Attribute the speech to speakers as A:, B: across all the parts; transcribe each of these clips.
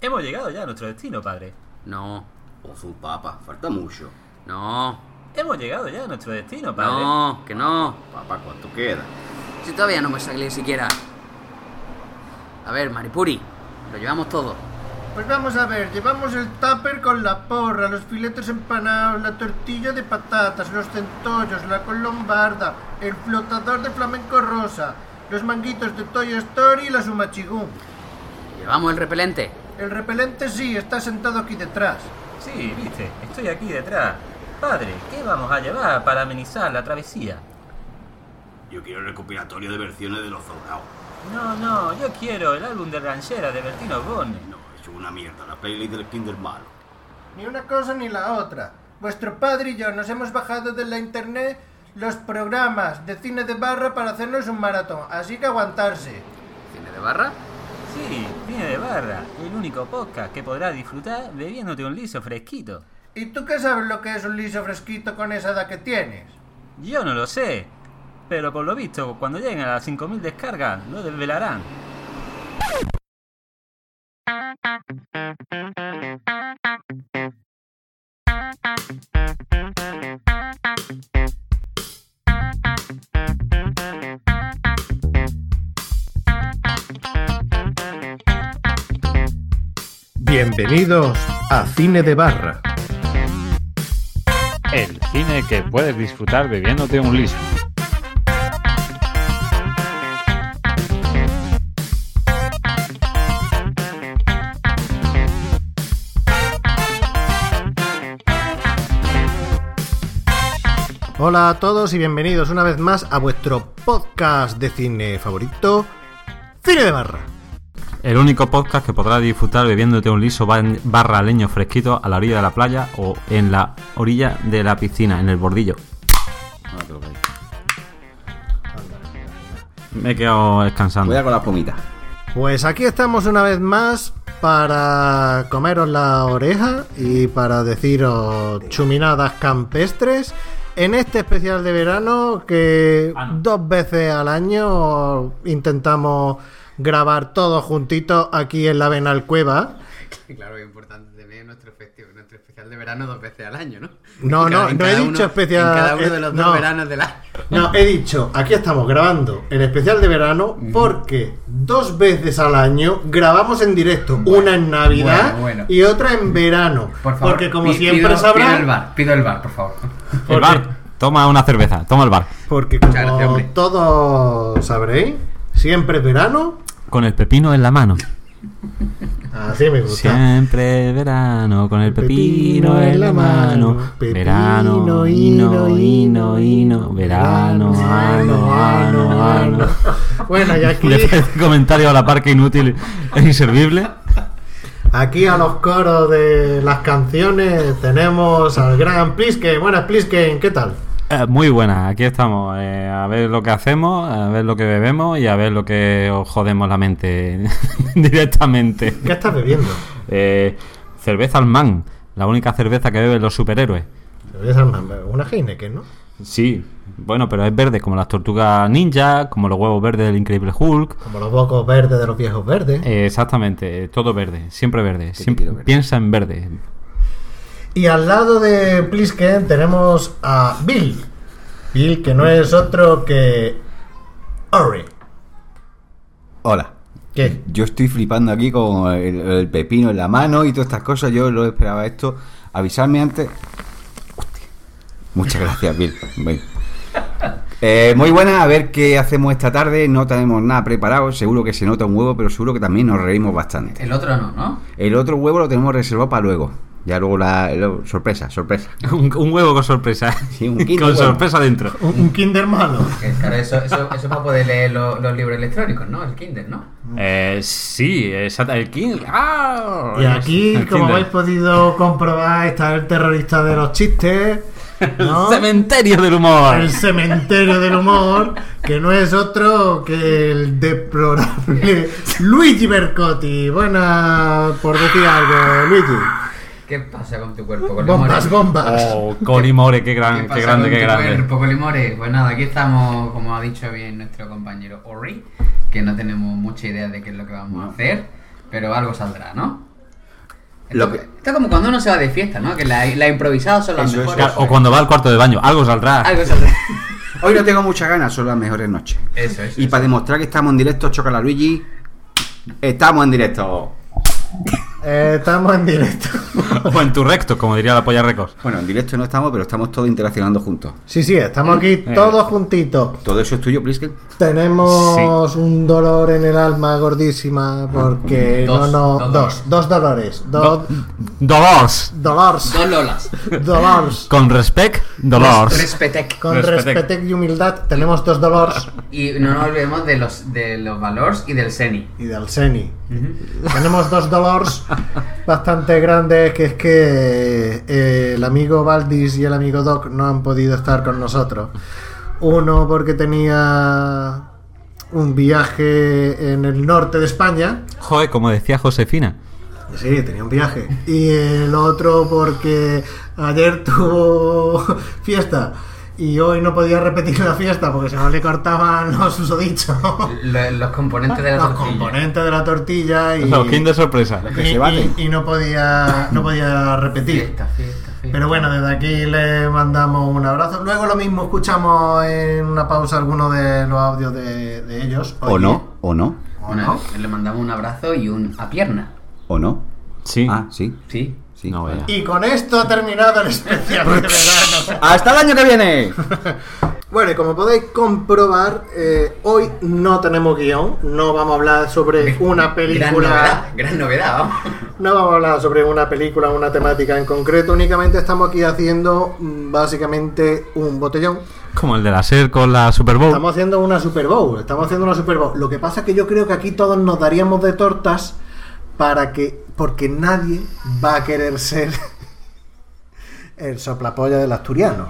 A: Hemos llegado ya a nuestro destino, padre.
B: No,
C: O su Pues papa, falta mucho.
B: no,
A: Hemos llegado ya a nuestro destino, padre.
B: no, que no.
C: Papá, ¿cuánto queda?
B: Si todavía no me salí siquiera. A ver, Maripuri, lo llevamos todo.
D: Pues vamos a ver, llevamos el tupper con la porra, los filetes empanados, la tortilla de patatas, los centollos, la colombarda, el flotador de flamenco rosa, los manguitos de Toy Story y la sumachigún.
B: Llevamos el repelente.
D: El repelente sí, está sentado aquí detrás.
A: Sí, viste, estoy aquí detrás. Padre, ¿qué vamos a llevar para amenizar la travesía?
C: Yo quiero el recopilatorio de versiones de los soldados.
A: No, no, yo quiero el álbum de ranchera de Bertino Borne.
C: No, eso es una mierda, la playlist del Kinder malo.
D: Ni una cosa ni la otra. Vuestro padre y yo nos hemos bajado de la internet los programas de cine de barra para hacernos un maratón, así que aguantarse.
B: ¿Cine de barra?
A: Sí, Cine de Barra, el único podcast que podrás disfrutar bebiéndote un liso fresquito.
D: ¿Y tú qué sabes lo que es un liso fresquito con esa edad que tienes?
A: Yo no lo sé, pero por lo visto, cuando lleguen a las 5.000 descargas, lo desvelarán.
D: Bienvenidos a Cine de Barra.
E: El cine que puedes disfrutar bebiéndote un liso.
D: Hola a todos y bienvenidos una vez más a vuestro podcast de cine favorito, Cine de Barra.
F: El único podcast que podrás disfrutar bebiéndote un liso ban- barra leño fresquito a la orilla de la playa o en la orilla de la piscina, en el bordillo. Ah, creo que ahí. Me he quedado descansando.
C: Cuidado con las pomitas.
D: Pues aquí estamos una vez más para comeros la oreja y para deciros chuminadas campestres en este especial de verano que
G: Ah,
D: dos veces al año intentamos grabar todos juntitos aquí en la Benalcueva.
G: Claro, es importante tener nuestro, festivo, nuestro especial de verano dos veces al año, ¿no?
D: No,
G: En
D: no,
G: cada- en
D: no he
G: cada
D: dicho
G: uno-
D: especial-
G: En cada uno
D: eh,
G: de los
D: no.
G: dos veranos del año.
D: No, he dicho, aquí estamos grabando el especial de verano porque dos veces al año grabamos en directo, una en Navidad
G: bueno, bueno.
D: y otra en verano.
G: Por favor.
D: porque como
G: pi-
D: siempre
G: pido,
D: sabrán...
G: Pido el bar, pido el bar, por favor.
F: El bar. Toma una cerveza, toma el bar.
D: Porque
G: Muchas gracias,
D: como
G: hombre.
D: todos sabréis, siempre es verano.
F: Con el pepino en la mano.
D: Así me gusta.
F: Siempre verano, con el pepino en la mano. Verano, hino, hino, hino. Verano, ano, ano, ano.
D: Bueno, y aquí,
F: Después de comentario a la par que inútil e inservible.
D: aquí a los coros de las canciones tenemos al gran Plisken. Buenas Plisken, ¿qué tal?
F: Eh, muy buenas, aquí estamos. eh, a ver lo que hacemos, a ver lo que bebemos y a ver lo que os jodemos la mente directamente.
D: ¿Qué estás bebiendo?
F: Eh, cerveza Alman, la única cerveza que beben los superhéroes.
D: Te voy a llamar Una Heineken, ¿no?
F: Sí, bueno, pero es verde, como las tortugas ninja, como los huevos verdes del Increíble Hulk.
D: Como los bocos verdes de los viejos verdes.
F: Eh, exactamente, eh, todo verde, siempre verde. Siempre
C: quiero ver.
F: piensa en verde.
D: Y al lado de Plisken tenemos a Bill. Bill, que no es otro que. Ori.
H: Hola.
D: ¿Qué?
H: Yo estoy flipando aquí con el, el pepino en la mano y todas estas cosas. Yo lo esperaba esto. Avisarme antes. Hostia. Muchas gracias, Bill. Ven. Eh, muy buenas, a ver qué hacemos esta tarde. No tenemos nada preparado. Seguro que se nota un huevo, pero seguro que también nos reímos bastante.
B: El otro no, ¿no?
H: El otro huevo lo tenemos reservado para luego. Ya luego la. lo- sorpresa, sorpresa.
F: Un, un huevo con sorpresa.
H: Sí, un
F: con
H: quinto huevo.
F: sorpresa dentro.
D: Un, un Kinder malo.
B: Que, claro, eso, eso, eso para poder leer lo- los libros electrónicos, ¿no? El Kindle, ¿no?
F: Eh, sí, exacta- el Kindle. ¡Ah!
D: Y aquí,
F: El
D: como
F: Kindle.
D: habéis podido comprobar, está el terrorista de los chistes, ¿no?
F: Cementerio del humor.
D: el cementerio del humor, que no es otro que el deplorable Luigi Bercotti. Buena por decir algo, Luigi.
G: ¿Qué pasa con tu cuerpo,
D: Bombas, bombas.
F: Oh, Cory More, qué, gran, qué,
G: pasa
F: grande,
G: con
F: qué
G: tu
F: grande.
G: cuerpo, Colimore? Pues nada, aquí estamos, como ha dicho bien nuestro compañero Ori, que no tenemos mucha idea de qué es lo que vamos a hacer, pero algo saldrá, ¿no?
H: Lo que-
G: Esto es como cuando uno se va de fiesta, ¿no? Que las la improvisadas son las
H: Eso es,
G: mejores.
H: claro,
F: O cuando va al cuarto de baño, algo saldrá.
G: Algo saldrá.
H: Hoy no tengo muchas ganas, son las mejores noches.
G: Eso es.
H: Y para demostrar que estamos en directo, choca la Luigi. Estamos en directo.
D: Eh, estamos en directo.
F: O en tu recto, como diría la polla récords.
H: Bueno, en directo no estamos, pero estamos todos interaccionando juntos.
D: Sí, sí, estamos aquí todos juntitos.
H: Todo eso es tuyo, Priskel.
D: Tenemos un dolor en el alma gordísima porque
I: Dos,
D: no, no,
I: dos
D: dos, dos dolores, dos
F: Dolors.
D: dolores,
G: Dos lolas.
D: dolores.
F: Con respect, Dolors.
G: Respetec.
D: Con
F: Respetec.
D: respeto y humildad tenemos dos dolores
G: Y no nos olvidemos de los, de los valores y del seni.
D: y del seni. Tenemos dos dolores bastante grandes que es que eh, el amigo Valdis y el amigo Doc no han podido estar con nosotros. Uno porque tenía un viaje en el norte de España.
F: Joder, como decía Josefina.
D: Sí, tenía un viaje. Y el otro porque ayer tuvo fiesta y hoy no podía repetir la fiesta porque si no le cortaban los susodichos,
G: Lo- los componentes de la
D: Ah, los
G: tortilla.
D: componentes de la tortilla y,
F: Los Kinder sorpresa.
H: que
D: y-
H: se baten.
D: y- y no podía no podía repetir.
G: Fiesta, fiesta, fiesta.
D: Pero bueno, desde aquí le mandamos un abrazo. Luego lo mismo escuchamos en una pausa alguno de los audios de, de ellos.
H: O
D: Oye,
H: no, o no,
D: ¿O
G: Una-
D: no?
G: Le mandamos un abrazo y un a pierna.
H: o no.
F: Sí.
H: Ah, sí,
G: Sí.
H: sí.
F: No vaya.
D: Y con esto ha terminado el especial de verano.
H: ¡Hasta el año que viene!
D: Bueno, y como podéis comprobar, eh, hoy no tenemos guión, no vamos a hablar sobre Eh, una
G: Gran
D: película,
G: novedad, gran novedad, vamos.
D: no vamos a hablar sobre una película, una temática en concreto, únicamente estamos aquí haciendo mm, básicamente un botellón.
F: Como el de la SER con la Super Bowl.
D: Estamos haciendo una Super Bowl, estamos haciendo una Super Bowl. Lo que pasa es que yo creo que aquí todos nos daríamos de tortas para que porque nadie va a querer ser el soplapolla del asturiano.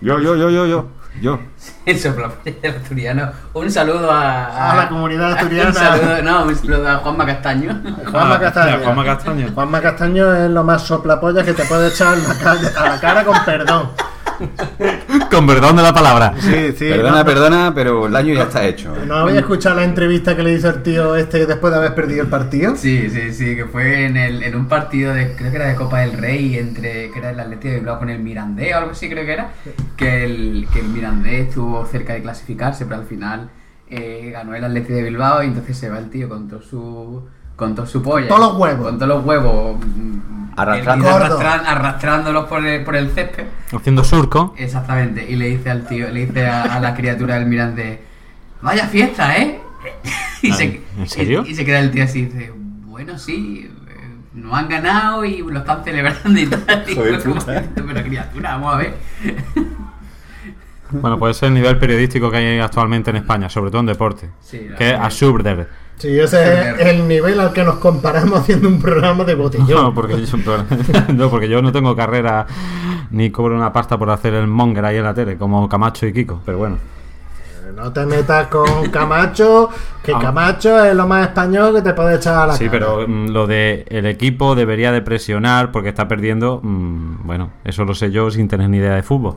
H: Yo, yo, yo, yo, yo. Yo.
G: El soplapolla del asturiano. Un saludo a,
D: A la comunidad asturiana.
G: Un saludo, no, un saludo a Juanma Castaño.
D: Juanma Castaño.
F: mira, Juanma Castaño.
D: Juanma Castaño es lo más soplapolla que te puede echar en la calle- a la cara con perdón.
F: Con perdón de la palabra.
D: Sí, sí.
H: perdona,
D: no,
H: perdona, pero el año ya está hecho. ¿eh?
D: ¿No habéis escuchado la entrevista que le hizo el tío este después de haber perdido el partido?
G: Sí, sí, sí, que fue en, el, en un partido de, creo que era de Copa del Rey, entre, que era el Atlético de Bilbao con el Mirandés o algo así creo que era, que el, que el Mirandés estuvo cerca de clasificarse, pero al final eh, ganó el Atlético de Bilbao y entonces se va el tío con todo su, con todo su polla.
D: Todos los huevos.
G: Con todos los huevos. mm,
H: Arrastrando.
G: el- arrastran- arrastrándolos por el, por el césped.
F: Haciendo surco.
G: Exactamente, y le dice al tío, le dice a, a la criatura del mirante, vaya fiesta, ¿eh? Y
F: Ay,
G: se,
F: ¿en serio?
G: Y, y se queda el tío así y dice, bueno, sí, eh, no han ganado y lo están celebrando y tal. Y
H: Joder,
G: fue como
H: puta.
G: diciendo, Pero criatura, vamos a ver.
F: Bueno, pues ese es el nivel periodístico que hay actualmente en España, sobre todo en deporte.
G: Sí, la
F: que es
G: verdad.
F: absurder.
D: Sí, ese es el nivel al que nos comparamos haciendo un programa de
F: No
D: botellón.
F: porque, yo, no, porque yo no tengo carrera ni cobro una pasta por hacer el monger ahí en la tele, como Camacho y Kiko, pero bueno.
D: No te metas con Camacho, que Camacho es lo más español que te puede echar a la
F: Sí,
D: cara.
F: pero mm, lo de el equipo debería de presionar porque está perdiendo, mm, bueno, eso lo sé yo sin tener ni idea de fútbol.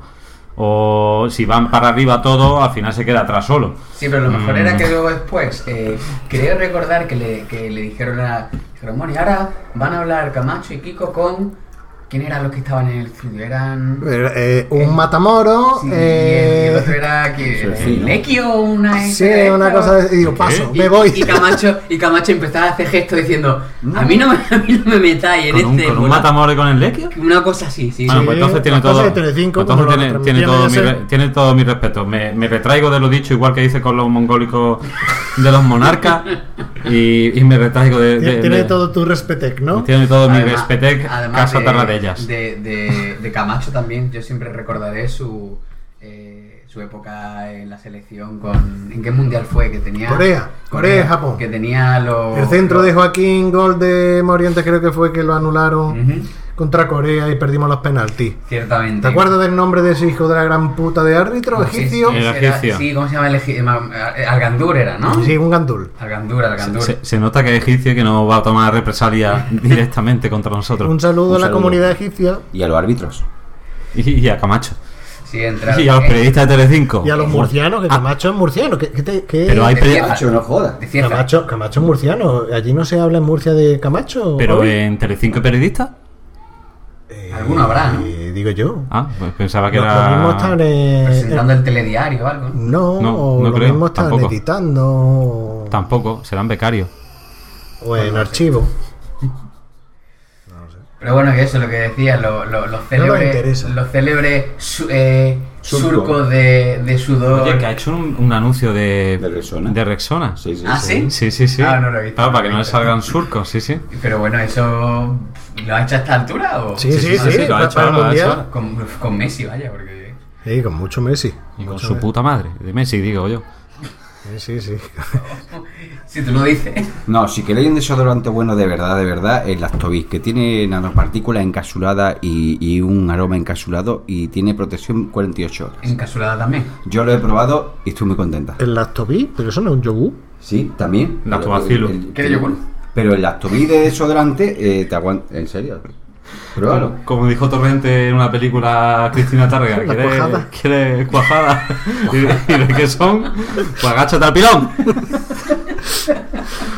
F: O si van para arriba todo, al final se queda atrás solo.
G: Sí, pero lo mejor
F: Mm.
G: era que luego después, eh, creo recordar que le, que le dijeron a... Dijeron, bueno, y ahora van a hablar Camacho y Kiko con... ¿Quién eran los que estaban en el estudio? Eran...
D: Eh, un matamoro,
G: Sí, y el- y el
D: eh,
G: otro era que
H: sí, sí, ¿no?
G: Lequio o una
D: sí, una cosa de, y digo, paso,
G: Y-
D: me voy.
G: Y Camacho, y Camacho empezaba a hacer gestos diciendo: A mí no me, a mí no me metáis en
F: Con un,
G: este.
F: con un
G: bolazo".
F: matamore con el lequio.
G: Una cosa así, sí.
F: Bueno,
G: sí.
F: pues entonces tiene
D: las cosas
F: todo, pues
D: de Telecinco,
F: entonces
D: como lo
F: tiene, tiene todo mi,
D: retransmitían,
F: re-
D: yo sé.
F: tiene todo mi respeto. Me, me retraigo de lo dicho, igual que hice con los mongólicos de los monarcas. Y, y me retraigo de. de-
D: Tiene, tiene
F: de-
D: todo tu respetec, ¿no?
F: tiene todo mi
G: Además-
F: respetec,
G: además
F: casa
G: de-
F: Tarradellas.
G: De, de- de Camacho también, yo siempre recordaré su, eh, su época en la selección. con ¿En qué mundial fue? Que tenía.
D: Corea, Corea, Japón.
G: Que tenía los.
D: El centro
G: los-
D: de Joaquín, gol de Morientes, creo que fue que lo anularon
G: Ujú,
D: contra Corea y perdimos los penaltis.
G: Ciertamente.
D: ¿Te acuerdas del nombre de ese hijo de la gran puta de árbitro
G: Ah, Sí,
D: egipcio?
G: sí,
F: El
G: era-
F: egipcio.
G: Sí, ¿cómo se llama el egipcio? Algandur era, ¿no?
D: Sí, un gandul.
G: Algandur, Algandur.
F: Se, se nota que es egipcio y que no va a tomar represalia directamente contra nosotros.
D: Un saludo
H: Un
D: a la
H: saludo.
D: comunidad egipcia.
H: Y a los árbitros.
F: Y, y a Camacho.
G: Sí, Sí, entra.
F: Sí, a los periodistas de Telecinco.
D: Y a los murcianos, que Camacho es murciano. Que, que te- que-
F: Pero hay peri-
H: Camacho, no jodas.
G: De fiesta.
D: Camacho, Camacho es murciano. Allí no se habla en Murcia de Camacho.
F: Pero
D: Pablo.
F: en Telecinco hay periodistas.
D: Eh,
G: alguno habrá, ¿no?
D: eh, digo yo.
F: Ah, pues pensaba que
D: Lo-
F: era.
D: Lo mismo están en-
G: Presentando
D: en-
G: el telediario o algo. ¿no?
D: No,
F: No,
D: o
F: no
D: lo
F: creo,
D: mismo están
F: tampoco.
D: editando. o-
F: Tampoco, serán becarios.
D: O en archivo.
G: Pero bueno, que eso, lo que decía, lo- lo- los célebres,
D: interesa.
G: los célebres su- eh,
H: Surco.
G: surcos de, de sudor.
F: Oye, que ha hecho un, un anuncio de.
H: De Rexona.
F: de Rexona.
H: Sí, sí,
G: ¿Ah,
H: sí.
G: sí?
F: Sí, sí, sí.
G: Ah, no lo he visto,
F: Claro,
G: no
F: para
G: lo
F: que
G: he
F: no le
G: visto.
F: salgan surcos, sí, sí.
G: Pero bueno, eso. ¿Lo ha hecho a esta altura? O?
D: Sí, sí, sí.
F: sí, lo ha
D: pa-
F: hecho
D: para el
F: ahora, lo ha hecho
D: mundial.
F: ahora.
G: Con, con Messi, vaya, porque.
D: Sí, con mucho Messi.
F: Y con
D: Mucho
F: su
D: Messi.
F: puta madre, de Messi, digo yo.
D: Sí, sí, sí.
G: Si tú lo dices.
H: No, si queréis un desodorante bueno de verdad, de verdad, el Lactobis, que tiene nanopartículas encapsuladas y, y un aroma encapsulado y tiene protección 48 horas.
G: Encasulada también.
H: Yo lo he probado y estoy muy contenta.
D: El lactobis, pero eso no es un yogur.
H: Sí, también.
F: Lactobacilo.
H: El- el-
G: ¿Qué yo con-
H: Pero el Lactobis de desodorante eh, te aguanta. En serio. Pruébalo.
F: Como dijo Torrente en una película Cristina Targa,
D: La
F: ¿quieres
D: cuajada.
F: ¿quieres cuajada? ¿Y, de- y de qué son? Pues agáchate al pilón.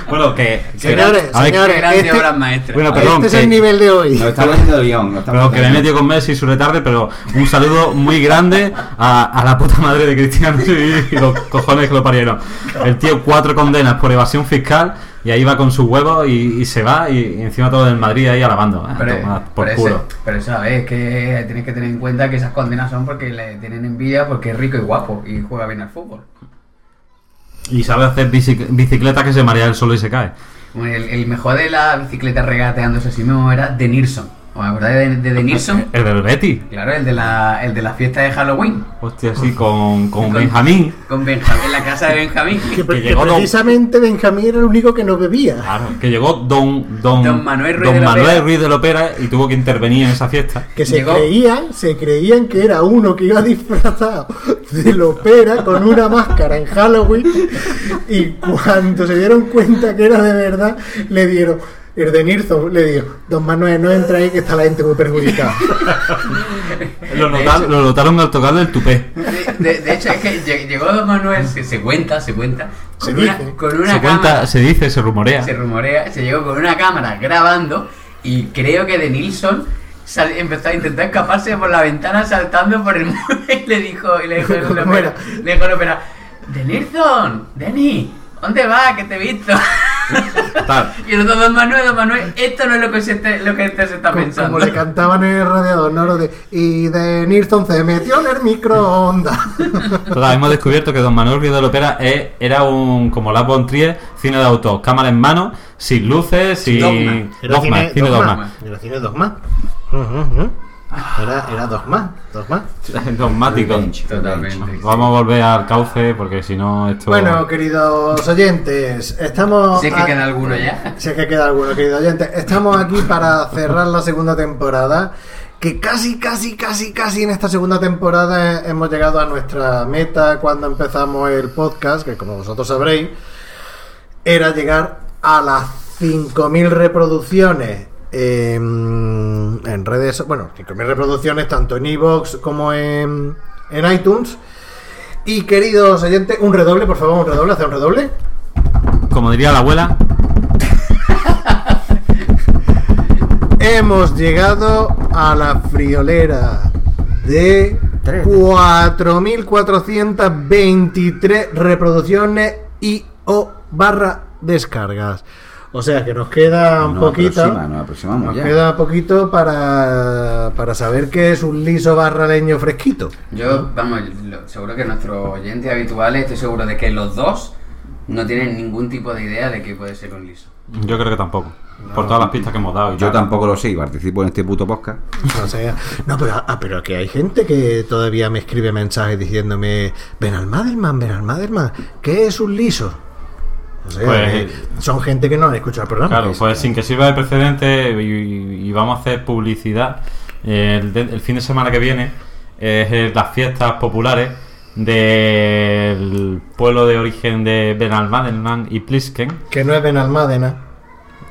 F: bueno, que. que-
D: Señores,
F: a ver,
D: señores,
G: Qué grande
D: este-
G: obra maestra.
F: Bueno, Ah, perdón.
D: este es el
F: que-
D: nivel de hoy.
H: Nos estamos haciendo guión. nos estamos
F: Pero que me he
H: haciendo
F: metido con Messi y su retarde, pero un saludo muy grande a, a la puta madre de Cristiano y, y los cojones que lo parieron. El tío cuatro condenas por evasión fiscal y ahí va con sus huevos y, y se va y, y encima todo el Madrid ahí alabando. Ah, toma, por
G: pero
F: culo.
G: Eso, pero eso, a ver, es que tienes que tener en cuenta que esas condenas son porque le tienen envidia porque es rico y guapo y juega bien al fútbol.
F: Y sabe hacer bicic- bicicletas que se marea el suelo y se cae.
G: Bueno, El, el mejor de la bicicleta regateándose a sí mismo era De Nilsson. ¿Os acordáis de, de De Nilsson?
F: El del Betty.
G: Claro, el de la, el de la fiesta de Halloween.
F: Hostia, sí, con, con Benjamín.
G: Con Benjamín, en la casa de Benjamín.
D: Que, pre- que
F: llegó Don-
D: precisamente Benjamín era el único que no bebía.
F: Claro, que llegó don, don,
G: Don Manuel Ruiz
F: don
G: de la
F: Manuel
G: Opera.
F: Ruiz de la Opera y tuvo que intervenir en esa fiesta.
D: Que se
G: Llegó-
D: creían, se creían que era uno que iba disfrazado de lopera con una máscara en Halloween y cuando se dieron cuenta que era de verdad, le dieron, el de Nilsson le dijo, Don Manuel, no entra ahí que está la gente muy perjudicada.
F: Lo
G: De
F: notaron,
G: hecho-
F: lo notaron al tocarle el tupé.
G: De, de- de hecho, es que lle- llegó Don Manuel, se, se cuenta, se cuenta,
D: Se
G: con una,
D: dice.
G: con una
F: se
G: cámara.
F: cuenta, se dice, se rumorea.
G: se rumorea, se llegó con una cámara grabando y creo que de Nilsson sal- empezó a intentar escaparse por la ventana saltando por el mueble y le dijo, y le dijo, el
D: ¿Cómo era?
G: opera- le dijo el opera, de Nilsson, Denny, ¿dónde vas? Que te he visto.
F: Tal.
G: y el otro, don Manuel, don Manuel, esto no es lo que, se te- lo que este se está
D: como,
G: pensando.
D: como le cantaban en el radiador, ¿no? Lo de, y de Nilsson se metió en el microondas.
F: Total, hemos descubierto que Don Manuel Ruiz de la Opera es- era un, como la von Trier, cine de autor, cámara en mano, sin luces, sin...
G: Dogma.
D: Era
F: Dogma, cine dogma.
D: Era cine dogma. Ujú, ujú. Era, era dogma, dogma.
F: Dogmático.
G: Totalmente.
F: Vamos a volver al cauce porque si no esto...
D: Bueno, queridos oyentes, estamos.
G: Si es que
D: a-
G: queda alguno ya.
D: Si es que queda alguno, queridos oyentes. Estamos aquí para cerrar la segunda temporada. Que casi, casi, casi, casi en esta segunda temporada hemos llegado a nuestra meta cuando empezamos el podcast, que como vosotros sabréis, era llegar a las 5.000 reproducciones eh, en redes, bueno, 5.000 reproducciones tanto en iVoox como en, en iTunes. Y queridos oyentes, un redoble, por favor, un redoble, hace un redoble.
F: Como diría la abuela,
D: Hemos llegado a la friolera de
H: Tres.
D: 4.423 reproducciones y o barra descargas. O sea que nos queda un
H: Nos
D: poquito.
H: aproxima, nos aproximamos
D: nos
H: ya.
D: queda poquito para, para saber que es un liso barraleño fresquito.
G: Yo, vamos, lo- seguro que nuestros oyentes habituales, estoy seguro de que los dos no tienen ningún tipo de idea de que puede ser un liso.
F: yo creo que tampoco. Por todas las pistas que hemos dado. y
H: Yo
F: tal.
H: tampoco lo sé y participo en este puto podcast.
D: O sea, no, pero, ah, pero que hay gente que todavía me escribe mensajes diciéndome, ven al Madelman, ven al Madelman, ¿qué es un liso? O sea,
F: Pues-
D: que son gente que no han escuchado el programa.
F: Claro, pues sin que sirva de precedente y, y- y vamos a hacer publicidad. eh, El, de- el fin de semana que viene es eh, las fiestas populares del pueblo de origen de Benalmádena y Plisken
D: Que no es Benalmádena.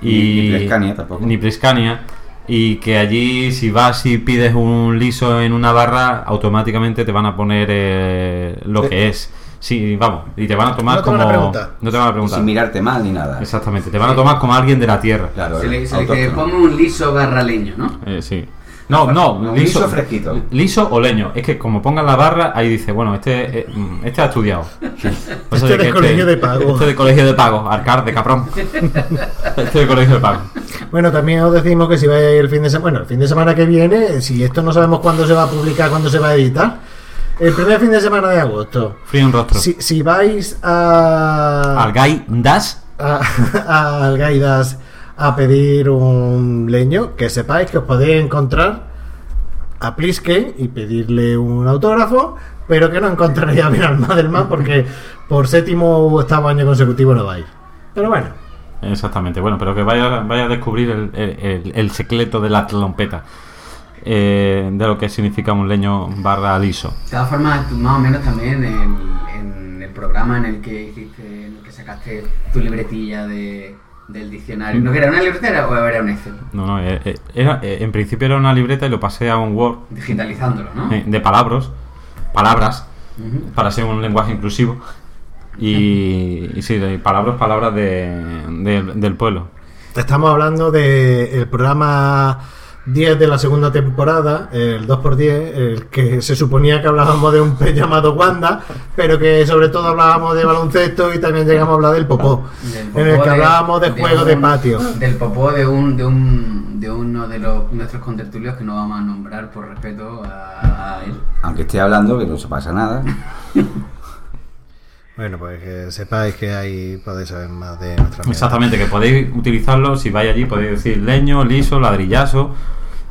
F: y,
H: Ni- ni Pliskania tampoco.
F: ni Pliskania. y que allí si vas y pides un liso en una barra, automáticamente te van a poner eh, lo que es. Sí, vamos, y te van a tomar
D: No te
F: como...
D: van a preguntar.
F: No te van a preguntar.
H: Sin mirarte mal ni nada.
F: Exactamente, te van a tomar como alguien de la tierra.
H: Claro, eh,
G: Se le, se le que
H: autóctono.
G: ponga un liso garraleño, ¿no?
F: Eh, sí.
D: Oh,
F: No, no,
H: Un
F: liso,
H: liso fresquito.
F: Liso o leño. Es que como pongan la barra, ahí dice, bueno, este, eh, mm, este ha estudiado. Por eso
D: Este
F: de
D: de
F: que
D: colegio de pago.
F: Este de colegio de pago, arcar de cabrón. este de colegio de pago.
D: Bueno, también os decimos que si vais a ir el fin de semana, bueno, el fin de semana que viene, si esto no sabemos cuándo se va a publicar, cuándo se va a editar, el primer fin de semana de agosto.
F: Frío en rostro.
D: Si, si vais a,
F: Al gay das.
D: a, a Algaidas a pedir un leño, que sepáis que os podéis encontrar a Plisken y pedirle un autógrafo, pero que no encontraréis a Miral Madelman porque por séptimo u octavo año consecutivo no vais. Pero bueno,
F: Exactamente, bueno, pero que vaya, vaya a descubrir el, el- el- el secreto de la trompeta. Eh, de lo que significa un leño barra liso.
G: De todas formas, tú más o menos también en, en el programa en el que hiciste, en el que sacaste tu libretilla de, del diccionario. ¿No que era una libretera o era un Excel?
F: No, no, eh, eh, era- eh, en principio era una libreta y lo pasé a un Word
G: Digitalizándolo, ¿no?
F: eh, de palabras, palabras,
G: Ujú.
F: para ser un lenguaje inclusivo. Y, y sí, de palabras, palabras de, de- del pueblo.
D: Estamos hablando del programa 10 de la segunda temporada, el 2x10, el que se suponía que hablábamos de un pez llamado Wanda, pero que sobre todo hablábamos de baloncesto y también llegamos a hablar del popó,
G: Del
D: en el
G: popó
D: que
G: de-
D: hablábamos de, juegos de
G: un-
D: patio.
G: Del popó de un, de un de uno de los nuestros contertulios que no vamos a nombrar por respeto a, a él.
H: Aunque esté hablando, que no se pasa nada.
D: Bueno, pues que sepáis que ahí podéis saber más de nuestra amiga.
F: Exactamente, que podéis utilizarlo, si vais allí podéis decir leño, liso, ladrillazo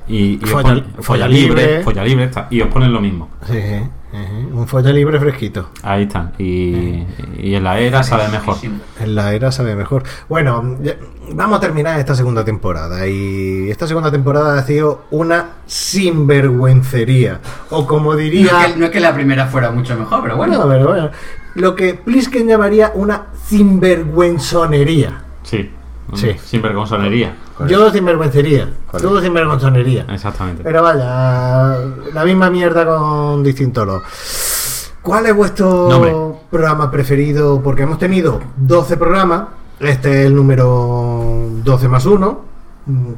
F: y, y os
D: Folla-
F: ponen-
D: folla
F: folla libre,
D: libre.
F: folla libre, está- y os ponen lo mismo.
D: Sí, sí, sí. Un fuerte libre fresquito.
F: Ahí están. Y, y en la era sabe mejor.
D: En la era sabe mejor. Bueno, ya- vamos a terminar esta segunda temporada. Y esta segunda temporada ha sido una sinvergüencería. O como
G: No es, que,
D: diría.
G: no es que la primera fuera mucho mejor, pero
D: Bueno,
G: bueno.
D: pero bueno. Lo que Plisken llamaría una sinvergüenzonería.
F: Sí.
D: Sí.
F: Sin vergonzonería.
D: Yo sinvergüencería.
H: Correcto.
D: Tú sinvergonzonería.
F: Exactamente.
D: Pero vaya, la misma mierda con distinto lo. ¿Cuál es vuestro
F: Nombre.
D: programa preferido? Porque hemos tenido 12 programas. Este es el número 12 más 1.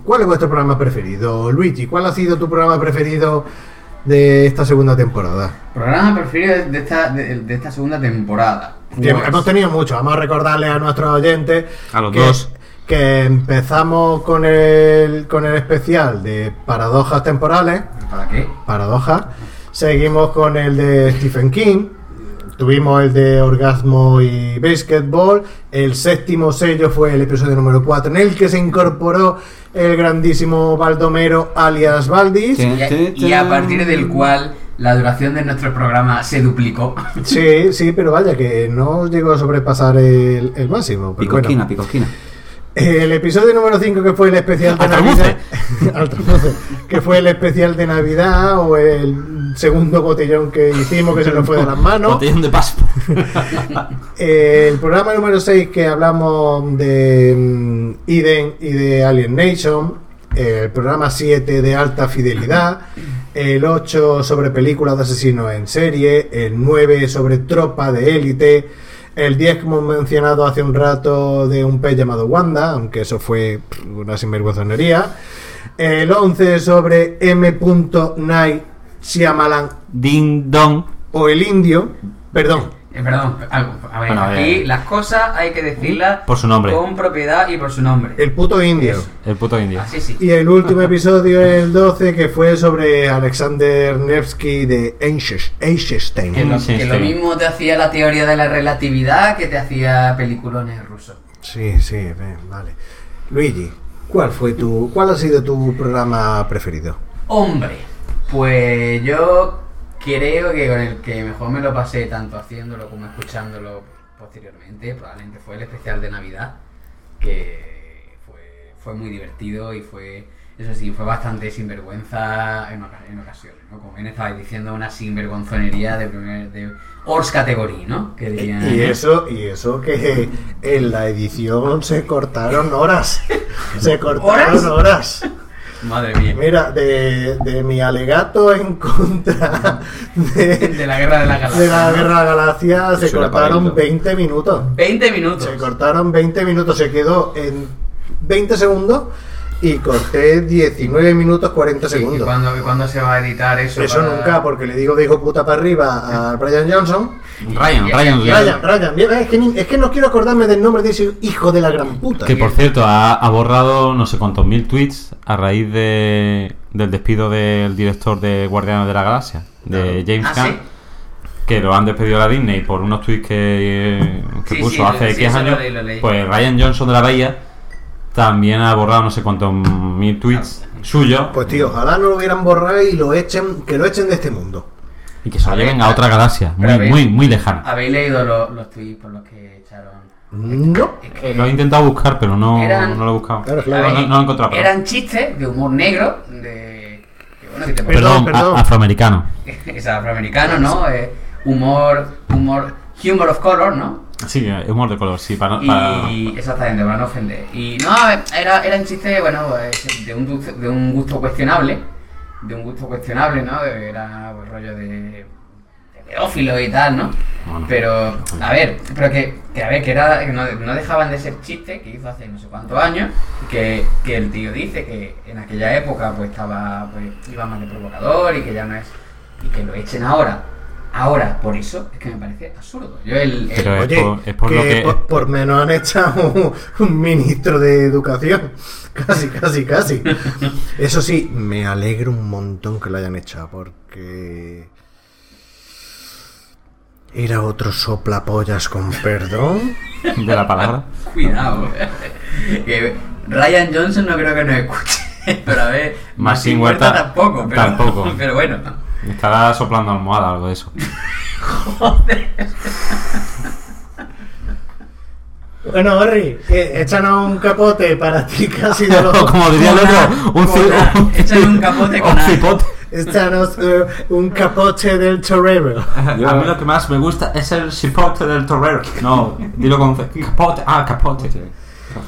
D: ¿Cuál es vuestro programa preferido, Luigi? ¿Cuál ha sido tu programa preferido de esta segunda temporada?
G: Programa preferido de esta, de, de esta segunda temporada.
D: Bien,
G: Pues-
D: Hemos tenido muchos. Vamos a recordarle a nuestros oyentes
F: A los
D: que,
F: dos.
D: que empezamos con el, con el especial de paradojas temporales.
G: ¿Para qué?
D: paradoja. Seguimos con el de Stephen King. Tuvimos el de Orgasmo y Basketball. El séptimo sello fue el episodio número 4, en el que se incorporó el grandísimo Baldomero alias Valdis.
H: Sí.
G: Y a, y a partir del cual la duración de nuestro programa se duplicó.
D: Sí, sí, pero vaya, que no llegó a sobrepasar el, el máximo. pero bueno.
H: Picosquina, picosquina.
D: El episodio número 5 que fue el especial de Navidad, Al trabuce, que fue el especial de Navidad o el segundo botellón que hicimos que se nos fue de las manos.
F: Botellón de paso.
D: El programa número 6 que hablamos de mm, Eden y de Alien Nation. El programa 7 de alta fidelidad. El 8 sobre películas de asesinos en serie. El 9 sobre tropa de élite. El 10 como hemos mencionado hace un rato de un pez llamado Wanda, aunque eso fue pff, una sinvergüenzonería. El 11 sobre M. Night Shyamalan
F: Ding dong.
D: o el indio. Perdón,
G: Eh, Perdón, algo. A ver,
F: Bueno, a ver.
G: aquí las cosas hay que decirlas
F: Por su nombre.
G: con propiedad y por su nombre.
D: el puto indio.
F: El puto indio.
G: Así sí.
D: Y el último episodio, el 12, que fue sobre Alexander Nevsky de Einstein-
G: Que
D: Einstein.
G: lo,
F: Sí,
G: que
F: sí.
G: lo mismo te hacía la teoría de la relatividad que te hacía peliculones rusos.
D: Sí, sí, ven, vale. Luigi, ¿cuál fue tu, cuál ha sido tu programa preferido?
G: Hombre, pues yo creo que con el que mejor me lo pasé tanto haciéndolo como escuchándolo posteriormente, probablemente fue el especial de Navidad, que fue, fue muy divertido y fue, eso sí, fue bastante sinvergüenza en, oca- en ocasiones, ¿no? Como bien estabais diciendo, una sinvergonzonería de primer, de Ors categoría, ¿no? Que dirían-
D: Y eso, y eso que en la edición se cortaron horas. Se cortaron horas.
G: Madre mía.
D: Mira, de, de mi alegato en contra de,
G: De la guerra de la galaxia.
D: de la Guerra de la Galaxia se
H: Suena
D: cortaron
H: parento.
D: 20 minutos.
G: 20 minutos.
D: Se cortaron 20 minutos, se quedó en 20 segundos y corté 19 minutos 40
G: Sí, ¿Y
D: segundos.
G: cuándo, y cuándo se va a editar eso?
D: Eso
G: para-
D: nunca, porque le digo de hijo puta para arriba a Brian Johnson.
F: Ryan, Ryan,
G: Ya,
F: Ryan.
D: Brian, Brian, mira, es que, ni- es que no quiero acordarme del nombre de ese hijo de la gran puta.
F: Que por cierto, ha, ha borrado no sé cuántos mil tweets a raíz de, del despido del director de Guardianes de la Galaxia, de James
G: Ah,
F: Gunn,
G: sí.
F: que lo han despedido a la Disney por unos tweets que, que
G: Sí,
F: puso
G: sí,
F: hace
G: sí,
F: 10
G: eso lo
F: años.
G: leí, lo leí.
F: Pues Ryan Johnson de la Bahía también ha borrado no sé cuántos mil
G: Ah,
F: tweets suyos
D: Pues tío, ojalá no lo hubieran borrado y lo echen, que lo echen de este mundo.
F: y que se lo
G: A ver,
F: lleven a
G: a-
F: otra galaxia,
G: pero a
F: muy,
G: ver.
F: muy, muy lejana.
G: ¿Habéis leído lo- los tweets por los que echaron?
D: No.
G: Es que-
F: Eh, Lo he intentado buscar, pero no,
G: Eran-
F: no lo he buscado.
D: Claro,
G: A
D: claro.
G: ver,
F: No, no lo he encontrado. perdón.
G: Eran chistes de humor negro, de... que bueno, que te
D: Perdón,
F: Perdón, a-
D: perdón.
F: afroamericano.
G: es afroamericano, ¿no? Eh, humor, humor, humor of color, ¿no?
F: Sí, eh, humor de color, sí, para, para-
G: Y exactamente, para no ofender. Y no, eh, era, era un chiste, bueno, eh, de un, gusto- de un gusto cuestionable, de un gusto cuestionable, ¿no? De- Era pues, rollo de, de pedófilo y tal, ¿no?
F: Bueno.
G: Pero, a ver, pero que, que a ver, que era, que no, no dejaban de ser chistes que hizo hace no sé cuántos años, que, que el tío dice que en aquella época pues estaba, pues iba más de provocador y que ya no es, y que lo echen ahora. Ahora, por eso, es que me parece absurdo. Yo el, el-
F: Pero es
D: Oye,
F: por, es por
D: que
F: lo que.
D: por, por menos han echado un, un ministro de educación. Casi, casi, casi. Eso sí, me alegro un montón que lo hayan echado porque... Era otro soplapollas con perdón.
F: de la palabra.
G: Cuidado. eh. que Ryan Johnson no creo que nos escuche. Pero a ver,
F: Martín
G: Martín
F: Huerta
G: Huerta tampoco. Pero,
F: tampoco.
G: Pero bueno.
F: Estará soplando almohada, algo de eso.
D: Bueno, Orri, eh, échanos un capote para ti casi de loco.
F: Como diría el
D: Una-
F: otro, un,
D: con
F: ci-
D: una-
F: un,
G: Échale un capote con
F: un
G: algo.
F: cipote.
D: Échanos eh, un capote del torero.
F: A mí lo que más me gusta es el cipote del torero. No, dilo con C. capote. Ah, capote.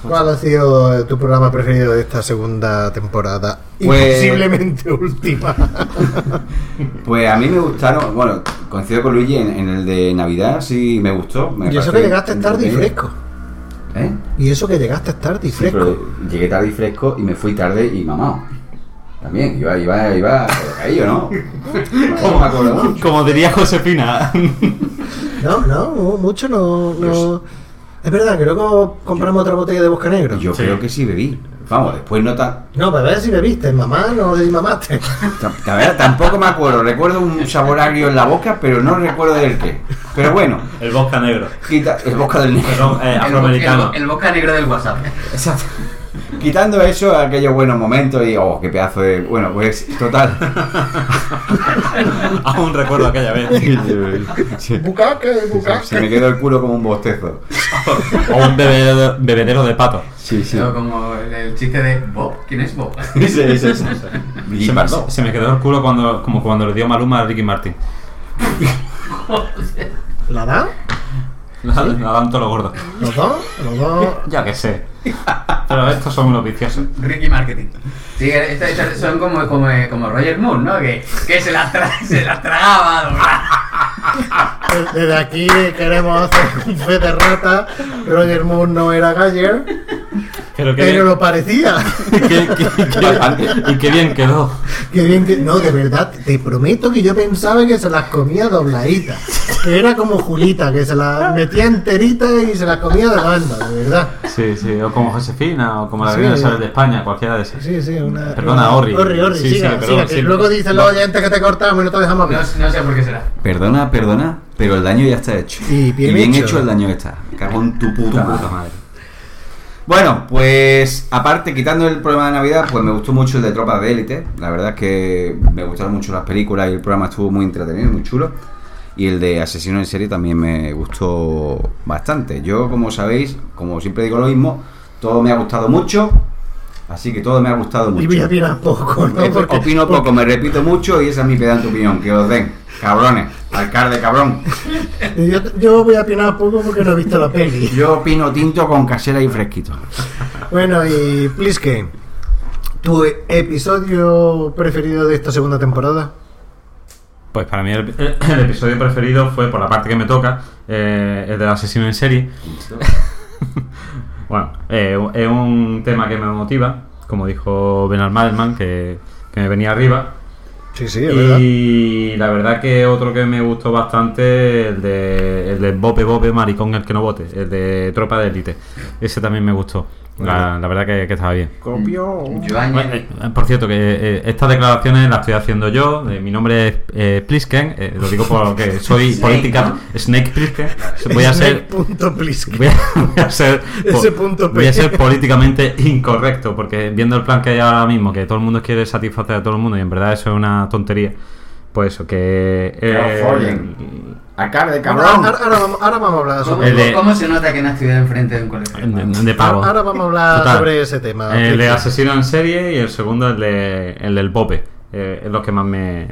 D: ¿Cuál ha sido eh, tu programa preferido de esta segunda temporada?
H: Pues-
D: Y posiblemente última.
H: Pues a mí me gustaron, bueno, coincido con Luigi en, en el de Navidad, sí me gustó. me
D: y eso
H: pareció
D: que llegaste tarde y
H: entretenido.
D: fresco.
H: ¿Eh?
D: Y eso que llegaste tarde y
H: Sí,
D: fresco.
H: pero llegué tarde y fresco y me fui tarde y mamado. También, iba, iba, iba caído, ¿no? ¿Cómo me acuerdo?
F: Como diría Josefina.
D: No, no, mucho no. no. Es verdad que luego compramos otra botella de Bosca Negro.
H: Yo creo que sí bebí. Vamos, después no tan...
D: No, para ver si bebiste, mamá, no te mamaste.
H: tam- a ver, tampoco me acuerdo. Recuerdo un sabor agrio en la boca, pero no recuerdo del qué. Pero bueno,
F: El bosca negro.
H: quita el boca del negro.
F: Perdón, eh,
G: El, bo- el,
F: afroamericano.
G: bo- el boca negro del WhatsApp.
H: Exacto. Quitando eso, aquellos buenos momentos y, oh, qué pedazo de. Bueno, pues, total.
F: Aún recuerdo aquella vez.
H: Sí.
D: Bucaque,
H: Se me quedó el culo como un bostezo.
F: O un bebedero, bebedero de pato.
H: Sí, sí.
G: Yo como el, el chiste de Bob. ¿Quién es Bob?
H: Ese, ese, ese. Y
F: Se me,
H: pasó.
F: se me quedó el culo cuando, como cuando le dio Maluma a Ricky Martin.
D: ¿La da?
F: Nada, todo lo gordo.
D: ¿Los dos? ¿Los dos?
F: Ya que sé. Pero estos son unos viciosos.
G: Ricky Marketing. Sí, estas- estas son como, como, como Roger Moore, ¿no? Que, que se las tra- se las tragaba. doblaba.
D: Desde aquí queremos hacer un fe de rata. Roger Moore no era Galler, pero
F: Pero qué bien-
D: lo parecía.
F: qué- qué- qué-
H: Bastante.
F: y qué bien quedó.
D: Qué bien que- No, de verdad, te prometo que yo pensaba que se las comía dobladitas. Que era como Julita, que se las metía enteritas y se las comía de banda, de verdad.
F: Sí, sí, o como Josefina, o como la
D: Sí.
F: Reina Isabel de España, cualquiera de esas.
D: Sí, sí, una.
F: Perdona,
D: una-
F: Orri.
D: Orri, Orri,
F: Sí, sí,
D: siga,
F: perdón,
D: siga, que
F: sí.
D: luego dicen los oyentes que te cortamos y no te dejamos
G: No,
D: hablar.
G: no sé por qué será.
H: Perdona, perdona, pero el daño ya está hecho.
D: Y bien hecho.
H: hecho. el daño está. Me cago en tu puta, madre. Bueno, pues aparte, quitando el programa de Navidad, pues me gustó mucho el de Tropas de Élite. La verdad es que me gustaron mucho las películas y el programa estuvo muy entretenido, muy chulo. Y el de Asesino en Serie también me gustó bastante. Yo, como sabéis, como siempre digo lo mismo, todo me ha gustado mucho. Así que todo me ha gustado mucho.
D: Y voy a opinar poco, ¿no?
H: Eh,
D: Porque-
H: opino poco, me repito mucho y esa es mi pedante opinión. Que os den, cabrones, alcalde cabrón.
D: Yo, yo voy a opinar poco porque no he visto la peli.
H: Yo opino tinto con casera y fresquito.
D: Bueno, y Please Game. ¿Tu episodio preferido de esta segunda temporada?
F: Pues para mí el, el episodio preferido fue, por la parte que me toca, eh, el del asesino en serie. bueno, eh, es un tema que me motiva, como dijo Bernard Madelman, que, que me venía arriba.
D: Sí, sí,
F: Y la verdad que otro que me gustó bastante, el de, el de Bope Bope, maricón el que no vote, el de Tropa de Élite. Ese también me gustó. La, la verdad que, que estaba bien.
D: Copio.
G: Yo
F: Bueno,
G: añadí.
F: eh, por cierto, que eh, estas declaraciones las estoy haciendo yo. eh, mi nombre es eh, Plisken, eh, lo digo porque soy
G: Snake,
F: política Snake Plisken. Voy a ser.
D: Punto please.
F: Voy a, voy a ser, po-
D: Ese punto
F: voy a
D: P.
F: ser políticamente incorrecto, porque viendo el plan que hay ahora mismo, que todo el mundo quiere satisfacer a todo el mundo, y en verdad eso es una tontería, pues eso, que... eh,
H: follen. A cara de
D: Ahora,
H: cabrón.
D: ahora- ahora vamos, ahora vamos a hablar
G: ¿Cómo,
D: sobre,
F: El de-
G: cómo se nota que no ha estudiado enfrente de un colegio?
F: de, de pavo.
D: ahora vamos a hablar
F: Total. Eh,
D: sobre ese tema.
F: El de
D: Cristian.
F: asesino en serie y el segundo el, de, el del Pope. Eh, es los que más me,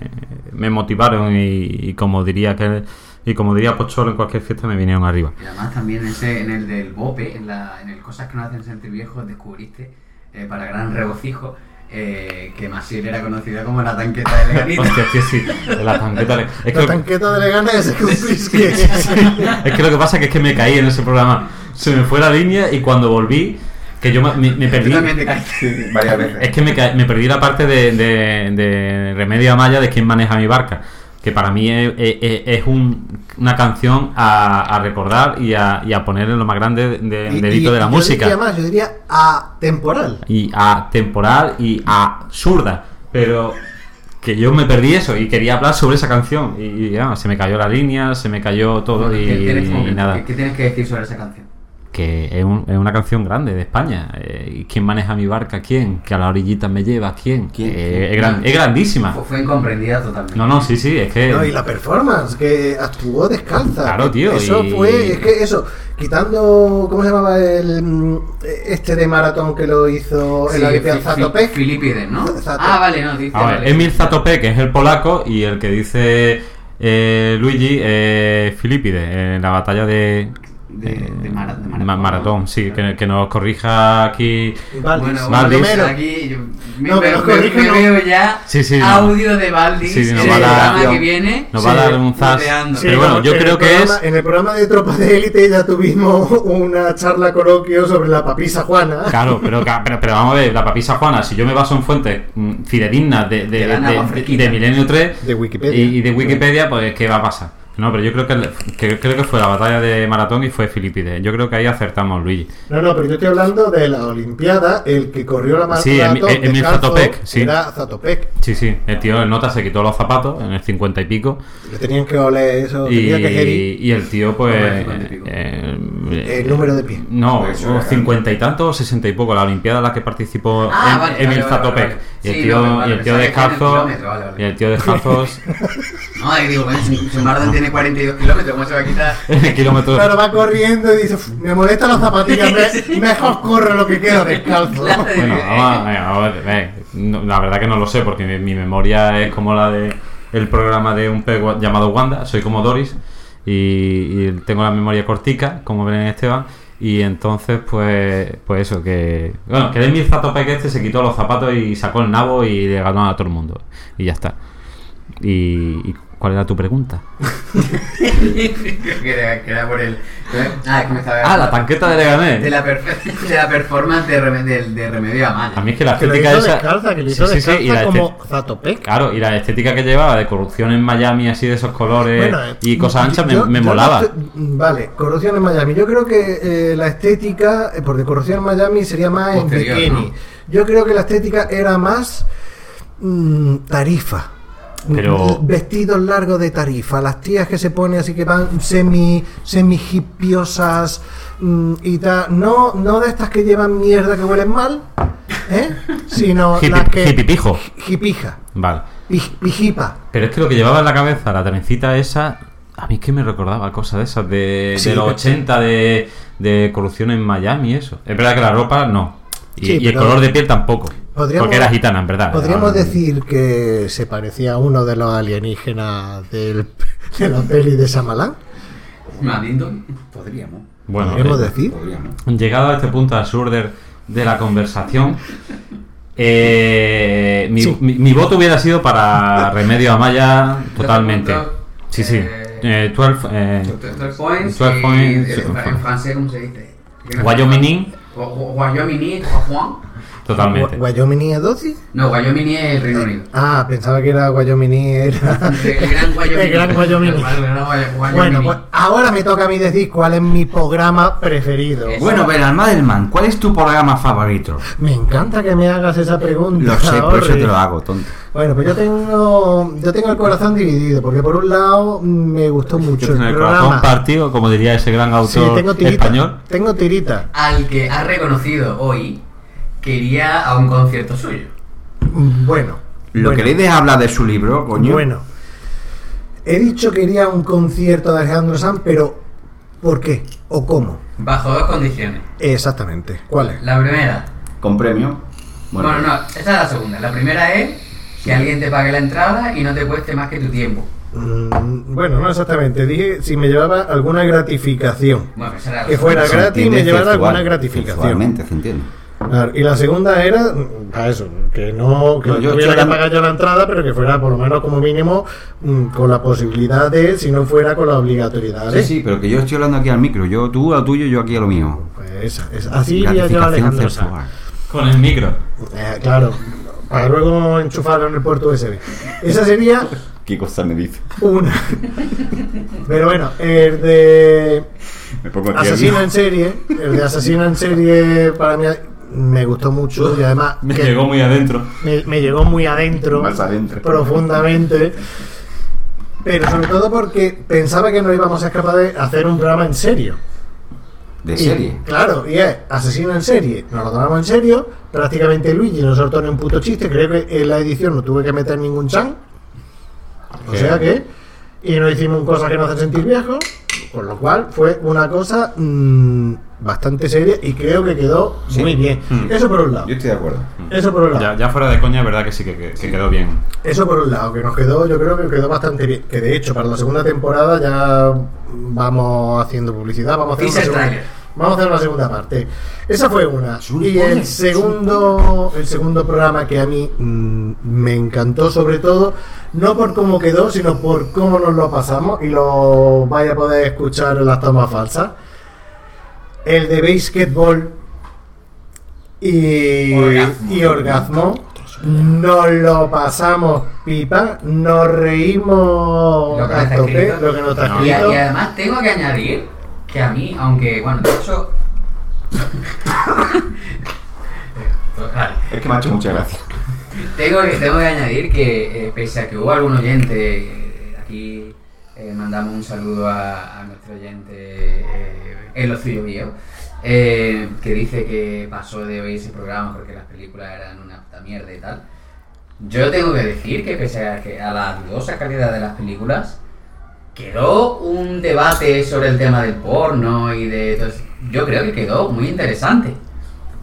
F: me motivaron y, y como diría que y como diría Pocholo en cualquier fiesta me vinieron arriba.
G: Y además también ese, en el del bope, en, la, en el Cosas que nos hacen sentir viejos, descubriste, eh, para gran regocijo, eh, que Masil era conocida como la tanqueta de Leganito.
F: Hostia, sí, sí, de la tanqueta. le- Es que,
D: La
F: lo,
D: tanqueta de Leganés es un
F: sí,
D: Plisken.
F: es que lo que pasa es que, es que me caí en ese programa. Se me fue la línea y cuando volví, que yo me, me- me
G: Tú
F: perdí.
G: también te caíste.
H: Sí, varias veces.
F: Es que me, ca- me perdí la parte de, de, de Remedio Amaya de quién maneja mi barca. Que para mí es, es- es un- una canción a, a recordar y a, y a poner en lo más grande de-
D: Y-
F: de- delito
D: y-
F: de la
D: yo
F: música.
D: Diría más, yo diría atemporal.
F: Y a temporal y a zurda. Pero que yo me perdí eso y quería hablar sobre esa canción. Y, y, ah, se me cayó la línea, se me cayó todo y,
G: ¿Qué, tienes,
F: y nada.
G: ¿qué, qué tienes que decir sobre esa canción?
F: que es, un- es una canción grande de España. Eh, ¿y ¿Quién maneja mi barca? ¿Quién? ¿Que a la orillita me lleva? ¿Quién?
H: ¿Quién?
F: Eh, es, gran- es grandísima.
G: Fue, fue incomprendida totalmente.
F: No, no, sí, sí, es que...
D: No, y la performance, que actuó descalza.
F: Eh. Claro, tío,
D: Eso
F: y-
D: fue, es que eso, quitando, ¿cómo se llamaba el mm, este de maratón que lo hizo
G: Sí,
D: en la Olimpiada
G: Fi- Fi-
D: Zatopek?
G: Filipides, ¿no?
D: Zato-
G: Ah, vale, no, dice.
F: A ver,
G: vale.
F: Emil Zatope, que es el polaco, y el que dice eh, Luigi, eh, Filipide, en la batalla de...
G: De-
F: eh,
G: de mara- de maratón.
F: ma- maratón, sí, que, que nos corrija aquí...
D: Valdis,
G: Bueno,
F: Valdis.
G: bueno,
D: Romero.
G: aquí yo me,
D: No,
G: veo,
D: pero
G: me-
D: corrige,
G: me
D: no.
G: veo ya
F: Sí, sí, no.
G: audio de Valdis
F: Sí,
G: en
F: nos
G: el
F: va a dar-
G: programa que viene.
F: Nos va a
D: Sí,
F: dar un zas.
G: puteando.
F: Pero bueno, yo
D: en el
F: creo que
D: programa-
F: es...
D: En el programa de Tropas de Élite ya tuvimos una charla coloquio sobre la papisa Juana.
F: Claro, pero, ca- pero, pero vamos a ver, la papisa Juana, si yo me baso en fuentes mm, fidedignas de, de,
G: Que dan agua
F: de-
G: fresquita.
F: de Milenio 3
D: De Wikipedia.
F: Y, y de Wikipedia, pues ¿qué va a pasar? No, pero yo creo que, el- que- creo que fue la batalla de Maratón y fue Filipides. Yo creo que ahí acertamos, Luigi.
D: No, no, pero yo estoy hablando de la Olimpiada, el que corrió la maratón
F: Sí, Emi- eh,
D: descalzo
F: Emil Zatopek, sí.
D: era Zatopek.
F: Sí, sí, el tío el nota se quitó los zapatos en el 50 y pico.
D: Le tenían que oler eso,
F: Y,
D: tenía que heavy
F: y el tío, pues.
G: Hombre, 50 y pico.
F: eh, eh,
D: el número de pie.
F: No,
H: Pues eso era-
F: 50 y tantos o 60 y poco, la Olimpiada en la que participó
G: Ah,
F: en-
G: vale,
F: Emil
G: vale, vale,
F: Zatopek.
G: vale.
F: Y el
G: Sí,
F: tío,
G: vale, vale,
F: y el tío
G: pensaba que era en el
F: descalzo.
G: kilómetro, vale, vale.
F: Y el tío descalzos.
G: No, y digo, bueno, si su maratón tiene 42 kilómetros, ¿cómo se va a quitar?
F: en el kilómetro.
D: Claro, va corriendo y dice, "Uf, me molestan las zapatillas, me- mejor corro lo que queda descalzo.
G: Claro.
F: Bueno, vamos a- venga, vamos a ver, eh, no, la verdad que no lo sé, porque mi, mi memoria es como la de el programa de un pez gua- llamado Wanda, soy como Doris, y, y tengo la memoria cortica, como Belén Esteban, y entonces pues pues eso, que... Bueno, que Demi Zatopek este se quitó los zapatos y sacó el nabo y le ganó a todo el mundo, y ya está. ¿Y, y cuál era tu pregunta?
G: que, era, que era por el. Ah, es que me estaba.
F: Ah, la tanqueta de Leganés.
G: de la, perf- de la performance de, Reme- del- de Remedio
F: A
G: Amaya.
F: mí es que la
D: Que lo
F: estética
D: hizo
F: esa...
D: descalza, que lo
F: Sí,
D: hizo
F: sí, sí,
D: descalza
F: y la este-
D: como Zatopek.
F: Claro, y la estética que llevaba de corrupción en Miami, así de esos colores
D: Bueno, eh,
F: y cosas anchas, me,
D: yo-
F: me
D: yo no
F: molaba.
D: estoy- vale, corrupción en Miami. Yo creo que eh, la estética, eh, porque corrupción en Miami sería más en
G: Posterior,
D: bikini.
G: ¿no?
D: Yo creo que la estética era más mm, tarifa.
F: Pero-
D: Mm, Vestidos largos de tarifa, las tías que se ponen así que van semi, semi hipiosas mm, y tal. No, no de estas que llevan mierda que huelen mal, ¿eh? sino
F: Hippie-
D: las que.
F: hippipijo.
D: Hipija,
F: Vale.
D: pij- pijipa.
F: Pero es que lo que llevaba en la cabeza, la trencita esa, a mí es que me recordaba cosas de esas, de,
D: Sí,
F: de los
D: pero-
F: 80, de, de corrupción en Miami, eso. Es verdad que la ropa no. Y,
D: Sí,
F: y el
D: pero-
F: color de piel tampoco.
D: Podríamos-
F: porque era gitana, en verdad.
D: Podríamos
F: Era-
D: decir que se parecía a uno de los alienígenas del, de la peli de Samalán.
G: Mandindon.
H: Podríamos.
F: Bueno,
D: Podríamos
F: eh,
D: decir.
H: Podríamos.
F: llegado a este punto absurdo de la conversación, Eh, mi,
D: Sí.
F: mi- mi voto hubiera sido para Remedio Amaya totalmente.
G: puntos,
F: Sí, sí.
G: eh,
F: Eh, 12, eh,
G: 12 points.
F: 12
G: y-
F: points,
G: eh,
F: sí,
G: en
F: points.
G: francés, ¿cómo se dice?
F: Wyoming,
G: Wa- wa- Wyoming, Juan.
F: totalmente.
D: ¿Wyoming es 12?
G: No, Wyoming es el Reino Unido.
D: Ah, pensaba que era Wyoming era...
G: El gran Wyoming.
D: El gran Wyoming.
G: El gran Wyoming.
D: Bueno, pues ahora me toca a mí decir cuál es mi programa preferido.
G: Eso.
H: Bueno, Belal Delman, ¿cuál es tu programa favorito?
D: Me encanta que me hagas esa pregunta.
H: Lo sé, por eso
D: Orri.
H: te lo hago, tonto.
D: Bueno, pues yo tengo, yo tengo el corazón dividido, porque por un lado me gustó mucho el
F: En el corazón
D: programa.
F: partido, como diría ese gran
D: Sí,
F: autor
D: tengo tirita.
F: español.
D: Tengo tirita.
G: Al que ha reconocido hoy que iría a un concierto suyo.
D: Bueno.
H: Lo
D: bueno,
H: que queréis es hablar de su libro, coño.
D: Bueno. He dicho que iría a un concierto de Alejandro Sanz, pero ¿por qué? ¿O cómo?
G: Bajo dos condiciones.
D: Exactamente. ¿Cuál es?
G: La primera.
H: Con premio.
G: Bueno, no, esta es la segunda. La primera es que alguien te pague la entrada y no te cueste más que tu tiempo.
D: Mm, bueno, no exactamente. Dije si me llevaba alguna gratificación.
G: Bueno, esa era la
D: Que
G: segunda.
D: fuera
H: se
D: gratis y me
H: entiende
D: llevara
H: sexual,
D: alguna gratificación.
H: sexualmente, se entiende.
D: Claro, y la segunda era, mm, a eso, que no que
H: No, yo-
D: tuviera
H: yo
D: que
H: tam-
D: pagar yo la entrada, pero que fuera por lo menos como mínimo mm, con la posibilidad de, si no fuera con la obligatoriedad.
H: Sí,
D: ¿eh?
H: sí, pero que yo estoy hablando aquí al micro. Yo tú a lo tuyo, yo aquí a lo mío.
D: Pues esa, esa. Así iría yo a Alejandro Sanz.
H: sexual.
F: Con el micro.
D: Eh, claro, para luego enchufarlo en el puerto USB. Esa sería
H: ¿Qué cosa me dice?
D: una. Pero bueno, el de
H: Me pongo aquí.
D: Asesino en serie, el de Asesino en serie para mí me gustó mucho y además
F: Me
D: que
F: llegó muy adentro.
D: me, me llegó muy adentro,
H: Más adentro.
D: profundamente. Pero sobre todo porque pensaba que no íbamos a ser capaz de hacer un programa en serio.
H: De
D: Y,
H: serie.
D: claro, y es asesino en serie. Nos lo tomamos en serio. Prácticamente Luigi nos soltó ni un puto chiste. Creo que en la edición no tuve que meter ningún chan. O
F: Sí.
D: sea que. Y no hicimos cosas que nos hacen sentir viejos. Con lo cual fue una cosa mm, bastante seria y creo que quedó
H: Sí.
D: muy bien.
F: Mm.
D: Eso por un lado.
H: Yo estoy de acuerdo.
D: Eso por un lado.
F: Ya, ya fuera de coña, es verdad que sí, que, que- que quedó bien.
D: Eso por un lado, que nos quedó, yo creo que quedó bastante bien. Que de hecho, para la segunda temporada ya vamos haciendo publicidad, vamos a hacer,
G: Dice
D: una
G: el
D: segunda,
G: tráiler.
D: vamos a hacer una segunda parte. Esa fue una.
H: Es un
D: Y
H: spoiler,
D: el
H: es un
D: segundo, el segundo programa que a mí mm, me encantó, sobre todo, no por cómo quedó, sino por cómo nos lo pasamos y lo vaya a poder escuchar en las tomas falsas. El de basketball y
G: Orgasmo.
D: y orgasmo. Nos lo pasamos pipa, nos reímos
G: Lo que
D: a
G: está
D: tope,
G: escrito.
D: lo que nos está
G: Y, a-
D: escrito.
G: y además tengo que añadir que a mí, aunque, bueno, de hecho... Vale.
H: Es que me ha hecho muchas gracias.
G: Tengo que, tengo que añadir que, eh, pese a que hubo algún oyente, eh, aquí eh, mandamos un saludo a, a nuestro oyente, eh, el Ocillo Viejo, eh, que dice que pasó de hoy ese programa porque las películas eran una puta mierda y tal. Yo tengo que decir que, pese a, que a la dudosa calidad de las películas, quedó un debate sobre el tema del porno y de. entonces, yo creo que quedó muy interesante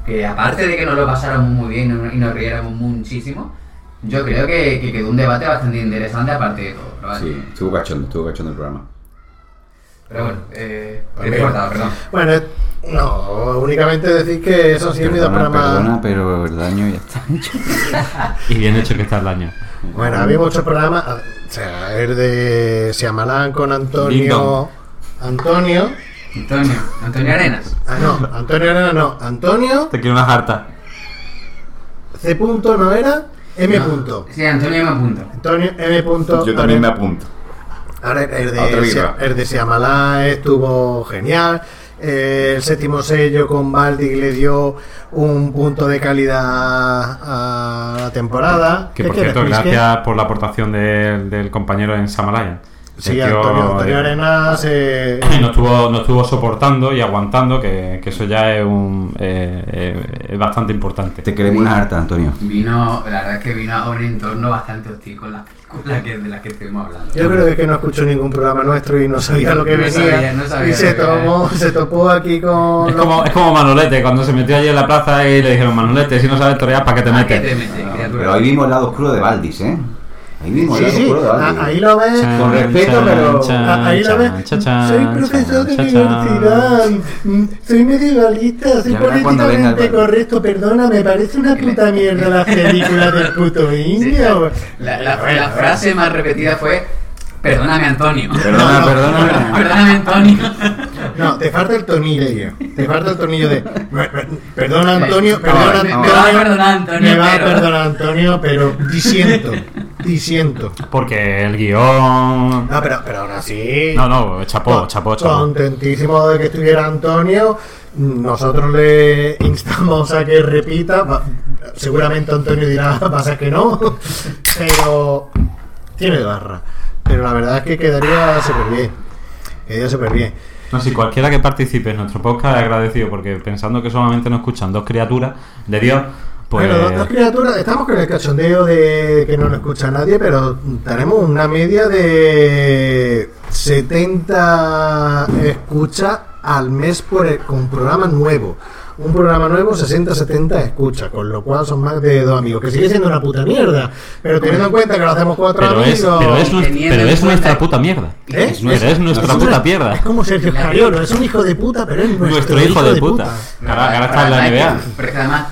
G: que aparte de que nos lo pasáramos muy bien y nos- y nos riéramos muchísimo, yo creo que, que quedó un debate bastante interesante aparte de todo. ¿vale?
H: Sí, estuvo cachondo, estuvo cachondo el programa.
G: Pero bueno, eh,
D: Ok.
G: me he cortado, perdón.
D: Bueno, no, únicamente decir que eso sí es mi dos
H: Perdona, perdona,
D: programas.
H: pero el daño ya está.
F: Y bien hecho que está el daño.
D: Bueno, había muchos programas, ah, o sea, el de Siamalán con
F: Ding
D: Antonio.
F: dong.
D: Antonio.
G: Antonio, Antonio Arenas.
D: Ah, no, Antonio Arana no. Antonio
F: Te quiero una jarta.
D: C. Punto, no era M.
G: No,
D: Punto.
G: Sí, Antonio M. Punto.
D: Antonio M. Punto. Arana.
H: apunto.
D: Ahora el
H: Otra
D: de,
H: birra.
D: el de Siamalá estuvo genial. Eh, El séptimo sello con Baldi le dio un punto de calidad a la temporada.
F: Que
D: ¿Qué
F: por
D: quieres,
F: cierto,
D: Quisque?
F: gracias por la aportación del, del compañero en Samalaya.
D: Sí, Antonio, Antonio Arenas. eh,
F: Nos estuvo, nos estuvo soportando y aguantando, que, que eso ya es, un, eh, eh, es bastante importante.
H: Te queremos una harta, Antonio.
G: Vino, la verdad es que vino a un entorno bastante hostil con las películas que- de las que estuvimos hablando.
D: Yo creo que es que no escuchó ningún programa nuestro y no sabía lo que
G: No
D: venía.
G: sabía, no sabía
D: y
G: lo
D: se
G: que venía.
D: tomó, se topó aquí con.
F: Es
D: los-
F: como, es como Manolete, cuando se metió allí en la plaza y le dijeron, Manolete, si no sabes torear, ¿para qué te
G: ¿A qué te
F: metes?
G: metes, criatura?
H: Pero ahí vimos el lado oscuro de Valdis, ¿eh? Ahí mismo,
D: Sí,
H: al lado
D: sí,
H: oscuro de Aldi.
D: a- ahí lo ves.
H: Con respeto, pero-
D: A- Ahí lo ves. Soy profesor de universidad. mm, Soy medievalista. Soy
H: Ya verás cuando venga el
D: políticamente
H: barrio.
D: correcto. Perdona, me parece una puta mierda la película del puto indio.
G: La, la- la frase más repetida fue: Perdóname, Antonio.
H: Perdona, perdona.
G: Perdóname, Antonio.
D: No, te falta el tornillo. Te falta el tornillo de. Perdona, Antonio.
G: Me- me-
D: Perdona,
G: me
D: Antonio.
G: va a perdonar, Antonio,
D: Me va a
G: pero-
D: perdonar, Antonio, pero disiento. Disiento.
F: Porque el guión.
D: No, pero, pero ahora sí.
F: No, no, chapó,
D: Con-
F: chapó, chapó.
D: Contentísimo de que estuviera Antonio. Nosotros le instamos a que repita. Va- Seguramente Antonio dirá, pasa que no. Pero tiene barra. Pero la verdad es que quedaría súper bien. Quedaría súper bien.
F: No, si cualquiera que participe en nuestro podcast es agradecido, porque pensando que solamente nos escuchan dos criaturas de Dios, pues.
D: Bueno, dos, dos criaturas, estamos con el cachondeo de que no nos escucha nadie, pero tenemos una media de 70 escuchas al mes por el- con programa nuevo. Un programa nuevo, 60-70 escuchas, con lo cual son más de dos amigos, que sigue siendo una puta mierda, pero teniendo en cuenta que lo hacemos cuatro
F: Pero es,
D: amigos...
F: pero es, nues-
G: Teniendo
F: pero
G: en
F: es nuestra
G: cuenta-
F: puta mierda.
D: ¿Eh?
H: Es
F: Pero es nuestra
D: Nosotros-
F: puta mierda.
D: Es como Sergio Escariolo, es un hijo de puta, pero es nuestro,
F: Nuestro hijo de puta. Ahora, ahora está en la NBA.
G: Pero es que además,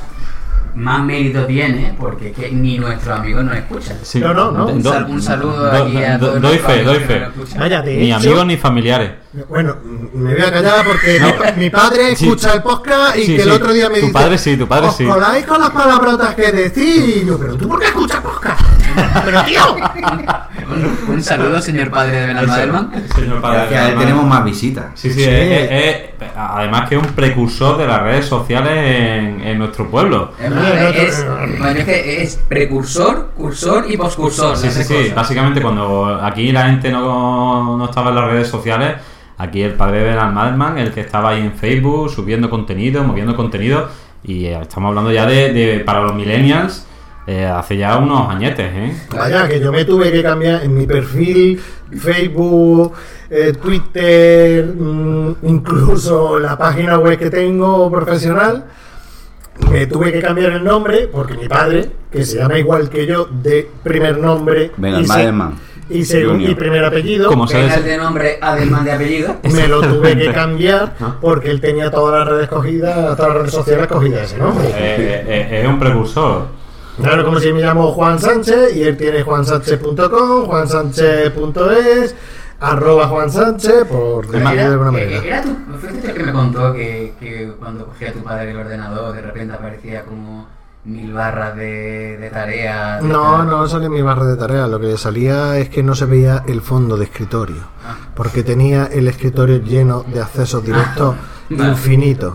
G: más mérito tiene porque es que ni nuestros amigos nos escuchan.
F: Sí.
D: No, no, no.
G: Un
F: Do-
G: sal- un saludo
F: do-
G: aquí a
F: do-
G: todos
F: Doy
G: nuestros
F: fe, doy
G: amigos que
F: fe.
G: nos escuchan.
D: Vaya, de
F: Ni
D: hecho-
F: amigos ni familiares.
D: Bueno, me voy a callar porque mi, pa- mi padre
F: Sí.
D: escucha el podcast y
F: Sí,
D: que el
F: sí.
D: otro día me
F: Tu
D: dice...
F: padre sí, tu padre
D: "Os
F: sí".
D: coláis con las palabrotas que decís. Y yo, pero ¿tú por qué escuchas podcast? ¡Pero tío!
G: Un, un saludo, señor padre de Benalma Delman.
F: Señor padre,
H: Gracias a él
F: hermano.
H: tenemos más visitas.
F: Sí, sí,
D: Sí.
F: es- es- es- además que es un precursor de las redes sociales en, en eh, nuestro pueblo.
G: Es, es, bueno, es que es precursor, cursor y poscursor.
F: Sí,
G: las
F: sí,
G: tres
F: sí.
G: cosas.
F: Básicamente cuando aquí la gente no, no estaba en las redes sociales, aquí el padre de Alan Madman, el que estaba ahí en Facebook, subiendo contenido, moviendo contenido, y eh, estamos hablando ya de, de- para los millennials, eh, hace ya unos añetes, ¿eh?
D: Vaya, que yo me tuve que cambiar en mi perfil, Facebook, eh, Twitter, mm, incluso la página web que tengo profesional. Me tuve que cambiar el nombre porque mi padre, que se llama igual que yo, de primer nombre
H: Venga,
D: y, se-
H: Madelman.
D: y segundo y
H: Junior.
D: primer apellido,
F: Como se
G: Venga, el de nombre Adelman de apellido.
D: me lo tuve que cambiar porque él tenía todas las redes cogidas, todas las redes sociales cogidas ese nombre.
F: Eh, eh, eh, es un precursor.
D: Claro, como si me llamo Juan Sánchez y él tiene juansánchez.com, juansánchez.es, arroba Juan Sánchez, por decirlo
G: Era,
D: de alguna
G: eh,
D: manera.
G: era tu- fuiste tú el que me contó que, que cuando cogía tu padre el ordenador de repente aparecía como mil barras de, de tareas. de
D: No,
G: tal.
D: no salía en mi barra de tarea, lo que salía es que no se veía el fondo de escritorio, porque tenía el escritorio lleno de accesos directos
G: Vale.
D: infinitos.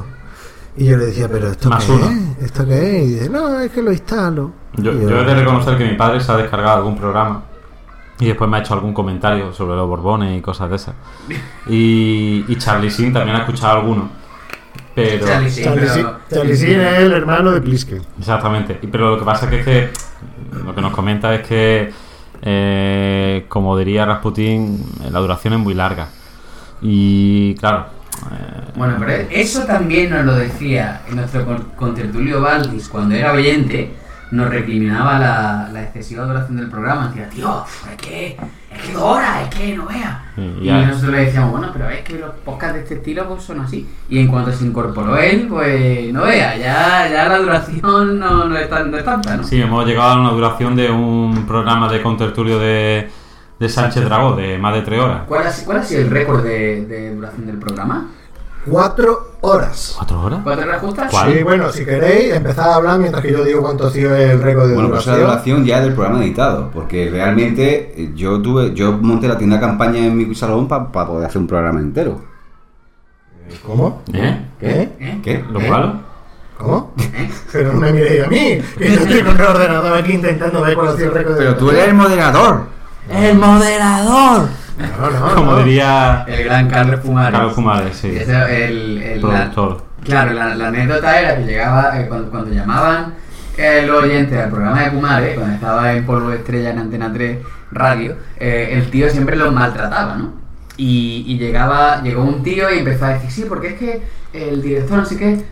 D: Y yo le decía, pero ¿esto
F: Más
D: qué
F: uno.
D: es? ¿Esto qué es? Y dice, no, es que lo instalo.
F: Yo,
D: Y
F: yo he de reconocer que mi padre se ha descargado algún programa y después me ha hecho algún comentario sobre los Borbones y cosas de esas. Y, y Charlie Sin también ha escuchado alguno. Pero,
G: Charlie Sheen,
D: Charlie
G: pero-
D: Sheen- Charlie eh, Sheen es el hermano de Plisken.
F: exactamente. Y- pero lo que pasa que es que lo que nos comenta es que, eh, como diría Rasputin, eh, la duración es muy larga. Y claro, eh,
G: Bueno, pero eso también nos lo decía nuestro con- contertulio Valdis cuando era oyente. Nos recriminaba la, la excesiva duración del programa. Decía, tío, es que, es que dora, es que no vea.
F: Sí,
G: Y,
F: Mm, ya.
G: nosotros le decíamos, bueno, pero es que los podcasts de este estilo pues, son así. Y en cuanto se incorporó él, pues no vea, ya, ya la duración no, no, es, tan- no es tanta, ¿no?
F: Sí, hemos llegado a una duración de un programa de contertulio de, de Sánchez Dragó, de más de tres horas.
G: ¿Cuál ha, si- ¿Cuál ha sido el récord de, de duración del programa?
D: Cuatro horas.
F: ¿Cuatro horas?
G: ¿Cuatro horas justas?
F: ¿Cuál?
D: Sí, bueno, si queréis, empezad a hablar mientras que yo digo cuánto ha sido el récord de
H: Bueno, pues la
D: duración.
H: duración ya del programa editado, porque realmente eh, yo tuve, yo monté la tienda de campaña en mi salón para poder hacer un programa entero.
D: ¿Cómo?
F: ¿Eh?
D: ¿Qué?
G: ¿Eh?
H: ¿Qué?
F: ¿Lo malo?
D: ¿Cómo? Pero no me miréis a mí, que yo estoy con el ordenador aquí intentando ver cuál ha sido el récord de
H: Pero tú eres el
D: duración.
H: moderador. ¡El moderador!
D: No, no, no.
F: Como diría
G: El gran Carlos Pumares.
F: Carlos Fumares, sí.
G: Ese era el, el- la-
F: Productor.
G: claro, la, la anécdota era que llegaba, eh, cuando, cuando llamaban eh, los oyentes al programa de Pumares, cuando estaba en Polvo de Estrella en Antena 3 Radio, eh, el tío siempre los maltrataba, ¿no? Y, y llegaba, llegó un tío y empezó a decir, sí, porque es que el director no sé qué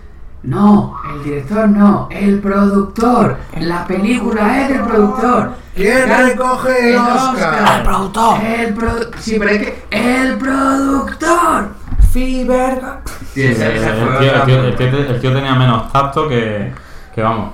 B: No, el director no, el productor. La película es del productor.
D: ¿Quién
B: Gan-
D: recoge el Oscar?
B: El productor. El produ- sí, pero es que. ¡El productor! ¡Fiberga!
G: Sí,
F: El
G: esa- esa fue
F: tío- el
G: otra-
F: tío- el tío- el tío tenía menos tacto que, que vamos.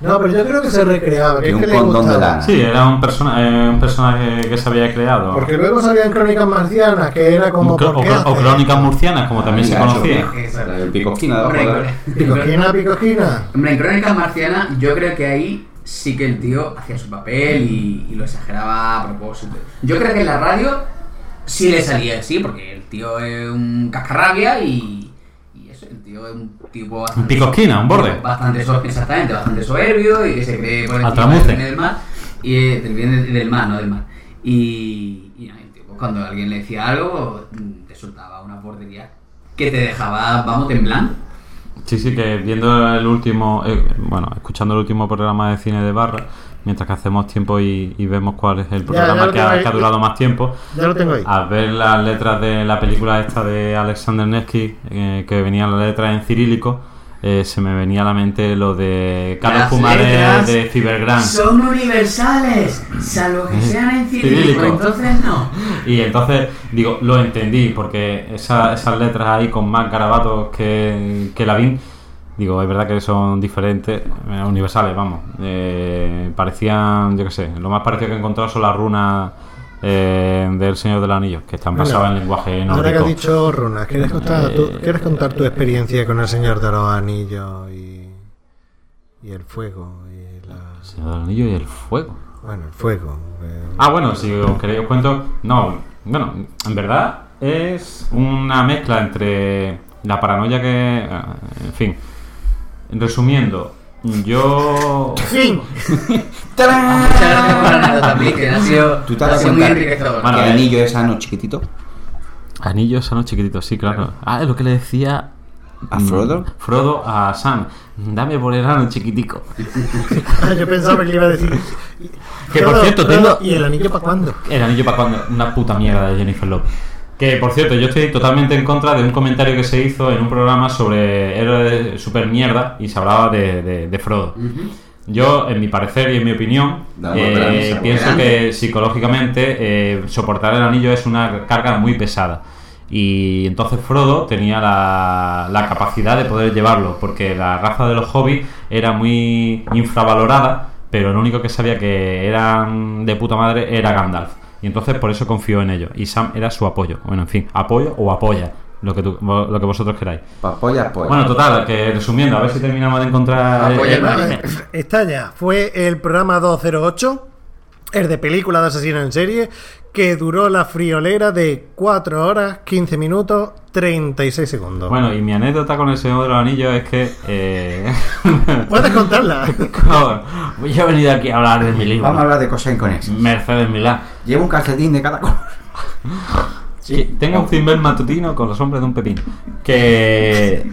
D: No, pero yo creo que se recreaba. Que
H: Que
D: es
H: un
D: que le
H: condón de
D: gustaba.
H: lana.
F: Sí, era un, persona, eh, un personaje que se había creado.
D: Porque luego salían Crónicas Marcianas, que era como.
F: o, cro-
D: ¿por qué
F: o cro- o
D: hace?
F: crónicas murcianas, como también se
H: Amigacho.
F: conocía.
G: Esa-
H: La del picoquino, de la
G: Hombre,
H: boda.
D: Picojina, picojina.
B: Hombre, en Crónicas Marcianas yo creo que ahí sí que el tío hacía su papel y, y lo exageraba a propósito. Yo creo que en la radio sí le salía así, porque el tío es un cascarrabia y, y eso, el tío es un tipo bastante...
F: Un picosquina, un borde.
B: Bastante, so- exactamente, bastante soberbio y que se cree por encima
F: Altramuce.
B: del bien del mar. Y, eh, del bien del, del mar, no del mar. Y, y nada, el tío, pues, cuando alguien le decía algo, mm, te soltaba una bordería que te dejaba, vamos, temblando.
F: Sí, sí, que viendo el último, eh, bueno, escuchando el último programa de cine de barra, mientras que hacemos tiempo y, y vemos cuál es el
D: ya
F: programa
D: lo
F: que, ha,
D: tengo
F: que ha
D: ahí.
F: durado más tiempo,
D: Ya lo tengo ahí.
F: al ver las letras de la película esta de Alexander Nevsky, eh, que venía la letra en cirílico, eh, se me venía a la mente lo de Carlos
B: Las
F: Puma
B: letras
F: de, de Fibergrán.
B: Son universales, salvo que
F: Mm.
B: sean en cirílico,
F: Cirílico.
B: entonces no.
F: Y entonces, digo, lo entendí, porque esa- esas letras ahí con más garabatos que, que Lavín, digo, es verdad que son diferentes, eh, universales, vamos. Eh, parecían, yo qué sé, lo más parecido que he encontrado son las runas eh, del Señor del Anillo, que están basadas en lenguaje
D: Ahora que has
F: nórdico.
D: dicho runas, ¿quieres contar, tu,
F: Eh,
D: ¿quieres contar tu experiencia con el Señor de los Anillos y, y el fuego? Y la,
F: Señor del Anillo y el fuego.
D: bueno, el fuego. eh,
F: Ah, bueno, si os queréis os cuento. No, bueno, en verdad es una mezcla entre la paranoia que. ah, En fin. Resumiendo, yo.
D: ¡Fin!
H: ¡Tarán!
B: Muchas gracias por la anécdota, Blake, ha sido,
H: Tú te
B: ha
H: das
B: sido muy
H: cuenta-
B: enriquecedor.
F: Bueno,
H: ¿Qué
F: eh. mm.
H: anillo es ano chiquitito?
F: Anillos sano chiquititos, sí, claro. Ah, es lo que le decía.
H: ¿A Frodo?
F: mm, Frodo a Sam. Dame por el ano chiquitico.
D: Yo pensaba que le iba a decir.
F: Que, por
D: Todo,
F: cierto,
D: todo,
F: tengo-
D: ¿Y el anillo para cuándo?
F: El anillo para cuando. Una puta mierda de Jennifer Lopez. Que por cierto, yo estoy totalmente en contra de un comentario que se hizo en un programa sobre héroes de super mierda y se hablaba de, de- de Frodo. Yo, en mi parecer y en mi opinión,
H: Damos
F: eh,
H: grandes,
F: pienso
H: grandes.
F: que psicológicamente eh, soportar el anillo es una carga muy pesada. Y entonces Frodo tenía la, la capacidad de poder llevarlo, porque la raza de los hobbits era muy infravalorada, pero lo único que sabía que eran de puta madre era Gandalf. Y entonces por eso confió en ellos. Y Sam era su apoyo. Bueno, en fin, apoyo o apoya, lo que, tú- lo que vosotros queráis.
H: Papoya, pues.
F: Bueno, total, que resumiendo, a ver si terminamos de encontrar...
G: Apoya
F: el-
G: el
F: el-
G: anillo.
D: Está ya. Fue el programa 208, el de película de asesino en serie, que duró la friolera de 4 horas, 15 minutos, 36 segundos.
F: Bueno, y mi anécdota con el Señor de los Anillos es que... eh,
D: Puedes contarla.
F: cabrón, yo he venido aquí a hablar de mi libro.
H: Vamos a hablar de cosas
F: Mm.
H: inconexas.
F: Mercedes Milá.
H: Llevo un calcetín de cada color.
F: Que Tengo un cimbel matutino con los hombres de un pepino. Que...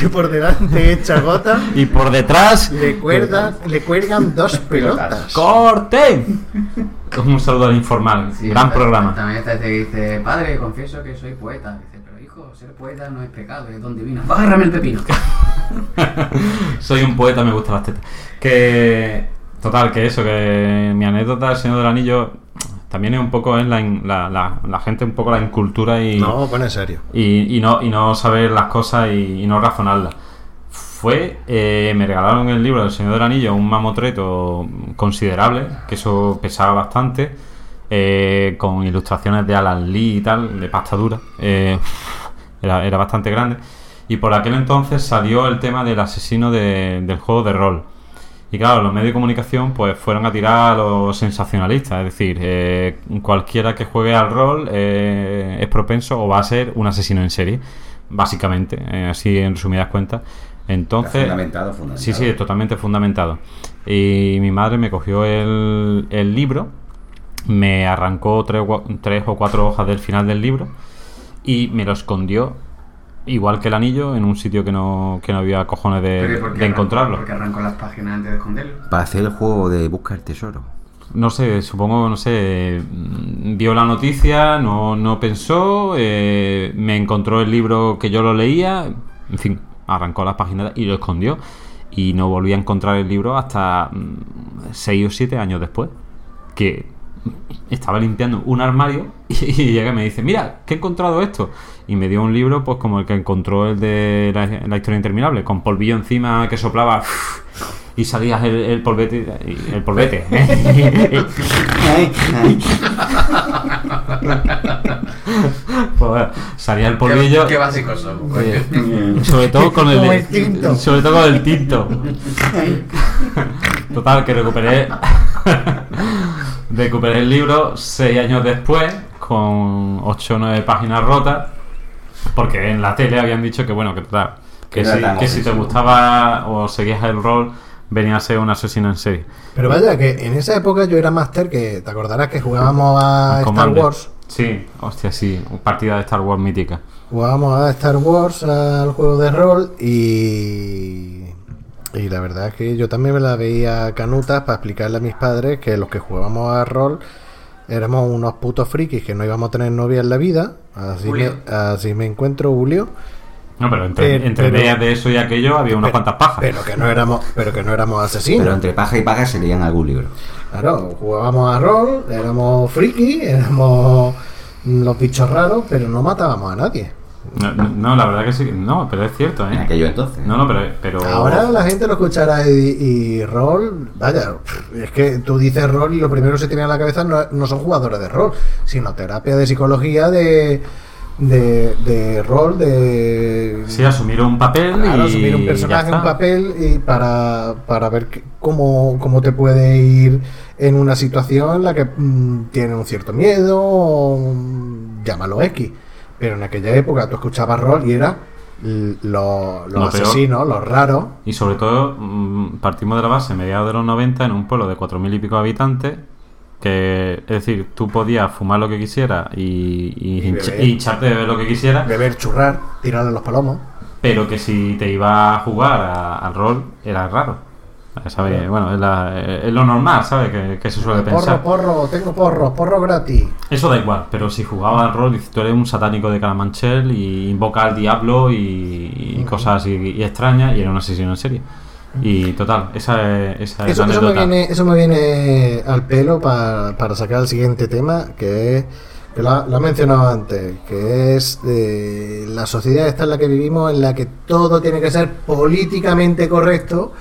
D: que por delante echa gota.
F: y por detrás...
D: Le, cuerda, le cuelgan dos pelotas.
F: ¡Corte! Un saludo al informal.
G: Sí,
F: Gran
G: está-
F: programa.
G: También está este que dice, padre, confieso que soy poeta. Dice, pero hijo, ser poeta no es pecado, es don divino. Agárrame el
F: Eh,
G: pepino.
F: Soy un poeta, me gustan las tetas. Que. Total, que eso, que mi anécdota del Señor del Anillo también es un poco, es la, in- la, la- la gente, un poco la incultura y,
D: No, bueno, en serio.
F: y, y no, y no saber las cosas y, y no razonarlas. Fue, eh, me regalaron el libro del Señor del Anillo, un mamotreto considerable, que eso pesaba bastante, eh, con ilustraciones de Alan Lee y tal, de pasta dura, eh, era, era bastante grande. Y por aquel entonces salió el tema del asesino de- del juego de rol. Y claro, los medios de comunicación pues fueron a tirar a los sensacionalistas, es decir, eh, cualquiera que juegue al rol eh, es propenso o va a ser un asesino en serie, básicamente, eh, así en resumidas cuentas. Entonces,
H: Fundamentado, fundamentado.
F: Sí, sí, totalmente fundamentado. Y mi madre me cogió el, el libro, me arrancó tres, gua- tres o cuatro hojas del final del libro y me lo escondió, igual que el anillo, en un sitio que no, que no había cojones de,
G: ¿por qué
F: de
G: arran-
F: encontrarlo.
G: Porque arrancó las páginas antes de esconderlo.
H: Para hacer el juego de buscar el tesoro.
F: No sé, supongo, no sé, mm, vio la noticia, no, no pensó, eh, me encontró el libro que yo lo leía, en fin, arrancó las páginas y lo escondió. Y no volví a encontrar el libro hasta 6 o 7 años después. Que estaba limpiando un armario y, y llega y me dice, mira, que he encontrado esto. Y me dio un libro, pues como el que encontró el de la, la historia interminable, con polvillo encima que soplaba y salías el, el polvete. y- El polvete. Pues, bueno, salía el polvillo.
G: Qué, qué básicos pues. somos, coño.
F: Sobre todo con el,
D: Como el tinto.
F: Sobre todo con el tinto. Total, que recuperé. recuperé el libro seis años después, con ocho o nueve páginas rotas. Porque en la tele habían dicho que bueno, que total.
H: Que
F: Que,
H: no
F: si,
H: era tan
F: que si te
H: ofensivo.
F: gustaba o seguías el rol, venía a ser un asesino en serie.
D: Pero vaya, que en esa época yo era máster, que te acordarás que jugábamos a Ah, Star
F: Commander.
D: Wars.
F: Sí, hostia, sí. Partida de Star Wars mítica.
D: Jugábamos a Star Wars, al juego de rol y... Y la verdad es que yo también me la veía canutas para explicarle a mis padres que los que jugábamos a rol éramos unos putos frikis que no íbamos a tener novia en la vida. Así, me,
G: Julio.
D: así me encuentro, Julio.
F: No, pero entre,
D: Pero-
F: entre
D: pero-
F: medias de eso y aquello había unas cuantas pajas.
D: Pero que no éramos, pero que no éramos asesinos.
H: Pero entre paja y paja se leían algún libro.
D: Claro, jugábamos a rol, éramos friki, éramos los bichos raros, pero no matábamos a nadie.
F: No, no, no, la verdad que sí. que- No, pero es cierto,
H: En
F: ¿eh?
H: aquello entonces.
F: No, no, pero. pero
D: Ahora la gente lo escuchará y, y rol, vaya, es que tú dices rol y lo primero que se te viene a la cabeza no, no son jugadores de rol, sino terapia de psicología de, de, de rol, de...
F: Sí, asumir un papel
D: Claro,
F: y.
D: asumir un
F: ya
D: personaje,
F: está.
D: un papel y para, para ver qué- cómo, cómo te puede ir en una situación en la que mm, tiene un cierto miedo, o, mm, llámalo X. Pero en aquella época tú escuchabas rol y era l- lo- los
F: Lo peor.
D: asesinos, los raros.
F: Y sobre todo, mm, partimos de la base, mediados de los 90, en un pueblo de 4.000 y pico habitantes. Que, es decir, tú podías fumar lo que quisieras y, y,
D: Y
F: hincha-
D: beber.
F: y echarte de ver lo que quisieras.
D: Beber, churrar, tirar a los palomos.
F: pero que si te iba a jugar a- al rol era raro. ¿Sabes? Bueno, es, la- es lo normal, ¿sabes? Que, que se suele pensar.
D: Porro, porro, tengo porro, porro gratis.
F: Eso da igual, pero si jugaba al rol, dices, tú eres un satánico de Calamanchel y invoca al diablo y, y cosas así y extrañas y era una sesión en serie. Y total, esa es, esa es
D: Eso,
F: la
D: eso me
F: anécdota.
D: viene, eso me viene al pelo pa- para sacar el siguiente tema, que es, que lo, ha- lo ha mencionado antes, que es eh, la sociedad esta en la que vivimos, en la que todo tiene que ser políticamente correcto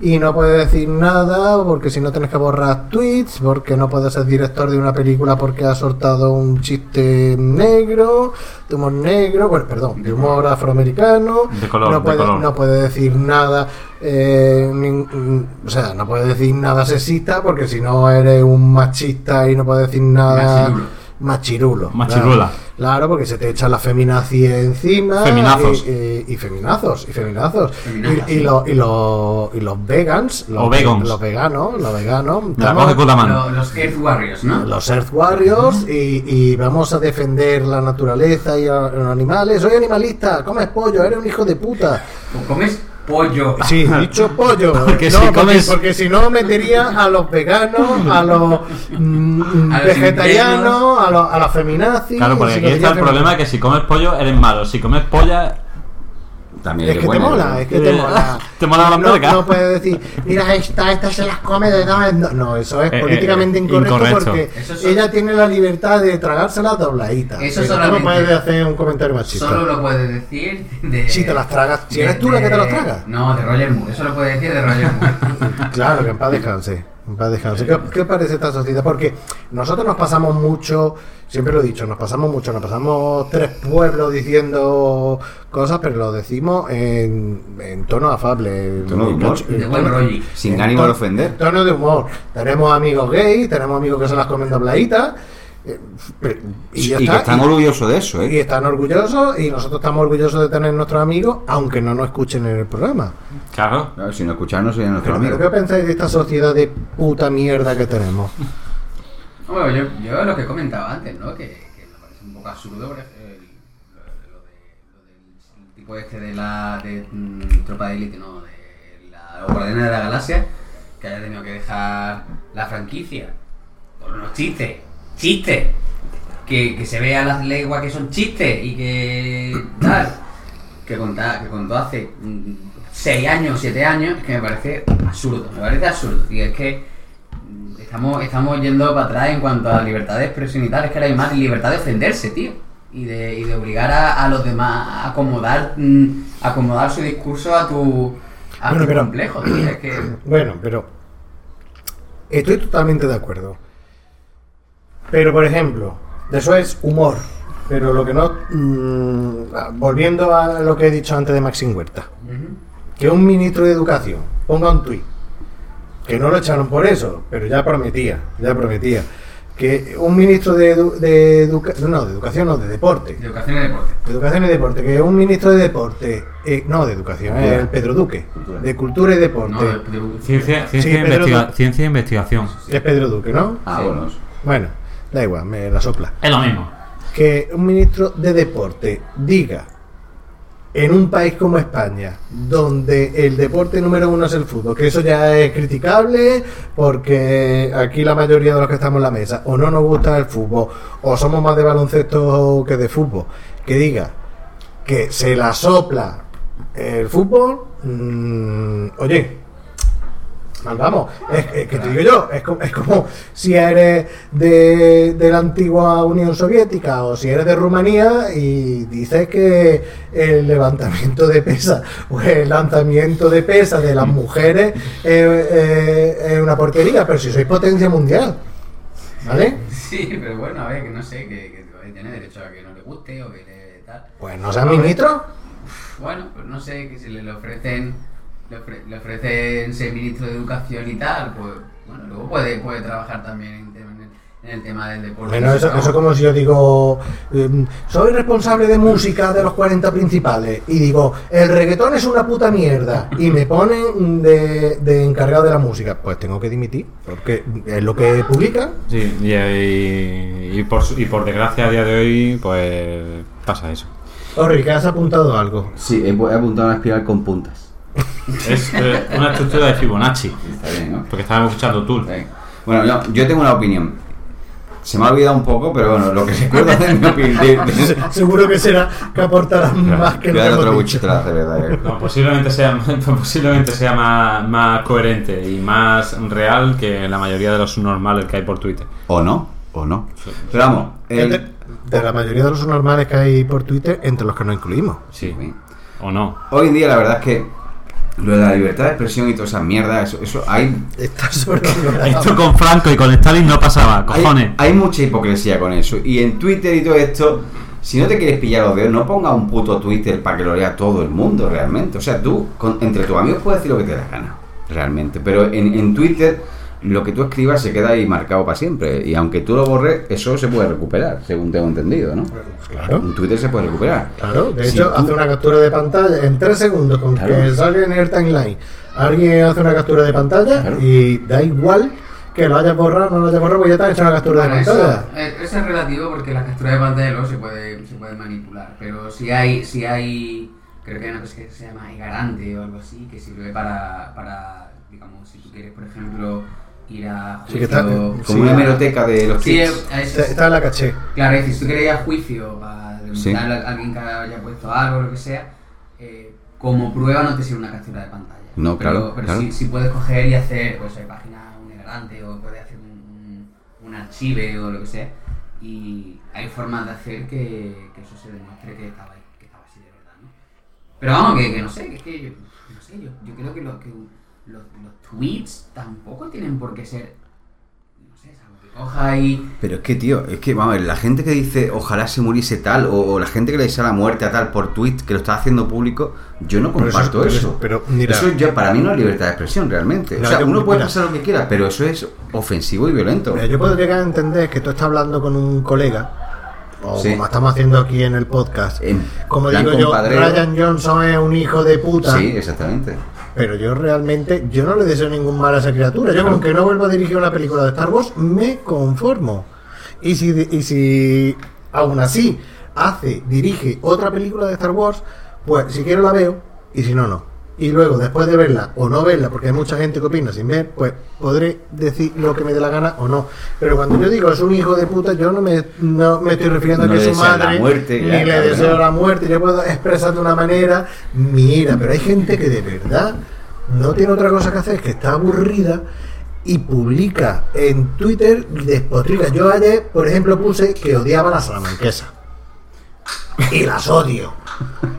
D: y no puedes decir nada porque si no tienes que borrar tweets, porque no puedes ser director de una película porque has soltado un chiste negro, de humor negro, bueno, perdón, de humor afroamericano,
F: De color,
D: no
F: de
D: puedes-
F: color.
D: no puede decir nada, eh, nin- mm, o sea, no puede decir nada sexista porque si no eres un machista y no puede decir nada
G: Machirulo.
D: machirulo.
F: Machirula.
D: Claro, Claro, porque se te echa la feminazi encima.
F: Feminazos.
D: Y, y- y feminazos, y feminazos.
G: Feminazas.
D: Y, y los- y los- y los vegans. Los,
F: O vegons.
D: Los veganos, los veganos.
F: Me la
D: estamos-
F: coge con la mano.
G: Lo- los Earth Warriors, ¿no?
D: los Earth Warriors y, y vamos a defender la naturaleza y a los animales. Soy animalista, comes pollo, eres un hijo de puta.
G: O Pues comes pollo.
D: Sí, dicho pollo.
F: Porque
D: No,
F: si comes-
D: porque si no, metería a los veganos, a los mm,
G: A los
D: vegetarianos, a los, a los feminazis.
F: Claro, porque
D: si
F: aquí está el
D: cogería
F: problema que si comes pollo eres malo, si comes polla
H: También
D: Es que te
H: bueno,
D: mola, es que te
F: Eh,
D: mola.
F: te mola la
D: no,
F: merca.
D: No puedes decir, mira, esta, esta se las come de tal. No, no, eso es
F: Eh, eh,
D: políticamente
F: eh,
D: incorrecto,
F: incorrecto.
D: porque
G: Eso son-
D: ella tiene la libertad de tragarse las dobladitas.
G: Eso
D: Pero tú no
G: solamente-
D: puedes hacer un comentario machista.
G: Solo lo puedes decir de.
D: Si te las tragas, si eres tú la que te las tragas.
G: No, de Roger Moore. Eso lo puedes decir de Roger Moore.
D: Claro, que en paz descanse. En paz descanse. ¿Qué, qué os parece esta sociedad? Porque nosotros nos pasamos mucho, siempre lo he dicho, nos pasamos mucho, nos pasamos tres pueblos diciendo cosas, pero lo decimos en, en tono afable. en-
H: Tono de
D: en
H: humor.
D: cacho- en
G: de buen
D: tono-
G: rollo.
H: Sin
D: en
H: ánimo
D: ton-
H: de ofender.
D: en tono de humor. Tenemos amigos gays, tenemos amigos que se las comen dobladitas. eh, pero-
H: Y,
D: ya
H: y que
D: está,
H: están orgullosos de eso,
D: y
H: ¿eh?
D: están orgullosos y nosotros estamos orgullosos de tener nuestros amigos, aunque no nos escuchen en el programa.
F: Claro,
H: Claro, si no escucharnos serían nuestros
D: Pero, pero,
H: amigos.
D: ¿qué pensáis de esta sociedad de puta mierda que tenemos?
G: Bueno, yo, yo lo que comentaba antes, ¿no? Que, que me parece un poco absurdo por ejemplo, el- lo, lo de- lo del tipo este de la de, mm, tropa de élite, ¿no? De la Guardiana de la Galaxia, que haya tenido que dejar la franquicia por unos chistes, chistes, que, que se vea las leguas que son chistes y que tal. que, contá- que contó hace 6 años, 7 años, que me parece absurdo, me parece absurdo. Y es que mm, estamos, estamos yendo para atrás en cuanto a libertad de expresión y tal, es que ahora hay más libertad de ofenderse, tío. Y de, y de obligar a, a los demás a acomodar, mm, acomodar su discurso a tu, a
D: Bueno,
G: tu
D: pero-
G: complejo, tío. Es que...
D: Bueno, pero estoy totalmente de acuerdo. Pero por ejemplo, de eso es humor. Pero lo que no. mm, ah, volviendo a lo que he dicho antes de Maxim Huerta. Que un ministro de Educación ponga un tuit. Que no lo echaron por eso, pero ya prometía, ya prometía. Que un ministro de, edu- de educa- no, de Educación, no, de Deporte.
G: Educación y deporte.
D: Educación y Deporte, que un ministro de Deporte, eh, no de Educación, eh, el Pedro Duque, de Cultura y Deporte,
G: Ah. No, de- de-
F: Ciencia, ciencia,
D: Sí,
F: e
D: Pedro,
F: investiga-
D: tú-
F: ciencia e investigación.
D: es Pedro Duque, ¿no?
H: Ah, bueno.
D: Bueno, da igual, me la sopla.
F: Es lo mismo.
D: Que un ministro de Deporte diga en un país como España, donde el deporte número uno es el fútbol, que eso ya es criticable porque aquí la mayoría de los que estamos en la mesa o no nos gusta el fútbol o somos más de baloncesto que de fútbol, que diga que se la sopla el fútbol, mm, oye, Mal Ah, vamos, es, es que te digo yo, es como, es como si eres de, de la antigua Unión Soviética o si eres de Rumanía y dices que el levantamiento de pesa o el lanzamiento de pesa de las mujeres eh, eh, es una porquería, pero si sois potencia mundial, ¿vale?
G: Sí, pero bueno, a ver, que no sé, que, que oye, tiene derecho a que no le guste o que le tal.
D: Pues no seas ministro.
G: Bueno, pues no sé, que si le, le ofrecen le, ofre- le ofrecen ser ministro de educación y tal, pues bueno, luego puede, puede trabajar también en, tema- en el, en el tema del deporte.
D: Bueno, eso,
G: ¿no?
D: eso como si yo digo, em, soy responsable de música de los 40 principales y digo, el reggaetón es una puta mierda y me ponen de, de encargado de la música, pues tengo que dimitir, porque es lo que publican.
F: Sí, y, y- y por, su- y por desgracia a día de hoy, pues pasa eso.
D: Orri, que has apuntado algo.
H: Sí, he, he apuntado una espiral con puntas.
F: Es eh, una estructura de Fibonacci,
H: Está bien, ¿no?
F: porque estábamos escuchando Tool.
H: Bien. Bueno, yo, yo tengo una opinión. Se me ha olvidado un poco, pero bueno, lo que recuerdo de mi opinión. De, de-
D: Seguro que será que aportarás más que
H: Voy a dar
D: hemos
H: otro
D: dicho.
H: buchitrazo, de verdad. eh.
F: No, posiblemente sea, posiblemente sea más, más coherente y más real que la mayoría de los normales que hay por Twitter.
H: O no, o no. Pero vamos,
D: De,
H: el,
D: de la mayoría de los normales que hay por Twitter, entre los que no incluimos.
F: Sí, o no.
H: hoy en día la verdad es que lo de la libertad de expresión y todas esas mierdas, eso, eso hay
D: Está sobrevalorado.
F: Esto con Franco y con Stalin no pasaba,
H: Hay-
F: cojones.
H: Hay, mucha hipocresía con eso. Y en Twitter y todo esto, si no te quieres pillar los dedos, no ponga un puto Twitter para que lo lea todo el mundo realmente. O sea, tú, con- entre tus amigos, puedes decir lo que te dé la gana, realmente. Pero en, en Twitter, lo que tú escribas se queda ahí marcado para siempre. Y aunque tú lo borres, eso se puede recuperar, según tengo entendido, ¿no?
D: Claro.
H: En Twitter se puede recuperar.
D: Claro, de
H: Sí,
D: hecho,
H: tú-
D: hace una captura de pantalla en tres segundos con
H: Claro.
D: que sale en el timeline. Alguien hace una captura de pantalla
H: Claro.
D: y da igual que lo hayas borrado o no lo hayas borrado, porque ya te han hecho una captura de
G: Bueno, eso,
D: pantalla.
G: eh, eso es relativo porque las capturas de pantalla luego se puede, se puede manipular, pero si hay, si hay, creo que hay una cosa que se llama iGarante o algo así, que sirve para, para, digamos, si tú quieres, por ejemplo, ir a juicio...
D: Sí, que está-
H: Como
D: Sí.
H: una hemeroteca de los
G: Sí,
H: tips.
G: eh, eso
D: Está,
G: es-
D: está en la caché.
G: Claro, es decir, si tú quieres ir a juicio para
H: Sí.
G: demandar a alguien que haya puesto algo o lo que sea, eh, como prueba no te sirve una captura de pantalla.
H: No,
G: Pero-
H: claro,
G: Pero
H: claro.
G: Si, si puedes coger y hacer, pues, hay páginas un delante o puedes hacer un, un, un archive o lo que sea. Y hay formas de hacer que, que eso se demuestre que estaba, que estaba así de verdad, ¿no? Pero vamos, que, que no sé, que es que yo, no sé, yo, yo creo que, lo- que los, los tweets tampoco tienen por qué ser, no sé, salvo que coja y...
H: Pero es que, tío, es que, vamos, a ver, la gente que dice ojalá se muriese tal, o, o la gente que le desea la muerte a tal por tweet que lo está haciendo público, yo no
D: Pero eso-
H: comparto
D: pero
H: eso.
D: eso- pero mira-
H: Eso ya para mí no es libertad de expresión, realmente.
D: No,
H: o sea,
D: yo-
H: uno puede
D: mira.
H: pensar lo que quiera, pero eso es ofensivo y violento.
D: Mira, yo puedo llegar a entender que tú estás hablando con un colega, o
H: Sí.
D: como estamos haciendo aquí en el podcast.
H: En
D: Como
H: plan
D: digo yo,
H: compadreo.
D: Ryan Johnson es un hijo de puta.
H: Sí, exactamente.
D: Pero yo realmente, yo no le deseo ningún mal a esa criatura. Yo con que no vuelva a dirigir una película de Star Wars, me conformo. Y si, y si aún así hace, dirige otra película de Star Wars, pues si quiero la veo y si no, no. y luego después de verla o no verla, porque hay mucha gente que opina sin ver, pues podré decir lo que me dé la gana o no. Pero cuando yo digo es un hijo de puta, yo no me, no me estoy refiriendo
H: No
D: a que
H: le
D: su
H: deseo la
D: madre
H: muerte,
D: ni
H: ya,
D: le
H: cabrón.
D: deseo la muerte, yo puedo expresar de una manera mi ira, pero hay gente que de verdad no tiene otra cosa que hacer, que está aburrida y publica en Twitter despotrica. Yo ayer, por ejemplo, puse que odiaba a la salamanquesa. Y las odio.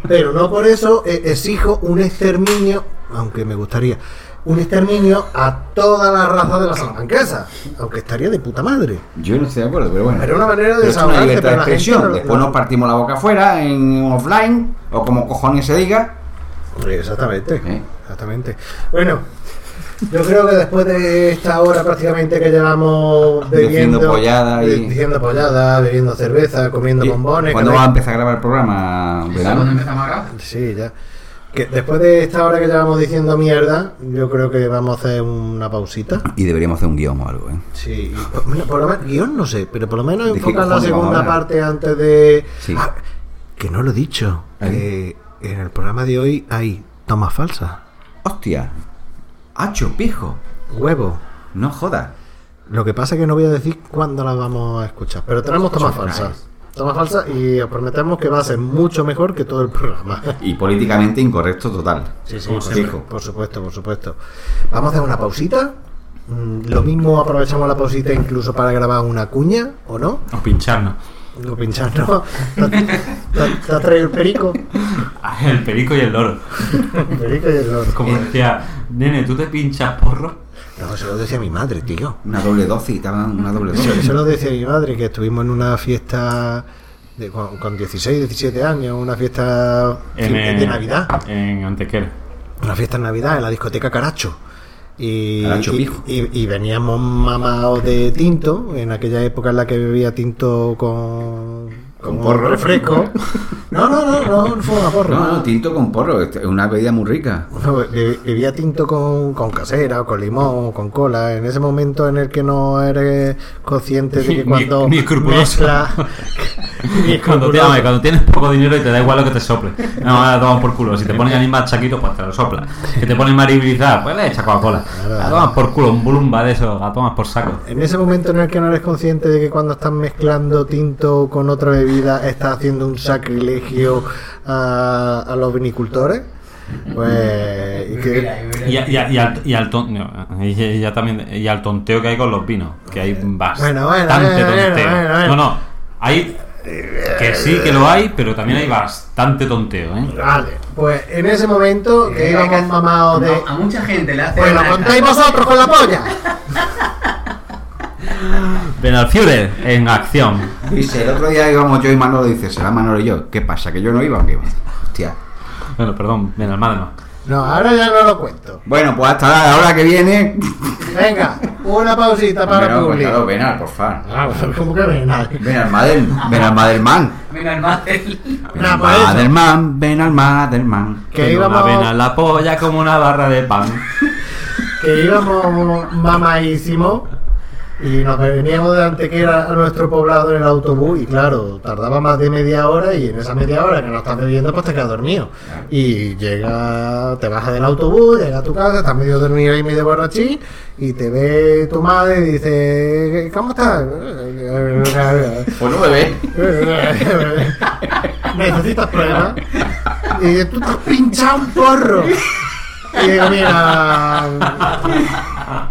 D: Pero no por eso eh, exijo un exterminio, aunque me gustaría, un exterminio a toda la raza de la salamanquesa. Aunque estaría de puta madre.
H: Yo no estoy de acuerdo, pero bueno.
D: Era una manera de
H: Pero es una
D: desahogarte,
H: libertad de
D: pero la gente
H: expresión.
D: no lo-
H: Después nos partimos la boca afuera en offline o como cojones se diga.
D: Exactamente.
H: ¿Eh?
D: Exactamente. Bueno, yo creo que después de esta hora prácticamente que llevamos
H: Diciendo
D: bebiendo,
H: pollada y-
D: be- diciendo pollada, bebiendo cerveza, comiendo bombones,
H: ¿Cuándo
D: que-
H: vas a empezar a grabar el programa?
G: ¿Eso
H: verano?
G: cuando empezamos a grabar?
D: Sí, ya. Que después de esta hora que llevamos diciendo mierda, yo creo que vamos a hacer una pausita.
H: Y deberíamos hacer un guión o algo, ¿eh?
D: Sí, y por, mira, por lo menos, guión no sé, pero por lo menos
H: ¿De qué
D: enfocar la
H: cojones vamos a
D: segunda
H: hablar?
D: parte antes de.
H: Sí.
D: Ah, que no lo he dicho.
H: ¿Eh?
D: que en el programa de hoy hay tomas falsas,
H: ¡Hostia! ¡Hacho, pijo!
D: huevo.
H: No jodas.
D: Lo que pasa es que no voy a decir cuándo las vamos a escuchar, pero tenemos tomas falsas. Tomas falsas y os prometemos que va a ser mucho mejor que todo el programa.
H: Y políticamente incorrecto total.
D: Sí, sí,
H: Como
D: por,
H: siempre.
D: supuesto, por supuesto, por supuesto. Vamos a hacer una pausita. Mm, Lo mismo aprovechamos la pausita incluso para grabar una cuña, ¿o no?
F: O pincharnos.
D: O pincharnos. ¿Te, te- te has traído el perico?
F: Ah, El perico y el loro.
D: El perico y el loro.
F: Como decía, nene, ¿tú te pinchas porro?
D: No, se lo decía mi madre, tío.
H: Una doble dosis, te daban una doble
D: Se,
H: dosis.
D: se lo decía mi madre que estuvimos en una fiesta de- con, con 16, 17 años, una fiesta de-
F: eh,
D: de Navidad.
F: En Antequera.
D: una fiesta en Navidad en la discoteca Caracho. Y,
H: Caracho
D: y,
H: Pijo.
D: y- y veníamos mamados de tinto, en aquella época en la que bebía tinto con,
H: Con porro.
D: refresco. No, no, no, no, no fue una porro.
H: No, no, tinto con porro. este, Es una bebida muy rica.
D: Be- be- Bebía tinto con, con casera, o con limón, o con cola. En ese momento en el que no eres consciente de que
F: Ni-
D: cuando
F: ni escrupuloso.
D: mezcla- ni
F: Cuando, te-
D: escrupuloso.
F: hombre, cuando tienes poco dinero y te da igual lo que te sople. No, ahora tomas por culo. Si te ponen animal chaquito, pues te lo sopla. Que te ponen maribilizar, pues le echa Coca-Cola. A tomas por culo, un bulumba de eso, a tomas por saco.
D: En ese momento en el que no eres consciente de que cuando estás mezclando tinto con otra bebida estás haciendo un sacrilegio a, a los vinicultores, pues... y
G: Mira,
D: que-
G: y mira.
F: Y, a- y a- y al, y, al ton- no, y- y ya también, y al tonteo que hay con los vinos, que hay bastante
D: Bueno, bueno, bueno, bueno,
F: tonteo.
D: bueno, bueno.
F: No, no, hay que sí que lo hay, pero también hay bastante tonteo, ¿eh?
D: Vale, pues en ese momento que
G: Eh, hay
D: íbamos
G: que-
D: mamados de...
G: No, a mucha gente le hace.
D: Pues
G: una-
D: lo contáis vosotros con la polla.
F: Benalfiore en acción.
H: Dice, el otro día íbamos yo y Manolo dice, será Manolo y yo. ¿Qué pasa? ¿Que yo no iba o qué iba? Hostia.
F: Bueno, perdón, Benalmádena.
D: No, ahora ya no lo cuento.
H: Bueno, pues hasta la hora que viene. pues,
D: Venga, una pausita para
H: Venal,
D: publicar.
H: cuéntalo, Venal, por favor.
D: Ah, ¿Cómo que venal?
H: Ven al Madel, ven al Madelman.
G: Mira, el Madel.
H: Ven
D: Nah,
H: al
D: por eso.
H: Madelman, ven al Madelman.
D: Que
F: Tengo una
D: íbamos-
F: vena en la polla como una barra de pan.
D: que íbamos mamadísimo y nos veníamos de Antequera a nuestro poblado en el autobús y claro, tardaba más de media hora y en esa media hora que no estás bebiendo pues te quedas dormido y llega, te bajas del autobús, llegas a tu casa, estás medio dormido y medio borrachín y te ve tu madre y dice ¿cómo estás?
H: Pues no bebé.
D: Necesitas pruebas. Y dice, tú te has pinchado un porro. Y digo, mira.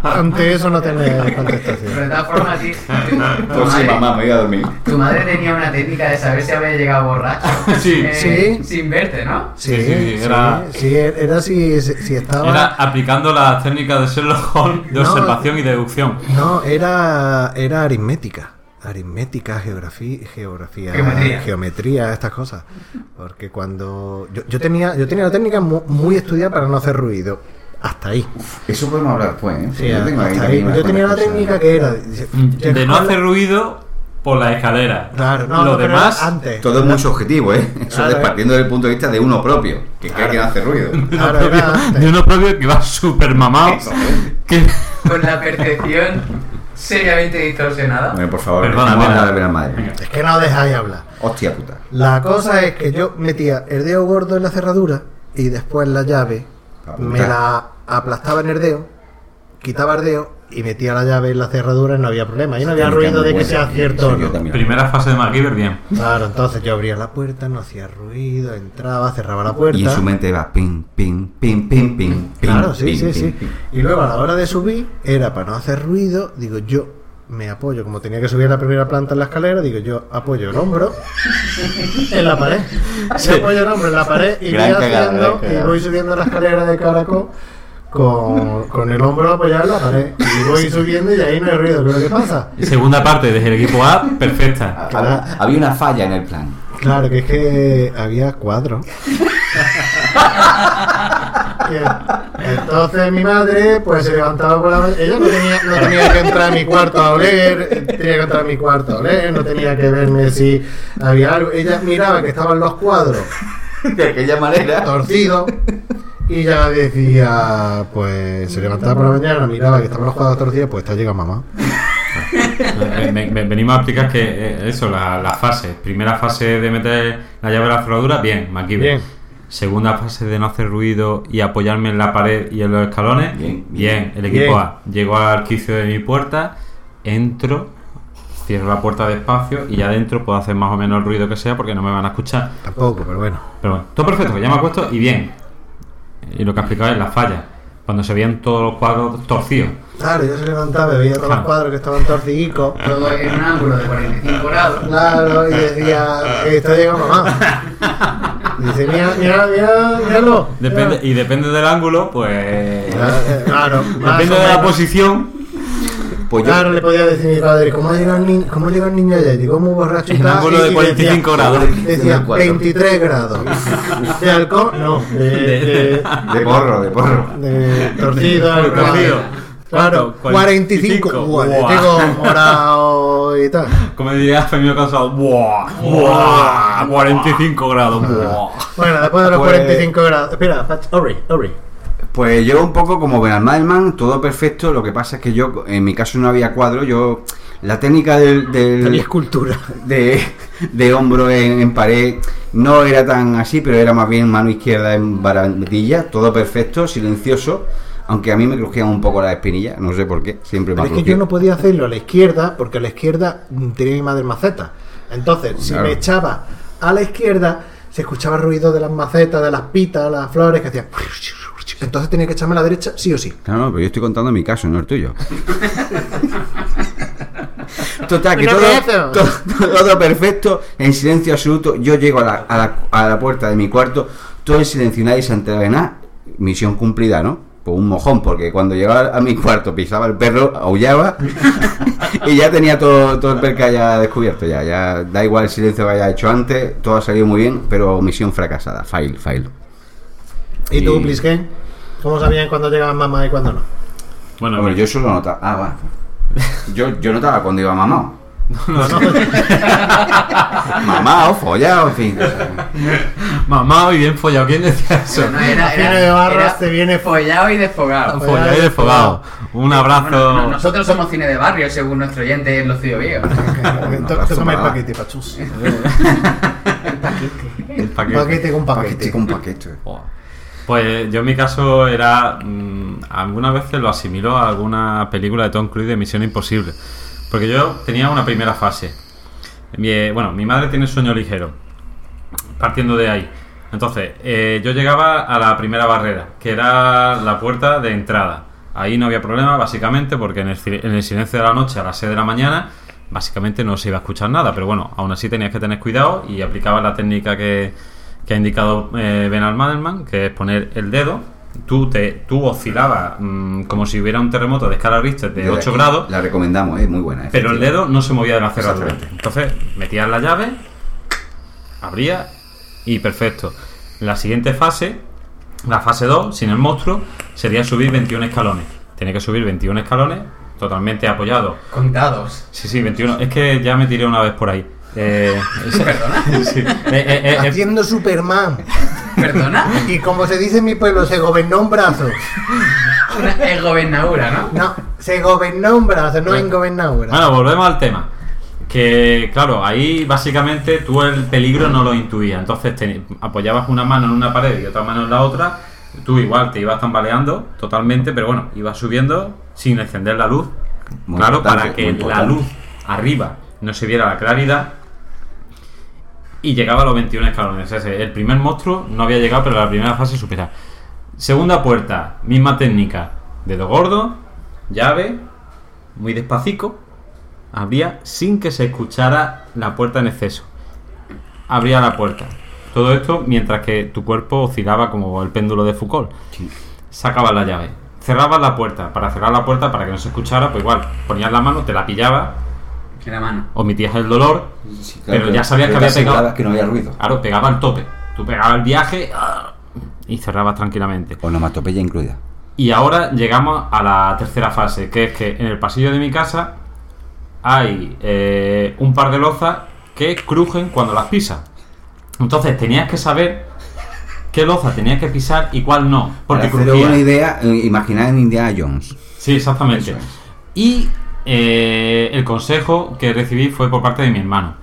D: Ante eso no tenés
G: Pero de
D: contestación.
G: todas formas, sí.
H: Pues sí, mamá, me voy a dormir.
G: Tu madre tenía una técnica de saber si había llegado borracho. Eh,
F: Sí.
D: Sí.
G: Sin verte, ¿no?
D: Sí,
F: Sí, sí, era-
D: sí, sí, era si, si estaba.
F: Era aplicando las técnicas de Sherlock Holmes de
D: No.
F: observación y deducción.
D: No, era, era aritmética. Aritmética, geografía, geografía
G: Geometría.
D: geometría, estas cosas. Porque cuando. Yo, yo tenía, yo tenía la técnica mu- muy estudiada para no hacer ruido. Hasta ahí.
H: Eso podemos hablar después, ¿eh?
D: Sí,
H: yo tengo ahí
D: hasta ahí.
H: también unas
D: Yo tenía la
H: cuantas
D: técnica
H: cosas.
D: que era
F: De no hacer ruido por la escalera.
D: Claro, no,
F: Lo
D: no, pero
F: demás.
D: antes.
H: Todo es muy subjetivo, ¿eh? Eso
D: Claro,
H: es
D: eh.
H: partiendo del punto de vista de uno propio, que cree que no hace ruido.
F: de uno
D: Claro,
F: propio-
D: era antes.
F: de uno propio que va súper mamado. que-
G: Con la percepción seriamente distorsionada.
H: Bueno, por favor,
F: Perdona,
H: vamos a
F: venga.
H: hablar de Venal Madel.
D: Es que no dejáis hablar.
H: Hostia puta.
D: La cosa es que yo metía el dedo gordo en la cerradura y después la llave me la aplastaba en el dedo, quitaba el dedo y metía la llave en la cerradura y no había problema. Ahí no había ruido de que sea cierto o
H: Yo
D: no.
H: también.
F: Primera fase de MacGyver, bien.
D: Claro, entonces yo abría la puerta, no hacía ruido, entraba, cerraba la puerta.
H: Y en su mente va ping, ping, ping, ping, ping.
D: Claro,
H: ping,
D: sí,
H: ping,
D: sí,
H: ping,
D: sí.
H: ping.
D: Y luego a la hora de subir, era para no hacer ruido, digo yo me apoyo, como tenía que subir a la primera planta en la escalera, digo yo apoyo el hombro en la pared. Yo
F: Sí.
D: apoyo el hombro en la pared y voy,
H: Gran cagada, gran
D: haciendo, y
H: cagada.
D: voy subiendo la escalera de caracol con, con el hombro apoyado en la pared. Y voy subiendo y ahí no hay ruido. ¿Pero qué pasa?
F: Y segunda parte, desde el equipo A, perfecta.
H: Había- Había una falla en el plan.
D: Claro, que es que había cuadro. Entonces mi madre pues se levantaba por la mañana. Ella no tenía, no tenía que entrar a mi cuarto a oler, eh, tenía que entrar a mi cuarto a oler, no tenía que verme si había algo. Ella miraba que estaban los cuadros
H: De aquella manera.
D: torcidos y ya decía, pues se levantaba por la mañana, miraba que estaban los cuadros torcidos, pues está llega mamá.
F: Me- me- me- venimos a explicar que eh, eso, la, la fase. Primera fase de meter la llave a la cerradura, bien, MacGyver.
D: Bien.
F: Segunda fase de no hacer ruido y apoyarme en la pared y en los escalones,
H: Bien,
F: bien.
H: bien.
F: el equipo
D: Bien.
F: A. Llego al quicio de mi puerta, entro, cierro la puerta despacio y ya adentro puedo hacer más o menos el ruido que sea porque no me van a escuchar.
D: Tampoco, pero bueno.
F: Pero bueno, todo perfecto, que ya me ha puesto y bien. Y lo que ha explicado es la falla. Cuando se veían todos los cuadros torcidos.
D: Claro, yo se levantaba, veía todos los cuadros que estaban torcidicos.
G: Todo en un ángulo de 45 grados.
D: Claro, y decía, está llegando mamá. Dice, mira, mira, mira, míralo.
F: Depende, y depende del ángulo, pues.
D: Claro, claro, más
F: Depende
D: o
F: de la
D: menos.
F: posición.
H: Pues yo,
D: Claro, le podía decir a mi padre, ¿cómo llega el niño, cómo llega el niño ayer? Llegó muy borracho y
F: En
D: tal,
F: ángulo
D: y-
F: de
D: y
F: 45
D: decía,
F: grados.
D: Decía,
H: De cuatro.
D: 23 grados. ¿De alcohol? No, de, de,
H: de porro, de porro.
D: de torcido.
F: De
D: alcohol.
F: torcido.
D: Claro,
F: ¿Cuánto?
D: 45.
F: 45.
D: Uah, le
F: Uah.
D: tengo morado y tal.
F: Como diría Femio Cansado, ¡buah! ¡buah! 45 grados, ¡buah!
D: Bueno, después de los
H: Pues-
D: 45 grados. Espera, Patch, Ori, Ori.
H: Pues yo un poco como Benalmadman, todo perfecto. Lo que pasa es que yo, en mi caso no había cuadro. Yo, la técnica del, del-
D: Tenéis cultura.
H: de, de hombro en, en pared no era tan así, pero era más bien mano izquierda en barandilla. Todo perfecto, silencioso. Aunque a mí me crujían un poco las espinillas, no sé por qué. Siempre me
D: Pero es que
H: crujían.
D: yo no podía hacerlo a la izquierda porque a la izquierda mm, tenía mi madre maceta. Entonces, si
H: Claro.
D: me echaba a la izquierda, se escuchaba el ruido de las macetas, de las pitas, las flores que hacían. Entonces tenía que echarme a la derecha, sí o sí.
H: Claro, no, pero yo estoy contando mi caso, no el tuyo. Total, que todo, todo, todo perfecto, en silencio absoluto. Yo llego a la, a la- a la puerta de mi cuarto, todo en silencio, nadie se entera de nada. Misión cumplida, ¿no? Pues un mojón, porque cuando llegaba a mi cuarto pisaba el perro, aullaba y ya tenía todo, todo el perca ya descubierto. Ya, ya da igual el silencio que haya hecho antes, todo ha salido muy bien, pero misión fracasada. Fail, fail.
D: ¿Y tú,
H: Y-
D: Plisken? ¿Cómo sabían cuándo llegaban mamá y cuándo no?
F: Bueno,
H: Hombre, yo solo notaba. Ah, va. Yo, yo notaba cuando iba mamado. mamado, follado, oh, en fin.
F: mamado y bien follado. ¿eh? ¿Quién decía eso?
G: No, era, era,
D: Tiene de barras,
G: era
D: te viene fo-
G: follado y desfogado.
F: Follado y desfogado. Un
G: Bueno, no-
F: abrazo.
G: nosotros somos cine de barrio, según nuestro oyente en los Ciudad Viejo.
D: Te comes el paquete, pachus.
F: El paquete.
D: Paquete con
H: Paquete
D: paquete.
H: con paquete.
F: Buah. Pues yo en mi caso era. mm, algunas veces lo asimilo a alguna película de Tom Cruise de Misión Imposible. Porque yo tenía una primera fase. Mi, eh, bueno, mi madre tiene sueño ligero. Partiendo de ahí. Entonces, eh, yo llegaba a la primera barrera, que era la puerta de entrada. Ahí no había problema, básicamente, porque en el, sil- en el silencio de la noche, a las 6 de la mañana, básicamente no se iba a escuchar nada. Pero bueno, aún así tenías que tener cuidado y aplicaba la técnica que, que ha indicado eh, Ben Almadelman, que es poner el dedo. Tú, te, tú oscilabas mm, como si hubiera un terremoto de escala Richter de
H: Desde
F: 8
H: aquí
F: grados.
H: La recomendamos, es muy buena. eh.
F: Pero el dedo no se movía de la cerradura.
H: Exactamente.
F: Entonces, metías la llave, abría y perfecto. La siguiente fase, la fase 2, sin el monstruo, sería subir 21 escalones. Tiene que subir 21 escalones totalmente apoyado.
G: Contados.
F: Sí, sí, 21. Es que ya me tiré una vez por ahí. Eh, sí. Eh, eh, eh, eh,
D: Haciendo Superman.
G: ¿Perdona?
D: Y como se dice en mi pueblo, se gobernó un brazo.
G: Una es gobernadura, ¿no?
D: No, se gobernó un brazo, no en
F: Bueno, volvemos al tema. Que claro, ahí básicamente tú el peligro no lo intuías. Entonces te- apoyabas una mano en una pared y otra mano en la otra. Tú igual te ibas tambaleando totalmente, pero bueno, ibas subiendo sin encender la luz.
H: Muy
F: claro,
H: importante,
F: para que
H: muy
F: la
H: importante.
F: luz arriba no se viera la claridad. Y llegaba a los 21 escalones. Ese, el primer monstruo no había llegado, pero la primera fase supera. Segunda puerta, misma técnica. Dedo gordo, llave, muy despacito. Abría sin que se escuchara la puerta en exceso. Abría la puerta. Todo esto mientras que tu cuerpo oscilaba como el péndulo de Foucault. Sacabas la llave. Cerrabas la puerta. Para cerrar la puerta, para que no se escuchara, pues igual, ponías la mano, te la pillaba,
G: En la mano.
F: omitías el dolor,
H: Sí, claro,
F: pero ya sabías que había
H: te asegurabas
F: pegado.
H: que no había ruido.
F: Claro, pegaba al tope. Tú pegabas el viaje ¡ah! y cerrabas tranquilamente.
H: Onomatopeya incluida.
F: Y ahora llegamos a la tercera fase, que es que en el pasillo de mi casa hay eh, un par de lozas que crujen cuando las pisas. Entonces tenías que saber qué loza tenías que pisar y cuál no, porque
H: Para haceros
F: crujían.
H: una idea, eh, imaginad en Indiana Jones.
F: Sí, exactamente.
H: Eso es.
F: Y eh, el consejo que recibí fue por parte de mi hermano.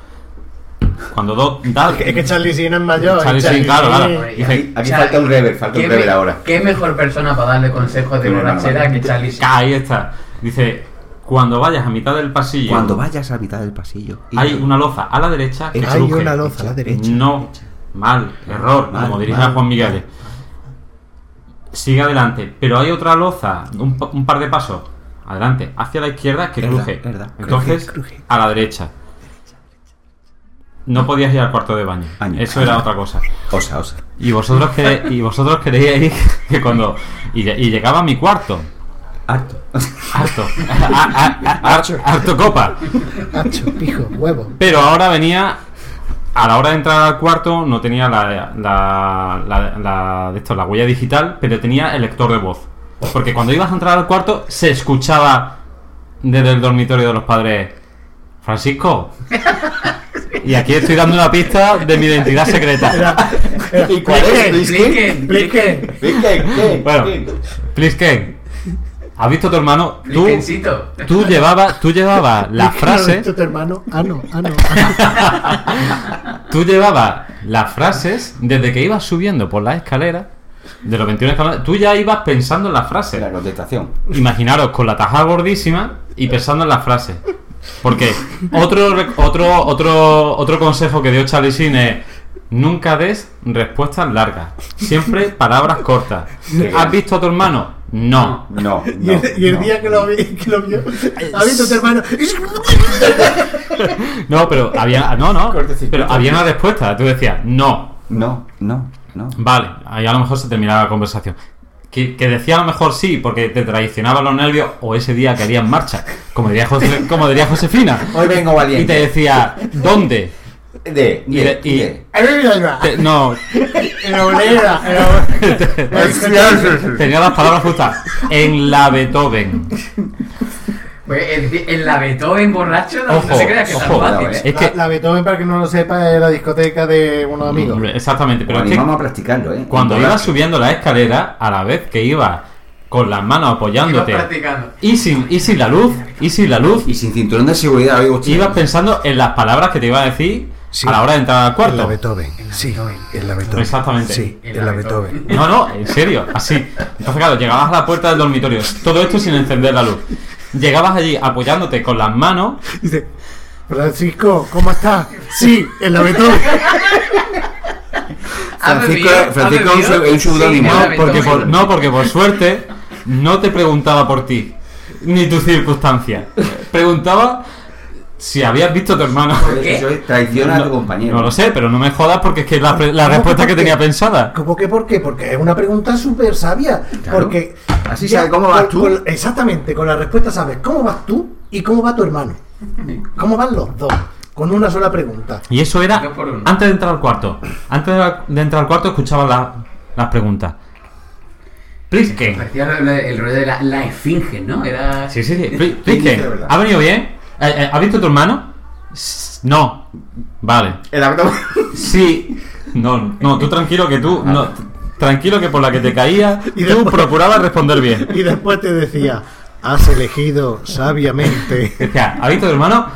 F: Cuando dos...
H: Ah,
F: da-
D: Es que Charlie Sheen es mayor.
F: Ah. Charlie
D: Ah, y
F: Sheen, claro,
D: Sheen-
F: claro.
G: Dice,
H: Aquí, aquí
G: o sea,
H: falta un rever, falta
G: ¿Qué,
H: un rever
G: me-
H: ahora.
G: qué mejor persona para darle consejos de
H: Pero no,
G: borrachera
H: vale.
G: que Charlie Sheen?
F: Ahí está. Dice, cuando vayas a mitad del pasillo...
H: Cuando vayas a mitad del pasillo. y-
F: Hay una loza a la derecha que
D: Hay
F: cruje.
D: una loza a la derecha.
F: No, mal, error,
H: Mal,
F: como dirige
H: mal.
F: Juan Miguel. Sigue adelante, pero hay otra loza, un, pa- un par de pasos adelante, hacia la izquierda que
H: Verdad,
F: cruje.
H: verdad.
F: Entonces,
D: Cruje, cruje.
F: a la derecha. No podías ir al cuarto de baño.
H: Baño.
F: Eso era otra cosa.
H: Osa, osa.
F: Y vosotros, cre- y vosotros creíais que cuando. Y, lle- y llegaba a mi cuarto.
H: Harto.
F: Harto. A- a- a- har- Harto copa.
D: Hacho, pijo, huevo.
F: Pero ahora venía. A la hora de entrar al cuarto no tenía la, la, la- la- de esto, la huella digital, pero tenía el lector de voz. Porque cuando ibas a entrar al cuarto se escuchaba desde el dormitorio de los padres, Francisco. Y aquí estoy dando una pista de mi identidad secreta.
H: ¿Y cuál es?
G: Expliquen, expliquen.
F: Bueno, please, Ken, ¿has visto a tu hermano? Tú,
G: Expliquencito.
F: tú llevabas tú llevabas la
D: Claro,
F: frase
D: esto es tu hermano. Ah, no, ah, no.
F: Tú llevabas las frases desde que ibas subiendo por la escalera, de los 21 escalones, tú ya ibas pensando en las frases.
H: La contestación.
F: Imaginaros con la tajada gordísima y pensando en las frases. Porque otro rec- otro otro otro consejo que dio Charlie Sheen es nunca des respuestas largas, siempre palabras cortas. ¿Has visto a tu hermano? No.
H: No, no.
D: Y el, y el
H: no,
D: día que, lo vi, que lo vio, ha visto a tu hermano.
F: No, pero había no, no,
H: Cortecito,
F: pero había una respuesta, tú decías, "No,
H: No, no, no.
F: Vale, ahí a lo mejor se terminaba la conversación. Que, que decía a lo mejor sí, porque te traicionaban los nervios o ese día que harían marcha, como diría, Jose- como diría Josefina.
H: Hoy vengo
F: Y te
H: valiente.
F: decía, ¿dónde?
H: De,
F: y de-
H: de,
F: y-
H: de.
F: Te- no,
D: En la bolera, en la bolera.
F: tenía las palabras justas. En la Beethoven.
G: Pues el, el la Beethoven borracho no, no
F: Ojo,
G: se crea que es tan
F: ojo.
G: fácil, ¿eh?
F: Es que,
D: La, la Beethoven, para que no lo sepa, es la discoteca de
H: Mm,
D: unos amigos.
F: exactamente, pero es que
H: vamos a practicarlo, ¿eh?
F: cuando
H: Entonces,
F: ibas subiendo la escalera, a la vez que ibas con las manos
G: Iba
F: apoyándote,
G: practicando.
F: y sin, y sin la luz, y sin la luz,
H: Y sin cinturón de seguridad, oigo,
F: Sí. Ibas pensando en las palabras que te iba a decir
D: Sí.
F: a la hora de entrar al
D: En la
F: cuarto.
D: Beethoven. Sí, en la Beethoven.
F: Exactamente.
D: Sí,
G: En
D: en
G: la
D: la Beethoven.
F: No, no, en serio, así. Entonces, claro, llegabas a la puerta del dormitorio. Todo esto sin encender la luz. Llegabas allí apoyándote con las manos.
D: Dice, Francisco, ¿cómo estás? Sí, en la Beethoven.
G: ¿Ha
H: Francisco-
G: bebido? ¿Ha
H: Francisco es un
G: bebido?
H: pseu- es un
G: Sí,
H: pseudónimo,
G: en
F: No
G: la
F: porque, por,
G: Beethoven.
F: no, porque por suerte no te preguntaba por ti, ni tu circunstancia. Preguntaba si habías visto a tu hermano.
G: ¿Qué?
H: Eso es traiciona a tu compañero.
F: No lo sé, pero no me jodas porque es que la, la respuesta que tenía pensada.
D: ¿Cómo que por qué? Porque es una pregunta súper sabia.
H: Claro.
D: Porque
H: Así sabes cómo vas
D: con-
H: tú.
D: con- exactamente, con la respuesta sabes cómo vas tú y cómo va tu hermano. ¿Cómo van los dos? Con una sola pregunta.
F: Y eso era
G: Dos por uno.
F: antes de entrar al cuarto. Antes de, de entrar al cuarto escuchaba la- las preguntas. Please, Ken.
G: Parecía lo- lo- el rollo de la, la esfinge, ¿no? Era...
F: Sí, sí, sí. Please, please,
H: Sí, sí,
F: Ken.
H: de verdad.
F: ¿Ha venido bien? Eh, eh, ¿Ha visto tu hermano? S- No. Vale.
H: El abdomen.
F: Sí. No, no, tú tranquilo que tú. No, t- tranquilo que por la que te caía,
D: Y
F: tú
D: después-
F: procurabas responder bien.
D: Y después te decía, has elegido sabiamente.
F: Decía, ¿ha visto tu hermano?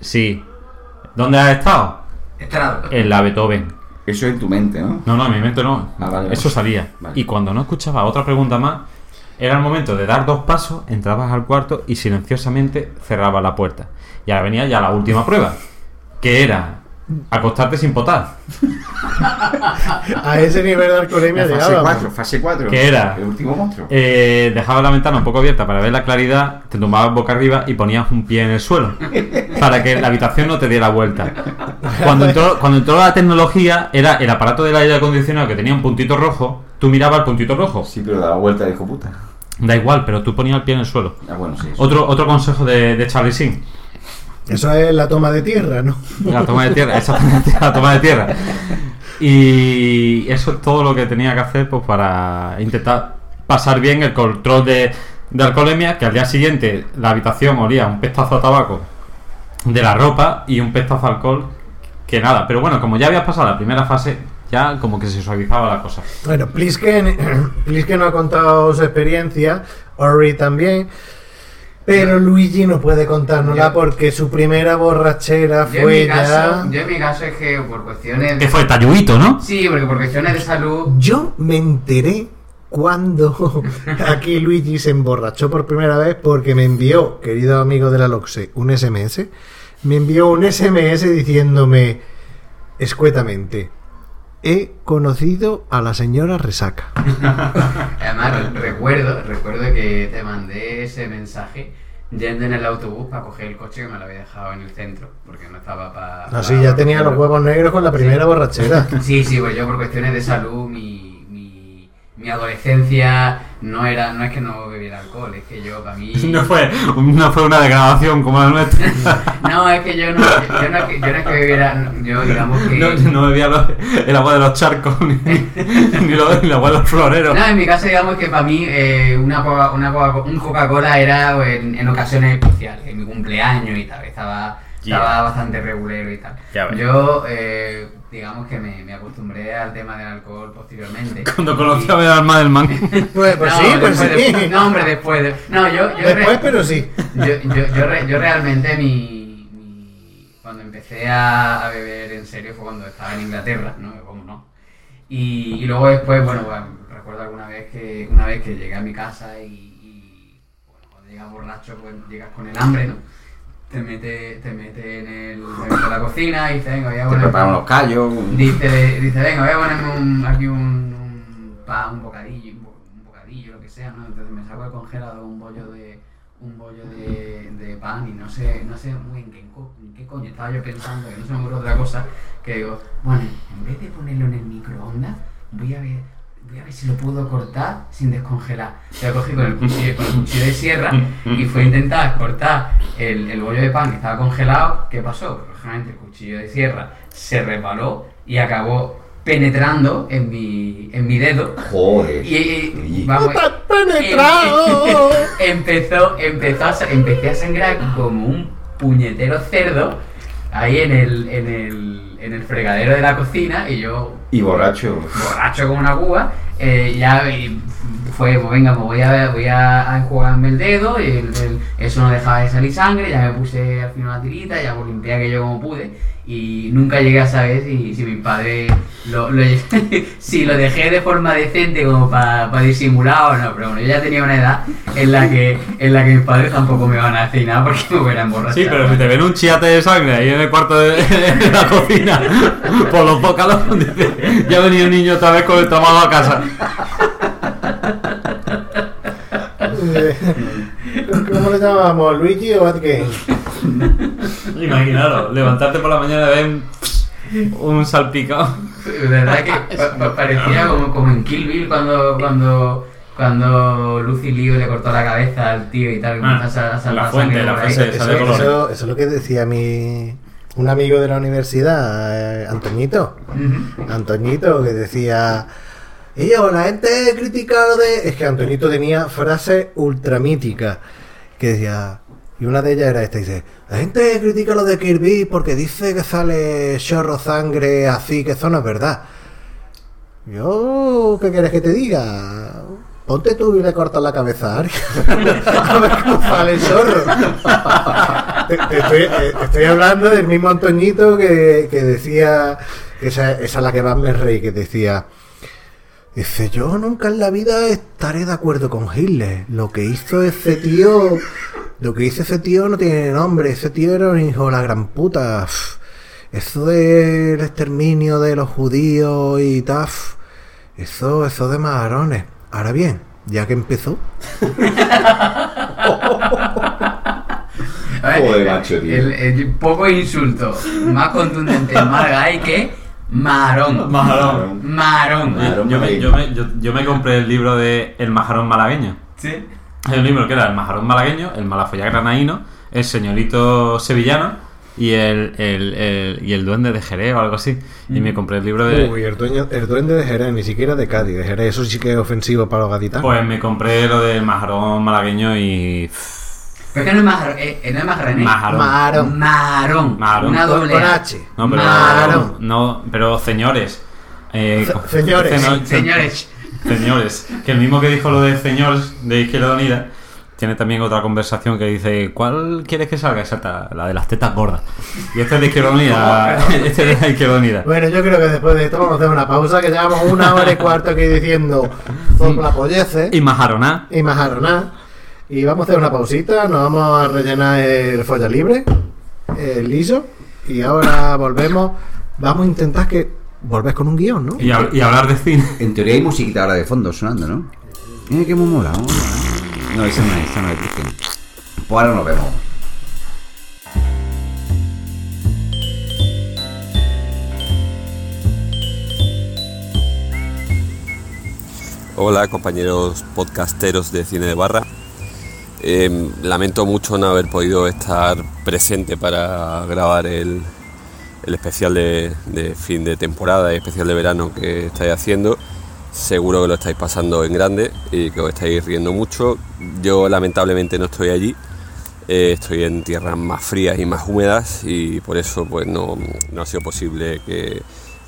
F: Sí. ¿Dónde has estado?
G: Estrado.
F: En la Beethoven.
H: Eso es tu mente, ¿no?
F: No, no, en mi mente no.
H: Ah, vale, vale.
F: Eso salía.
H: Vale.
F: Y cuando no escuchaba otra pregunta más, era el momento de dar dos pasos, entrabas al cuarto y silenciosamente cerrabas la puerta. Y ahora venía ya la última prueba, que era acostarte sin potar.
D: A ese nivel de alcoholemia
H: La fase
D: llegábamos.
H: 4, fase 4.
F: ¿Qué era?
H: El último monstruo.
F: Eh, dejabas la ventana un poco abierta para ver la claridad, te tumbabas boca arriba y ponías un pie en el suelo para que la habitación no te diera vuelta. Cuando entró, cuando entró la tecnología, era el aparato del aire acondicionado que tenía un puntito rojo, tú mirabas el puntito rojo.
H: Sí, pero daba vuelta de hijo puta.
F: Da igual, pero tú ponías el pie en el suelo.
H: Ah, bueno, sí. eso.
F: Otro, otro consejo de, de Charlie Sin.
D: Eso es la toma de tierra, ¿no?
F: La toma de tierra, exactamente, la toma de tierra. Y eso es todo lo que tenía que hacer pues, para intentar pasar bien el control de, de alcoholemia, que al día siguiente la habitación olía un pestazo a tabaco de la ropa y un pestazo a alcohol que nada. Pero bueno, como ya habías pasado la primera fase, ya como que se suavizaba la cosa.
D: Bueno, Plisken, Plisken ha contado su experiencia, Ori también, pero Luigi no puede contárnosla
G: Yo-
D: porque su primera borrachera
G: Yo en, mi
D: fue ya...
G: caso, yo en mi caso es que por cuestiones...
F: Que fue talluito, ¿no?
G: Sí, porque por cuestiones de salud...
D: Yo me enteré cuando aquí Luigi se emborrachó por primera vez porque me envió, querido amigo de la Loxe, un SMS. Me envió un SMS diciéndome escuetamente, he conocido a la señora Resaca.
G: Además, re- recuerdo, recuerdo que te mandé ese mensaje yendo en el autobús para coger el coche que me lo había dejado en el centro, porque no estaba para...
D: Así ya tenía los huevos negros con la primera borrachera.
G: Sí, sí, pues yo por cuestiones de salud, mi, mi, mi adolescencia no era, no es que no bebiera alcohol, es que yo para mí...
F: No fue, no fue una degradación como la nuestra.
G: No, es que yo no, yo no, es que- yo no es que bebiera, yo digamos que...
F: No, yo no bebía los- el agua de los charcos ni, ni lo- ni el agua de los floreros.
G: No, en mi caso digamos que para mí eh, una Coca, una Coca- un Coca-Cola era eh, en, en ocasiones especiales, en mi cumpleaños y tal, estaba, estaba bastante regulero y tal.
F: Ya ves.
G: Yo eh, digamos que me, me acostumbré al tema del alcohol posteriormente.
F: Cuando conocí
G: Y-
F: a Bernal Madelman.
D: Pues, pues
G: No,
D: sí, pues
G: después
D: sí.
G: de- no, hombre, después. de- no, yo, yo
D: Después, pero sí.
G: yo, yo, yo, re- yo realmente mi, mi- cuando empecé a, a beber en serio fue cuando estaba en Inglaterra, ¿no? ¿Cómo no? Y, y luego después, bueno, bueno, recuerdo alguna vez que una vez que llegué a mi casa y, y, bueno, cuando llegas borracho, pues llegas con el hambre, ¿no? Te mete, te mete en, el, te mete en la cocina y dices, venga, voy a
H: Te
G: poner-
H: prepararon los callos.
G: Dice, dice, venga, voy a ponerme un- aquí un, un pan, un bocadillo, un, bo- un bocadillo, lo que sea, ¿no? Entonces me saco el congelador un bollo de un bollo de, de pan y no sé, no sé muy en qué, co- en qué coño estaba yo pensando, que no se me ocurre otra cosa, que digo, bueno, en vez de ponerlo en el microondas, voy a ver, voy a ver si lo puedo cortar sin descongelar. Lo cogí con el cuchillo, con el cuchillo de sierra y fue a intentar cortar el, el bollo de pan que estaba congelado. ¿Qué pasó? Pues, Lógicamente el cuchillo de sierra se resbaló y acabó penetrando en mi, en mi dedo.
H: Joder.
G: Y, y-
H: Luigi.
G: vamos,
D: ¡Estás penetrado!
G: empezó, empezó a, sa- empecé a sangrar como un puñetero cerdo ahí en el, en el, en el fregadero de la cocina y yo
H: Y borracho.
G: borracho como una cuba, eh, ya y fue, pues venga, pues voy a, voy a, a enjuagarme el dedo, y el- el- eso no dejaba de salir sangre, ya me puse al final una tirita, ya pues limpié aquello como pude, y nunca llegué a saber si, si mi padre lo, lo- si lo dejé de forma decente como para disimular o no, pero bueno, yo ya tenía una edad en la que, en la que mis padres tampoco me van a decir nada porque me hubieran emborrachado.
F: Sí, pero si te ven un chiate de sangre ahí en el cuarto de, de la cocina, por los bócalos, dice, ya ha venido un niño otra vez con el tomado a casa.
D: Eh, ¿Cómo le llamábamos? ¿Luigi o Batgame?
F: Imaginaros, levantarte por la mañana y ver un, un salpicado.
G: De verdad que pa- pa- parecía como, como en Kill Bill cuando, cuando, cuando Lucy Liu le cortó la cabeza al tío y tal. que
F: Ah,
G: empezó a saltar
F: la fuente,
G: sangre
F: la
G: por ahí.
F: fuente.
D: Eso,
F: Sale colores.
D: eso- eso es lo que decía mi un amigo de la universidad, eh, Antoñito.
G: Ujú.
D: Antoñito, que decía. Y yo, la gente critica lo de. Es que Antoñito tenía frases ultramíticas. Que decía. Y una de ellas era esta: dice, la gente critica lo de Kirby porque dice que sale chorro sangre así, que eso no es verdad. Yo, ¿qué quieres que te diga? Ponte tú y le cortas la cabeza a Ari. a ver cómo sale el zorro. Te- te estoy, eh, estoy hablando del mismo Antoñito que, que decía Esa, esa es la que más me reí, que decía. Dice, yo nunca en la vida estaré de acuerdo con Hitler. Lo que hizo ese tío. Lo que hizo ese tío no tiene nombre. Ese tío era un hijo de la gran puta. Uf. Eso del exterminio de los judíos y tal. uf. Eso, eso de marones. Ahora bien, ya que empezó.
G: A ver,
H: Joder, macho, tío.
G: El, el poco insulto más contundente, más gay que marón.
F: Majarón.
G: Marón.
H: Majarón.
F: Yo me, yo, me, yo, yo me compré el libro de El Majarón Malagueño.
G: Sí.
F: Hay un libro que era El Majarón Malagueño, El Malafollá Granaíno, El Señorito Sevillano y el, el, el- y el Duende de Jerez o algo así. Y me compré el libro de.
D: Mm. Uy, el, dueño, el duende de Jerez, ni siquiera de Cádiz, de Jerez. Eso sí que es ofensivo para los gaditanos.
F: Pues me compré lo del Majarón Malagueño y.
G: Pero es que no es majarón, eh, eh, no es majarón. eh.
F: Majarón.
D: Majarón.
G: Marón.
F: Marón.
G: Una
D: Con-
G: doble
D: con
G: A.
D: H.
F: No, pero.
D: Majarón.
F: No, pero señores. eh,
D: Se-
F: co-
D: señores.
F: seno-
G: Señores,
F: Señores, que el mismo que dijo lo de señores de Izquierda Unida, tiene también otra conversación que dice, ¿cuál quieres que salga? Exacta, la de las tetas gordas. Y este es de Izquierda Unida, este es de Izquierda Unida.
D: Bueno, yo creo que después de esto vamos a hacer una pausa que llevamos una hora y cuarto aquí diciendo la polleces
F: Y Majarona,
D: y majarroná. Y vamos a hacer una pausita, nos vamos a rellenar el folla libre, el liso, y ahora volvemos. Vamos a intentar que volvés con un guión, ¿no?
F: y, hab- y hablar de cine.
H: En teoría hay musiquita ahora de fondo sonando, ¿no? Mira que me mola. mola. No, esa no es, esa no es. Cristian. Pues ahora nos vemos.
J: Hola compañeros podcasteros de Cine de Barra. Eh, lamento mucho no haber podido estar presente para grabar el, el especial de, de fin de temporada y especial de verano que estáis haciendo. Seguro que lo estáis pasando en grande y que os estáis riendo mucho. Yo lamentablemente no estoy allí. Eh, estoy en tierras más frías y más húmedas y por eso pues no, no ha sido posible que,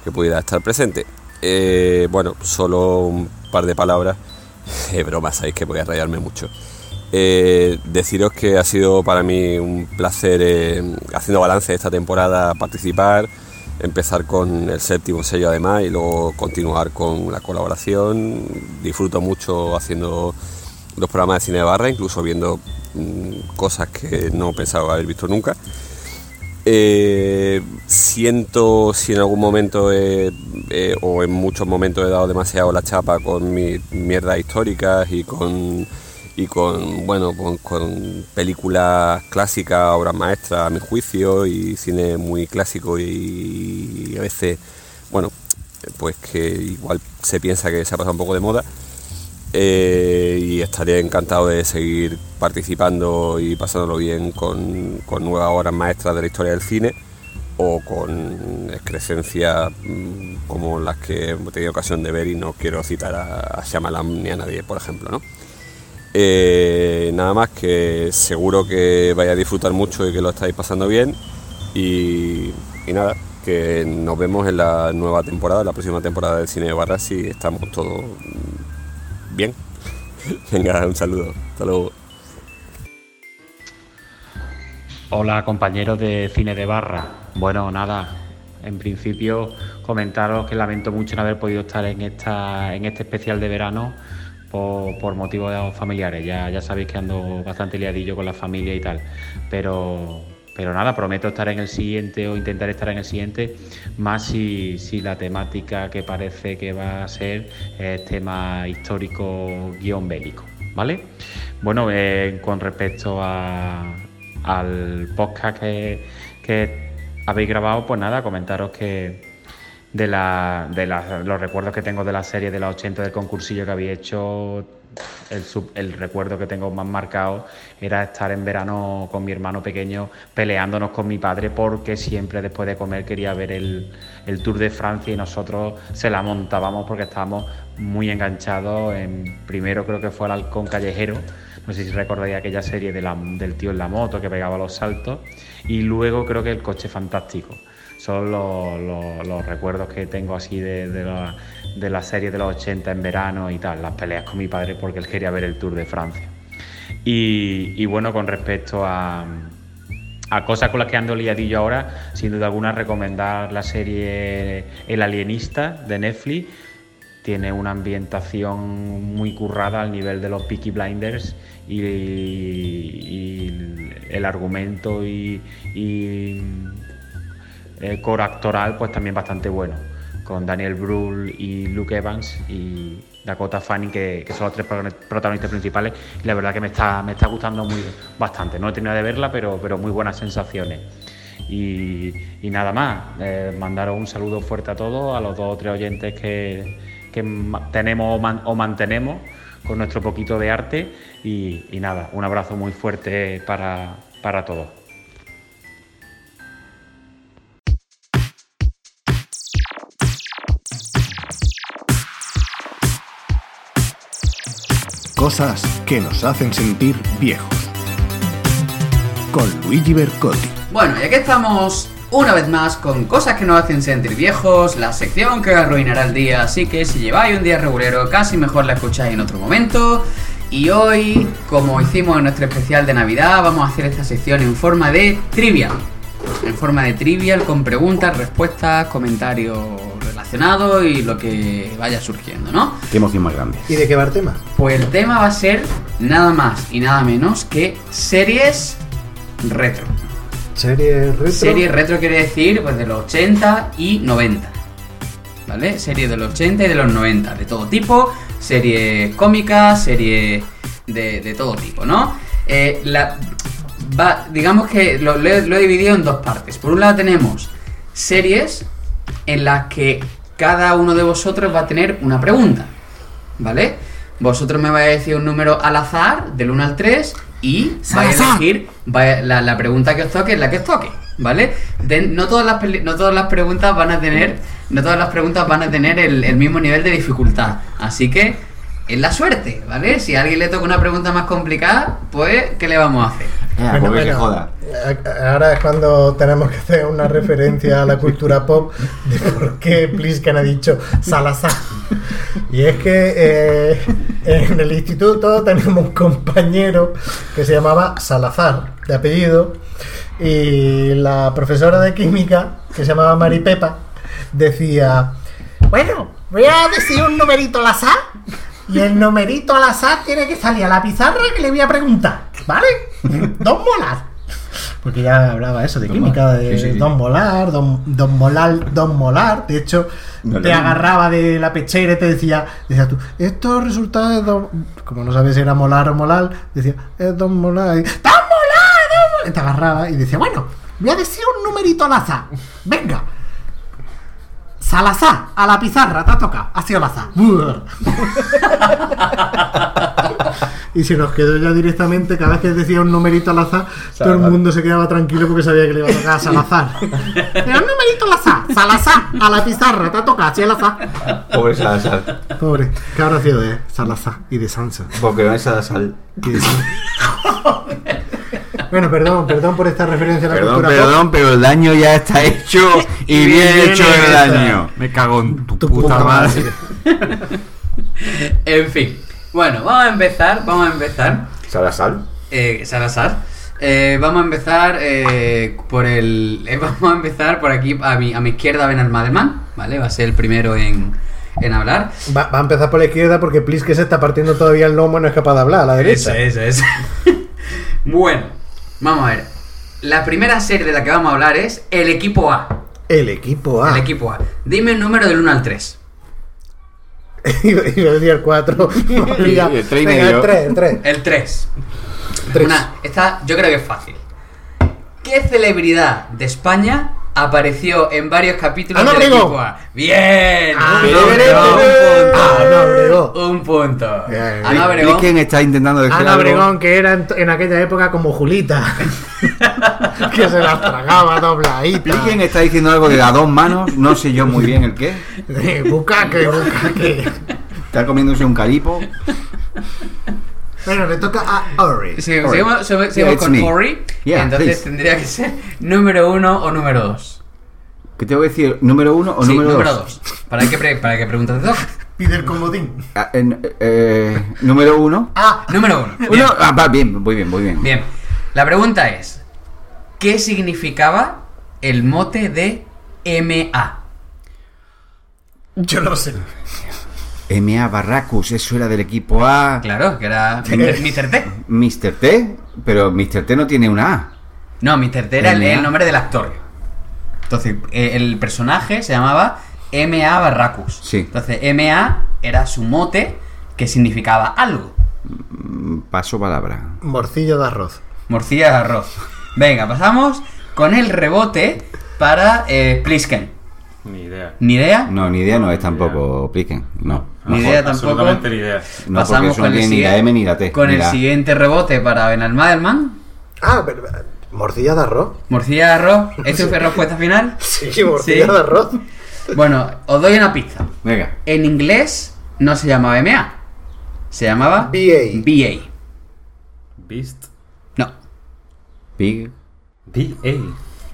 J: que pudiera estar presente. Eh, bueno, solo un par de palabras. Eh, broma, sabéis que voy a rayarme mucho. Eh, deciros que ha sido para mí un placer eh, haciendo balance de esta temporada, participar, empezar con el séptimo sello además y luego continuar con la colaboración. Disfruto mucho haciendo los programas de cine de barra, incluso viendo mm, cosas que no pensaba haber visto nunca. Eh, siento si en algún momento he- eh, o en muchos momentos he dado demasiado la chapa con mis mierdas históricas y con y con bueno con, con películas clásicas, obras maestras a mi juicio y cine muy clásico y, a veces bueno pues que igual se piensa que se ha pasado un poco de moda eh, y estaré encantado de seguir participando y pasándolo bien con, con nuevas obras maestras de la historia del cine o con excrescencias mm, como las que he tenido ocasión de ver y no quiero citar a, a Shyamalan ni a nadie, por ejemplo, ¿no? Eh, nada más que seguro que vais a disfrutar mucho y que lo estáis pasando bien y, y nada, que nos vemos en la nueva temporada, la próxima temporada del Cine de Barra si estamos todos bien. Venga, un saludo. Hasta luego.
E: Hola compañeros de Cine de Barra. Bueno, nada, en principio comentaros que lamento mucho no haber podido estar en, esta, en este especial de verano por, por motivos familiares. Ya, ya sabéis que ando bastante liadillo con la familia y tal. Pero, pero nada, prometo estar en el siguiente o intentar estar en el siguiente, más si, si la temática que parece que va a ser es tema histórico guión bélico. ¿Vale? Bueno, eh, con respecto a, al podcast que, que habéis grabado, pues nada, comentaros que de, la, de la- los recuerdos que tengo de la serie de los 80 del concursillo que había hecho, el, sub- el recuerdo que tengo más marcado era estar en verano con mi hermano pequeño peleándonos con mi padre porque siempre después de comer quería ver el, el Tour de Francia y nosotros se la montábamos porque estábamos muy enganchados. En, primero creo que fue al halcón callejero. No sé si recordáis aquella serie de la- del tío en la moto que pegaba los saltos. Y luego creo que el coche fantástico. Son los, los- los recuerdos que tengo así de, de la, de la serie de los 80 en verano y tal. Las peleas con mi padre porque él quería ver el Tour de Francia. Y, y bueno, con respecto a, a cosas con las que ando liadillo ahora, sin duda alguna recomendar la serie El Alienista de Netflix. Tiene una ambientación muy currada al nivel de los Peaky Blinders y, y el argumento y, y el core actoral pues también bastante bueno, con Daniel Brühl y Luke Evans y Dakota Fanning, que, que son los tres pro- protagonistas principales, y la verdad que me está, me está gustando muy, bastante. No he terminado de verla, pero, pero muy buenas sensaciones. Y, y nada más, eh, mandaros un saludo fuerte a todos, a los dos o tres oyentes que, que ma- tenemos o, man- o mantenemos con nuestro poquito de arte. Y, y nada, un abrazo muy fuerte para, para todos.
F: Cosas que nos hacen sentir viejos. Con Luigi Bercotti.
G: Bueno, ya que estamos una vez más con cosas que nos hacen sentir viejos, la sección que arruinará el día, así que si lleváis un día regulero, casi mejor la escucháis en otro momento. Y hoy, como hicimos en nuestro especial de Navidad, vamos a hacer esta sección en forma de trivial. En forma de trivial con preguntas, respuestas, comentarios relacionados y lo que vaya surgiendo, ¿no?
H: Qué emoción más grande.
K: ¿Y de qué va el tema?
G: Pues el tema va a ser nada más y nada menos que series retro.
K: ¿Serie retro?
G: Serie retro quiere decir pues de los 80 y 90. ¿Vale? Serie de los 80 y de los 90, de todo tipo, serie cómica, serie de, de todo tipo, ¿no? Eh, la, va- digamos que lo, lo he, lo he dividido en dos partes. Por un lado tenemos series en las que cada uno de vosotros va a tener una pregunta, ¿vale? Vosotros me vais a decir un número al azar, del 1 al 3, y vais a elegir vai- la, la pregunta que os toque, la que os toque, ¿vale? De- no, todas las peli- no todas las preguntas van a tener, no todas las preguntas van a tener el, el mismo nivel de dificultad, así que es la suerte, ¿vale? Si a alguien le toca una pregunta más complicada, pues, ¿qué le vamos a hacer?
H: Ah,
K: Bueno,
H: porque se
K: bueno,
H: joda.
K: a- a- Ahora es cuando tenemos que hacer una referencia a la cultura pop de por qué Plisken ha dicho Salazar. Y es que eh, en el instituto tenemos un compañero que se llamaba Salazar, de apellido, y la profesora de química, que se llamaba Mari Pepa, decía, bueno, voy a decir un numerito al azar, y el numerito al azar tiene que salir a la pizarra que le voy a preguntar, ¿vale? Don Molar. Porque ya hablaba eso de
H: Don
K: química,
H: Molar,
K: de
H: sí, sí, sí.
K: Don Molar, Don, don Molar, Don Molar. De hecho,
H: No
K: te
H: le-
K: agarraba de la pechera y te decía, decía tú, esto resulta de Don... Como no sabes si era Molar o Molar, decía, es Don Molar. Y, ¡Don Molar! ¡Don Molar! Y te agarraba y decía, bueno, voy a decir un numerito al azar. Venga. Salazar, a la pizarra, te ha tocado. Ha sido al azar. Brr. y se nos quedó ya directamente, cada vez que decía un numerito al azar, todo el mundo se quedaba tranquilo porque sabía que le iba a tocar a Salazar. Era un numerito al azar, Salazar, a la pizarra, te ha tocado, así al azar.
H: Pobre Salazar.
K: Pobre, ¿qué habrá sido de Salazar y de Sansa?
H: Porque no es Salazar.
K: Y de Sansa. bueno, perdón, perdón por esta referencia a la
H: Perdón,
K: cultura pop.
H: perdón, pero el daño ya está hecho y bien
K: bien
H: hecho el
K: hecho.
H: daño.
L: Me cago en tu,
K: Tu
L: puta,
K: puta
L: madre.
G: En fin, bueno, vamos a empezar, vamos a empezar.
H: Salazar.
G: Eh, Salazar. Eh, vamos a empezar eh, por el. eh, vamos a empezar por aquí a mi, a mi izquierda Ben Almadelman, ¿vale? Va a ser el primero en, en hablar.
K: Va, va a empezar por la izquierda porque Please que se está partiendo todavía el lomo y no es capaz de hablar a la derecha.
G: Esa, esa, esa. bueno, vamos a ver. La primera serie de la que vamos a hablar es El equipo A.
K: El equipo A.
G: El equipo A. Dime el número del 1 al 3.
K: Iba iba a decir el 4.
H: Y el tres y medio.
K: el 3, el 3.
G: El 3.
K: Tres.
G: Una, esta yo creo que es fácil. ¿Qué celebridad de España apareció en varios
H: Ah,
G: capítulos
K: ¡Ana
G: del
K: Obregón!
G: equipo A? ¡Bien!
K: ¡Ana
G: Un
K: Obregón!
G: punto,
K: ¡Ana Ah, Obregón!
G: Un punto. Ah,
K: Bien.
G: Ana Obregón.
H: Pliquen está intentando decir algo.
K: Ana Ah, Obregón, que era en, en aquella época como Julita. que se las tragaba dobladita.
H: Pliquen está diciendo algo de a dos manos, no sé yo muy bien el qué.
K: Eh, Bucaque, bucaque.
H: Está comiéndose un calipo.
K: Bueno, le toca a Ori.
G: Si seguimos, se- seguimos
H: Yeah, it's
G: con
H: me.
G: Ori,
H: Yeah,
G: entonces
H: please.
G: tendría que ser número 1 o número 2.
H: ¿Qué tengo que decir? ¿Número uno o
G: sí,
H: número,
G: número
H: dos?
G: 2. ¿Para qué, pre- para qué preguntas de dos?
K: Pide el comodín.
H: Ah, en- eh, número uno.
K: Ah,
G: Número 1.
H: Uno- ah, va, bien, muy bien, muy bien.
G: Bien, la pregunta es: ¿Qué significaba el mote de MA?
M: Yo no lo sé.
H: MA Barracus, eso era del equipo A.
G: Ah, Claro, que era Mr. Mr. T.
H: Mr. T, pero Mr. T no tiene una A.
G: No, Mr. T era el,
H: M.A..
G: el nombre del actor. Entonces, eh, el personaje se llamaba M.A. Barracus.
H: Sí.
G: Entonces, M.A. era su mote que significaba algo.
H: Mm, Paso palabra.
D: Morcillo de arroz.
G: Morcilla de arroz. Venga, pasamos con el rebote para eh, Plisken.
F: Ni idea.
G: ¿Ni idea?
H: No, ni idea no es tampoco, Pliquen. No.
G: Ni
H: No,
G: idea
H: joder.
G: tampoco.
F: Absolutamente ni idea.
H: No, porque eso no tiene ni la
G: siguiente-
H: M ni la T.
G: Con
H: ni
G: el
H: la A.
G: siguiente rebote para Benalmaderman.
D: Ah, pero, morcilla de arroz.
G: Morcilla de arroz. ¿Esto fue respuesta final?
D: Sí, morcilla
G: Sí.
D: de arroz.
G: Bueno, os doy una pista.
H: Venga.
G: En inglés no se llamaba MA. Se llamaba
D: BA.
G: BA.
F: Beast.
G: No,
H: Big
F: B.A.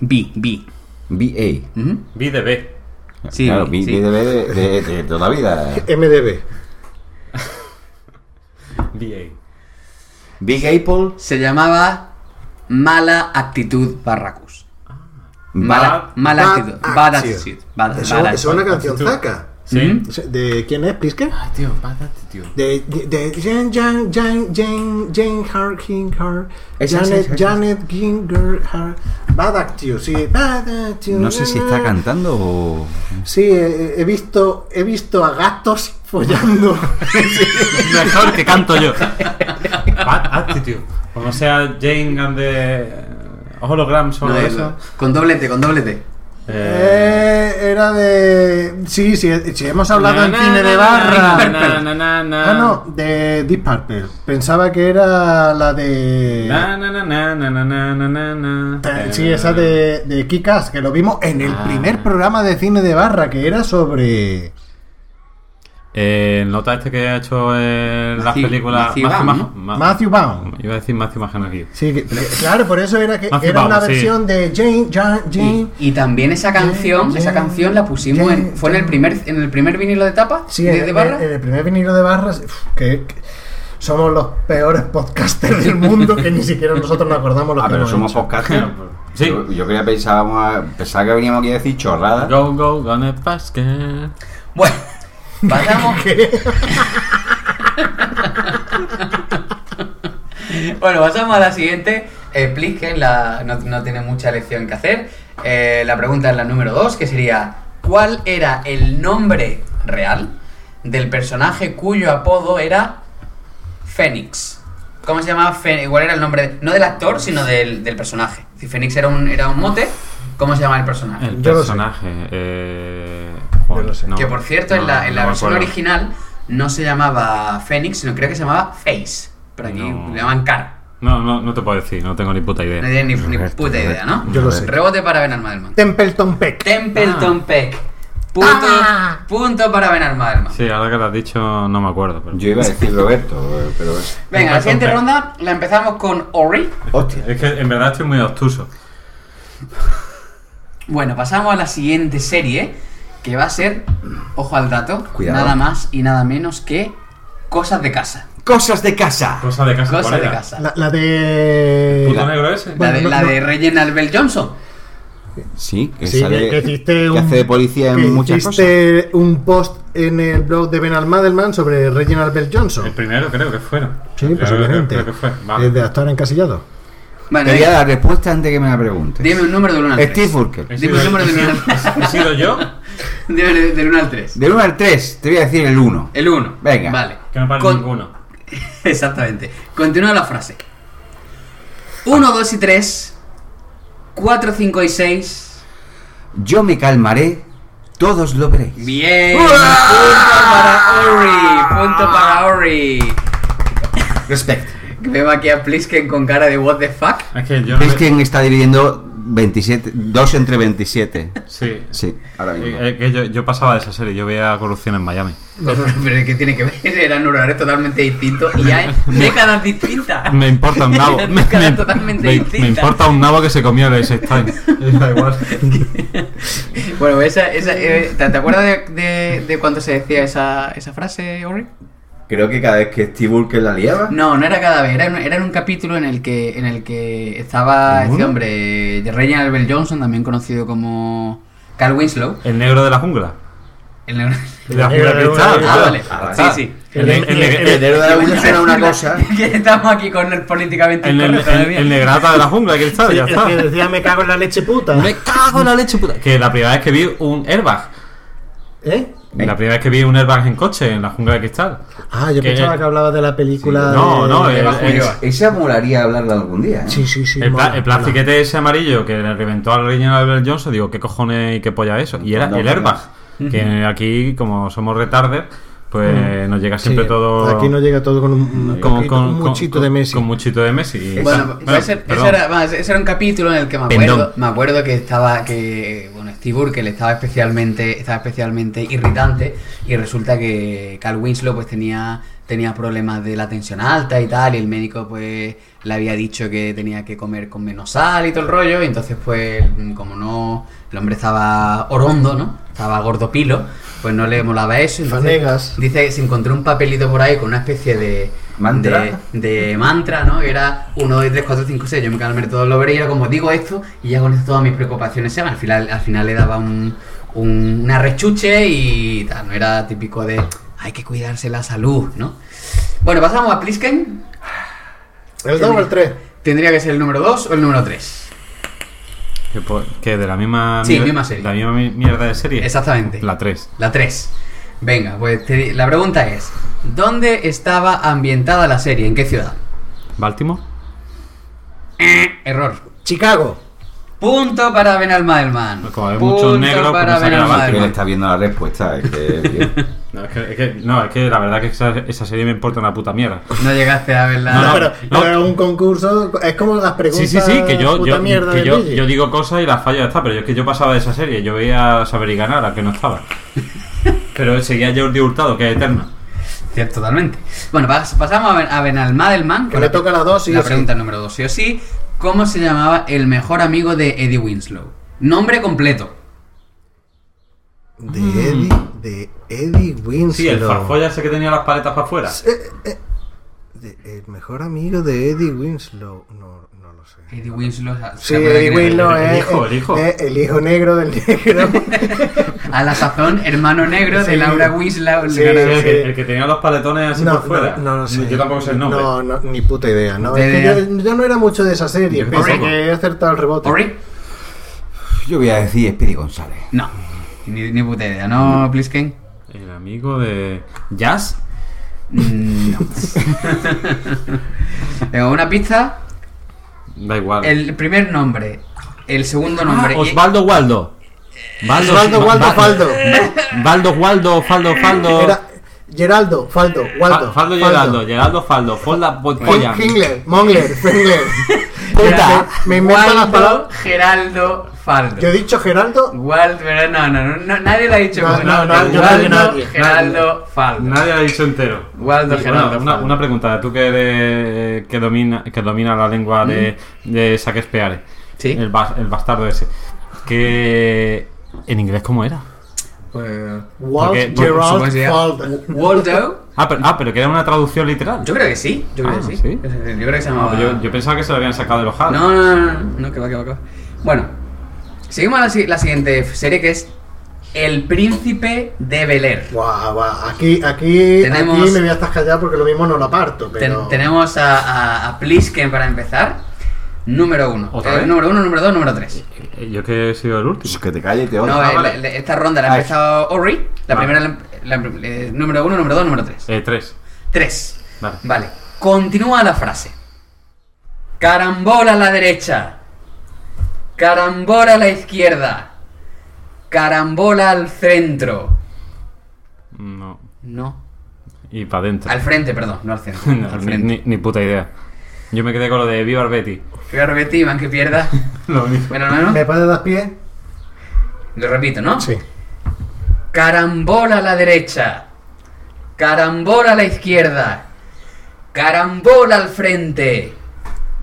G: B, B.
H: BA.
G: Ujú.
F: B de B.
G: Sí,
H: claro,
G: sí.
H: B- B de, B de, de- de toda la vida.
D: MDB.
F: B.A.
H: Big Apple.
G: Se llamaba Mala Actitud Barracus.
H: Ah.
G: Mala,
F: Bad-
G: mala
D: Bad
G: actitud. Bad
D: Attitude.
G: attitude. Bad-
D: Eso,
G: bad
D: eso es una
G: attitude.
D: canción zaca.
F: Sí.
G: Ujú.
D: ¿De quién es, Pisker?
M: Ay, tío, bastante, tío.
D: De, de, de Jan, Jan, Jan, Jan, Jan, Hart, King, Hart,
H: Esa, esa,
D: Janet,
H: esa, esa.
D: Janet, Ginger, Hart, Bad Actio, sí, Bad Actio.
H: No sé si está
D: cantando.
H: cantando o.
D: Sí, he, he visto, he visto a gatos follando.
F: Mejor que canto yo. Bad attitude. Como sea Jane and the eh, Holograms o
G: No,
F: algo de
G: eh,
F: eso.
G: Con doble T, con doble T.
F: Eh,
D: Eh, era de. Sí, sí, sí, hemos hablado en
F: na,
D: cine
F: na,
D: de
F: na,
D: barra.
F: na, na, na, na, na.
D: Ah, no, de Deep Purple. Pensaba que era la
F: Na,
D: de.
F: na, na, na, na, na, na, na, na, na.
D: Eh, Sí, esa de, de Kikas, que lo vimos en el
F: Ah.
D: primer programa de cine de barra, que era sobre.
F: Eh, nota este que ha hecho en las
G: Matthew-
F: películas.
G: Matthew Vaughn,
F: Mah- Ma-
D: Matthew Vaughn.
F: Iba a decir Matthew McConaughey.
D: Sí, que- que- claro, por eso era que
F: Matthew
D: era una
F: Vaughn, sí.
D: versión de Jane, Jane, Jane.
G: Y, y también esa canción,
D: Jane,
G: esa canción la pusimos
D: Jane,
G: en, fue en el
D: Jane.
G: primer, en el primer vinilo de tapa
D: Sí,
G: de,
K: eh,
D: en,
G: de
D: en-
G: barra.
D: en el primer vinilo de barras, uf, que, que somos los peores podcasters del mundo, que ni siquiera nosotros nos acordamos los
H: Ah,
D: que
H: pero
D: hemos
H: somos
D: hecho.
H: podcasters.
F: Sí.
H: Yo, yo creía pensábamos a- pensaba que veníamos aquí a decir chorradas.
F: Go, go, gonna basket.
G: Bueno, pasamos. bueno, pasamos a la siguiente. Eh, Plisken la, no, no tiene mucha lección que hacer. Eh, la pregunta es la número 2, que sería: ¿Cuál era el nombre real del personaje cuyo apodo era Fénix? ¿Cómo se llamaba Fénix? ¿Cuál era el nombre? No del actor, sino del, del personaje. Si Fénix era un, era un mote, ¿cómo se llama el personaje?
F: El
D: Yo lo sé.
F: personaje. Eh,
D: Yo lo sé.
F: no,
G: que por cierto, en la, en
F: no
G: la
F: me
G: versión
F: acuerdo.
G: original no se llamaba Fénix, sino creo que se llamaba Face. Pero aquí
F: No.
G: le llaman cara.
F: No, no, no te puedo decir, no tengo ni puta idea.
G: No tienen ni, ni puta idea, ¿no?
D: Yo lo sé.
G: Rebote para Ben Madelman.
D: Templeton Peck.
G: Templeton Peck. Punto, punto para Ben Madelman.
F: Sí, ahora que lo has dicho, no me acuerdo. Pero...
H: Yo iba a decir Roberto, eh, pero.
G: Venga, la siguiente
F: Peck.
G: ronda la empezamos con Ori.
H: Hostia.
F: Es que en verdad estoy muy obtuso.
G: Bueno, pasamos a la siguiente serie, que va a ser, ojo al dato,
H: Cuidado.
G: nada más y nada menos que Cosas de Casa.
H: Cosas de casa.
F: Cosa de casa.
G: Cosas
F: ¿cuál
G: de
F: era?
G: Casa. La,
D: La, la de.
F: ¿Puto negro ese?
D: Bueno,
G: de,
D: no-
G: la
D: no-
G: de Reginald Bell Johnson.
H: Sí, que
D: Sí,
H: sale.
D: que, que hiciste
H: que
D: un,
H: hace de policía
D: que
H: en muchas cosas.
D: hiciste un post en el blog de Ben Almadelman sobre Reginald Bell
F: El
D: Johnson.
F: primero creo que fueron.
D: Sí,
K: pues
F: Creo-
D: posiblemente.
F: Creo que fue.
D: Es de
F: Vale.
D: actuar encasillado.
G: Bueno,
H: Te voy a dar respuesta antes que me la preguntes.
G: dime un número del 1 al 3.
H: Steve Burker.
F: ¿He
G: Dime
F: sido-
G: el número
F: he
G: del 1
F: sido-
G: al 3.
F: ¿He sido yo?
G: Dime del 1 al 3.
H: Del 1 al 3, te voy a decir el 1.
G: El 1.
H: Venga.
G: Vale.
F: Que no para
G: Con-
F: ninguno.
G: Exactamente. Continúa la frase. 1, 2 y 3. 4, 5 y 6.
H: Yo me calmaré, todos lo veréis.
G: Bien. Punto para Ori. Punto para Ori.
H: Respect.
G: Veo aquí a Plisken con cara de what the fuck.
F: Es que yo no.
H: Es que está dividiendo 27, 2 entre 27.
F: Sí.
H: Sí, ahora mismo.
F: Eh, eh, que yo, yo pasaba de esa serie, yo veía corrupción en Miami.
G: Pero, pero ¿qué tiene que ver? Eran horarios totalmente distintos y hay décadas distintas.
F: Me importa un nabo.
G: Eran
F: me,
G: décadas
F: me-
G: totalmente
F: me-
G: distintas.
F: me importa un nabo que se comió el Ice Time. Da igual.
G: Bueno, esa, esa, eh, ¿te, te acuerdas de, de, de cuándo se decía esa, esa frase, Ori?
H: Creo que cada vez que Steve Burke la liaba.
G: No, no era cada vez, era, en- era en un capítulo en el que, en el que estaba este
F: ¿Ninguno?
G: hombre, de Reginald Bell Johnson, también conocido como Carl Winslow.
F: El negro de la jungla.
G: El negro,
F: El de la jungla de cristal.
G: Ah, vale.
F: Ah,
G: Sí,
F: está.
G: sí.
F: El- el- el- el-
D: Eh,
G: que estamos aquí con el políticamente
F: El, el,
G: incorrecto
F: el-
G: todavía.
F: el negrata de la jungla de cristal, ya
K: Sí,
F: está.
K: el que decía me cago en la leche puta.
F: Me cago en la leche puta. Que la primera vez que vi un airbag.
K: ¿Eh?
F: La primera vez que vi un airbag en coche en la jungla de cristal.
K: Ah, yo
F: Que-
K: pensaba que hablabas de la película.
F: No,
K: de-
F: no,
K: de
F: el-
K: Bajo
F: el-
D: eh,
K: Yoa.
H: Pues Esa molaría hablarla algún día. ¿eh?
K: Sí, sí, sí.
F: El, pla-
K: mola,
F: el plastiquete ese amarillo que le reventó al riñón de Albert Johnson, digo, ¿qué cojones y qué polla eso? Y era
H: No,
F: el
H: no,
F: airbag.
K: no.
F: Que aquí, como somos retarder, pues nos llega
K: Sí,
F: siempre todo.
K: Aquí no llega todo con un, un
F: con-
K: poquito-
F: con-
K: un
F: con-
K: muchito
F: con-
K: de Messi.
F: Con muchito de Messi. Y-
G: Bueno,
F: bueno,
G: ese, ese
F: perdón.
G: era, vamos, ese era un capítulo en el que me
F: Pendón.
G: acuerdo, me acuerdo que estaba que bueno, Steve Burke le estaba especialmente estaba especialmente irritante y resulta que Carl Winslow pues tenía tenía problemas de la tensión alta y tal y el médico pues le había dicho que tenía que comer con menos sal y todo el rollo y entonces pues como no el hombre estaba orondo, ¿no? Estaba gordopilo, pues no le molaba eso. entonces
K: Fanegas.
G: Dice que se encontró un papelito por ahí con una especie de
H: Mantra.
G: de, de mantra, ¿no? Era 1, 2, 3, 4, 5, 6. Yo me calmé todo lo veré y era como digo esto y ya con esto todas mis preocupaciones se van. Al final, al final le daba un, un- una rechuche y tal. No era típico de hay que cuidarse la salud, ¿no? Bueno, pasamos a Plisken.
K: El 2 o el 3.
G: ¿Tendría que ser el número 2 o el número 3?
F: Que, po- que de la misma,
G: Sí,
F: mier-
G: misma serie.
F: La misma mi- mierda de serie.
G: Exactamente.
F: La 3.
G: La 3. Venga, pues te- la pregunta es, ¿dónde estaba ambientada la serie? ¿En qué ciudad?
F: Baltimore.
G: Error.
K: Chicago.
G: Punto para Ben Almadelman.
F: Pues Como hay muchos negros, pues no
G: para
F: saca
G: Ben
F: la
H: Que
G: Almadelman.
H: le está viendo la respuesta. Es que,
F: No es, que, es que- no, es que la verdad que esa, esa serie me importa una puta mierda.
G: No llegaste a verla.
F: No, no,
K: pero,
F: no.
K: pero un concurso es como las
F: Sí,
K: preguntas.
F: sí, sí, que yo,
K: puta
F: yo,
K: mierda
F: que
K: de
F: yo,
K: Luigi.
F: yo digo cosas y las fallo ya está, pero yo es que yo pasaba de esa serie, yo veía saber y ganar a que no estaba. Pero seguía Jordi Hurtado, que es eterna.
G: Cierto, totalmente. Bueno, pas- pasamos a Ben, a ben Almadelman.
K: Que le toca la dos, sí
G: La
K: o sí.
G: pregunta número 2, sí o sí. ¿Cómo se llamaba el mejor amigo de Eddie Winslow? Nombre completo.
K: De
F: Mm.
K: Eddie, de Eddie Winslow.
F: Sí, el farfolla ese que tenía las paletas para afuera.
K: Eh, eh, de- el mejor amigo de Eddie Winslow. No, no lo sé.
G: Eddie Winslow. ¿se
K: Sí,
G: acuerdan
K: Eddie
G: que-
K: Winslow eh.
F: el
K: es
F: hijo, el hijo.
K: es el hijo negro del negro.
G: A la sazón, hermano negro
K: Sí.
G: de Laura Winslow.
K: Sí,
F: El,
G: ganadora
K: sí.
F: que, el que tenía los paletones así
K: No,
F: por fuera.
K: no, no lo sé.
F: Yo tampoco sé el nombre.
K: No, no, ni puta idea. No,
G: Puta
K: Es que
G: idea.
K: yo, yo no era mucho de esa serie,
F: Yo
K: pese a
F: tampoco.
K: que he acertado el rebote.
G: ¿Ori?
H: Pues yo voy a decir Speedy González.
G: No. Ni, ni puta idea, ¿no, Plisken?
F: El amigo de. Jazz.
G: Mm, No. Venga, una pista.
F: Da igual.
G: El primer nombre, el segundo
F: Ah,
G: nombre. y-
F: Osvaldo Waldo. Valdo-
K: Osvaldo, Waldo,
F: Va- Va-
K: Faldo.
F: Valdo Waldo, Faldo, Faldo.
K: Era Geraldo, Faldo, Waldo.
F: Fa- Faldo Geraldo, Geraldo Faldo, Folda po- Polla.
K: Hing- Hingler, Mongler, Fengler. Puta, me, me invento las
G: Waldo
K: palabras.
G: Geraldo Faldo.
K: Yo he dicho Geraldo.
G: Waldo, pero no, no, no, no, nadie lo ha dicho.
K: No,
G: como
K: no, no,
G: nombre.
K: yo creo
G: Waldo
K: que nadie,
G: Geraldo Faldo.
F: Nadie ha dicho entero.
G: Waldo
F: Y,
G: Geraldo
F: bueno, una,
G: Faldo.
F: una pregunta, tú que, eres- que, domina, que domina la lengua de, de Saquespeare,
G: Mm. Sí.
F: el, bas- el bastardo ese, que en inglés cómo era?
G: Pues,
K: Walt,
F: Porque- porque
K: Gerald,
G: supongo que
K: Faldo.
G: Waldo.
F: Ah pero, ah, pero que era una traducción literal.
G: Yo creo que sí. Yo creo
F: Ah,
G: que sí.
F: ¿sí?
G: Yo creo que se
F: Ah,
G: llamaba.
F: pues yo, yo pensaba que se lo habían sacado del ojal.
G: No, no, no, no, no, que va, que va, que va. Bueno, seguimos a la, si- la siguiente serie que es El Príncipe de Bel Air.
K: Guau, guau. Aquí, aquí,
G: Tenemos-
K: aquí me voy a estar callado porque lo mismo no lo parto.
G: Ten-
K: Pero...
G: tenemos a, a, a Plisken para empezar. Número uno.
F: ¿Otra
G: Eh,
F: vez?
G: número uno, número dos, número tres.
F: Eh, Yo que he sido el último.
H: Pues que te calle y te odio.
G: No,
F: Ah,
G: eh,
F: vale.
G: la- la- esta ronda la ha
H: Ah,
G: empezado Ori. La
F: Vale.
G: primera, la- la- eh, número uno, número dos, número tres.
F: Eh, tres.
G: Tres.
F: Vale.
G: Vale. Continúa la frase. Carambola a la derecha. Carambola a la izquierda. Carambola al centro.
F: No.
G: No.
F: Y para adentro.
G: Al frente, perdón, no al centro.
F: No,
G: al
F: ni-
G: frente.
F: ni, ni puta idea. Yo me quedé con lo de Viva el Betty.
G: Voy a repetir, Iván, que pierda.
F: Lo mismo.
G: Bueno, hermano,
K: ¿Me puedes dar pie?
G: lo repito, ¿no?
K: Sí.
G: Carambola a la derecha. Carambola a la izquierda. Carambola al frente.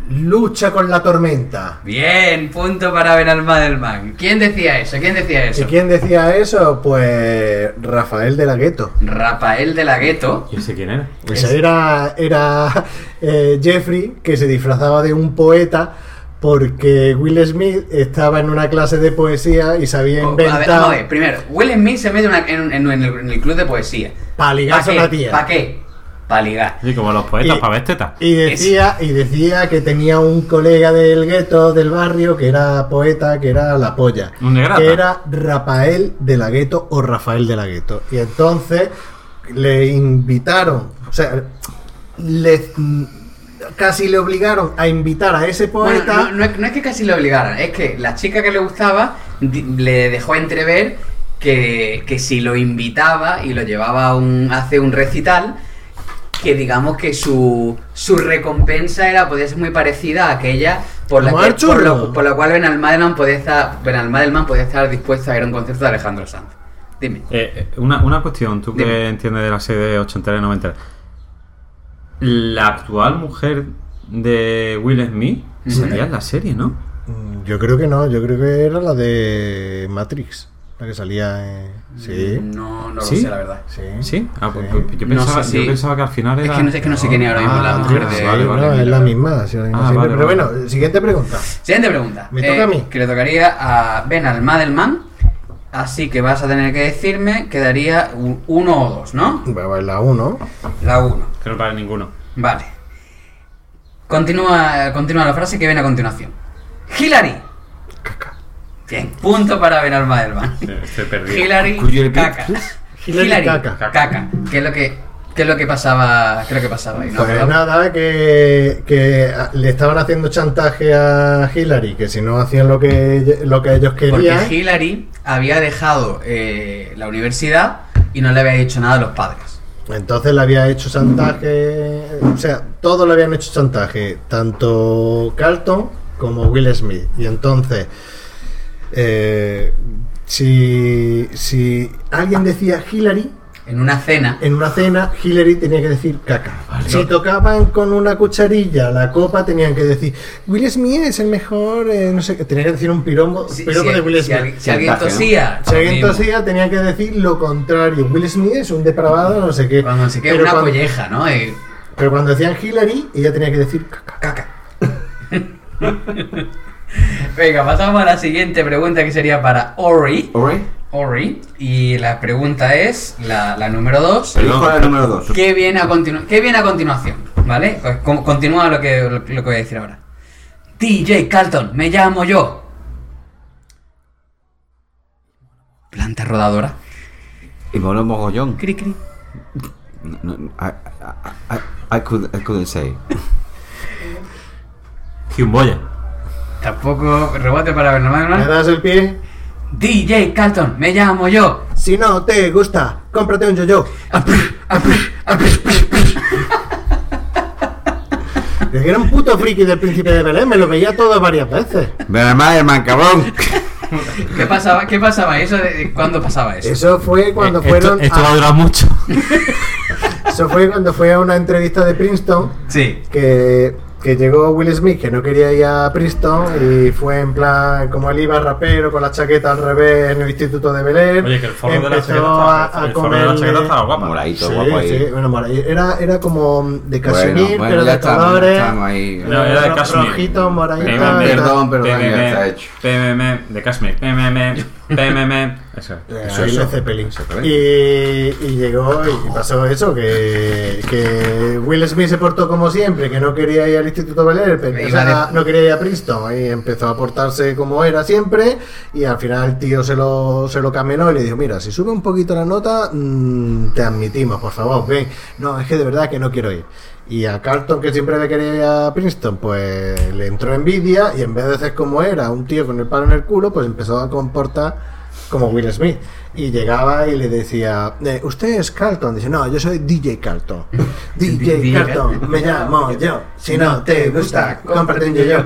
K: Lucha con la tormenta.
G: Bien, punto para Benalma del Man. ¿Quién decía eso? ¿Quién decía
K: ¿Y
G: eso?
K: quién decía eso? Pues Rafael de la Gueto.
G: Rafael de la Gueto.
F: ¿Y ese quién era?
K: Ese Pues era, era eh, Jeffrey, que se disfrazaba de un poeta porque Will Smith estaba en una clase de poesía y se había
G: Oh, A ver, vamos
K: inventado
G: a ver, primero, Will Smith se mete una- en, un- en un- en el, en el club de poesía.
K: para ligarse a
G: ¿Para
K: una
G: qué?
K: tía.
G: ¿Para qué? Para ligar.
F: Sí, como los poetas,
K: Y-
F: para ver teta.
K: Y decía, y decía que tenía un colega del gueto del barrio que era poeta, que era la polla.
F: Un negrata.
K: Que era Rafael de la Gueto o Rafael de la Gueto. Y entonces le invitaron, o sea, le, mm, casi le obligaron a invitar a ese
G: Bueno, no,
K: poeta.
G: no es, no es que casi le obligaran, es que la chica que le gustaba di- le dejó entrever que, que si lo invitaba y lo llevaba a un, hace un recital, que digamos que su, su recompensa era podía ser muy parecida a aquella por la,
K: Como
G: que-
K: al
G: por, lo-
K: churro.
G: por la cual Benalmadelman podía estar, Benalmadelman podía estar dispuesta a ir a un concierto de Alejandro Sanz. Dime.
F: Eh, eh, una, una cuestión, tú que entiendes de la serie ochentera y noventera. La actual mujer de Will Smith salía en la serie, ¿no?
K: Mm, Yo creo que no, yo creo que era la de Matrix, la que salía. eh, sí.
G: No, no lo
F: ¿Sí?
G: sé, la verdad.
K: Sí.
F: Sí, ah, pues, pues, yo, pensaba,
G: No sé si-
F: yo pensaba que al final
G: Es
F: era.
G: que no sé- es que no sé quién es ahora mismo la
F: Ah,
G: mujer de-
F: Vale,
K: No,
F: vale.
K: es la misma. sí, la misma,
F: Ah,
K: sí.
F: vale,
K: Pero
F: vale.
K: bueno, siguiente pregunta.
G: Siguiente pregunta. Eh,
K: Me toca a mí.
G: Que le tocaría a Ben Almadelman. Así que vas a tener que decirme que daría un- uno o dos, ¿no?
K: Va a la 1.
G: La uno.
F: Que no para ninguno.
G: Vale. Continúa, continúa la frase que viene a continuación. Hillary. Bien, punto para Ben Almadelman.
F: Estoy perdido.
G: Hillary caca.
K: Hillary caca.
G: caca. ¿Qué es lo que, qué es lo que pasaba? ¿Qué es lo que pasaba ahí? ¿no?
K: Pues nada, que, que ah, le estaban haciendo chantaje a Hillary, que si no hacían lo que, lo que ellos
G: Porque
K: querían.
G: Hillary había dejado eh, la universidad y no le había dicho nada a los padres.
K: Entonces le había hecho chantaje. O sea, todos le habían hecho chantaje. Tanto Carlton como Will Smith. Y entonces. eh, si, si alguien decía Hillary.
G: En una cena.
K: En una cena, Hillary tenía que decir caca. Si tocaban con una cucharilla la copa, tenían que decir Will Smith es el mejor. eh, no sé qué. Tenía que decir un piromo,
G: Si-
K: piropo
G: si-
K: de Will
G: si
K: Smith.
G: alguien- si alguien tosía,
K: Si alguien
G: mismo.
K: tosía, tenía que decir lo contrario. Will Smith es un depravado, no sé qué.
G: Cuando se queda
K: Pero
G: una
K: cuando-
G: colleja, ¿no? Eh,
K: Pero cuando decían Hillary, ella tenía que decir caca.
G: Venga, pasamos a la siguiente pregunta que sería para Ori.
H: Ori.
G: Ori. Y la pregunta es la, la número 2.
H: Perdón, ¿cuál es la número dos?
G: ¿Qué viene a, continu- qué viene a continuación? ¿Vale? Pues com- continúa lo que, lo, lo que voy a decir ahora. DJ Carlton, me llamo yo. Planta rodadora.
H: Y me lo mogollón.
G: Cri, cri.
H: No, no, I, I, I, I, could, I couldn't say.
F: Jumboya.
G: Tampoco rebote para
K: ¿Me
G: Bernardo.
K: das el pie?
G: DJ Carlton, me llamo yo.
K: Si no te gusta, cómprate un yo-yo. Es que era un puto friki del príncipe de Belén, me lo veía todo varias veces.
H: Pero madre, man, cabrón.
G: ¿Qué pasaba? ¿Qué pasaba? ¿Eso de- de- ¿Cuándo pasaba eso?
K: Eso fue cuando
F: Eh,
K: fueron.
F: esto, esto va a
K: a-
F: durar mucho.
K: eso fue cuando fue a una entrevista de Princeton
G: Sí.
K: que, que llegó Will Smith que no quería ir a Princeton y fue en plan como él iba rapero con la chaqueta al revés en el instituto de Belén.
F: Oye, que el forro de la
K: Empezó
F: chaqueta
K: a-
F: estaba,
K: a
F: el forro de la
K: comerle-
F: chaqueta estaba guapa.
H: Moradito,
K: Sí,
H: guapo ahí.
K: sí, bueno, mola. Era, era como de cachemir,
H: bueno,
K: pero
H: ya
K: de
H: estamos,
K: colores.
H: estamos ahí.
F: Era, era de Kashmir.
K: Rojito, moradito.
F: Perdón,
K: y tal.
H: perdón, pero
F: PMM,
H: ya está hecho.
F: PMM, de Kashmir. PMM, PMM. Eso.
K: Eh,
H: Eso,
K: ahí
H: eso.
K: le hace peli.
H: Exactamente.
K: Y, y llegó y pasó eso, que, que Will Smith se portó como siempre, que no quería ir al Instituto Bel Air, o
G: Iba
K: sea,
G: de-
K: no quería ir a Princeton, y empezó a portarse como era siempre, y al final el tío se lo, se lo caminó y le dijo, mira, si sube un poquito la nota, mm, te admitimos, por favor, ven. No, es que de verdad que no quiero ir. Y a Carlton, que siempre le quería ir a Princeton, pues le entró envidia y en vez de hacer como era, un tío con el palo en el culo, pues empezó a comportar como Will Smith. Y llegaba y le decía, eh, ¿usted es Carlton? Dice, no, yo soy DJ Carlton. DJ Carlton, me llamo yo. Si no te gusta, cómprate un yo-yo.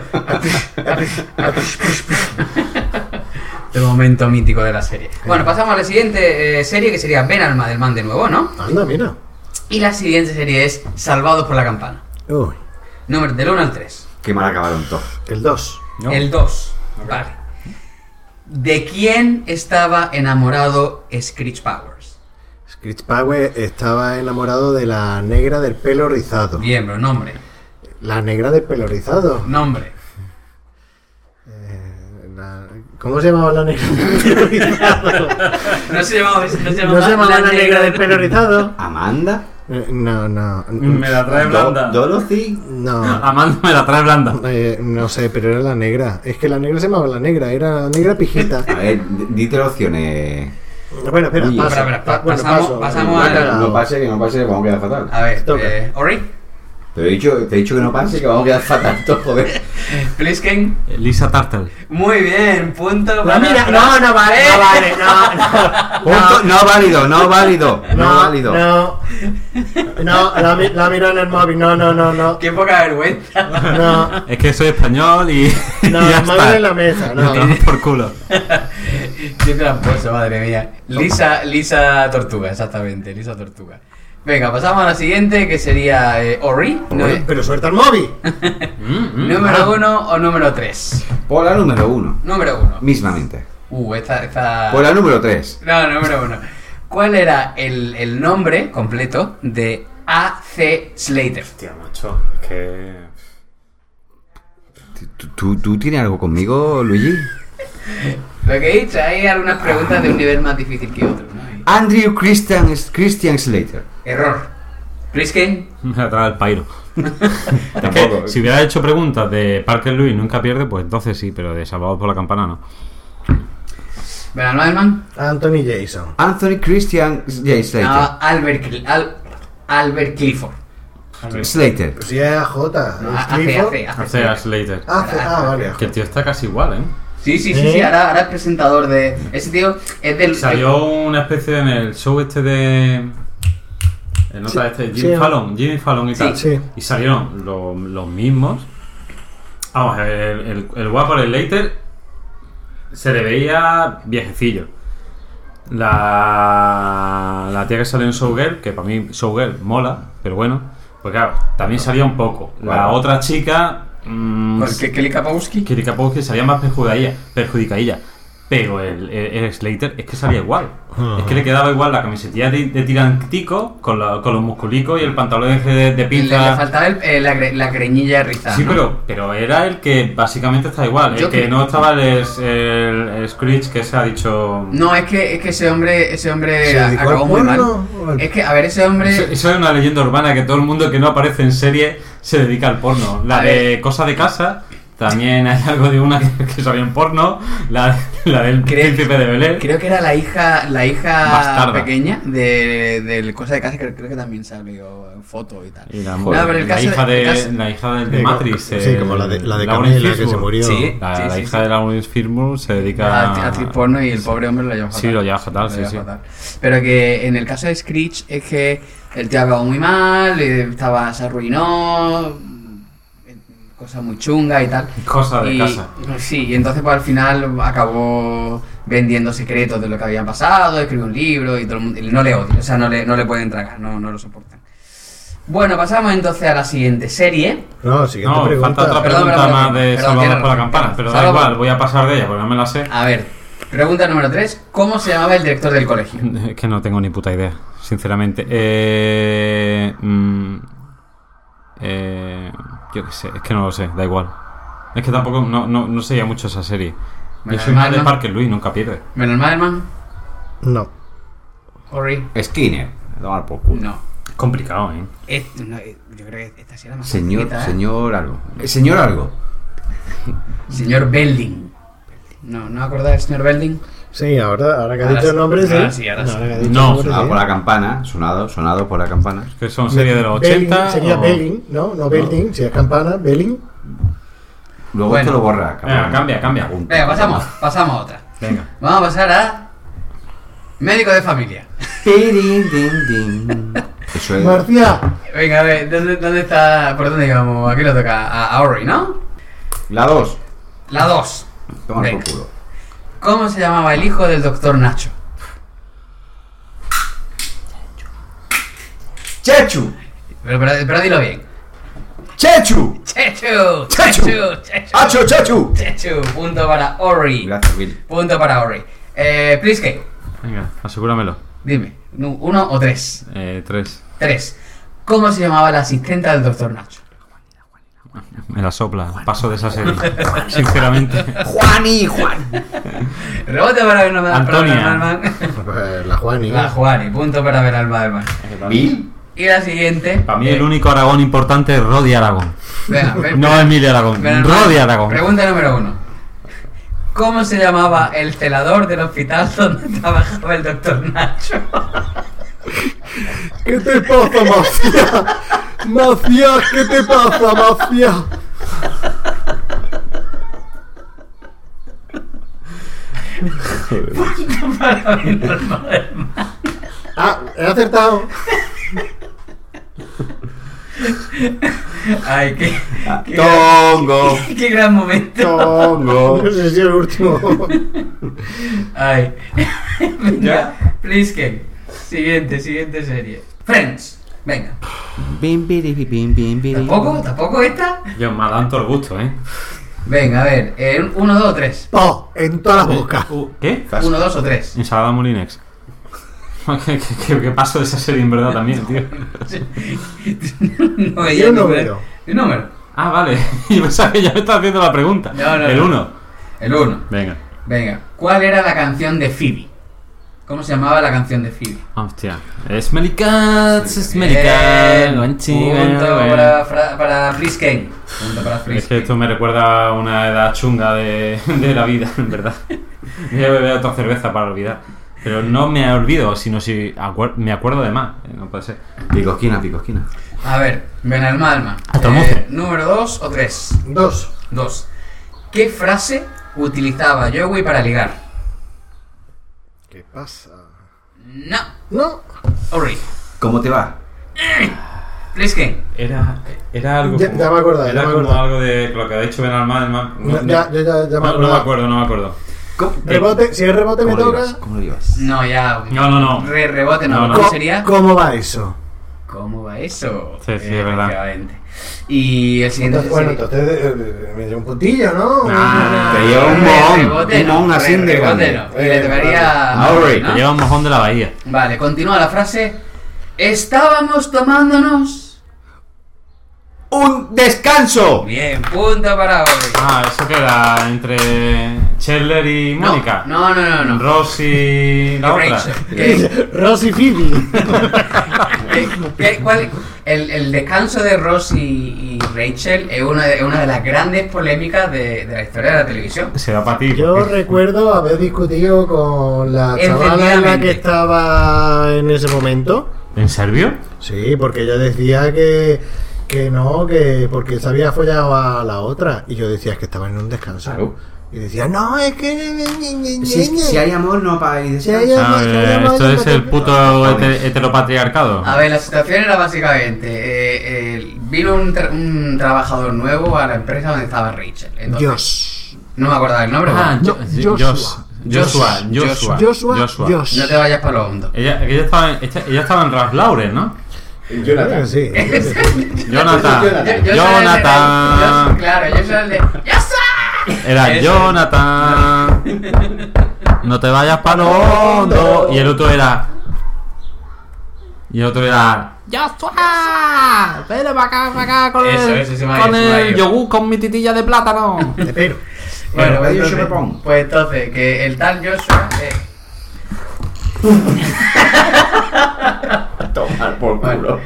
G: El momento mítico de la serie. Bueno, pasamos a la siguiente eh, serie que sería Ben Almadelman de nuevo, ¿no?
K: Anda, mira.
G: Y la siguiente serie es Salvados por la Campana.
K: Uy.
G: Número del 1 al 3.
H: Qué mal acabaron todos.
K: El 2.
G: El 2. Vale. ¿De quién estaba enamorado Screech Powers?
K: Screech Power estaba enamorado de la negra del pelo rizado.
G: Bien, pero nombre.
K: La negra del pelo rizado. Eh,
G: Nombre.
K: La- ¿Cómo se llamaba la negra del pelo rizado?
G: No se llamaba, no se
K: ¿No se llamaba la negra del pelo rizado?
H: ¿Amanda?
K: Eh, No, no.
F: Me la trae blanda.
H: Do- ¿Dorothy?
K: No.
F: Amanda me la trae blanda.
K: Eh, no sé, pero era la negra. Es que la negra se llamaba la negra, era la negra pijita.
H: A ver, d- dite opciones.
K: Bueno, espera,
H: Uy,
K: pasa.
H: espera,
G: espera,
K: Pa- bueno,
G: pasamos-
K: paso.
G: pasamos
K: Me ha
G: al-
K: cagado.
H: No pase, que no pase, vamos a quedar fatal.
G: A ver, eh, Ori,
H: Te he dicho, te he dicho que no pase, que vamos a quedar fatal todo, joder.
G: Plisken.
F: Eh, Lisa Tartel.
G: Muy bien, punto para
K: mira,
G: Fran.
K: no, no vale. No vale, no,
H: Punto, no válido, no válido, no, válido.
K: No, no, la, mi- la miró en el móvil, no, no, no, no.
G: Qué poca vergüenza.
K: No, no,
F: Es que soy español y. y ya
K: el móvil
F: está.
K: en la mesa, no.
F: Me tomas por culo.
G: Qué tramposo, madre mía. Lisa, Lisa Tortuga, exactamente, Lisa Tortuga. Venga, pasamos a la siguiente que sería eh, Ori. ¿no es?
K: Pero suelta el móvil.
G: ¿Número uno o número tres?
H: Por la número uno,
G: Número uno.
H: mismamente.
G: Uh, esta. esta...
H: Por la número tres.
G: No, número uno. ¿Cuál era el, el nombre completo de A.C. Slater?
M: Hostia, macho. Es que.
H: ¿Tú, tú, tú tienes algo conmigo, Luigi?
G: Lo que he dicho, hay algunas preguntas de un nivel más difícil que otro. ¿no?
H: Andrew Christian, Christian Slater.
G: Error. Plisken,
F: Me la trae el pairo. Es que
H: Tampoco.
F: si hubiera hecho preguntas de Parker Lewis nunca pierde, pues entonces sí, pero de Salvados por la Campana no.
G: Bernard Neumann.
K: Anthony Jason.
H: Anthony Christian J. Slater.
G: No, Albert, Cl- Al- Albert Clifford.
H: Slater.
K: Pues si es J,
G: No,
K: es
G: hace,
K: Clifford.
G: hace, hace.
F: Hace a Slater.
K: Ah, hace- ah, vale.
F: Que el tío está casi igual, ¿eh?
G: Sí, sí, sí, sí,
K: ¿Eh?
G: ahora, ahora es presentador de. Ese tío es del.
F: Salió una especie en el show este de. El nota
K: Sí,
F: este, Jimmy
K: sí.
F: Fallon, Jimmy Fallon y
G: Sí.
F: tal.
K: Sí.
F: Y salieron lo- los mismos. Vamos, el, el, el guapo, el Slater, se le veía viejecillo. La, la tía que salió en Showgirl, que para mí Showgirl mola, pero bueno, pues claro, también salía un poco. La
H: Claro.
F: otra chica. mm,
G: Pues que Kelly Kapowski.
F: que Kapowski salía más perjudicadilla, perjudicadilla. Pero el, el- el Slater es que salía igual. Es que le quedaba igual la camiseta de, de tirantico con, la- con los musculicos y el pantalón ese de, de
G: Le, le
F: pinza.
G: faltaba el- eh, la, gre- la greñilla rizada.
F: Sí,
G: ¿no?
F: pero, pero era el que básicamente está igual. El
G: Yo
F: que
G: creo-
F: no estaba el, es- el- el Screech que se ha dicho.
G: No, es que, es que ese hombre, ese hombre
K: ¿Se
G: a-
K: dedicó al
G: acabó muy mal.
K: porno o al-
G: Es que, a ver, ese hombre.
F: Eso, eso es una leyenda urbana que todo el mundo que no aparece en serie se dedica al porno. La
G: A
F: de Cosa de Casa, también hay algo de una que, que salió en porno. La, la del
G: Creo-
F: Príncipe de Belén.
G: Creo que era la hija, la hija
F: Bastarda.
G: pequeña de, del cosa de casa, que creo que también salió en foto y tal.
F: Y la,
G: No, pero el
F: la
G: caso-
F: hija de,
G: el caso-
F: la hija del de
K: Sí,
F: Matrix. eh,
K: como- sí,
F: el-
K: como la de, la de
F: Lawrence
K: Camila que se
F: Fishburne.
K: murió.
G: Sí.
F: Ah, La, la
G: sí,
F: hija
G: sí.
F: de Lawrence Fishburne se dedica
G: a actriz porno y el pobre hombre lo llevó fatal.
F: Sí, lo lleva fatal, sí,
G: lleva
F: sí.
G: fatal. Pero que en el caso de Screech es que el tío acabó muy mal, eh, estaba, se arruinó, eh, cosas muy chungas y tal.
F: Cosa de
G: y,
F: casa.
G: Sí, y entonces pues al final acabó vendiendo secretos de lo que había pasado, escribió un libro y todo el mundo, y no le odio, o sea, no le, no le pueden tragar, no, no lo soportan. Bueno, pasamos entonces a la siguiente serie.
K: No, siguiente
F: No,
K: pregunta.
F: falta otra
G: Perdón,
F: pregunta
G: perdón,
F: más
G: perdón,
F: de
G: perdón,
F: Salvador
G: tienes
F: por la
G: razón.
F: campana, pero da
G: Salvador.
F: igual, voy a pasar de ella porque no me la sé.
G: A ver, pregunta número 3, ¿cómo se llamaba el director del colegio?
F: Es que no tengo ni puta idea, sinceramente. Eh, mm, eh, yo qué sé, es que no lo sé, da igual. Es que tampoco, no, no, no seguía mucho esa serie. Yo
G: Bueno,
F: soy más de
G: hermano.
F: Parker Luis, nunca pierde.
G: ¿Menos Madelman?
K: No.
G: ¿Ori?
H: Skinner. A tomar por culo.
G: No.
F: Complicado, ¿eh?
G: Es- no, eh, yo creo que esta sí era más
H: Señor,
G: complicada, ¿eh?
H: señor algo. Eh, Señor algo.
G: Señor Belding. No, ¿no acordás del señor Belding?
K: Sí, ahora, ahora que
G: Ahora
K: has dicho
G: sí,
K: el nombre, sí.
G: ahora sí, ahora sí.
K: que has dicho ¿eh?
F: No,
K: el nombre,
H: Sonado
K: sí.
H: Ah, por la campana. Sonado, sonado por la campana.
F: Que son series de los
K: Belling,
F: 80.
K: Sería
F: o-
K: Belling, ¿no? No Belling, si es campana, Belling.
H: Luego
G: Bueno.
H: esto lo borra. cabrón.
F: Venga, cambia, cambia.
H: Un-
G: Venga, pasamos, pasamos a otra.
F: Venga.
G: Vamos a pasar a. Médico de familia.
H: Tirin, din, din. Eso
F: Eh.
H: es.
K: Marcia,
G: Venga, a ver, ¿dónde, dónde está? ¿Por dónde íbamos? ¿A qué le toca? A, a Ori, ¿no?
H: La 2.
G: La 2.
H: Toma por
G: Venga.
H: culo.
G: ¿Cómo se llamaba el hijo del doctor Nacho?
H: Chechu.
G: Pero, pero, pero dilo bien.
H: ¡Chechu!
G: Chechu,
H: Chechu.
G: Chechu, Chechu.
H: Acho, Chechu.
G: Chechu, punto para Ori.
H: Gracias, Will.
G: Punto para Ori. Eh, please, Kate,
F: Venga, asegúramelo.
G: dime, nu- uno o tres.
F: Eh, tres.
G: Tres. ¿Cómo se llamaba la asistenta del doctor Nacho?
F: Me la sopla. Paso de esa serie. Sinceramente.
G: Juani, Juan. Rebote para ver para
F: Antonia.
G: ver al man.
K: Pues, La Juani.
G: La Juani, punto para ver al man.
H: ¿Bill?
G: Y la siguiente.
F: Para mí el único Aragón importante es Rodi Aragón.
G: Venga, ven,
F: No Emilio Aragón.
G: ven al man.
F: Rodi Aragón.
G: Pregunta número uno. ¿Cómo se llamaba el celador del hospital donde trabajaba el doctor Nacho?
K: ¿Qué te pasa, Macías? Macías, ¿qué te pasa, Macías? Ah, he acertado.
G: Ay, qué,
F: Ah,
G: qué
H: Tongo.
G: gran- qué gran momento.
H: Tongo.
K: No sé si el último.
G: Ay. Venga, please, Ken. Siguiente, siguiente serie. Friends. Venga.
H: Bim, biri, bi, bim, bim, biri.
G: ¿Tampoco? ¿Tampoco esta?
F: Yo me adelanto el gusto, ¿eh?
G: Venga, a ver. eh, uno, dos, tres.
K: Po, Oh, en toda la boca.
F: Uh, ¿Qué?
G: Uno, dos o tres.
F: Ensalada Molinex. ¿Qué, qué- qué- qué paso de esa serie en verdad también, tío?
G: no
K: Y
G: veía el
K: un número.
G: El número.
F: Ah, vale. Yo pensaba que ya me estaba haciendo la pregunta.
G: No, no,
F: el
G: no.
F: 1.
G: El uno.
F: Venga.
G: Venga. ¿Cuál era la canción de Phoebe? ¿Cómo se llamaba la canción de Phoebe?
F: Hostia. Smelly Cats, Smelly
G: Bien.
F: Cats. buen chico,
G: Eh, Punto
F: bueno.
G: para, Fra- para Fritz Ken. Punto para Fritz
F: Es que
G: Ken.
F: esto me recuerda a una edad chunga de, de la vida, en verdad. Voy a beber otra cerveza para olvidar. Pero no me olvido, sino si acuer- me acuerdo de más. Eh, No puede ser.
H: Picosquina, picosquina.
G: A ver, Benalma
F: Hasta
G: Alma.
F: once.
G: Eh, número 2 o 3.
K: Dos.
G: 2. ¿Qué frase utilizaba Joey para ligar?
K: ¿Qué pasa?
G: No,
K: No,
G: Ori.
H: ¿Cómo te va?
G: Please Ken.
F: Era, era algo.
K: Ya-
F: como-
K: ya me he acordado,
F: Era
K: ya me he
F: como
K: acordado.
F: algo de lo que ha dicho Ben Alman.
K: Ya- ya- ya- ya me he
F: no,
K: acordado.
F: me acuerdo, no me acuerdo.
H: ¿Cómo,
K: rebote, si es rebote me
H: ¿Cómo lo
K: toca.
H: llevas? ¿Cómo lo llevas?
G: No, ya.
F: No, no, no.
G: Re- rebote, no.
F: No, no.
G: ¿Cómo
K: Co-
G: sería?
K: ¿Cómo va eso?
G: ¿Cómo va eso? Eh,
F: Sí, sí, es verdad.
G: Efectivamente. Y el siguiente
K: Entonces, bueno,
G: sería-
K: entonces eh, eh, me dio un puntillo, Ah, ¿no?
F: Nah,
H: Te lleva un
G: Re-
H: mohón,
G: rebote,
H: un
G: no,
H: mohón
G: re-
H: así de
G: rebote,
H: grande.
G: no. Y le
K: Eh,
G: tocaría. a
H: Ori,
G: Ori,
H: te
G: ¿no?
F: Te lleva un mojón de la bahía.
G: Vale, continúa la frase. Estábamos tomándonos.
H: ¡Un descanso!
G: Bien, punto para Ori.
F: Ah, eso queda entre Chandler y
G: No,
F: Mónica.
G: No, no, no, no.
F: Ross y la otra.
G: Rachel. ¿Qué?
K: Rosy Phoebe.
G: ¿Qué- qué- cuál- el, el descanso de Ross y, y Rachel es una de, es una de las grandes polémicas de, de la historia de la televisión.
F: Será para ti.
K: Yo
F: porque-
K: recuerdo haber discutido con la chavala en la
G: Encendidamente.
K: que estaba en ese momento.
F: ¿En serio?
K: Sí, porque ella decía que, que no, que porque se había follado a la otra. Y yo decía es que estaba en un descanso.
H: Claro.
K: Y decía, no, es que.
H: Si, si hay amor, no hay descanso.
K: Si hay-
F: Ah, eh, esto es el puto hete- este heteropatriarcado.
G: A ver, la situación era básicamente, eh, eh, vino un, tra- un trabajador nuevo a la empresa donde estaba Rachel. Entonces,
K: Dios.
G: No me acordaba el nombre.
F: Ah,
G: pero
F: Jo-
K: No, Joshua.
F: Joshua.
G: Joshua.
F: Joshua.
K: Joshua, Josh.
G: No te vayas para lo hondo.
F: Ella, ella, estaba en, esta- ella estaba en Ralph Lauren, ¿no?
K: Jonathan. Ah, Sí.
F: Jonathan.
G: Yo- yo soy el de- yo-
F: Jonathan.
G: claro, yo soy el de... ¡Yo soy!
F: Era
G: Ese.
F: Jonathan. No te vayas para lo hondo. Y el otro era. Y el otro era. ¡Joshua! ¡Vete para acá, para acá con
G: Eso, eso se me ha ido,
F: con
G: se me ha
F: el
G: ido.
F: yogur con mi titilla de plátano!
K: Espero.
G: Bueno, pues
H: Pero, yo me
G: entonces,
H: pongo.
G: pues entonces, que el tal Joshua... eh,
H: Tomar por
G: Bueno,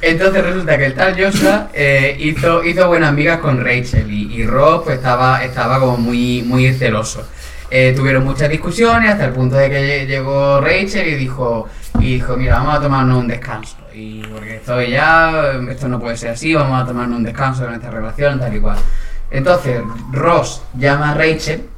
G: entonces resulta que el tal Joshua eh, hizo, hizo buenas amigas con Rachel y, y Ross pues, estaba, estaba como muy, muy celoso. Eh, tuvieron muchas discusiones hasta el punto de que lle- llegó Rachel y dijo, y dijo mira, vamos a tomarnos un descanso. Y porque esto ya, eh, esto no puede ser así, vamos a tomarnos un descanso en esta relación, tal y cual. Entonces, Ross llama a Rachel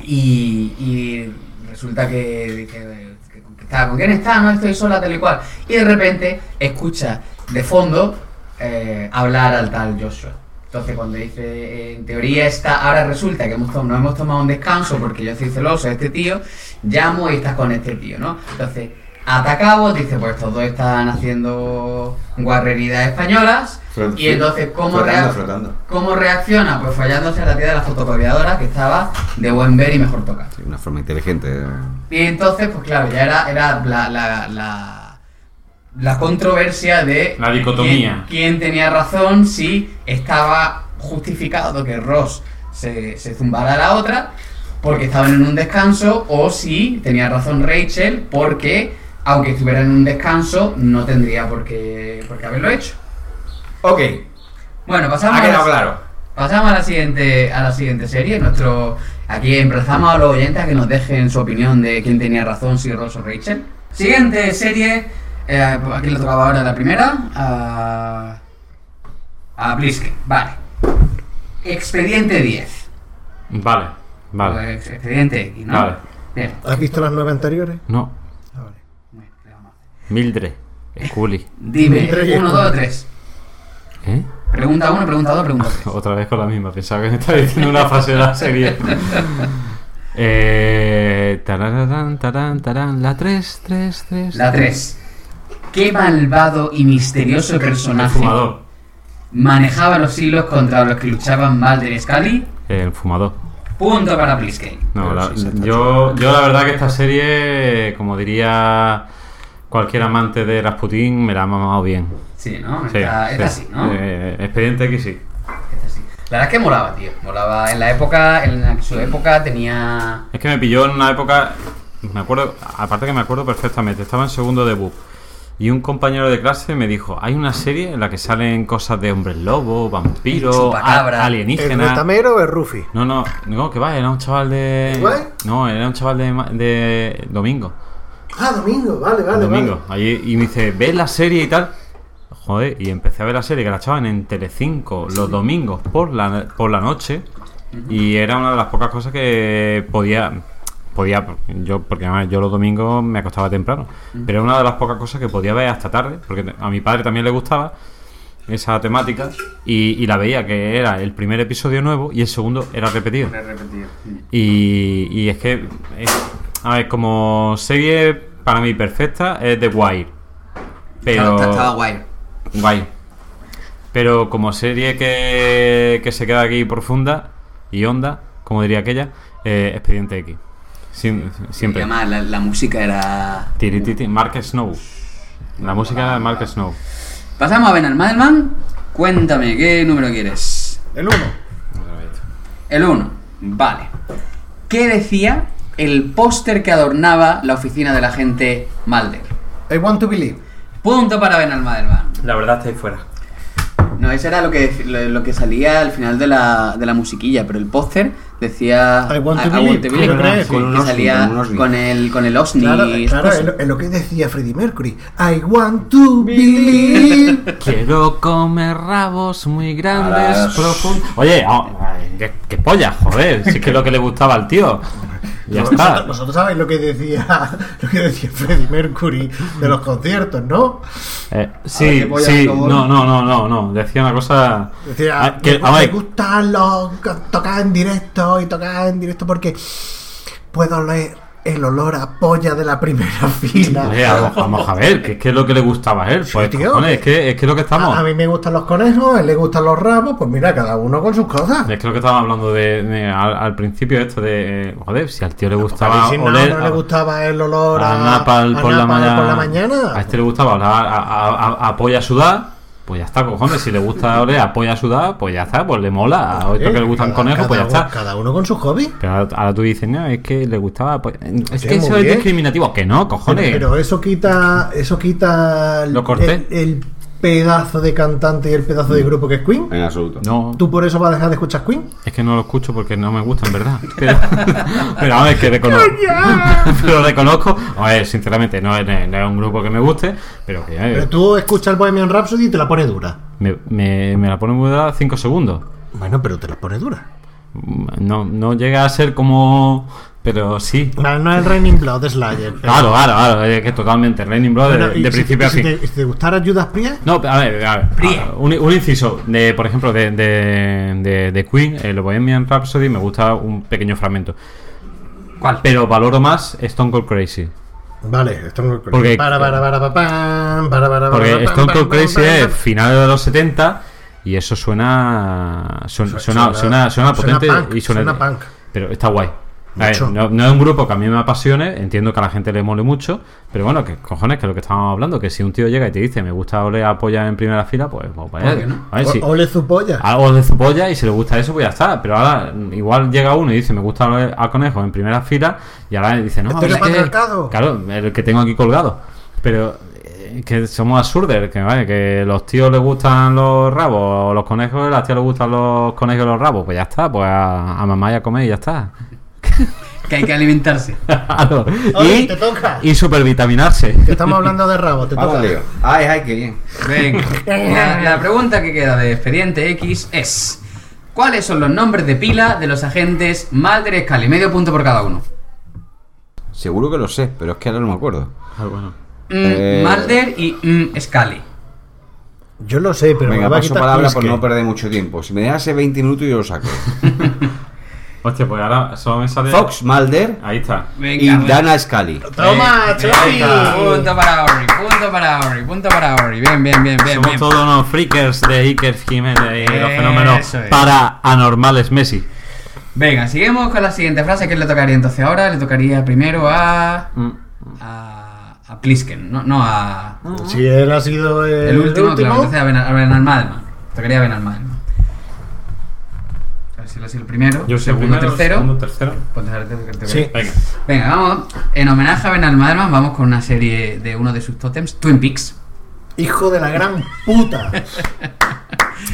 G: y, y resulta que, que- que- que estaba con quién está, no estoy sola, tal y cual. Y de repente escucha de fondo eh, hablar al tal Joshua. Entonces cuando dice, eh, en teoría está, ahora resulta que hemos tom- no hemos tomado un descanso porque yo estoy celoso de este tío, llamo y estás con este tío, ¿no? Entonces, atacamos, dice, pues estos dos están haciendo guarrerías españolas.
H: Frot-
G: y entonces, ¿cómo,
H: frotando,
G: rea-
H: frotando.
G: ¿cómo reacciona? Pues fallándose la tía de la fotocopiadora que estaba de buen ver y mejor tocar.
H: De una forma inteligente. eh.
G: Y entonces, pues claro, ya era, era la, la, la, la controversia de
F: La dicotomía.
G: quién, quién tenía razón, si estaba justificado que Ross se, se zumbara a la otra porque estaban en un descanso o si tenía razón Rachel porque aunque estuviera en un descanso no tendría por qué, por qué haberlo hecho. Ok. Bueno, pasamos
H: Ha quedado
G: a la-
H: claro.
G: Pasamos a la siguiente, a la siguiente serie. Nuestro, aquí emplazamos a los oyentes a que nos dejen su opinión de quién tenía razón, si Ross o Rachel. Siguiente serie, eh, pues aquí le tocaba ahora la primera, a, a Blisky. Vale. Expediente 10.
F: Vale, vale.
G: Pues, expediente X, ¿no?
F: Vale.
G: Bien.
K: ¿Has visto las nueve anteriores?
F: No. Mildred. Scully.
G: Dime,
K: Entre ellos.
G: 1, 2, 3.
F: ¿Eh?
G: Pregunta 1, pregunta 2, pregunta 3.
F: Otra vez con la misma. Pensaba que me estaba diciendo una frase de la serie. Eh, tarararán, tarán, tarán, la 3, 3, 3.
G: La 3. Qué malvado y misterioso personaje
F: El fumador.
G: manejaba los hilos contra los que luchaban mal de Scully.
F: El fumador.
G: Punto para Blitzkrieg.
F: No, la- yo, yo la verdad que esta serie, como diría cualquier amante de Rasputin, me la ha mamado bien.
G: Sí, ¿no? Esta- esta sí, Ah, ¿no?
F: Eh, expediente X sí.
G: La verdad es que molaba, tío. Molaba en la época, en la- su época tenía.
F: Es que me pilló en una época, me acuerdo, aparte que me acuerdo perfectamente, estaba en segundo de BUP y un compañero de clase me dijo, hay una serie en la que salen cosas de hombres lobo, vampiros,
K: Chupacabra.
F: a-
K: ¿El
D: Eh,
F: alienígenas.
K: retamero o el Rufi?
F: No, no, no, que va, era un chaval de...
K: ¿Igual?
F: No, era un chaval de, ma- de domingo.
K: Ah, domingo, vale, vale.
F: domingo. Allí, y me dice, ¿ves la serie y tal? Joder, y empecé a ver la serie que la echaban en Telecinco los domingos por la, por la noche y era una de las pocas cosas que podía podía yo porque además yo los domingos me acostaba temprano, pero era una de las pocas cosas que podía ver hasta tarde, porque a mi padre también le gustaba esa temática y, y la veía que era el primer episodio nuevo y el segundo era repetido. Y, y es que, es- a ver, como serie para mí perfecta es The Wire. Pero.
G: Claro, estaba Wire.
F: Wire. Pero como serie que, que se queda aquí profunda y honda, como diría aquella, eh, Expediente X. Siem- siempre.
G: Además, la, la música era.
F: Tirititi, Mark Snow. La música de Mark Snow.
G: Pasamos a Ben Madelman. Cuéntame, ¿qué número quieres?
K: El 1.
G: El 1. Vale. ¿Qué decía el póster que adornaba la oficina del agente Mulder?
K: I want to believe.
G: Punto para Ben Madelman.
F: La verdad está ahí fuera.
G: No, eso era lo que, lo, lo que salía al final de la, de la musiquilla, pero el póster decía
K: I want to believe,
G: believe,
K: con un
G: que
K: ovni, con un
G: que
K: ovni,
G: salía
K: con un ovni.
G: con el, con el OSNI.
K: Claro, claro,
F: pues
K: es lo, es lo que decía Freddie Mercury. I want to believe.
F: Quiero comer rabos muy
M: A
F: grandes,
M: las-
F: profundos. Oye, oh, ay, qué, qué polla, joder. Si es que es lo que le gustaba al tío. Ya
K: Vosotros-
F: está.
K: Vosotros sabéis lo que decía lo que decía Freddie Mercury de los conciertos, ¿no?
F: Eh,
K: A ver,
F: sí,
K: que voy a
F: sí,
K: acabar.
F: no, no, no, no, no. Decía una cosa.
K: Decía,
F: Ah, que,
K: me, gu-
F: a
K: me
F: ver,
K: gustan los tocar en directo y tocar en directo porque puedo oler el olor a polla de la primera fila.
F: oye, vamos, vamos eh, a ver, que es que es lo que le gustaba a él. Pues
K: tío,
F: cojones, es que es que lo que estamos.
K: A, a mí me gustan los conejos, a él le gustan los rabos, pues mira, cada uno con sus cosas.
F: Es que lo que estábamos hablando de, de- al, al principio esto de eh, joder, si al tío le gustaba
K: a mí si no,
F: oler
K: no
F: a-
K: le gustaba el olor
F: a
K: a,
F: Napal
K: a
F: por, la
K: napal
F: mañana,
K: por la mañana.
F: A este le gustaba oler a, a, a- a polla sudar, pues ya está, cojones. Si le gusta oler a polla sudar, pues ya está, pues le mola. A otro
K: Eh,
F: que le gustan
K: cada-
F: conejos, pues ya
K: cada
F: está.
K: uno- Cada uno con sus hobbies.
F: Pero ahora, ahora tú dices, no, es que le gustaba. pues, es
K: Sí,
F: que
K: muy
F: eso es
K: bien.
F: discriminativo. Que no, cojones.
K: Pero, pero eso quita. Eso quita. el-
F: Lo corté. Mm.
K: El, el pedazo de cantante y el pedazo de grupo que es Queen.
F: En absoluto. No,
K: ¿Tú por eso vas a dejar de escuchar Queen?
F: es que no lo escucho porque no me gusta, en verdad. Pero, pero a ver, que reconozco. pero reconozco. A ver, sinceramente, no es, no es un grupo que me guste, pero que. eh,
K: Pero tú escuchas el Bohemian Rhapsody y te la pone dura.
F: me, me- me la pone muy dura 5 segundos.
K: Bueno, pero te la pone dura.
F: No, no llega a ser como. Pero sí.
K: No, no es el Raining Blood de Slayer. pero-
F: Claro, claro, claro. Es que totalmente. Lenin Brothers,
K: Bueno, y
F: de
K: si- y
F: principio a
K: si
F: fin.
K: te- si te gustara Judas Priest,
F: No, a ver, a ver, a- un, un inciso, de, por ejemplo, de, de, de- de Queen, el Bohemian Rhapsody, me gusta un pequeño fragmento. ¿Cuál? Pero valoro más Stone Cold Crazy.
K: Vale, Stone Cold Crazy.
F: Porque-
K: para, para, para, pa, pam, para, para, para,
F: Porque
K: pa,
F: Stone
K: pam,
F: Cold
K: pam,
F: Crazy
K: pam,
F: es
K: pam.
F: finales de los 70 y eso suena suena, suena,
K: suena-
F: suena,
K: suena
F: potente
K: punk,
F: y suena,
K: suena punk.
F: Pero está guay. A ver,
K: Mucho.
F: no, no es un grupo que a mí me apasione, entiendo que a la gente le mole mucho, pero bueno, que cojones, que es lo que estábamos hablando, que si un tío llega y te dice, me gusta ole apoya en primera fila, pues pues vaya,
K: ¿Por qué no?
F: a ver si-
K: O- Ole su polla.
F: a- o de su polla y si le gusta eso, pues ya está. Pero ahora mm, igual llega uno y dice, me gusta hablar a conejos en primera fila y ahora dice, no, es que-
K: Heteropatriarcado.
F: claro, el que tengo aquí colgado. Pero eh, que somos absurdos, que, vale, que los tíos les gustan los rabos, o los conejos, y las tías les gustan los conejos y los rabos. Pues ya está, pues a, a mamá y a comer y ya está.
G: Que hay que alimentarse.
F: Claro.
K: Oye,
F: y,
K: te toca.
F: y supervitaminarse.
K: Que estamos hablando de rabo, te toca.
H: Ay, ay, qué bien.
G: Venga, la, la pregunta que queda de Expediente X es: ¿Cuáles son los nombres de pila de los agentes Mulder y Scully? Medio punto por cada uno.
H: Seguro que lo sé, pero es que ahora no me acuerdo.
F: Ah,
G: Mm,
H: Eh,
G: Mulder y mm, Scully.
K: Yo lo sé, pero me
H: Venga,
K: lo va a
H: paso
K: quitar
H: palabra
K: Chris,
H: por
K: que-
H: no perder mucho tiempo. Si me dejas 20 minutos, yo lo saco.
F: Hostia, pues ahora solo me sale.
H: Fox, Mulder
F: Ahí está.
H: y Dana Scully.
K: Toma, Chori.
G: Punto para Ori, punto para Ori, punto para Ori. Bien, bien, bien, bien.
F: Somos
G: Eh, bien.
F: todos unos freakers de Iker Jiménez y los fenómenos
G: Eso es.
F: para anormales Messi.
G: Venga, seguimos con la siguiente frase que le tocaría entonces ahora. Le tocaría primero a. a. a Plisken, no, no a.
K: Si él ha sido el,
G: Mm. El último, claro, entonces a Ben, a Ben Almadman. Tocaría a Ben Almadman. A ver si lo es el primero. segundo, tercero.
F: tercero.
G: Pues dejar de- de- de-
K: Sí.
F: Venga.
G: Venga, vamos. En homenaje a Ben Almadman, vamos con una serie de uno de sus tótems, Twin Peaks.
K: Hijo de la gran puta.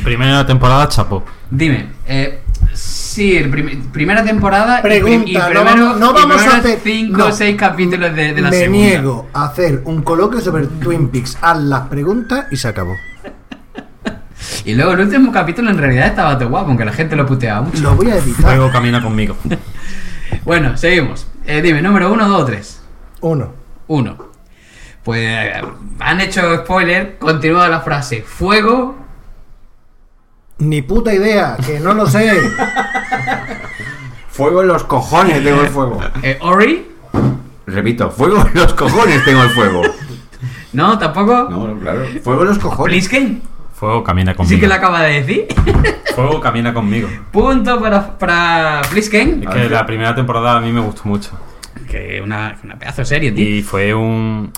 F: Primera temporada, chapo.
G: Dime, eh, sí, el prim- primera temporada y prim-
K: Pregunta,
G: y,
K: no
G: primero-
K: vamos- no
G: y
K: vamos
G: primero
K: a hacer-
G: cinco
K: no.
G: o seis capítulos de, de la
K: Me
G: segunda.
K: niego a hacer un coloquio sobre Twin Peaks. Haz las preguntas y se acabó.
G: Y luego el último capítulo en realidad estaba todo guapo, aunque la gente lo puteaba mucho.
K: Lo voy a editar.
F: Luego camina conmigo.
G: Bueno, seguimos. Eh, dime, número uno, dos, tres.
K: Uno.
G: Uno. Pues eh, han hecho spoiler, continúa la frase. Fuego.
K: Ni puta idea, que no lo sé.
H: Fuego en los cojones tengo el fuego.
G: eh, Ori.
H: Repito, fuego en los cojones tengo el fuego.
G: No, tampoco.
H: No, no, claro. Fuego en los cojones.
G: Blisken.
F: Fuego camina conmigo.
G: Sí que lo acaba de decir.
F: Fuego camina conmigo.
G: Punto para, para Blisken.
F: Es que la primera temporada a mí me gustó mucho.
G: Que una, una pedazo de serie, tío.
F: Y fue un.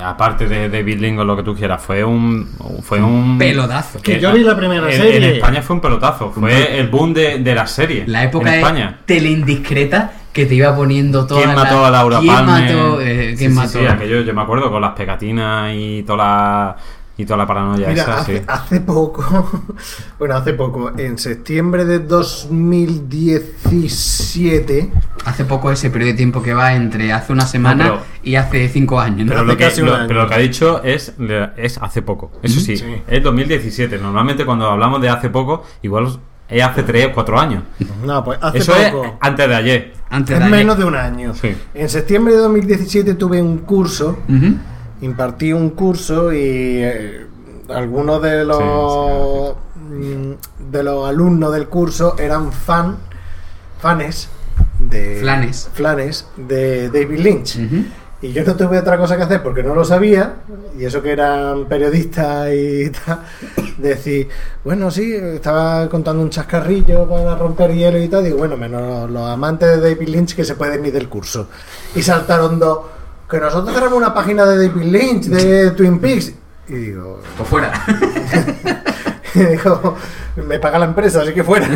F: Aparte de David Lingo, lo que tú quieras, fue un. Fue un.
G: Pelodazo.
K: Que yo vi la primera
F: en,
K: serie.
F: En España fue un pelotazo. Fue el boom de, de la serie.
G: La época
F: en
G: de
F: España.
G: teleindiscreta que te iba poniendo toda
F: ¿Quién
G: la-
F: mató a Laura
G: ¿Quién
F: Palmer?
G: mató? eh,
F: Sí,
G: ¿Quién
F: sí,
G: mató?
F: sí, aquello yo me acuerdo con las pegatinas y toda la, y toda la paranoia
K: Mira,
H: ah.
F: esa,
K: hace,
F: sí.
K: hace poco, bueno, hace poco, en septiembre de 2017,
G: Hace poco ese periodo de tiempo que va entre hace una semana
F: pero-
G: y hace cinco años, ¿no?
F: Pero
K: hace
F: lo, que,
K: casi un
F: lo-
K: año.
F: pero lo que ha dicho es, le- es hace poco.
H: Mm,
F: Eso sí,
K: Sí.
F: es 2017. Normalmente cuando hablamos de hace poco, igual es hace 3 o 4 años.
K: no, pues hace
F: Eso
K: poco,
F: es antes de ayer.
G: Antes
K: es
G: de ayer.
K: menos de un año.
F: Sí.
K: En septiembre de 2017 tuve un curso,
G: Ujú.
K: impartí un curso y eh, algunos de los
G: ah,
K: mm, de los alumnos del curso eran fan, fanes de
G: Flanes.
K: flanes de David Lynch.
G: Ujú.
K: Y yo no tuve otra cosa que hacer porque no lo sabía, y eso que eran periodistas y tal, decir, bueno, sí, estaba contando un chascarrillo para romper hielo y tal, digo, bueno, menos los, los amantes de David Lynch que se pueden ir del curso. Y saltaron dos, que nosotros tenemos una página de David Lynch, de Twin Peaks. Y digo,
G: Pues fuera.
K: y digo, me paga la empresa, así que fuera.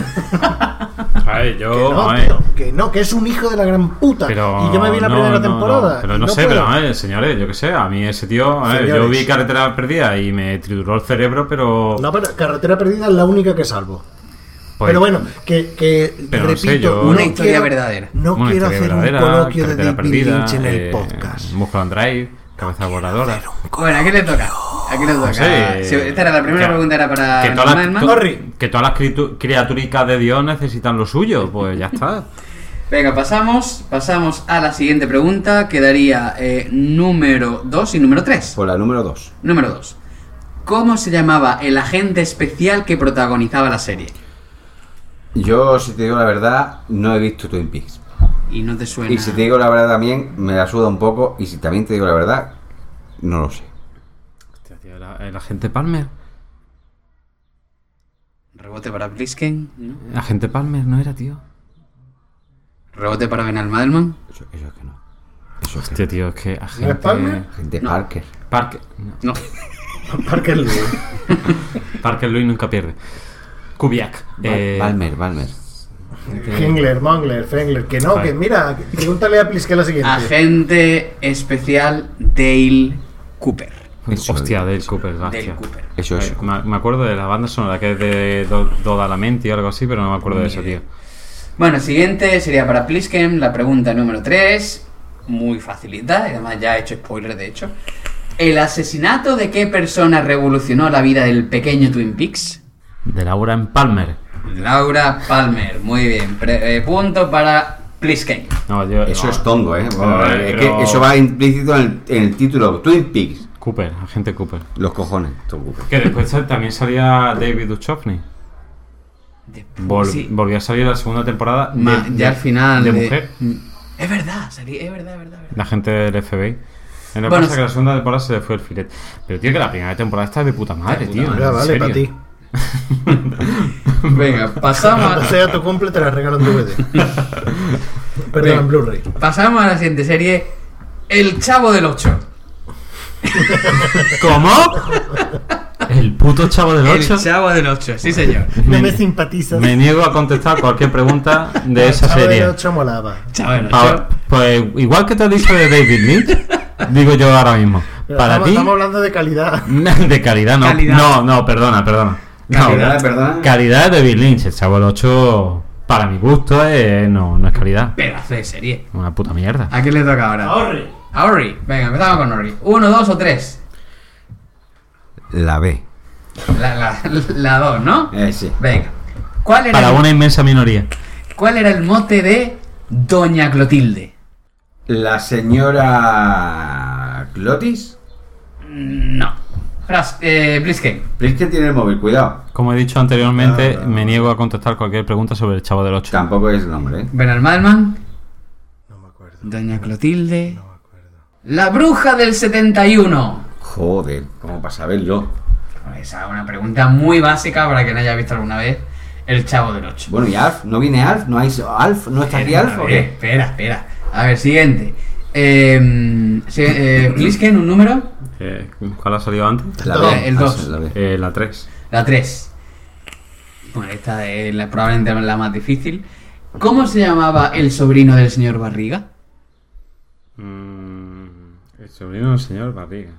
F: A ver, yo.
K: que, no,
F: a ver,
K: tío, que no, que es un hijo de la gran puta.
F: eh. Pero
K: y yo me vi la
F: no,
K: primera
F: no,
K: temporada.
F: no, pero
K: y
F: no, sé,
K: puedo.
F: pero a ver, señores, yo qué sé, a mí ese tío, a ver, yo
K: Señores.
F: vi carretera perdida y me trituró el cerebro, pero.
K: No, pero Carretera Perdida es la única que salvo.
F: pues,
K: pero bueno, que, que
F: pero no
K: repito,
F: sé, yo-
K: no
F: Una
G: historia
K: quiero-
G: verdadera.
K: No
F: una
K: quiero
F: historia
K: hacer un
F: verdadera,
K: coloquio de
F: Carretera
K: David
F: Perdida,
K: Lynch en el
F: eh,
K: podcast.
F: Muscle and Drive, cabeza voladora.
G: Bueno, ¿a qué le toca? ¿A qué le toca?
F: sé,
G: Sí, esta era la primera
F: que-
G: pregunta, era para
F: que
G: Ben
F: todas, las,
G: Almadman.
F: to- que todas las criatu- criaturicas de Dios necesitan lo suyo, pues ya está.
G: Venga, pasamos, pasamos a la siguiente pregunta, que daría eh, número 2 y número 3.
F: Pues-
H: Por la número 2.
G: Número 2. ¿Cómo se llamaba el agente especial que protagonizaba la serie?
H: Yo, si te digo la verdad, no he visto Twin Peaks.
G: y no te
F: Pues
G: suena.
H: Y si te digo la verdad también, me la suda un poco. Y si también te digo la verdad, no lo sé.
F: ¿La- ¿El agente Palmer?
G: Rebote para Blisken, ¿no?
F: ¿El agente Palmer no era, tío?
G: Rebote para Benalmadelman.
H: Eso, es que no.
F: Hostia, tío, es que agente...
G: Palmer?
H: Agente
G: No.
H: Parker.
F: Parker.
G: No.
F: Parker Luis. Parker Luis nunca pierde. Kubiak. eh,
H: Balmer, Balmer.
K: Hingler, Mangler, Fengler, que no, que mira, pregúntale a Plisken la siguiente.
G: Ah, Agente especial Dale Cooper.
F: Hostia, Dale Cooper, hostia.
G: Cooper.
H: Eso,
F: es. Me, me acuerdo de la banda sonora que es de Do- Doda Lamenti o algo así, pero no me acuerdo de eso, tío.
G: Bueno, siguiente sería para Plisken, la pregunta número 3. Muy facilita, y además ya he hecho spoiler de hecho. ¿El asesinato de qué persona revolucionó la vida del pequeño Twin Peaks?
F: De Laura en Palmer.
G: Laura Palmer, muy bien. Pre- eh, punto para Plisken.
F: No, yo-
H: Eso
F: no.
H: es tongo, ¿eh?
F: Pero,
H: Vamos a ver,
F: pero-
H: Es que eso va implícito en el, en el título. Twin Peaks.
F: Cooper, agente Cooper.
H: Los cojones. Tom Cooper.
F: Que después sa- también salía David Duchovny. Vol- Volvió a salir la segunda temporada. de-
G: Ma- ya al final
F: De,
G: de- Mm.
F: mujer.
G: Es verdad, salí, es verdad, es verdad.
F: La gente del FBI. En lo que
G: Bueno,
F: pasa es que la segunda temporada se le fue el filete. Pero tío, que la primera temporada está de puta madre,
K: puta
F: tío.
K: madre.
F: en
K: Vale, pa'
F: serio.
K: ti.
G: Venga,
K: Cuando
G: pasamos.
K: sea tu cumple te la regalo en DVD. Perdón, en Blu-ray.
G: Pasamos a la siguiente serie, El Chavo del Ocho.
F: ¿Cómo? El puto chavo del 8.
G: El Chavo del Ocho, sí señor.
K: No me simpatizas.
F: Me niego a contestar cualquier pregunta de esa
K: Chavo del
F: serie.
K: Ocho molaba.
G: Chavo del Ocho.
F: Pa- pues igual que te he dicho de David Lynch, digo yo ahora mismo.
K: Pero
F: Para
K: estamos,
F: ti,
K: estamos hablando de calidad.
F: de calidad no.
K: Calidad.
F: No, no, perdona, perdona. No,
H: Calidad, perdona.
F: Calidad de David Lynch. El Chavo del 8, para mi gusto, eh, no, no es calidad.
G: Pedazo de serie.
F: Una puta mierda.
G: ¿A quién le toca ahora?
F: Orri.
G: A Ori. Venga, empezamos con Ori. Uno, dos o tres.
H: La B.
G: La, la, la dos, ¿no?
H: Eh, sí.
G: Venga. ¿Cuál era,
F: Para
G: el,
F: una inmensa minoría.
G: ¿Cuál era el mote de Doña Clotilde?
H: La señora. Clotis.
G: Mm, No. Fras, eh, Blisken.
H: Blisken tiene el móvil, cuidado.
F: Como he dicho anteriormente,
K: Ah.
F: me niego a contestar cualquier pregunta sobre el Chavo del 8.
H: Tampoco es el nombre, ¿eh?
G: Benalmadman. No me acuerdo. Doña Clotilde. No me acuerdo. La bruja del 71.
H: Joder, ¿cómo para saberlo?
G: Esa es una pregunta muy básica para que no haya visto alguna vez El Chavo del Ocho.
H: Bueno, ¿y Alf? ¿No viene Alf? ¿No hay Alf? ¿No está aquí Alf?
G: A
H: o
G: ver,
H: qué?
G: espera, espera. A ver, siguiente. Eh, sí, eh, Blisken, un número.
F: Eh, ¿Cuál ha salido antes?
G: La B. El dos.
H: Ah, la B.
F: Eh, la 3.
G: La 3. Bueno, esta es la- probablemente la más difícil. ¿Cómo se llamaba el sobrino del señor Barriga?
F: Mm, el sobrino del señor Barriga.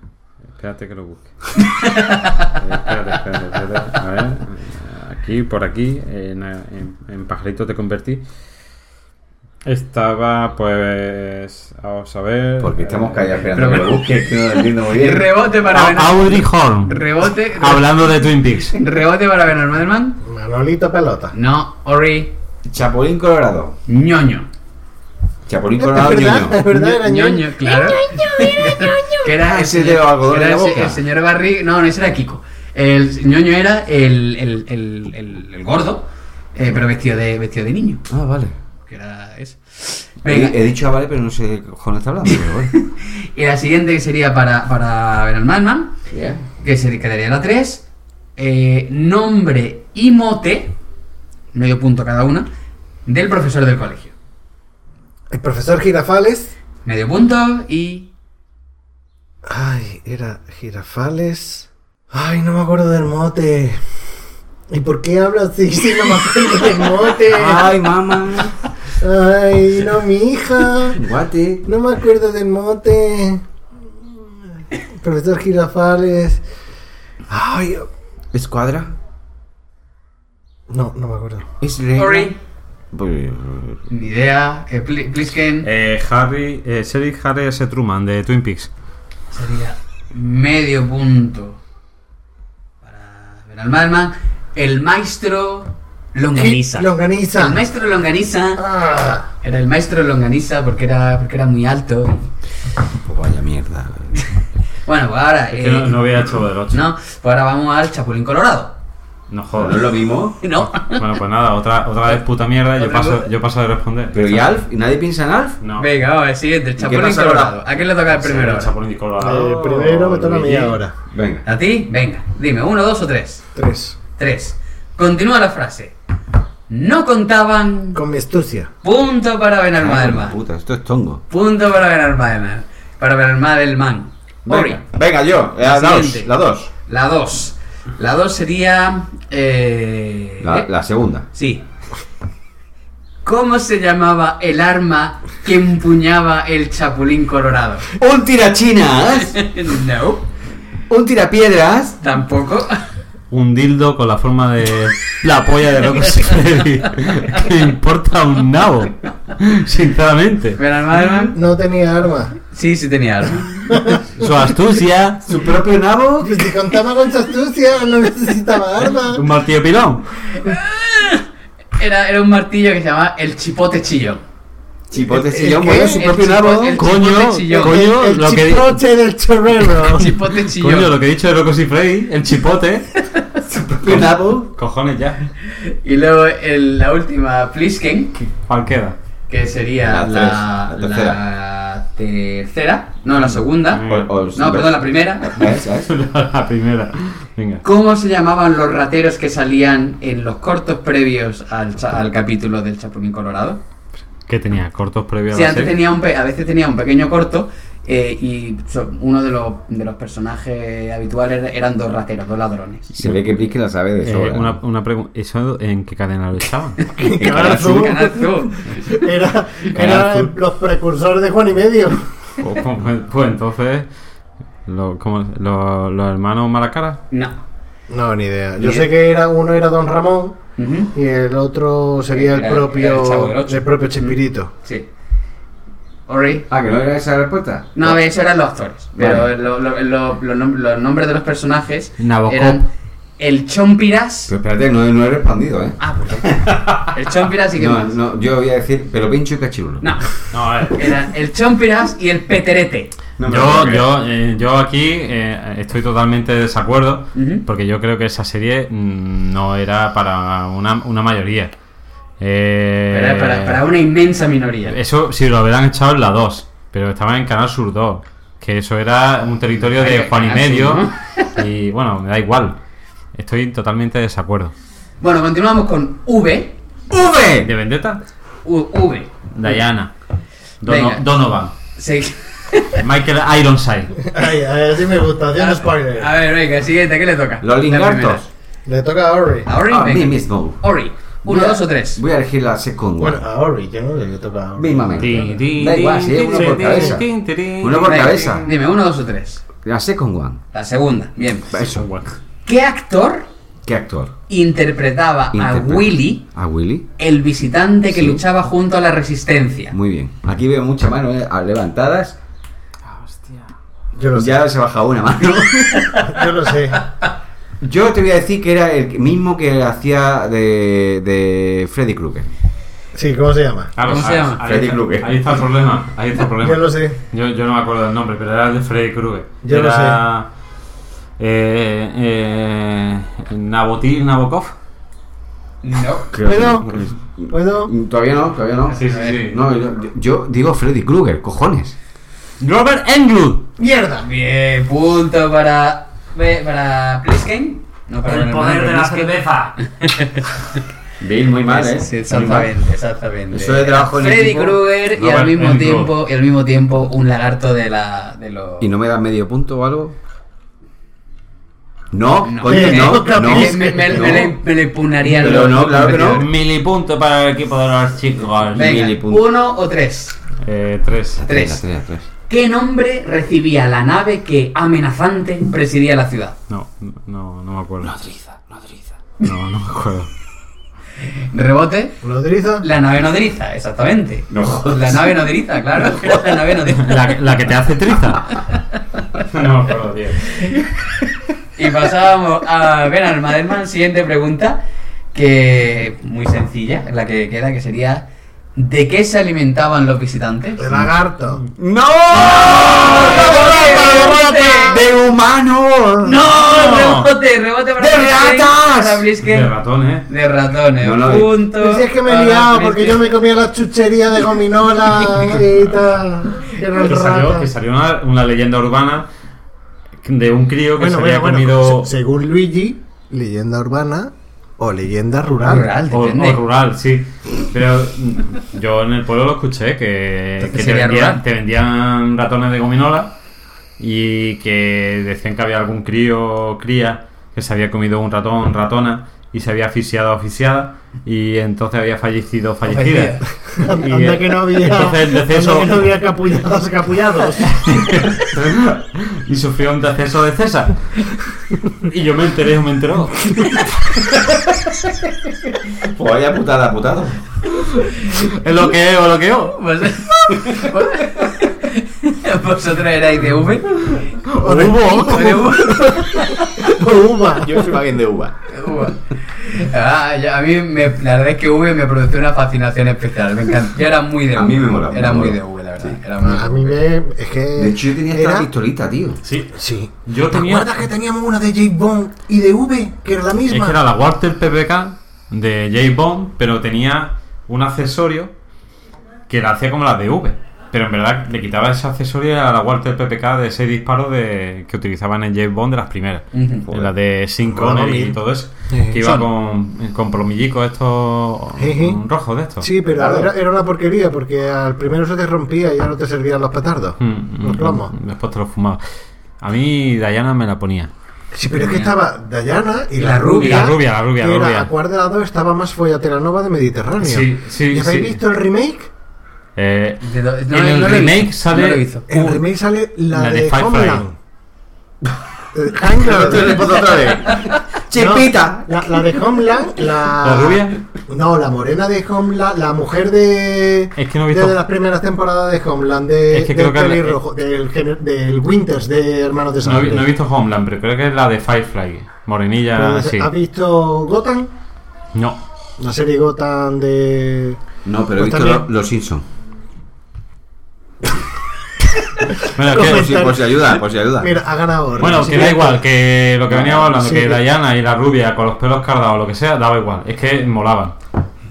F: Espérate que lo busque. Eh, espérate, espérate, espérate. A ver. eh, Aquí, por aquí, en, en- en pajarito te convertí. Estaba, pues. Vamos a ver. Eh,
H: Porque estamos callados esperando
G: Pero-
H: que lo busque, que no lo entiendo muy bien.
G: Rebote para
F: A-
G: Benal-
F: Audrey Horn.
G: Rebote.
F: Hablando de Twin Peaks.
G: Rebote para Benalmaderman.
K: Manolito Pelota.
G: No, Ori.
H: Chapulín Colorado.
G: Ñoño.
H: Chapulín Colorado,
K: es verdad,
H: ñoño.
K: es verdad, era ñoño.
G: Ñoño, claro. que era
H: Ah,
G: el
H: ese
G: señor,
H: de algodón
G: que era
H: en la
G: el se-
H: boca.
G: el señor Barriga. No, no, ese era Kiko. El ñoño era el, el, el, el- el gordo, eh, pero vestido de, vestido de niño.
H: Ah, vale.
G: Que era ese. Venga.
H: He, he dicho ah, vale, pero no sé de qué cojones está hablando. pero bueno.
G: Y la siguiente que sería para, para Benalmanman, que se quedaría la 3. nombre y mote, medio punto cada una, del profesor del colegio.
K: El profesor Girafales.
G: Medio punto y.
K: Ay, era Girafales. Ay, no me acuerdo del mote. ¿Y por qué hablas así si no me acuerdo del mote?
H: Ay, mamá.
K: Ay, no, mi hija.
H: Guate.
K: No me acuerdo del mote. Profesor Girafales. Ay,
H: Escuadra.
K: no, no me acuerdo.
H: Es reina.
G: Ori.
H: Pues,
G: Ni idea. Eh, Pli- Plisken.
F: Eh, Harry. Eh, Cedric Harry S. Truman de Twin Peaks.
G: Sería medio punto para Benalmanman. El maestro Longaniza.
K: Longaniza.
G: El maestro Longaniza.
K: Ah,
G: Era el maestro Longaniza porque era, porque era muy alto.
H: pues vaya mierda.
G: Bueno, pues ahora.
F: Es que
G: eh,
F: no, no veía el Chavo del 8.
G: No, pues ahora vamos al Chapulín Colorado.
F: No jodas.
H: ¿No lo vimos?
G: No.
F: Bueno, pues nada, otra, otra vez puta mierda. Yo paso, yo paso de responder.
H: Pero ¿y Alf? ¿Y nadie piensa en Alf?
F: No.
G: Venga, vamos, el siguiente, el
H: qué
G: Chapulín
H: pasa
G: Colorado.
H: ahora?
G: ¿A quién le toca el
F: Sí,
G: primero?
F: el Chapulín
K: Eh,
F: Colorado.
K: primero me toca a mí
F: Luigi.
K: ahora.
H: Venga.
G: ¿A ti? Venga, dime, ¿uno, dos o tres?
K: Tres.
G: Tres. Continúa la frase. No contaban.
K: Con mi astucia.
G: Punto para Benalmadelman.
H: Ah, Puta, esto es tongo.
G: Punto para Benalmadelman. Para Benalmadelman. Ori,
H: Venga, venga yo. eh,
G: La
H: La dos.
G: siguiente.
H: La dos.
G: la dos. La dos sería. eh,
H: La, la segunda.
G: Sí. ¿Cómo se llamaba el arma que empuñaba el Chapulín Colorado?
H: ¡Un tirachinas!
G: no,
H: ¡Un tirapiedras!
G: tampoco.
F: Un dildo con la forma de la polla de Rocco Siffredi. ¿Qué importa un nabo? Sinceramente.
G: Benalmadelman.
K: No tenía armas.
G: Sí, sí tenía arma.
F: Su astucia.
H: ¿Su propio nabo?
K: Si contaba con su astucia, no necesitaba armas.
F: Un martillo pilón.
G: Era, era un martillo que se llamaba el chipote chillón.
H: Chipote
K: El-
H: sillón,
K: el
H: bueno,
K: qué?
H: su
G: El
H: propio
G: chipote-
H: nabo.
G: el
F: Coño,
G: chipote chillón.
F: coño,
K: El
F: lo que di-
K: chipote del chorrero.
G: Chipote chillón.
F: Coño, lo que he dicho de Rocco Siffredi, el chipote.
H: propio nabo.
F: Cojones ya.
G: Y luego el- la última, Plisken,
F: ¿Cuál queda?
G: que sería la,
H: La tres, la
G: la tercera, no, la segunda.
F: Mm.
H: O- o-
G: No, perdón, la primera.
H: ¿Ves? ¿Ves?
F: La primera. Venga.
G: ¿Cómo se llamaban los rateros que salían en los cortos previos al, cha- al capítulo del Chapulín Colorado?
F: ¿Qué tenía? ¿Cortos previos
G: Sí,
F: a la
G: antes
F: serie?
G: tenía un pe- a veces tenía un pequeño corto eh, y so- uno de los, de los personajes habituales era- eran dos rateros, dos ladrones.
H: Se ve que Prisky la sabe de
F: Eh,
H: sobra.
F: una, una pregunta. ¿Eso en qué cadena lo estaba?
K: Qué
H: Canal
K: brazo.
H: Sur.
G: Canal Zoo.
K: Era,
H: Canal
K: era
H: Sur.
K: los precursores de Juan y Medio.
F: pues, pues- pues entonces. Lo, como, lo- ¿Los hermanos Malacara?
G: No.
K: No, ni idea. Yo
G: Ni
K: sé
G: idea.
K: que era uno era Don Ramón
G: Ujú.
K: y el otro sería el
G: Era- era el Chavo del
K: propio
G: Ocho.
K: el propio Chespirito.
G: Sí. Ori.
H: Ah, que no era esa la respuesta.
G: No, eso eran los actores. Pero
H: Vale.
G: lo- lo- lo- lo nom- los nombres de los personajes
F: Nabokov.
G: eran el Chompiras.
H: Pero espérate, no, no he respondido, ¿eh?
G: Ah, perdón. El Chompiras y que
H: No,
G: más. No.
H: no, yo voy a decir pero pincho y cachirulo.
F: No, a ver.
G: Eran el Chompiras y el Peterete.
H: No me lo
F: Yo,
H: creo.
F: yo, eh, yo aquí eh, estoy totalmente de desacuerdo
G: Ujú.
F: porque yo creo que esa serie mm, no era para una, una mayoría. Eh,
G: Era para, para una inmensa minoría.
F: Eso si lo habrán echado en la 2, pero estaban en Canal Sur 2, que eso era un territorio de
G: Ay,
F: Juan y
G: Canal Sur,
F: medio
G: ¿no?
F: y bueno, me da igual. Estoy totalmente de desacuerdo.
G: Bueno, continuamos con V.
F: ¿De
H: ¡V!
F: Vendetta?
G: U- v.
F: Diana.
G: Venga.
F: Dono- Donovan.
G: Se-
F: Michael Ironside.
K: Ay, ay, así me gusta, haciendo spoiler.
G: A ver, venga, siguiente, ¿qué le toca?
H: Los
G: La
H: lingartos.
K: Le toca a Ori.
G: primera. A Ori,
H: A mí
G: venga.
H: mismo.
G: Ori. Uno,
H: Voy a-
G: dos o tres.
H: Voy a elegir la
K: Bueno,
H: segunda.
K: a Ori, yo no le toca a Ori.
H: Mismamente.
F: Tin, tin,
H: Da igual,
F: tin,
H: si es
F: tin,
H: uno por
F: tin,
H: cabeza.
F: tin, tin.
H: Uno por
G: Venga,
H: cabeza.
G: Dime, uno, dos o tres.
H: La second one.
G: La segunda, bien.
H: Eso.
G: ¿Qué actor
H: ¿Qué actor?
G: interpretaba
H: Interpreta-
G: a Willy,
H: A Willy.
G: el visitante que
H: Sí.
G: luchaba junto a la resistencia?
H: Muy bien. Aquí veo muchas manos eh, levantadas.
K: Yo lo
H: Pues
K: sé.
H: Ya se baja una mano.
K: Yo lo sé.
H: Yo te voy a decir que era el mismo que hacía de, de Freddy Krueger.
K: Sí, ¿cómo se llama?
F: Claro,
G: ¿Cómo se
F: ahí-
G: llama?
F: ahí
H: Freddy
F: está-
H: Krueger.
F: Ahí está el problema. Ahí está el
K: Yo lo
F: problema.
K: sé.
F: Yo, yo no me acuerdo del nombre, pero era el de Freddy Krueger.
K: Yo lo
F: Era, Eh, eh, Nabotil Nabokov.
G: No.
K: ¿Puedo? ¿Puedo?
H: Mm, Todavía no, todavía no.
F: Sí, sí, sí.
H: No, yo, yo digo Freddy Krueger, cojones.
F: Robert Englund.
K: ¡Mierda!
G: Bien, Eh, punto para. para. Plisken. No, para Benalmádel, pero Plisken.
F: cerveza.
H: Bill, muy mal, ¿eh?
G: Sí,
H: Muy mal.
G: exactamente, exactamente.
H: Eso de trabajo en
G: Freddy
H: equipo.
G: Krueger y
F: Robert
G: al mismo
F: Englund.
G: tiempo y al mismo tiempo un lagarto de la de los
H: ¿Y no me da medio punto o algo? No,
G: No.
H: coño,
K: Eh,
H: no,
K: no,
H: no.
G: me, me- me-
H: no.
G: me le, me le impugnaría
H: Pero
G: los-
H: no, claro que no.
F: Milipunto para el equipo de los chicos.
G: Venga,
H: Mili punto.
G: uno o tres.
F: Eh, tres.
G: Tres.
H: La la tres.
G: ¿Qué nombre recibía la nave que amenazante presidía la ciudad?
F: No, no, no me acuerdo. Nodriza, nodriza. No, no me acuerdo.
G: Rebote.
K: ¿Nodriza?
G: La nave nodriza, exactamente. la nave nodriza, claro. La nave nodriza.
F: ¿La, la que te hace triza? no me acuerdo, tío.
G: Y pasábamos a Benar Madelman, siguiente pregunta, que muy sencilla, la que queda, que sería ¿de qué se alimentaban los visitantes?
K: El lagarto.
H: ¡No! ¡Rebote! ¡De humanos!
G: ¡No! ¡Rebote! ¡Rebote para
H: ¡De
G: Plisken!
H: ratas!
G: palabra, Blisken?
F: De eh. ratones.
G: De ratones.
F: No lo-
G: punto.
K: Si es que me he
G: Para
K: liado porque
G: Blisken.
K: yo me comía la chuchería de gominola y tal. Que era el
F: Que salió,
K: rata.
F: que salió una, una leyenda urbana de un crío que
K: Bueno,
F: se
K: bueno,
F: había
K: bueno,
F: comido.
K: se- según Luigi, leyenda urbana o leyenda rural.
F: o, o rural, sí. Pero mm, yo en el pueblo lo escuché que,
K: Entonces
F: que te,
K: sería rural.
F: vendían, te vendían ratones de gominola y que decían que había algún crío o cría que se había comido un ratón, ratona y se había asfixiado o asfixiada y entonces había fallecido o fallecida. Y,
K: Anda
F: eh,
K: que no había,
F: entonces,
K: anda
F: entonces eso-
K: que no había capullados, capullados.
F: y sufrió un deceso de César. Y yo me enteré, o me enteró.
H: Pues vaya putada, putado.
F: Es lo que es, o lo que es.
G: Pues, ¿Vosotros erais pues, de V?
K: O de
G: O de uva.
K: uva.
H: Yo soy más bien de uva.
G: Uva. Ah, ya, a mí, me, la verdad es que V me produjo una fascinación especial. Me encantó. Yo era muy de
H: A
G: V.
H: mí me molaba,
G: Era
H: me
G: muy de
H: molaba.
G: V, la verdad. Era muy-
K: A mí me. Es que.
H: De hecho, yo tenía esta
K: era-
H: pistolita, tío.
F: Sí,
K: Sí.
F: yo
K: ¿Te
F: tenía.
K: acuerdas que teníamos una de J. Bond y de V? Que era la
F: Es
K: misma.
F: que era la Walter PPK de J. Bond, pero tenía un accesorio que la hacía como la de V. Pero en verdad le quitaba ese accesorio a la Walter PPK de ese disparo de, que utilizaban en James Bond de las primeras.
G: Ujú.
F: En la de Sin
K: Joder.
F: Connery y todo eso.
K: Eh,
F: que
K: Mm.
F: iba
K: sí.
F: con, con plomillicos estos mm,
K: Jeje.
F: rojos de estos.
K: Sí, pero era, era una porquería porque al primero se te rompía y ya no te servían los petardos.
F: Mm, mm,
K: Los plomos.
F: Después te los fumaba. A mí Diana me la ponía.
K: Sí, pero es que estaba Dayana y
G: Y
K: la
G: la
K: rubia.
F: rubia, la rubia,
K: que
F: la
K: era,
F: rubia.
K: ¿A cuál de las dos estaba más follatelanova de Mediterráneo?
F: Sí, sí,
K: ¿Y habéis
F: sí.
K: visto el remake?
F: Eh,
G: De do- no,
F: en el
G: no lo
F: remake
G: hizo,
F: sale
G: no lo hizo.
K: En el
F: un-
K: remake sale la,
F: la de
K: de,
F: Firefly.
K: Homeland. Eh, Hangover.
H: otra vez.
K: Chepita. La, la de Homeland, la...
F: ¿La rubia?
K: No, la morena de Homeland, la mujer de...
F: Es que no he
K: de-
F: visto-
K: de las primeras temporadas de Homeland, Eh, de,
F: Es que
K: del
F: creo que la-
K: pelirrojo, del, gener- del Winters de Hermanos de
F: No, he-
K: Sangre.
F: no he visto Homeland, pero creo que es la de Firefly. Morenilla,
K: Pero,
F: Ah, sí.
K: ¿Has visto Gotham?
F: No.
K: La serie Gotham de...
H: No, pero he
K: Pues
H: visto
K: también-
H: lo- los Simpsons.
F: Bueno,
K: Lo
G: Pues
F: que-
H: Por si, por si ayuda, por si ayuda.
K: Mira, ha ganado.
F: bueno, que da
K: Siguiente.
F: igual, que lo que veníamos hablando,
K: Sí,
F: que
K: que-
F: Diana y la rubia con los pelos cardados o lo que sea, daba igual. Es que molaban.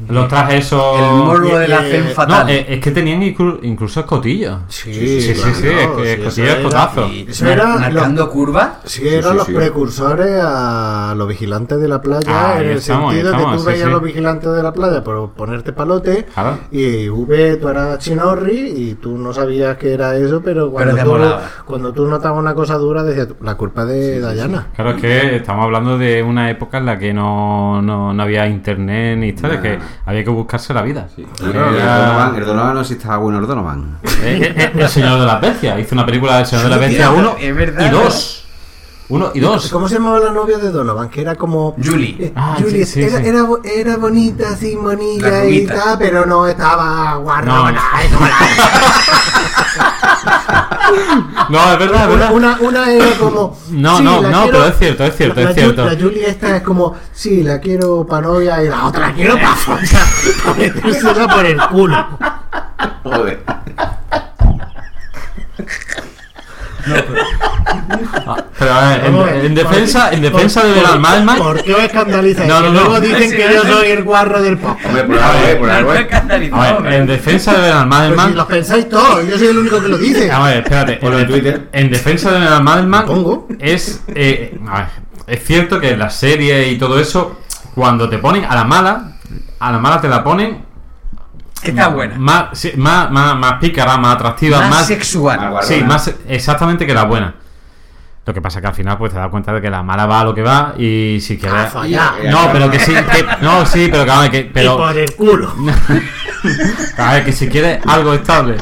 F: Los trajes esos.
G: El
H: Oh,
G: morbo de la
K: eh,
G: femme
K: no,
G: fatal.
F: No, eh, es que tenían inclu- incluso escotillos.
K: Sí,
F: sí, sí,
K: claro,
F: sí, esco-
K: sí,
F: escotillos,
K: eso era-
F: escotazos.
K: y- Eso era lo-
G: marcando curvas.
K: Sí, eran
H: sí,
K: los
H: sí.
K: precursores a los vigilantes de la playa,
F: Ahí
K: en el
F: estamos, ahí
K: sentido que
F: estamos,
K: tú
F: sí,
K: veías a
F: sí.
K: los vigilantes de la playa por ponerte palote,
F: Claro.
K: y V, tú eras chinorri, y tú no sabías que era eso, pero cuando,
G: te
K: tú,
G: molaba.
K: cuando tú notabas una cosa dura, decías, tú, la culpa de Dayana.
F: Claro, es que estamos hablando de una época en la que no, no, no había internet ni historias,
H: Nah.
F: que había que buscarse la vida.
H: El
F: Era-
H: Donovan, el Donovan no sé si estaba bueno el Donovan.
F: Eh, eh, El Señor de las Bestias. Hizo una película del Señor de las Bestias 1
G: es verdad,
F: y 2. 1 y 2.
K: ¿Cómo se llamaba la novia de Donovan? Que era como...
G: Julie.
K: Eh,
F: Ah,
K: Juliet,
F: sí, sí,
K: era,
F: sí.
K: Era, bo- era bonita, así,
G: La
K: monilla y
G: rubita.
K: tal, pero no estaba guarrona.
F: No,
K: ay, como la-
F: No, es verdad,
K: Una,
F: es verdad.
K: una, una era como.
F: No,
K: Ah. sí,
F: no,
K: la
F: no,
K: quiero-
F: pero es cierto, es cierto,
K: la,
F: es
K: la
F: cierto.
K: Ju- La Julie esta es como, sí, la quiero para novia y la otra la quiero
F: Eh,
K: para folla. Para metérsela por el culo.
H: Joder.
F: Ah, Pero a ver, en,
K: Vamos a ver,
F: en
K: ¿por
F: defensa,
K: qué-
F: en defensa
K: por-
F: de
K: por-
F: Veral
K: ¿Por qué os escandalizáis?
F: No, no,
K: Que
F: no.
K: Luego dicen
G: Sí,
K: que
G: sí,
K: yo
G: sí.
K: soy el guarro del podcast.
H: Hombre, por algo, eh, por algo. eh.
F: A ver, en defensa de Veral
K: Pero si los pensáis todos, yo soy el único que lo dice.
F: A ver, espérate.
H: Ponlo
F: en,
H: en Twitter.
F: en defensa de Veral
K: Pongo.
F: es. eh, a ver, es cierto que en la serie y todo eso, cuando te ponen a la mala, a la mala te la ponen
G: Está buena.
F: más, sí, más, más, más pícara, más atractiva,
G: Más,
F: más,
G: sexual.
H: Más
F: Sí,
H: guarrona.
F: más exactamente que la buena. Lo que pasa que al final pues te das cuenta de que la mala va a lo que va y si
K: A
F: quieres...
K: follar.
F: No, pero que sí, que- no, sí, pero que, a ver, que-
K: Y
F: pero,
K: por el culo.
F: a ver, que si quieres algo estable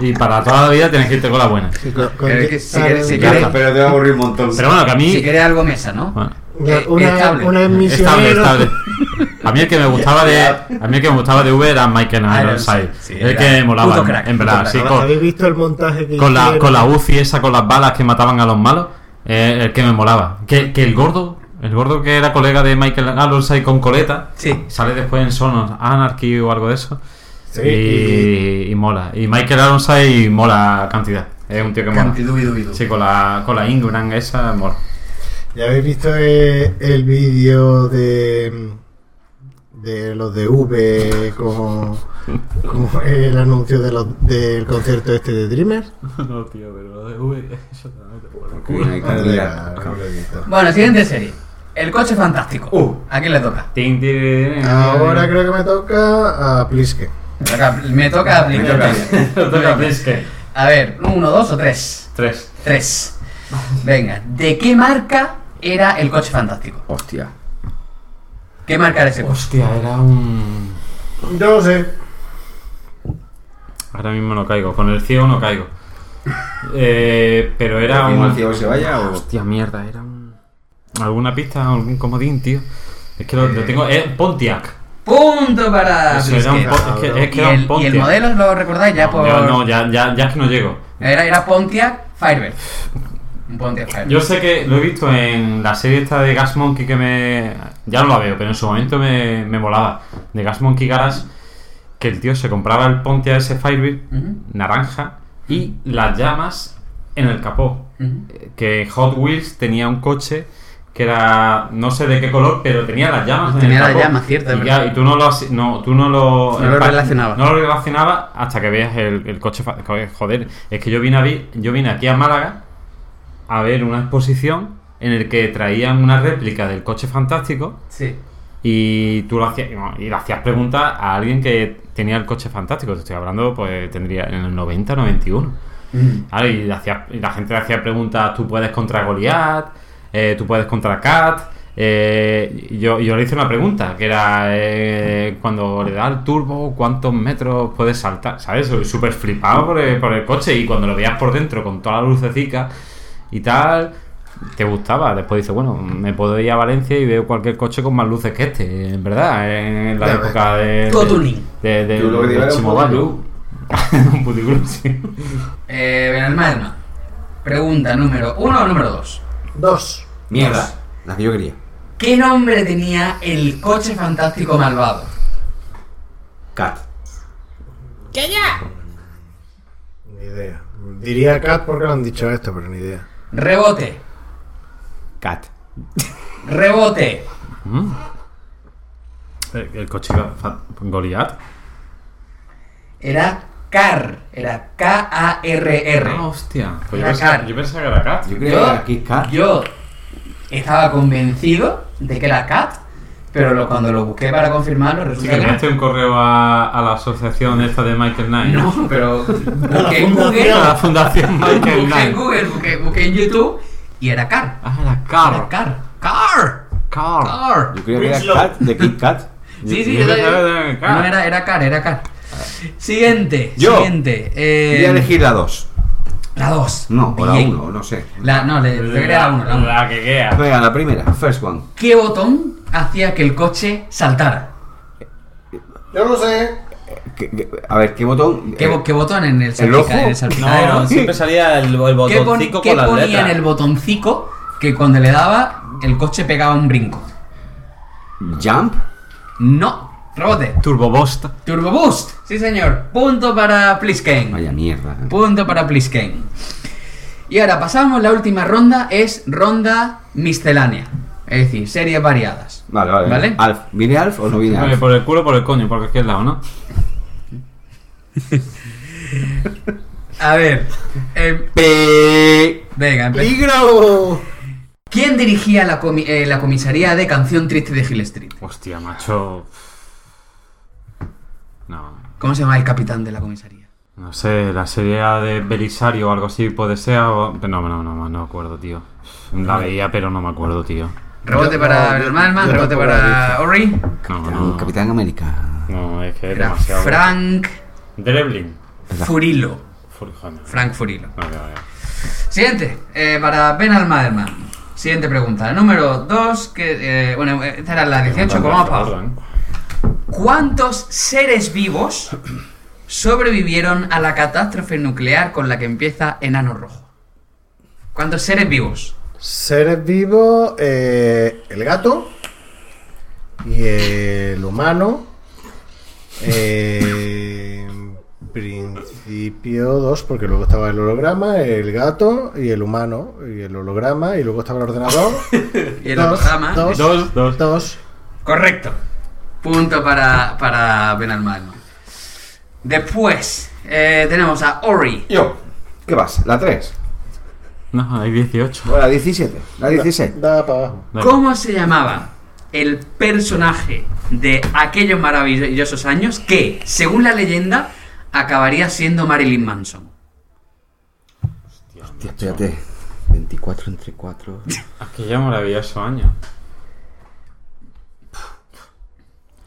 F: y para toda la vida tienes que irte con la buena.
K: Con- con-
G: Pero es que si
K: a
G: quieres-
K: ver,
G: si
H: Ya
G: quieres-
H: está, Ah. pero te va a aburrir un montón.
F: Pero bueno, que a mí...
G: Si quieres algo mesa, ¿no?
F: Bueno,
K: una-
G: eh,
K: una,
G: estable.
K: una
F: estable,
K: misionero.
F: estable. A mí el que me gustaba de a mí el que me gustaba de V era Michael Ironside,
G: Ironside, Ah, sí,
F: el
G: era
F: que molaba
G: puto
F: en-
G: crack,
F: en
G: puto
F: verdad,
G: crack.
F: sí, Eh, con-
K: ¿Habéis visto el montaje que
F: con la,
K: hicieron?
F: con la UCI esa, con las balas que mataban a los malos, eh, el que me molaba. Que, que el gordo, el gordo que era colega de Michael Alonso y con coleta,
G: Sí.
F: sale después en Sonos Anarchy o algo de eso.
K: Sí,
F: y, y mola. Y Michael Alonso y mola cantidad. Es un tío que mola.
G: Cantidubidubidu.
F: Sí, con la, con la Ingram esa mola.
K: ¿Ya habéis visto eh, el vídeo de de los de V con, con el anuncio de los- del concierto este de Dreamers?
F: No, tío, pero lo de V, eso te lo meto por el
K: culo. Hay calidad.
G: Bueno, siguiente serie. El coche fantástico. ¿A quién le toca?
K: Ahora creo que me toca a Pliske.
G: Me toca, me toca aplicar. A ver, uno, dos o tres.
F: Tres.
G: Tres. Venga, ¿de qué marca era el coche fantástico?
H: Hostia.
G: ¿Qué marca era ese coche?
F: Hostia, era un.
K: Yo lo sé.
F: Ahora mismo no caigo, con el ciego no caigo. Eh, pero era
H: ¿Que
F: un.
H: el ciego se vaya o-
F: Hostia, mierda, era un. ¿Alguna pista, algún comodín, tío? Es que lo, lo tengo. Es Pontiac.
G: Punto para
F: Eso era un
G: Frisquet.
F: po- es que- es que
G: y,
F: era un
G: el, y el
F: Pontiac.
G: modelo lo recordáis ya por.
F: Ya, no, ya, ya, ya es que no llego.
G: Era, era Pontiac Firebird. Un Pontiac Firebird.
F: Yo sé que lo he visto en la serie esta de Gas Monkey que me. Ya no la veo, pero en su momento me, me volaba. De Gas Monkey Garage, que el tío se compraba el Pontiac ese Firebird naranja y las llamas en el capó. Eh, Que Hot Wheels tenía un coche que era. No sé de qué color, pero tenía las llamas en
G: Tenía
F: el
G: las
F: capó.
G: llamas, cierto, es
F: Y, ya-
G: verdad.
F: y tú no lo. has- No, tú no lo.
G: No lo
F: el pa-
G: relacionabas.
F: No lo relacionabas hasta que veas el, el coche. fa- Joder, es que yo vine, a vi- yo vine aquí a Málaga a ver una exposición en el que traían una réplica del coche fantástico
G: Sí.
F: y tú lo hacías y le hacías preguntas a alguien que tenía el coche fantástico te estoy hablando pues tendría en el 90 91
G: Mm.
F: Claro, Ah, y, le hacías- y la gente le hacía preguntas tú puedes contra Goliath Eh, tú puedes contra Cat Eh, y yo, y yo le hice una pregunta que era eh, cuando le da el turbo cuántos metros puedes saltar sabes Soy súper flipado por el, por el coche y cuando lo veías por dentro con toda la lucecica y tal te gustaba. Después dice, bueno, me puedo ir a Valencia y veo cualquier coche con más luces que este, en verdad, en la
H: Ya ves.
F: época de.
G: Todo
F: de-
G: tuning.
F: De, de,
H: Yo lo que
F: de
H: digo era un
F: Chimoval.
H: puticlub.
F: Un puticlub, sí.
G: Eh, Benalmádena, Pregunta número uno o número dos.
K: Dos.
H: Mierda. Las que yo quería.
G: ¿Qué nombre tenía el coche fantástico malvado?
H: Cat.
G: ¡Que ya!
K: Ni idea. Diría Cat porque lo han dicho esto, pero ni idea.
G: Rebote.
H: Cat.
G: Rebote.
F: Mm. El, Eh, el coche iba fa- Goliath.
G: Era Car. Era K-A-R-R.
F: Ah, hostia. Pues
G: Era
F: yo, pensaba,
G: Cat.
F: yo pensaba que era Cat.
H: Yo
G: Yo- Yo estaba convencido de que era Cat, pero lo- cuando lo busqué para confirmarlo
F: Sí,
G: resulta
F: que
G: que era
F: enviaste un correo a, a la asociación esta de Michael Knight.
G: No, pero. Busqué en Google,
F: A la fundación Michael
G: busqué en
F: Knight.
G: Google, busqué, busqué en YouTube y era Car.
F: Ah, era
G: Era
F: Car.
G: Car. Car.
F: Car.
G: Car.
H: Yo creía que era
G: Winslow.
H: Cat de Kit Kat.
G: Sí, sí,
F: Yo
G: yo
F: pensaba
G: también.
F: que era Car.
G: No, era, era Car, era Car. Siguiente,
H: Yo.
G: siguiente. eh,
H: Voy a elegir la 2.
G: La 2.
H: No, o la 1, no sé.
G: La, no, le, le quería la 1. La uno.
F: La que queda.
H: Venga, la primera, first one.
G: ¿Qué botón hacía que el coche saltara?
K: Yo lo sé.
H: ¿Qué- qué- a ver, ¿qué botón? Eh,
G: ¿Qué, bo- qué botón en el
H: ¿El ojo?
G: salpica- en el salpicadero?
F: Ah.
M: siempre salía el, el
G: ¿Qué, pon-
M: botoncito
G: qué
M: con las
G: ponía en
M: letras.
G: el botoncico que cuando le daba el coche pegaba un brinco?
H: Jump.
G: No, rebote.
F: Turbo Bost.
G: Turbo Boost. Sí, señor. Punto para Pliskane.
H: Vaya mierda.
G: Punto para Pliskane. Y ahora pasamos, la última ronda es ronda miscelánea. Es decir, series variadas.
H: Vale, vale.
G: ¿Vale?
H: Alf. ¿Viene Alf o no viene
F: Oye,
H: Alf?
F: Por el culo, por el coño, por cualquier lado, ¿no?
G: A ver. eh,
H: Pe-
G: venga, empe-
K: ¡Peligro!
G: ¿Quién dirigía la, comi- eh, la comisaría de Canción Triste de Hill Street?
F: Hostia, macho. No.
G: ¿Cómo se llama el capitán de la comisaría?
F: No sé, la serie de Belisario o algo así puede ser. o- pero No, no, no, no me acuerdo, tío. La veía, pero no me acuerdo, tío.
G: Rebote
K: Yo-
G: para
K: no, yo-
G: Bermanman,
K: yo
G: rebote
K: tampoco la
G: para Ori.
F: No,
H: Capitán,
F: no.
H: Capitán América.
F: No, es que es
G: Era
F: demasiado.
G: Frank
F: Drebling.
G: Furilo.
F: Furjona.
G: Frank Furilo.
F: Vale, vale.
G: Siguiente, eh, para Ben Almaderman. Siguiente pregunta. Número 2, que. eh, bueno, esta era la 18, como vamos para abajo.
F: Jordan.
G: ¿Cuántos seres vivos sobrevivieron a la catástrofe nuclear con la que empieza Enano Rojo? ¿Cuántos seres vivos?
K: Seres vivos, eh, el gato y el humano. eh, principio dos, porque luego estaba el holograma, el gato y el humano, y el holograma, y luego estaba el ordenador.
G: Y el holograma.
K: Dos, dos, dos. dos.
G: Correcto. Punto para, para Benalmano. Después eh, tenemos a Ori.
H: Yo. ¿Qué vas? ¿La 3?
F: No, hay 18.
H: la 17. La 16.
K: Da, para abajo.
G: ¿Cómo se llamaba el personaje de aquellos maravillosos años que, según la leyenda, acabaría siendo Marilyn Manson?
H: Hostia, espérate. 24 entre 4.
F: Aquella maravilloso año.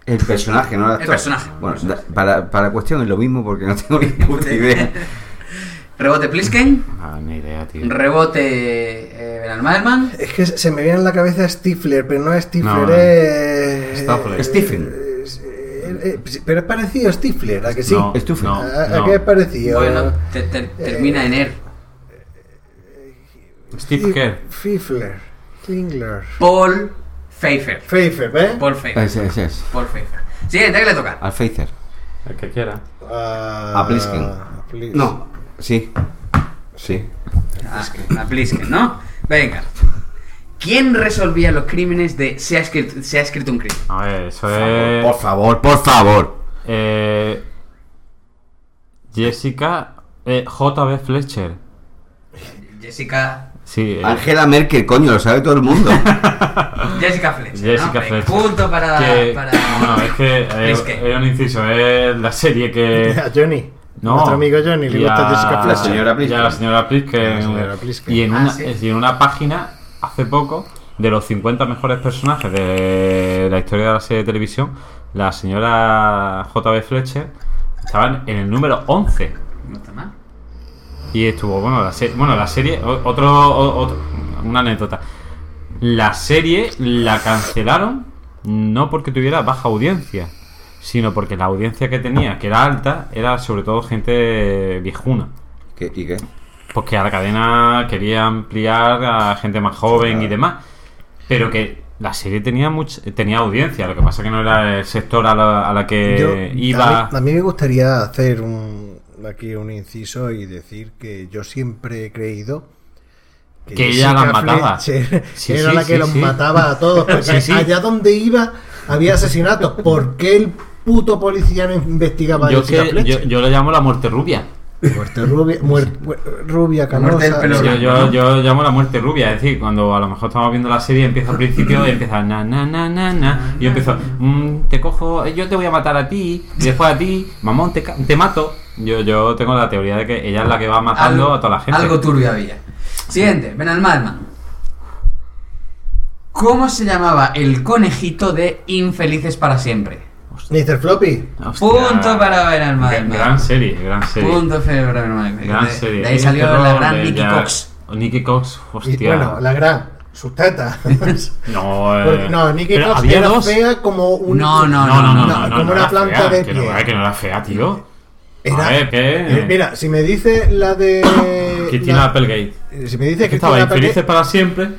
H: El personaje, no el actor.
G: El personaje.
H: Bueno, da- para, para cuestión es lo mismo porque no tengo ni puta idea.
G: Rebote Plisken.
F: Ah, ni idea, tío.
G: Rebote eh, Benalmán.
K: Es que se me viene en la cabeza Stifler, pero no es Stifler,
F: No, no.
K: es.
F: Stoffler.
H: Stephen.
K: eh, eh, pero es parecido a Stifler, ¿a que sí?
F: No,
H: Estufa.
D: Eh,
F: no,
K: ¿A, a
F: no.
K: qué es parecido?
G: Bueno, te- te- termina en er.
F: Steve Kerr.
K: Fifler, Klingler.
G: Paul Pfeiffer.
K: Pfeiffer, ¿eh?
G: Paul Pfeiffer.
H: Ese, ese es.
G: Paul Pfeiffer. Siguiente, ¿a qué le toca?
H: Al Pfizer.
F: El que quiera.
K: Ah,
H: A Plisken.
K: a Plis-
H: No. Sí. Sí.
G: Ah, a Plisken, ¿no? Venga. ¿Quién resolvía los crímenes de se ha escrito, se ha escrito un crimen?
F: A ver, eso es.
H: Por favor, por favor.
F: Eh, Jessica eh, JB Fletcher.
G: Jessica.
F: Sí,
K: Ah,
F: eh,
H: Angela Merkel, coño, lo sabe todo el mundo.
G: Jessica Fletcher. ¿no?
F: Jessica
G: Venga,
F: Fletcher.
G: Ah, Punto para.
F: que-
G: para-
F: No, es que eh,
G: Es que-
F: era un inciso, es la serie que.
K: A Johnny.
F: Eh, No.
K: Nuestro amigo Johnny le
F: Y
K: gusta
F: a-
K: Jessica
H: la
K: Fletcher.
H: señora
F: y
H: Plisken.
F: a la señora Plisken.
K: La señora Plisken.
F: Y en,
G: Ah,
F: una,
G: sí.
F: y en una página, hace poco, de los 50 mejores personajes de la historia de la serie de televisión, la señora JB Fletcher estaban en el número 11.
G: No está mal.
F: Y estuvo, bueno, la, se- bueno, la serie, o- otro, o- otro- una anécdota. La serie la cancelaron no porque tuviera baja audiencia, sino porque la audiencia que tenía, que era alta, era sobre todo gente viejuna.
H: ¿Qué- ¿Y qué?
F: Porque a la cadena quería ampliar a gente más joven y demás. Pero que la serie tenía mucha, tenía audiencia, lo que pasa que no era el sector a la, a la
K: Yo-
F: que
K: a,
F: iba...
K: mí, a mí me gustaría hacer un, aquí un inciso y decir que yo siempre he creído
F: Que ella las
K: Jessica
F: mataba.
K: Fletcher
F: Sí,
K: era
F: sí,
K: la que
F: sí,
K: los
F: sí.
K: mataba a todos. Porque
F: Sí, sí.
K: allá donde iba había asesinatos. ¿Por qué el puto policía no investigaba a
F: Yo,
K: Jessica
F: que- yo,
K: Fletcher?
F: yo le llamo la muerte rubia.
K: Muerte rubia, muer- muer- rubia
G: muerte del
K: canosa.
G: pelo
F: Yo,
G: blanco.
F: yo, yo llamo la muerte rubia, es decir, cuando a lo mejor estamos viendo la serie, empieza al principio y empieza na na na na na. Y yo empiezo, "Mm, te cojo, eh, yo te voy a matar a ti, y después a ti, mamón, te, ca- te mato. Yo, yo tengo la teoría de que ella es la que va matando a toda la gente.
G: Algo turbio había. Siguiente, Benalmán. ¿Cómo se llamaba el conejito de Infelices para siempre?
K: Mr. Floppy.
F: Hostia.
G: Punto para Benalmán.
F: Gran, gran serie, gran serie.
G: Punto para Benalmán.
F: gran
G: de,
F: serie.
G: de ahí salió
F: Terror
G: la gran
F: de
G: Nicky
F: Jack-
G: Cox.
F: Nicky Cox,
K: Y,
F: hostia.
K: bueno, la gran. Sus tetas.
F: No, eh,
K: Porque- no, Nicky
F: pero
K: Cox
F: había
K: era
F: dos.
K: fea como un.
G: No, no,
F: No, no, no, no,
K: no,
F: no,
K: como
F: no
K: una
F: era
K: planta
F: fea,
K: de
F: que no,
K: pie.
F: que no era fea, tío.
K: Era-
F: A ver, ¿qué?
K: Eh, Mira, si me dice la de.
F: Cristina
K: la-
F: Applegate.
K: Eh, Si me dices
F: que
K: que
F: estaba
K: Cristina
F: infelices
K: Applegate-
F: para siempre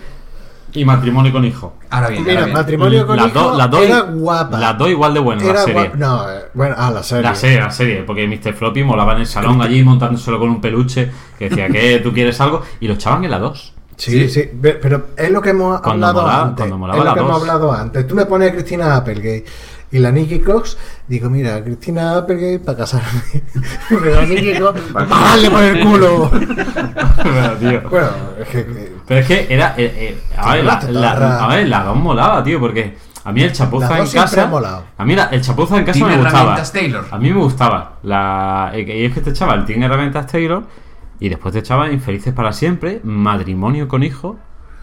F: y matrimonio con hijo.
G: Ahora bien, ahora
K: Mira,
G: bien.
K: matrimonio con
F: Las
K: hijo
F: dos- las dos-
K: era guapa.
F: Las dos igual de buenas,
K: era
F: la serie.
K: guapa. No, eh, bueno, ah, la serie.
F: La serie, la serie, porque Mr. Floppy molaba en el salón allí montándoselo con un peluche que decía que tú quieres algo y lo echaban en la dos.
K: Sí, sí, ve- pero es lo que hemos
F: Cuando
K: hablado
F: molaba-
K: antes.
F: cuando molaba
K: es lo
F: la
K: que hemos
F: dos.
K: hablado antes. Tú me pones a Cristina Applegate y la Nicky Cox. Digo, mira, Cristina Applegate para casarme. pero a Nicky Cox, ¡vale por el culo!
F: Pero, tío.
K: bueno, es que. que-
F: Pero es que era. eh, eh, a,
K: Sí,
F: ver,
K: la
F: la, la-
K: tatarra.
F: a ver, la dos molaba, tío, porque a mí el
K: Las
F: chapuza
K: dos
F: en
K: siempre
F: casa.
K: han molado.
F: A mí la- el chapuza en casa
G: Tiene
F: me gustaba.
G: herramientas Taylor.
F: A mí me gustaba. La, eh, y es que te echaba el Tiene herramientas Taylor y después te echaba Infelices para siempre, Matrimonio con Hijo,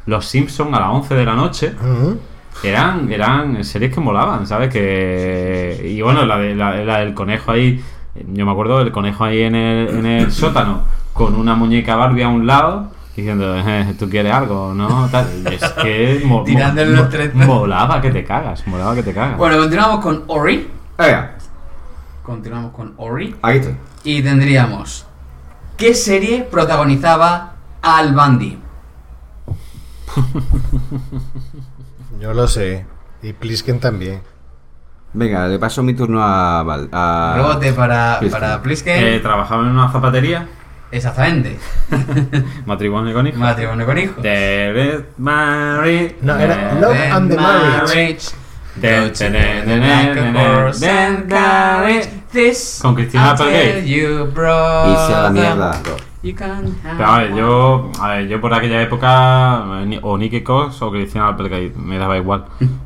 F: Los Simpsons a las 11 de la noche.
K: Ujú.
F: Eran, eran series que molaban, ¿sabes? Que... Y bueno, la, de, la, la del conejo ahí, yo me acuerdo del conejo ahí en el, en el sótano, con una muñeca Barbie a un lado, diciendo, "Eh, tú quieres algo, ¿no? Tal. Y Es que mo- mo-
G: Tirándole los tres.
F: molaba que te cagas, molaba que te cagas.
G: Bueno, continuamos con Ori.
H: Venga,
G: Continuamos con Ori.
H: aquí estoy.
G: Y tendríamos. ¿Qué serie protagonizaba Al Bundy?
K: Yo lo sé. Y Plisken también.
H: Venga, le paso mi turno a. Val-
K: Ah,
H: a
G: Rebote para- para Plisken.
F: Eh, trabajaba en una zapatería.
G: Exactamente.
F: Matrimonio con hijo.
G: Matrimonio con hijo.
F: There is marriage.
K: No, era
F: Eh,
K: Love and the Marriage.
F: There- there- there- there- there- there- Con Cristina Applegate.
G: Y
F: Pero a ver, yo, a ver, yo por aquella época, eh, ni- o Nicky Cox o Cristina Applegate, me daba igual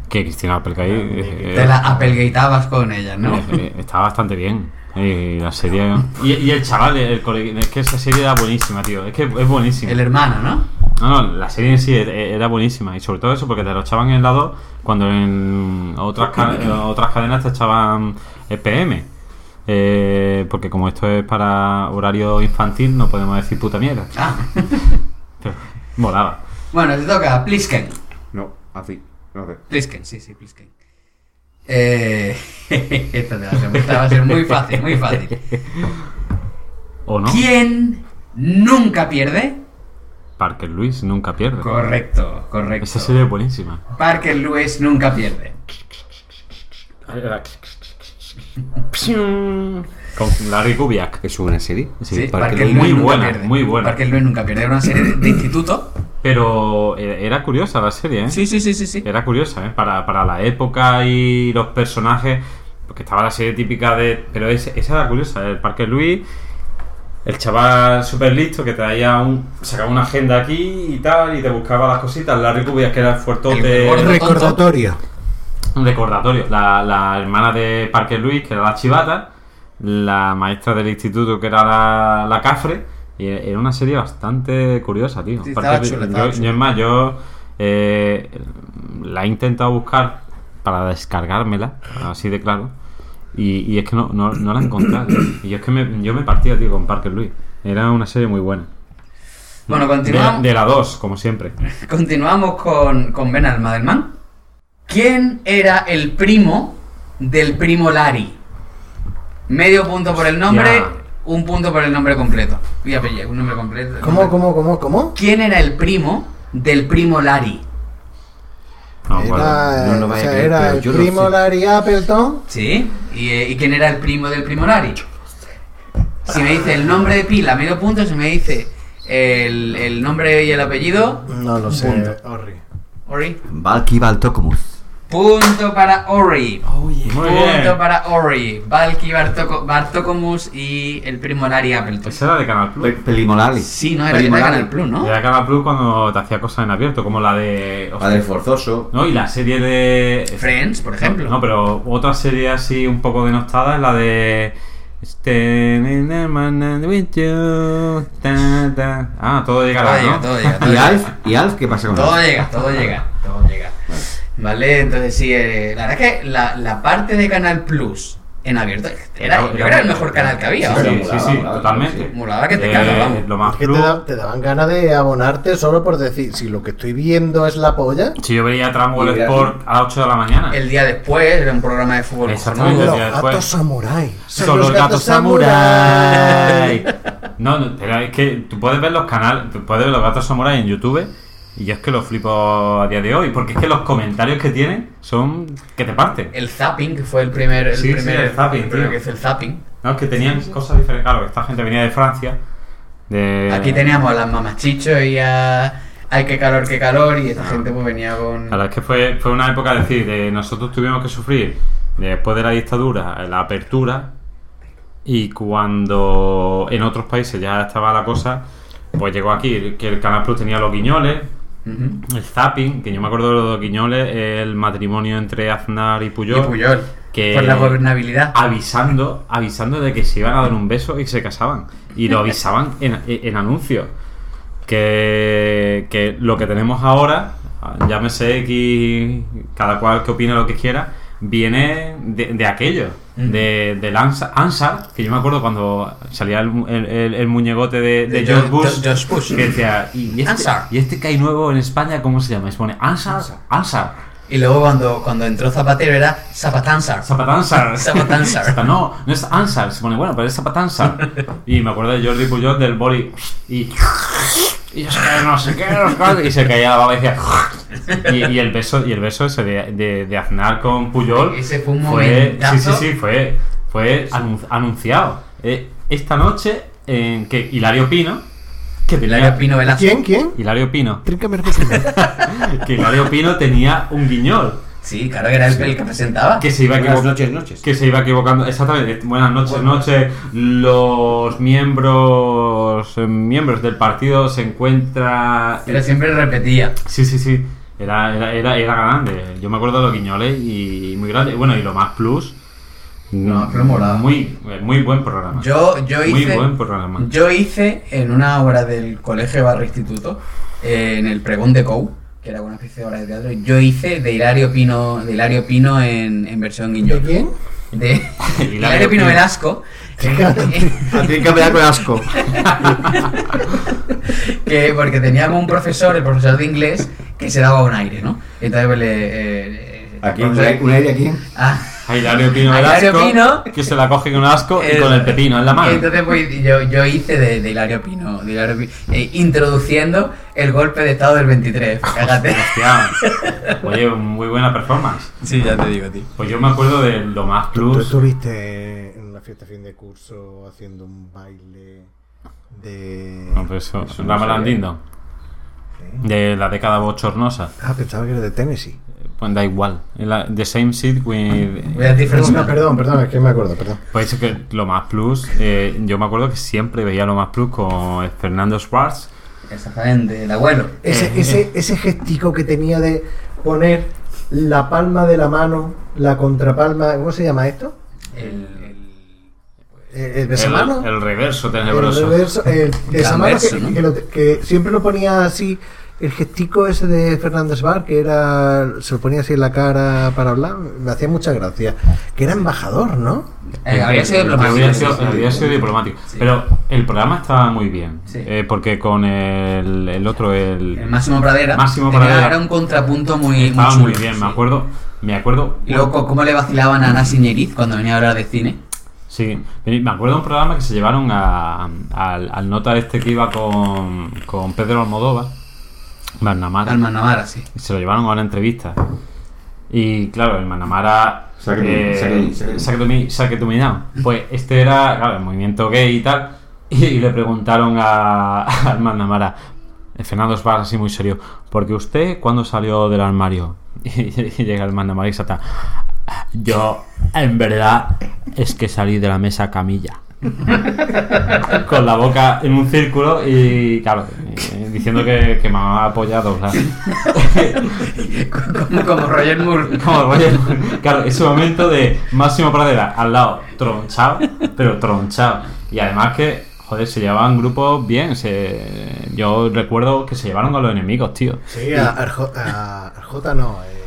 F: que Cristina Applegate. eh,
G: Te la apelgueitabas con ella, ¿no?
F: eh, eh, estaba bastante bien. Y la serie. Y, y el chaval, eh, el colega, es que esa serie era buenísima, tío. Es que es buenísima.
G: El hermano, ¿no?
F: No, no, la serie en sí era- era buenísima. Y sobre todo eso, porque te lo echaban en la 2 cuando en otras, ca- en otras cadenas te echaban el PM. Eh, porque como esto es para horario infantil, no podemos decir puta mierda. Pero molaba.
G: Ah. Bueno, te toca Plisken.
F: No, así. No sé.
G: Plisken, sí, sí, Plisken. Eh, esta, te va a ser, esta va a ser muy fácil, muy fácil.
F: ¿O no?
G: ¿Quién nunca pierde?
F: Parker Luis nunca pierde.
G: Correcto, correcto.
F: Esa serie es buenísima.
G: Parker Lewis nunca pierde.
F: Con Larry Kubiak.
H: ¿Es una serie?
G: Sí, Parker Lewis
F: muy
G: nunca
F: buena,
G: pierde.
F: muy buena.
G: Parker Lewis nunca pierde. Era una serie de instituto.
F: Pero era- era curiosa la serie, ¿eh? Sí,
G: sí, sí, sí.
F: Era curiosa, ¿eh? Para, para la época y los personajes. Porque estaba la serie típica de. Pero ese- esa era curiosa, el Parque Luis. El chaval súper listo que traía un. sacaba una agenda aquí y tal, y te buscaba las cositas. La recubías que era el fuertote.
K: Recordatorio.
F: Un recordatorio. La, la hermana de Parker Luis, que era la chivata, la maestra del instituto, que era la, la cafre, y e- era una serie bastante curiosa, tío.
G: Sí,
F: Parker
G: estaba chula,
F: Lewis-
G: estaba
F: yo-
G: chula.
F: yo, es más, yo eh, la he intentado buscar para descargármela, así de claro, y, y es que no, no, no la he encontrado. Y yo es que me, yo me partía, tío, con Parker Luis. Era una serie muy buena.
G: Bueno, continuamos.
F: De, de la 2, como siempre.
G: Continuamos con, con Ben Almadelman. ¿Quién era el primo del primo Larry? Medio punto por el nombre,
F: Hostia.
G: un punto por el nombre completo. Y apellido, un nombre completo.
K: ¿Cómo, cómo, cómo, cómo?
G: ¿Quién era el primo del primo Larry?
F: No,
K: Era,
G: no lo
K: o
G: vaya a
K: sea,
G: creer,
K: era
G: pero
K: el
G: yo lo
K: primo
G: sé.
K: Larry Appleton.
G: ¿Sí? ¿Y, eh, y quién era el primo del primo Larry? Si me dice el nombre de pila, medio punto. Si me dice el, el nombre y el apellido,
K: No lo sé,
G: Punto.
K: Orri.
G: Ori.
H: Valky Baltocomus.
G: Punto para Ori.
F: Muy
G: Punto
F: bien.
G: para Ori. Valky Bartoko- Bartokomus y el primo Larry Appleton.
F: Esa era de Canal Plus.
H: Pelimolali.
G: Sí, no, era de
H: Pelimolali.
G: Canal Plus, ¿no?
F: Era de Canal Plus cuando te hacía cosas en abierto, como la de.
H: La del Forzoso.
F: No, y la serie de.
G: Friends, por ejemplo.
F: No, pero otra serie así un poco denostada es la de. este, Standing in my hand with you, ta, ta. Ah, todo llegará,
G: Todo llega, todo
F: ¿no?
G: llega, todo
H: ¿Y
G: llega.
H: Alf? ¿Y Alf qué pasa con
G: Todo
H: Alf?
G: llega, todo llega, todo llega. Vale, entonces sí, eh, la verdad es que la, la parte de Canal Plus en abierto era, yo era el mejor canal que había.
F: Sí,
G: vamos.
F: sí, sí, sí, totalmente. Eh,
G: Molaba que te cagas, vamos.
F: Lo más
K: Que te,
F: plus-
K: da- te daban ganas de abonarte solo por decir, si lo que estoy viendo es la polla,
F: Si yo veía Tramwell
H: Y veas-
F: Sport a las 8 de la mañana.
G: El día después era un programa de fútbol.
F: Exactamente.
G: cojonudo.
K: los
F: ya después.
K: gatos samuráis. son
F: "Pues, Son los gatos samurai.
K: samurái.
F: No, no, pero es que tú puedes ver los canales, tú puedes ver los gatos samurai en YouTube y yo es que los flipo a día de hoy, porque es que los comentarios que tienen son que te parten.
G: El zapping, que fue el primer. El
F: Sí, sí,
G: primer
F: el zapping,
G: el primero
F: tío.
G: que hizo el zapping.
F: No, es que tenían cosas diferentes. Claro, esta gente venía de Francia. De...
G: Aquí teníamos a las mamás chicho y a. Ay, qué calor, qué calor. Y esta gente pues venía con.
F: La verdad es que fue, fue una época, es decir, de nosotros tuvimos que sufrir después de la dictadura, la apertura, y cuando en otros países ya estaba la cosa, pues llegó aquí, que el Canal Plus tenía los guiñoles,
G: Ujú.
F: el zapping, que yo me acuerdo de los guiñoles, el matrimonio entre Aznar y Puyol.
G: Y Puyol.
F: Que Ah.
G: Por la gobernabilidad.
F: avisando, avisando de que se iban a dar un beso y se casaban. Y lo avisaban en, en anuncios. Que, que lo que tenemos ahora, llámese X, cada cual que opine lo que quiera, viene de, de aquello. De, del Ansa- Ansar, que yo me acuerdo cuando salía el, mu- el- el- el muñecote de, de
G: De
F: George
G: George-
F: Bush,
G: George Bush.
F: que decía, ¿y este,
G: Ansar.
F: ¿y este que hay nuevo en España cómo se llama? Y se pone Ansar, Ansar,
G: Y luego cuando, cuando entró Zapatero era Zapatansar.
F: Zapatansar.
G: Zapatansar.
F: Zapa- No, no es Ansar. Se pone, bueno, pero es Zapatansar. Y me acuerdo de Jordi Puyol del boli. Y. Y es que no sé qué, no sé cuál, Y se caía la baba y decía. Y, y el beso, y el beso ese de, de, de Aznar con Puyol.
G: Ese fue un
F: fue-
G: momentazo.
F: Sí, sí, sí, fue, fue anun- anunciado. Eh, esta noche, en que Hilario Pino. Que Hilario
G: Pino Velasco.
K: ¿Quién? ¿Quién?
F: Hilario Pino.
K: Tríncame
F: que Hilario Pino tenía un guiñol.
G: Sí, claro, era el- el que presentaba.
F: Que se iba
G: Buenas
F: equivo- Que se iba equivocando. Exactamente. Buenas noches, noches. Los miembros eh, miembros del partido se encuentran.
G: Pero siempre repetía.
F: Sí, sí, sí. Era, era, era, era grande. Yo me acuerdo de los guiñoles y muy grande. Bueno, y lo más plus. No,
G: pero molaba.
F: Muy, eh, muy buen programa.
G: Yo, yo hice.
F: Muy buen programa.
G: Yo hice en una obra del colegio barra instituto, eh, en el pregón de Cou, que era una especie de obra de teatro, yo hice de Hilario Pino, de Hilario Pino en, en versión guiñol. ¿De quién? De Hilario, Pino
K: Hilario Pino.
G: Velasco.
K: A ti que me da con asco.
G: que porque teníamos un profesor, el profesor de inglés, que se daba un aire, ¿no? Entonces pues, le, eh, eh,
H: Aquí,
G: el
H: un
G: profesor-
H: aire aquí.
G: Ah,
F: A Hilario Pino
G: A Hilario
F: Velasco,
G: Pino.
F: Que se la coge con un asco y con el pepino en la mano.
G: Entonces pues, yo, yo hice de, de Hilario Pino, de Hilario Pino, eh, introduciendo el golpe de estado del 23. Cágate.
F: Oye, muy buena performance.
G: Sí, ya te digo, tío.
F: Pues yo me acuerdo de lo más
K: ¿Tú
F: plus.
K: estuviste en la fiesta de fin de curso haciendo un baile de.
F: No, pues eso,
K: Eso no
F: Rama
K: sabía.
F: Landindo. De la década bochornosa.
K: Ah, pensaba que era de Tennessee.
F: Pues da igual. La- the same seat with.
K: No, no, perdón, perdón, es que me acuerdo, perdón.
F: Pues es que lo más plus. eh, yo me acuerdo que siempre veía lo más plus con Fernando Schwartz.
G: Exactamente, el abuelo.
K: Ese, ese, ese gestico que tenía de poner la palma de la mano, la contrapalma, ¿cómo se llama esto? El, eh, el, besamano.
F: El, el reverso
K: El
F: tenebroso.
K: reverso, el besamano que,
F: Transverso, ¿no?
K: que lo- que siempre lo ponía así, el gestico ese de Fernández Bar, que era, se lo ponía así en la cara para hablar, me hacía mucha gracia. Que era embajador, ¿no?
G: Eh, habría sido diplomático.
F: Habría sido-
G: Sí, sí,
F: habría
G: sí.
F: sido diplomático.
G: Sí.
F: Pero el programa estaba muy bien. Eh, porque con el, el otro, el,
G: El Máximo Pradera.
F: Máximo
G: Tenía-
F: Pradera.
G: Era un contrapunto muy, muy
F: estaba
G: chulo.
F: muy bien, me acuerdo. Me acuerdo.
G: Y luego, co- ¿cómo le vacilaban a Ana Siñeriz cuando venía a hablar de cine?
F: Sí, me acuerdo de un programa que se llevaron a- al, al nota este que iba con, con Pedro Almodóvar. Manamara.
G: Al Manamara, sí.
F: Y se lo llevaron a una entrevista. Y claro, el Manamara.
H: Saque tu-
F: eh,
H: saque- saque-
F: saque tu mi- saque tu minao. Pues este era, claro, el movimiento gay y tal. Y, le preguntaron a, al Manamara, eh, Fernando Esbar, así muy serio, porque usted, cuando salió del armario? Y, llega el Manamara y salta. Yo, en verdad, es que salí de la mesa camilla. Con la boca en un círculo y, claro, eh, diciendo que, que me ha apoyado. o sea.
G: Como, como Roger Moore.
F: Como Roger Moore. Claro, ese momento de Máximo Pradera al lado, tronchado, pero tronchado. Y además que, joder, se llevaban grupos bien. se- Yo recuerdo que se llevaron con los enemigos, tío.
K: Sí, a, Arjo- a Arjota no. el-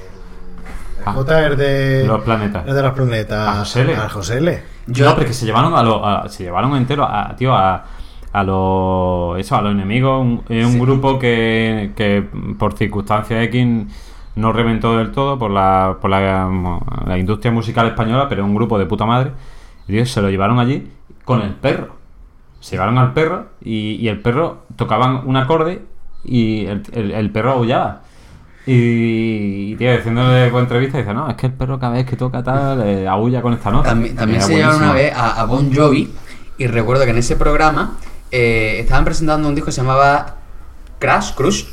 K: Arjota es de.
F: Ah. Los planetas.
K: es Eh, de los planetas.
F: A José L.
K: A José L.
F: Yo, no, pero que se llevaron a lo- a- se llevaron entero a, tío, a, a los, eso, a los enemigos, un, eh, un grupo que, que por circunstancias X no reventó del todo por la, por la, la industria musical española, pero un grupo de puta madre. Y, tío, se lo llevaron allí con el perro. Se llevaron al perro y, y el perro tocaban un acorde y el, el- el perro aullaba. Y, y, tío, diciéndole con entrevista, dice, no, es que el perro cada vez que toca tal, eh, aulla con esta nota.
G: También, también
F: Era
G: se llevaron una
F: buenísimo.
G: vez a, a Bon Jovi y recuerdo que en ese programa eh, estaban presentando un disco que se llamaba Crash, Crush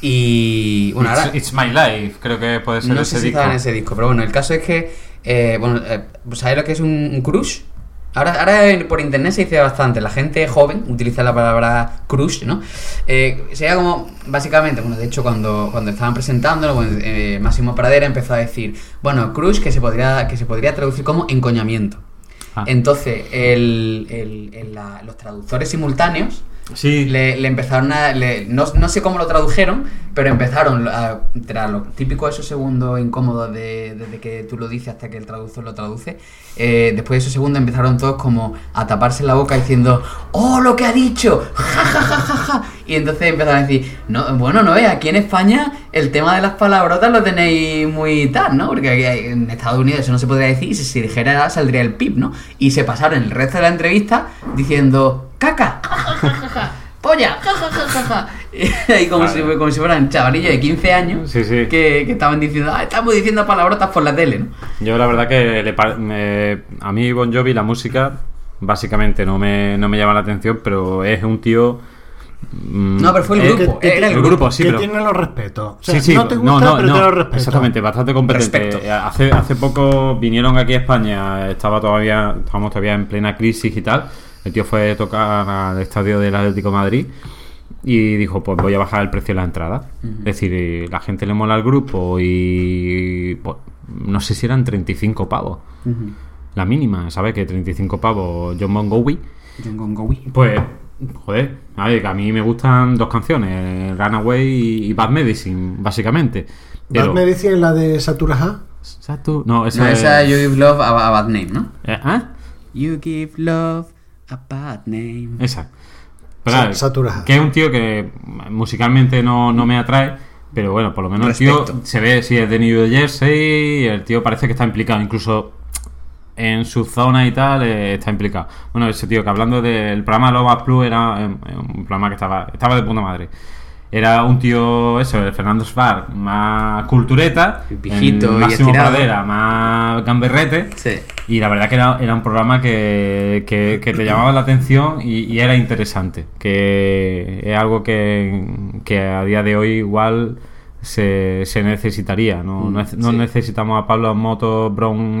G: y bueno, ahora
F: It's, It's My Life, creo que puede ser
G: no
F: ese
G: sé si
F: disco.
G: estaba en ese disco, pero bueno, el caso es que eh, bueno, eh, ¿sabéis lo que es un, un crush? Ahora, ahora en- por internet se dice bastante, la gente joven utiliza la palabra crush, ¿no? Eh, sería como, básicamente, bueno, de hecho cuando, cuando estaban presentándolo, bueno, eh, Máximo Pradera empezó a decir, bueno, crush que se podría, que se podría traducir como encoñamiento.
F: Ah.
G: Entonces, el- el- el- la- los traductores simultáneos le, le empezaron a. le- no, no sé cómo lo tradujeron, pero empezaron a. Tras lo típico, esos segundos incómodos de, desde que tú lo dices hasta que el traductor lo traduce. eh, después de esos segundos empezaron todos como a taparse la boca diciendo: ¡Oh, lo que ha dicho! ¡Ja, ja, ja, ja, ja! Y entonces empezaron a decir: no, Bueno, no veas, aquí en España el tema de las palabrotas lo tenéis muy tal, ¿no? Porque aquí hay- en Estados Unidos eso no se podría decir y si se dijera saldría el pip, ¿no? Y se pasaron el resto de la entrevista diciendo: ¡Caca! polla, ja, ja, ja, ja, ja. y como, si, como si fueran chavalillos de 15 años
F: Sí, sí.
G: Que, que estaban diciendo, ah, estamos diciendo palabrotas por la tele, ¿no?
F: Yo la verdad que le par- me- a mí Bon Jovi la música básicamente no me, no me llama la atención, pero es un tío... mm,
G: No, pero fue el
F: eh,
G: grupo,
F: que-
G: era el
F: el
G: grupo.
F: grupo, sí,
K: que
F: pero...
K: tiene los respetos. O sea,
F: sí, sí,
K: no te gusta, pero te lo respeto.
F: Exactamente, bastante competente.
K: Respeto.
F: Eh, Hace, hace poco vinieron aquí a España, estaba todavía, estábamos todavía en plena crisis y tal. El tío fue a tocar al estadio del Atlético de Madrid y dijo, pues voy a bajar el precio de la entrada. Es decir, eh, la gente le mola al grupo y pues, no sé si eran 35 pavos. La mínima, ¿sabes? Que 35 pavos John Bon Jovi.
G: John Bon Jovi.
F: Pues, joder, a ver, que a mí me gustan dos canciones, Runaway y- y Bad Medicine, básicamente. Pero,
K: ¿Bad Medicine la de Saturajá?
F: Satu... No, esa
G: no,
F: es...
G: esa You Give Love a, a Bad Name, ¿no?
F: Eh, ¿Ah?
G: You Give Love a Bad Name.
F: Esa. Pero, claro,
K: Saturajá.
F: Que es un tío que musicalmente no, no me atrae, pero bueno, por lo menos el tío
K: Respeto.
F: se ve, sí, es de New Jersey, y el tío parece que está implicado, incluso en su zona y tal, eh, está implicado. Bueno, ese tío que hablando del programa Loba Plus era eh, un programa que estaba, estaba de puta madre. Era un tío, eso, el Fernando Svar, más cultureta,
G: Viejito
F: en
G: y
F: máximo
G: estirado.
F: pradera, más gamberrete. Y la verdad que era, era un programa que, que- que te llamaba la atención y, y era interesante. Que es algo que, que a día de hoy igual se, se necesitaría. No,
G: Mm,
F: no, es- no necesitamos a Pablo Moto Brown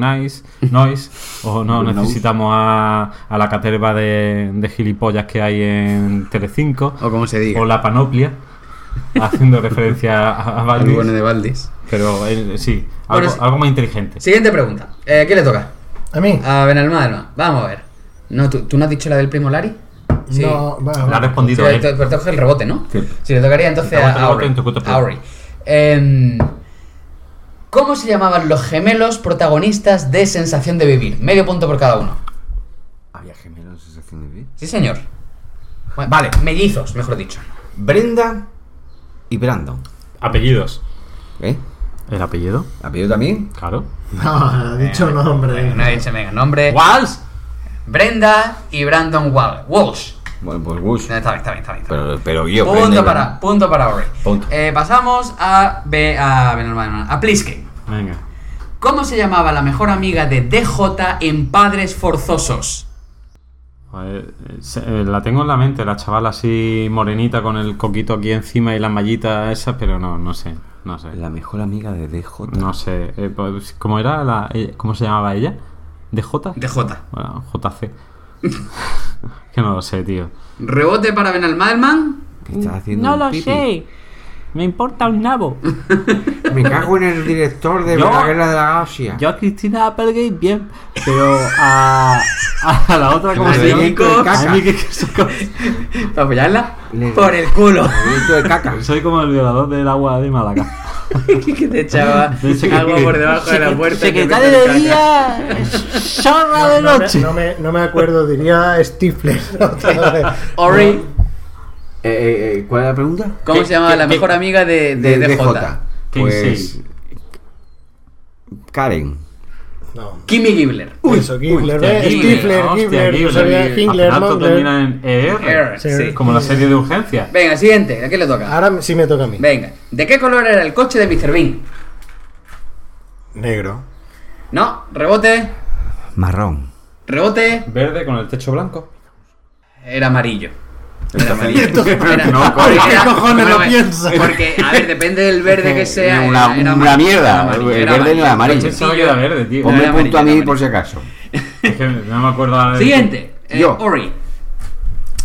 F: Nice, Noise o no
H: Brown Nose.
F: necesitamos a, a la caterva de, de gilipollas que hay en Telecinco.
G: O como se diga.
F: O la panoplia. Haciendo referencia a, a Valdis.
G: bueno de Valdis.
F: Pero eh, sí, algo,
G: Bueno, sí.
F: algo más inteligente.
G: Siguiente pregunta. Eh, ¿Quién le toca?
K: A mí.
G: A Benalmádena. Vamos a ver. No, ¿tú, tú no has dicho la del primo Lari?
K: No, va, va.
F: La ha respondido
G: Sí,
F: él.
G: Pero te coge el rebote, ¿no?
F: Sí.
G: Sí, le tocaría entonces
F: Te coge
G: a
F: el rebote
G: Aubrey.
F: en tu cuota pro.
G: Aubrey. Em, ¿Cómo se llamaban los gemelos protagonistas de Sensación de Vivir? Medio punto por cada uno.
H: ¿Había gemelos en sensación de vivir?
G: Sí, señor. Bueno, vale, mellizos, mejor dicho.
H: Brenda y Brandon.
F: Apellidos.
H: ¿Eh?
F: ¿El apellido?
H: ¿Apellido también?
F: Claro.
K: No, ha
F: Eh,
K: dicho nombre.
G: No he dicho mega nombre.
F: Walsh.
G: Brenda y Brandon Wall. Walsh.
H: Bueno, pues Bush.
G: No, Está bien, está bien, está bien. está bien.
H: Pero, pero yo. Brenda
G: punto,
H: y
G: para,
H: Brandon.
G: punto para Aubrey.
H: Punto.
G: Eh, pasamos a B, a, Benalmádena, a Pliske.
F: Venga.
G: ¿Cómo se llamaba la mejor amiga de DJ en Padres Forzosos?
F: Joder, eh, se- eh, La tengo en la mente, la chavala así morenita con el coquito aquí encima y las mallitas esas, pero no, no sé, no sé.
H: La mejor amiga de DJ.
F: No sé, eh, pues, ¿cómo era la, eh, cómo se llamaba ella? ¿DJ?
G: DJ.
F: Bueno, JC. que no lo sé, tío.
G: ¿Rebote para Benalmádena?
H: ¿Qué estás haciendo? el pipi?
F: Me importa un nabo.
H: Me cago en el director de
F: Yo-
H: la guerra de la galaxia.
F: Yo a Cristina Applegate bien, pero a, a la otra como
G: A
F: se llama?
G: Nico.
F: A mí que- que soy como-
G: ¿Para apoyarla? Por el culo.
H: Grito de caca.
F: soy como el violador del agua de Málaga.
G: que te echaba algo por debajo de la puerta.
F: Secretario de día, zorra de
K: No, no
F: noche.
K: me, no me- no me acuerdo, diría Stifler.
G: Ori,
H: Eh, eh, eh, ¿Cuál es la pregunta?
G: ¿cómo
F: ¿Qué-
G: se llamaba
F: qué-
G: la
F: qué-
G: mejor amiga de, de DJ?
H: Pues. Karen.
K: No.
G: Kimi Gibbler.
K: Eso, Gibler,
F: Hostia,
K: ¿ves?
F: Gibler,
K: Stifler,
F: hostia,
K: Gibler, no
F: Gibler,
K: sabía
F: Gibler.
K: Hingler,
F: Al final
K: Mongler.
F: termina en ER,
G: Er, sí.
F: como la serie de urgencias.
G: Venga, siguiente, ¿a quién le toca?
K: Ahora sí me toca a mí.
G: Venga, ¿de qué color era el coche de Mr. Bean?
K: Negro.
G: No, rebote,
H: Marrón.
G: rebote,
F: Verde con el techo blanco.
G: era amarillo. Era amarillo.
K: Entonces,
G: Era-
H: no,
K: ¿Por
G: era-
K: qué cojones lo
G: porque-
K: piensas?
G: Porque, a ver, depende del verde que sea.
H: Una-
G: era- era
H: una
G: amarillo,
H: mierda,
G: era amarillo,
H: el
G: era
H: verde era amarillo.
G: el
F: Pensaba que
G: sencillo.
F: era verde, tío.
H: Ponme
G: Era
H: punto
G: amarillo,
H: a mí
G: era
H: por si acaso.
F: Es que no me acuerdo ahora de-
G: Siguiente, eh,
H: Yo.
G: Ori.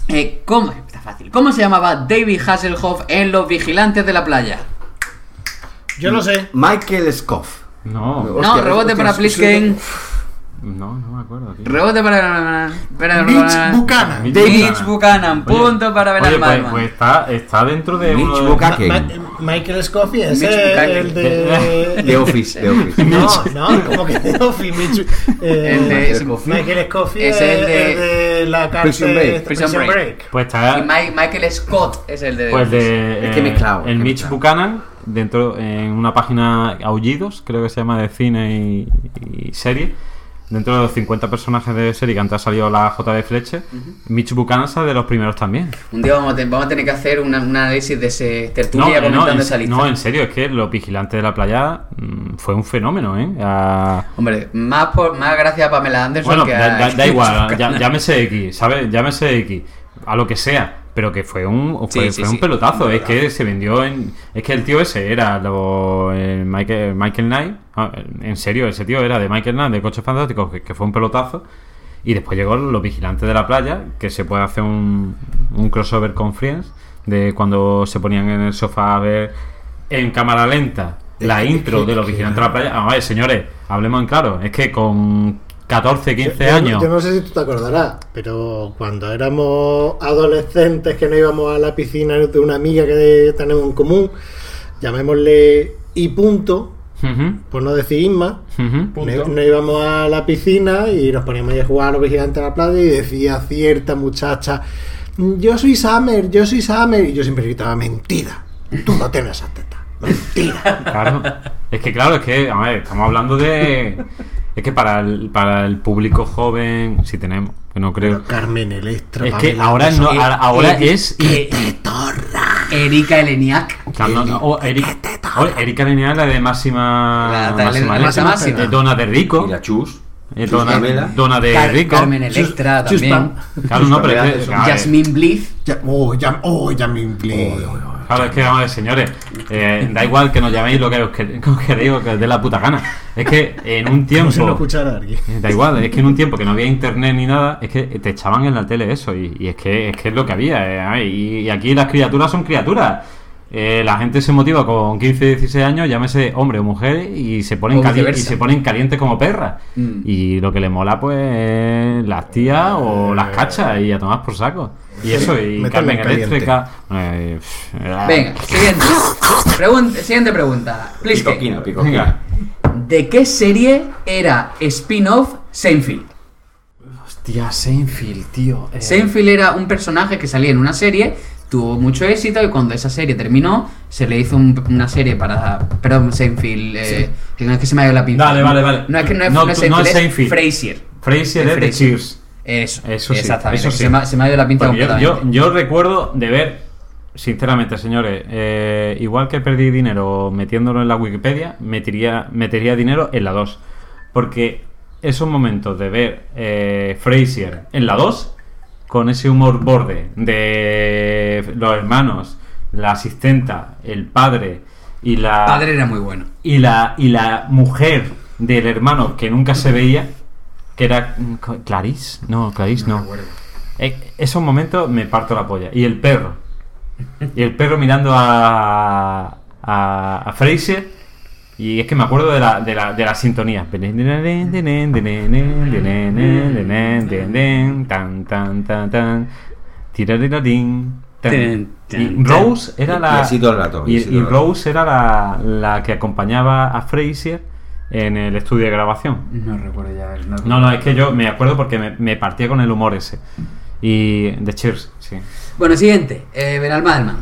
G: Eh, ¿Cómo? Está fácil. ¿Cómo se llamaba David Hasselhoff en Los Vigilantes de la Playa?
K: Yo lo sé.
H: Michael Scoff.
F: No,
G: no, rebote para Plisken.
F: no, no me acuerdo, tío.
G: Rebote para. para-
K: Mitch Buchanan.
F: Mitch
G: Mitch
F: Buchanan.
G: Buchanan.
F: Oye,
G: Punto para
F: oye, pues,
G: Benalmádena.
F: pues está, está dentro de
H: Mitch
F: uno de-
H: Buchanan.
K: Ma-
H: Buchanan.
K: Ma- Michael Scofield, ese
G: Mitch
K: es
G: Buchanan.
K: el de...
H: De Office. De Office.
K: No, no, como que de Office, Mitch... eh,
G: El de ese-
K: Michael Scofield
G: Es
K: es
G: el
K: el
G: de-
K: de, la cárcel...
H: Prison Break.
G: Prison
K: Prison
G: Break.
K: Break.
F: Pues
G: Y
F: está.
G: Mike- Michael Scott es el de.
F: Pues de,
H: Es que
F: eh,
H: mezclado, es
F: el
H: que
F: Mitch
H: mezclado.
F: Buchanan, dentro en una página Aullidos, creo que se llama de cine y, y serie, Dentro de los 50 personajes de serie que antes ha salido la J de Fleche, Mitch Buchanan es de los primeros también.
G: Un día vamos a, te- vamos a tener que hacer una- un análisis de ese
F: No,
G: tertulia
F: eh, no,
G: comentando
F: en,
G: esa lista.
F: no, en serio, es que Los Vigilantes de la Playa mm, fue un fenómeno, ¿eh?
G: Hombre, más, por, más gracias a Pamela Anderson
F: Bueno,
G: que
F: da,
G: a.
F: da- da igual,
G: Buchanan.
F: ya- llámese X, ¿sabes? Llámese X, a lo que sea, pero que fue un
G: Sí,
F: fue,
G: sí,
F: fue
G: sí,
F: un pelotazo,
G: un
F: es que se vendió en... Es que el tío ese era lo- el Michael, Michael Knight, ah, en serio, ese tío era de Michael Knight, de Coches Fantásticos, que, que fue un pelotazo, y después llegó Los Vigilantes de la Playa, que se puede hacer un, un crossover con Friends, de cuando se ponían en el sofá a ver en cámara lenta la intro de Los Vigilantes de la Playa. Vamos a ver, señores, hablemos en claro, es que con 14, 15
D: Yo-
F: años...
D: Yo, no sé si tú te acordarás, pero cuando éramos adolescentes que no íbamos a la piscina de una amiga que tenemos en común, llamémosle y punto,
F: Ujú,
D: por no decir Isma,
F: ujú.
D: no, no íbamos a la piscina y nos poníamos ahí a jugar a los vigilantes de la playa y decía cierta muchacha, "Mm, yo soy Summer, yo soy Summer, y yo siempre gritaba, mentira, tú no tienes esa teta".
F: Claro. Es que claro, es que, a ver, estamos hablando de. Es que para el, para el público joven, si tenemos, que no creo.
D: Carmen Electra.
F: Es que
D: Pamela
F: ahora
D: Anderson.
F: no, ahora, ahora
D: Eh,
F: es.
G: Erika Eleniak.
F: Claro, no, no, o Eri- oye, Erika Lineal, la de máxima.
G: La- la-
F: máxima
G: la- la-
F: Letra,
G: la- máxima.
F: de Dona de Rico.
H: Y la Chus.
F: eh, Dona,
H: Isabela.
F: Dona de
G: Car-
F: Rico.
G: Carmen Electra
F: Chus- Chus
G: también.
F: Pan. Claro, no, pero es que. a ver,
G: Jasmine Bliss.
D: Ya- oh, ya, oh, ya me impliqué.
F: Claro, es que vamos a ver, señores, eh, da igual que nos llaméis lo que os quer- que os queréis o que os dé la puta gana. Es que en un
D: Como si no
F: tiempo.
D: escuchara a alguien.
F: Eh, Da igual, es que en un tiempo que no había internet ni nada, es que te echaban en la tele eso, y, y es, que, es que es lo que había. eh, ay, y, y aquí las criaturas son criaturas. Eh, la gente se motiva con 15, 16 años, llámese hombre o mujer, y se ponen,
G: O
F: cali- y
G: viceversa.
F: se ponen calientes como perras.
G: Mm.
F: Y lo que le mola, pues, las tías o las cachas, y a tomar por saco. Y eso, y
D: Meterlo
F: Carmen
D: en caliente.
F: Eléctrica. eh, pff, eh,
G: Venga, siguiente. Pregunta, siguiente pregunta. Please,
H: Picoquina,
F: Venga.
H: picoquina.
G: ¿De qué serie era spin-off Seinfeld?
F: Hostia, Seinfeld, tío. eh.
G: Seinfeld era un personaje que salía en una serie, tuvo mucho éxito y cuando esa serie terminó, se le hizo un- una serie para. Perdón, Seinfeld. eh, que No es que se me haya ido la pinza.
F: Vale, vale, vale.
G: No es que no es,
F: No,
G: no es
F: tú- no
G: Seinfeld,
F: es
G: es
F: Seinfeld.
G: Frasier.
F: Fraser
G: De
F: es de
G: Frasier.
F: Cheers.
G: Eso,
F: Eso sí,
G: exactamente.
F: eso sí.
G: Se, me, ha- se me ha ido la pinza
F: Porque Pues yo,
G: completamente.
F: yo- yo recuerdo de ver, sinceramente, señores, eh, igual que perdí dinero metiéndolo en la Wikipedia, metería, metería dinero en la 2. Porque esos momentos de ver eh, Frasier en la 2, con ese humor borde de los hermanos, la asistenta, el padre y la
G: Padre era muy bueno.
F: y la, y la mujer del hermano que nunca se veía, que era mm, co- Clarice, no, Clarice no. Eh, esos momentos me parto la polla. Y el perro. Y el perro mirando a, a, a Fraser. Y es que me acuerdo de la, de la, de la sintonía. Tan, tan, tan, tan. Tirarirarín, tan. Y Rose era
H: Y
F: la.
H: así todo el rato, y
F: Y,
H: así todo
F: y
H: el rato.
F: Rose era la, la que acompañaba a Fraser en el estudio de grabación.
G: No recuerdo ya. No,
F: No, no, es que yo me acuerdo porque me, me partía con el humor ese. Y de Cheers, sí.
G: Bueno, siguiente. Eh, Benalmádena.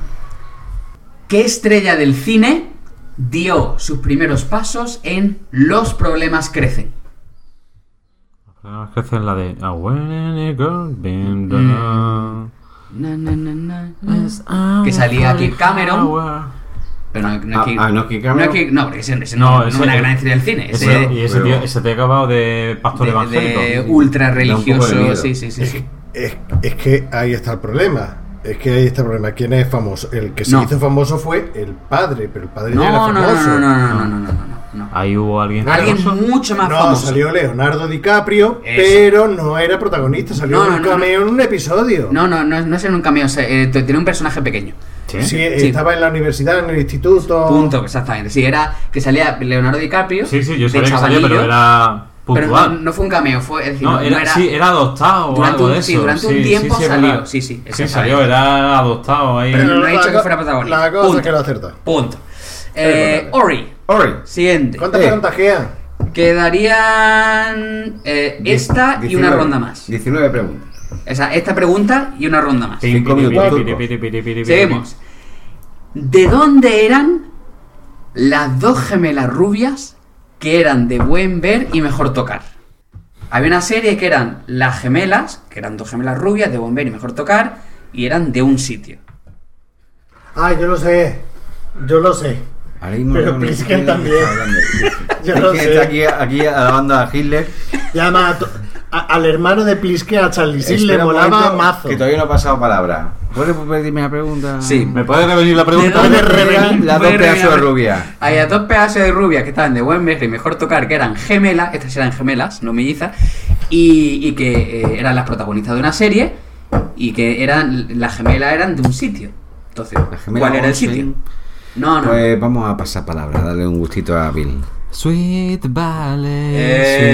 G: ¿Qué estrella del cine dio sus primeros pasos en Los problemas crecen?
F: Tenemos que hacer la de... "Ah, when it goes been done".
G: Na, na, na, na,
F: Mm.
G: na. Que salía aquí Cameron. Pero no, no es que-
H: Ah, ah, no, que
G: no
H: Cameron.
G: es que- no, porque ese, ese
F: No,
G: no, no es
F: ese-
G: una gran estrella del cine. Ese,
F: Ese, y ese
H: pero-
F: tío, ese tío acabado de pastor
G: de-
F: evangélico.
G: de ultra
H: Da un poco de
G: religioso.
H: miedo.
G: Sí, sí, sí. sí.
K: Es, es que ahí está el problema. Es que ahí está el problema. ¿Quién es famoso? El que se
G: No.
K: hizo famoso fue el padre, pero el padre
G: No,
K: ya era
G: no, no,
K: famoso.
G: no, no, no, no, no, no, no, no.
F: Ahí hubo alguien...
G: Alguien
F: famoso.
G: mucho más
K: No,
G: famoso.
K: salió Leonardo DiCaprio,
G: Eso.
K: pero no era protagonista. Salió
G: No, no,
K: un
G: no,
K: cameo en un episodio.
G: No, no, no, es- no es en un cameo. se- eh, tiene un personaje pequeño.
F: Sí.
K: Sí,
G: Sí.
K: estaba en la universidad, en el instituto.
G: Punto, exactamente. Sí, era que salía Leonardo DiCaprio.
F: Sí, sí, yo
G: de
F: sabía que salió,
G: chavalillo,
F: pero era
G: pero
F: puntual.
G: no, no fue un cameo, fue. Es decir,
F: No,
G: no
F: era,
G: era-
F: sí, era adoptado o
G: durante
F: algo
G: un-
F: de
G: sí,
F: eso.
G: durante un tiempo
F: es
G: salió,
F: verdad.
G: sí, sí,
F: Sí,
G: exactamente.
F: salió, era adoptado ahí.
G: Pero no, he
K: la
G: dicho que
K: co-
G: fuera protagonista.
K: La cosa
G: Punto.
K: es que lo acerta.
G: Punto. Eh, Ori,
H: Ori.
G: siguiente.
K: ¿Cuántas
H: Eh.
K: preguntas quedan?
G: Quedarían eh, esta y una
H: 19,
G: ronda más.
H: 19 preguntas.
G: O sea, esta pregunta y una ronda más.
F: Pim,
H: Cinco
F: piri,
H: minutos.
F: piri, piri, piri, piri, piri.
G: Seguimos. ¿De dónde eran las dos gemelas rubias que eran de buen ver y mejor tocar? Había una serie que eran las gemelas, que eran dos gemelas rubias de bombero y mejor tocar, y eran de un sitio.
K: Ah, yo lo sé. Yo lo sé.
H: Ahora mismo
K: Pero
H: no- no sé
K: Plisken
H: de qué
K: también.
H: está hablando.
K: Yo
H: Plisken
K: lo sé.
H: está aquí, aquí alabando a Hitler.
K: Y además, a to- a- al hermano de Plisken, a Charlie Sheen, le
H: Espera un
K: molaba
H: momento,
K: mazo.
H: Que todavía no ha pasado palabra. ¿Puedes repetirme la pregunta?
G: Sí.
F: ¿Me puede revenir la pregunta?
G: ¿De dónde
H: Eran Las dos
G: Voy a
H: pedazos de
G: revelar-
H: rubia.
G: Había dos pedazos de rubia que estaban de buen ver y mejor tocar, que eran gemelas, estas eran gemelas, no mellizas, y, y que eh, eran las protagonistas de una serie, y que eran las gemelas eran de un sitio. Entonces,
H: gemelas
G: ¿cuál era el
H: Olsen.
G: sitio? No, no.
H: Pues vamos a pasar palabra, darle un gustito a Bill.
F: Sweet
G: Valley.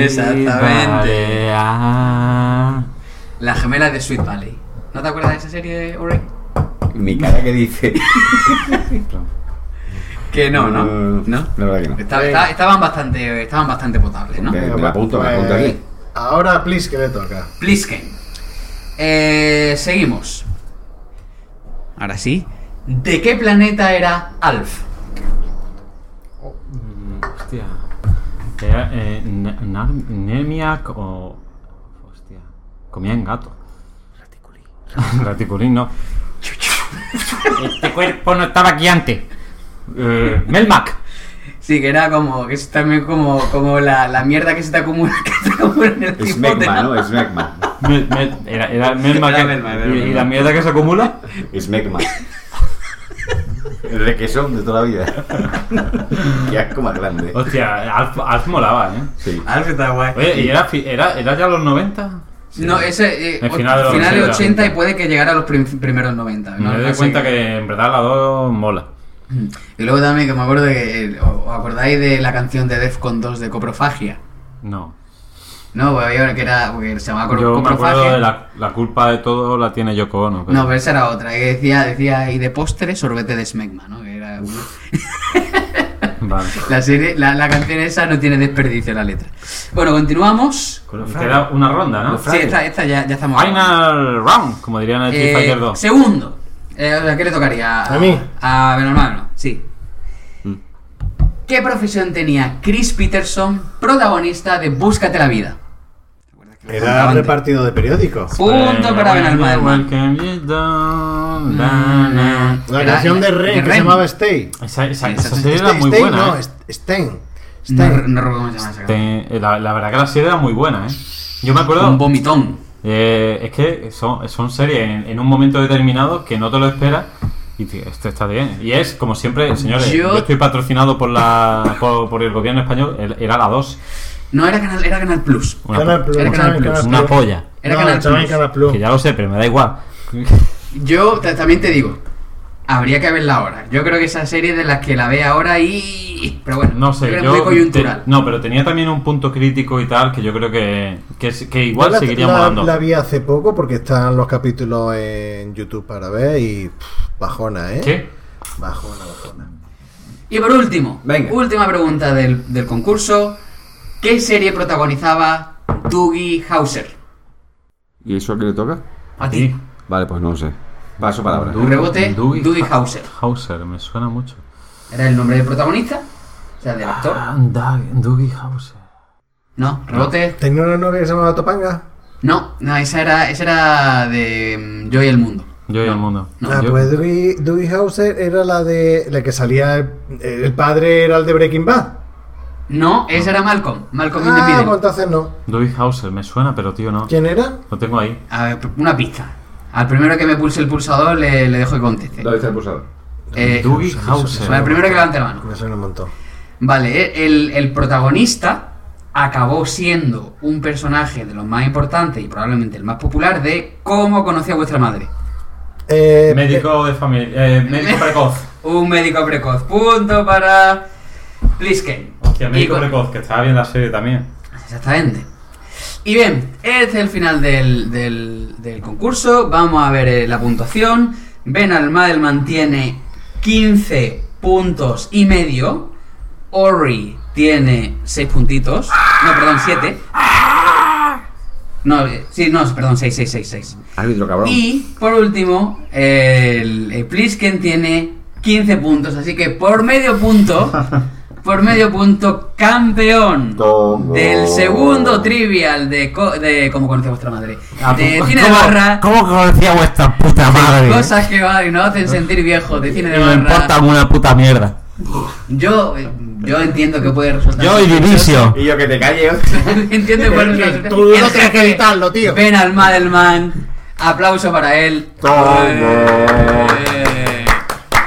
G: Exactamente. Sweet Valley, Las gemelas de Sweet Valley. ¿No te acuerdas de esa serie, Ori?
H: Mi cara que dice.
G: Que no, no.
H: No, la verdad que no.
G: Esta- esta- estaban bastante estaban bastante potables, ¿no?
H: Me-
K: Venga,
H: me
K: va,
H: apunto, me
K: pues,
H: apunto aquí.
K: Ahora Plisken le toca.
G: Plisken. Eh, seguimos. Ahora sí. ¿De qué planeta era Alf?
F: Hostia. Era, eh, Ne- Nar- Nermiak o. Hostia. Comían gato. Raticulín. Raticulín, no. este cuerpo no estaba aquí antes. Eh, Melmac.
G: Sí, que era como, que es también como, como la, la mierda que se te acumula, que se te acumula en el
H: Es
G: cipote,
H: Megma,
G: ¿no?
H: ¿no? Es Megma.
F: Mel- Mel- era, era Melmac.
G: Era Melmac, era
F: y, y la
H: Melmac.
F: mierda que se acumula.
H: Es Megma. El requesón de toda la vida. Qué asco más grande.
F: Hostia, Alf, Alf molaba, ¿eh.
H: Sí.
G: Alf está guay.
F: Oye, ¿y era, fi- era, era ya los 90?
G: No, ese eh,
F: El
G: o-
F: final de los
G: final
F: 80.
G: 80 y puede que llegara a los prim- primeros 90. ¿no?
F: Me doy
G: Así
F: cuenta que en verdad la 2 mola.
G: Y luego también que me acuerdo que, eh, ¿os acordáis de la canción de Defcon 2 de Coprofagia?
F: No.
G: No, pues había una que era, porque se llamaba Cor-
F: Yo me
G: Coprofagia.
F: acuerdo de la, la culpa de todo la tiene Yoko Ono. pero-
G: No, pero esa era otra, que decía, decía, y de postre, sorbete de smegma, ¿no? Que era- uh,
F: Vale.
G: la, serie, la, la canción esa no tiene desperdicio la letra. Bueno, continuamos.
F: Queda una ronda, ¿no?
G: Sí, esta, esta ya, ya estamos.
F: Final round, como dirían en el
G: Eh,
F: Street Fighter 2.
G: segundo. Eh, ¿A qué le tocaría?
K: ¿A mí?
G: A Benormano, sí.
F: Mm.
G: ¿Qué profesión tenía Chris Peterson, protagonista de Búscate la vida?
K: Era repartido de periódicos.
F: Eh,
G: Punto para Benalmádena. Mm.
F: Welcome you down, na, na.
K: La
G: Era-
K: canción de
G: de
K: Ren que
G: Ren.
K: se llamaba Stay.
F: Esa, esa,
G: Sí,
F: esa
G: esa-
F: serie era
K: Stay,
F: muy
K: Stay,
F: buena,
K: no,
G: Este
F: ¿eh?
K: St- Stain.
G: No,
K: Stain.
G: no recuerdo cómo se llama esa canción.
F: Te- la, la verdad que la serie era muy buena, ¿eh? Yo me
G: Un
F: acuerdo...
G: vomitón.
F: eh, es que son, son series en, en un momento determinado que no te lo esperas y tío, esto está bien. Y es, como siempre, señores,
G: Yo-
F: yo, estoy patrocinado por la por, por el gobierno español, el- era la 2.
G: No, era Canal, era Canal Plus.
F: Una,
K: Canal
F: po-
K: Plus,
G: Era Canal
K: estaba en
G: Plus.
F: una polla.
G: Era
K: No,
G: Canal
K: estaba en
G: Plus.
K: Canal Plus.
F: Que ya lo sé, pero me da igual.
G: Yo ta- también te digo, habría que verla ahora. Yo creo que esa serie es de las que la ve ahora y. Pero bueno,
F: No sé,
G: era
F: yo.
G: muy coyuntural.
F: te- no, pero tenía también un punto crítico y tal que yo creo que, que, es- que igual
K: Yo la-
F: seguiríamos
K: la,
F: dando.
K: La vi hace poco porque están los capítulos en YouTube para ver y pff, bajona, ¿eh?
F: ¿Qué?
K: Bajona, bajona.
G: Y por último,
H: Venga.
G: última pregunta del, del concurso: ¿Qué serie protagonizaba Dougie Hauser?
H: ¿Y eso a qué le toca?
G: A ti.
H: Vale, pues no lo sé. Paso palabra.
G: Un rebote:
F: Dougie-
G: Dougie Hauser.
F: Hauser, me suena mucho.
G: ¿Era el nombre del protagonista? O sea, del
F: Ah.
G: actor.
F: Anda, Dougie Hauser.
G: No, rebote.
K: ¿Tenía una novia que se llamaba Topanga?
G: No, no, esa era, esa era de mm, Yo y el mundo.
F: Yo y el mundo.
K: ah,
F: Yo-
K: pues Dewey, Dewey Hauser era la de la que salía el, el padre era el de Breaking Bad.
G: No, esa era Malcolm. Malcolm in the
K: Ah,
G: Middle.
K: pues entonces no.
F: Dougie Hauser, me suena, pero tío, no.
K: ¿Quién era?
F: Lo tengo ahí.
G: A ver, una pista. Al primero que me pulse el pulsador le, le dejo que conteste.
H: ¿Dónde está el pulsador?
G: Eh,
F: Dougie
K: eso,
F: Hauser.
G: vale, el primero que levante la mano.
K: Me suena un montón.
G: Vale, eh, el, el protagonista acabó siendo un personaje de los más importantes y probablemente el más popular de ¿Cómo conocí a vuestra madre?
K: Eh,
F: Médico de familia. eh, médico precoz.
G: Un médico precoz. Punto para Plisken.
F: Hostia, médico
G: Y con-
F: precoz, Oh, que estaba bien la serie también.
G: Exactamente. Y bien, este es el final del, del- del concurso. Vamos a ver eh, la puntuación. Ben Almadel mantiene 15 puntos y medio. Ori tiene 6 puntitos. No, perdón, 7. No, eh, sí, no, perdón, 6, 6, 6, 6.
H: Árbitro cabrón.
G: Y por último, el, el Plisken tiene 15 puntos, así que por medio punto por medio punto campeón del segundo trivial de, co- de cómo conoce vuestra madre. De cine de barra,
F: Ah, ¿Cómo conocía vuestra puta madre?
G: cosas que va- nos hacen sentir viejos de cine de
F: Y me importa
G: barra.
F: una puta mierda.
G: Yo, eh, yo entiendo que puede resultar.
F: Yo y Vinicio.
G: Y yo que te calle, Entiendo que puede resultar.
K: Tú no tienes que
G: editarlo, tío. Ven al Madelman. Aplauso para él. Eh,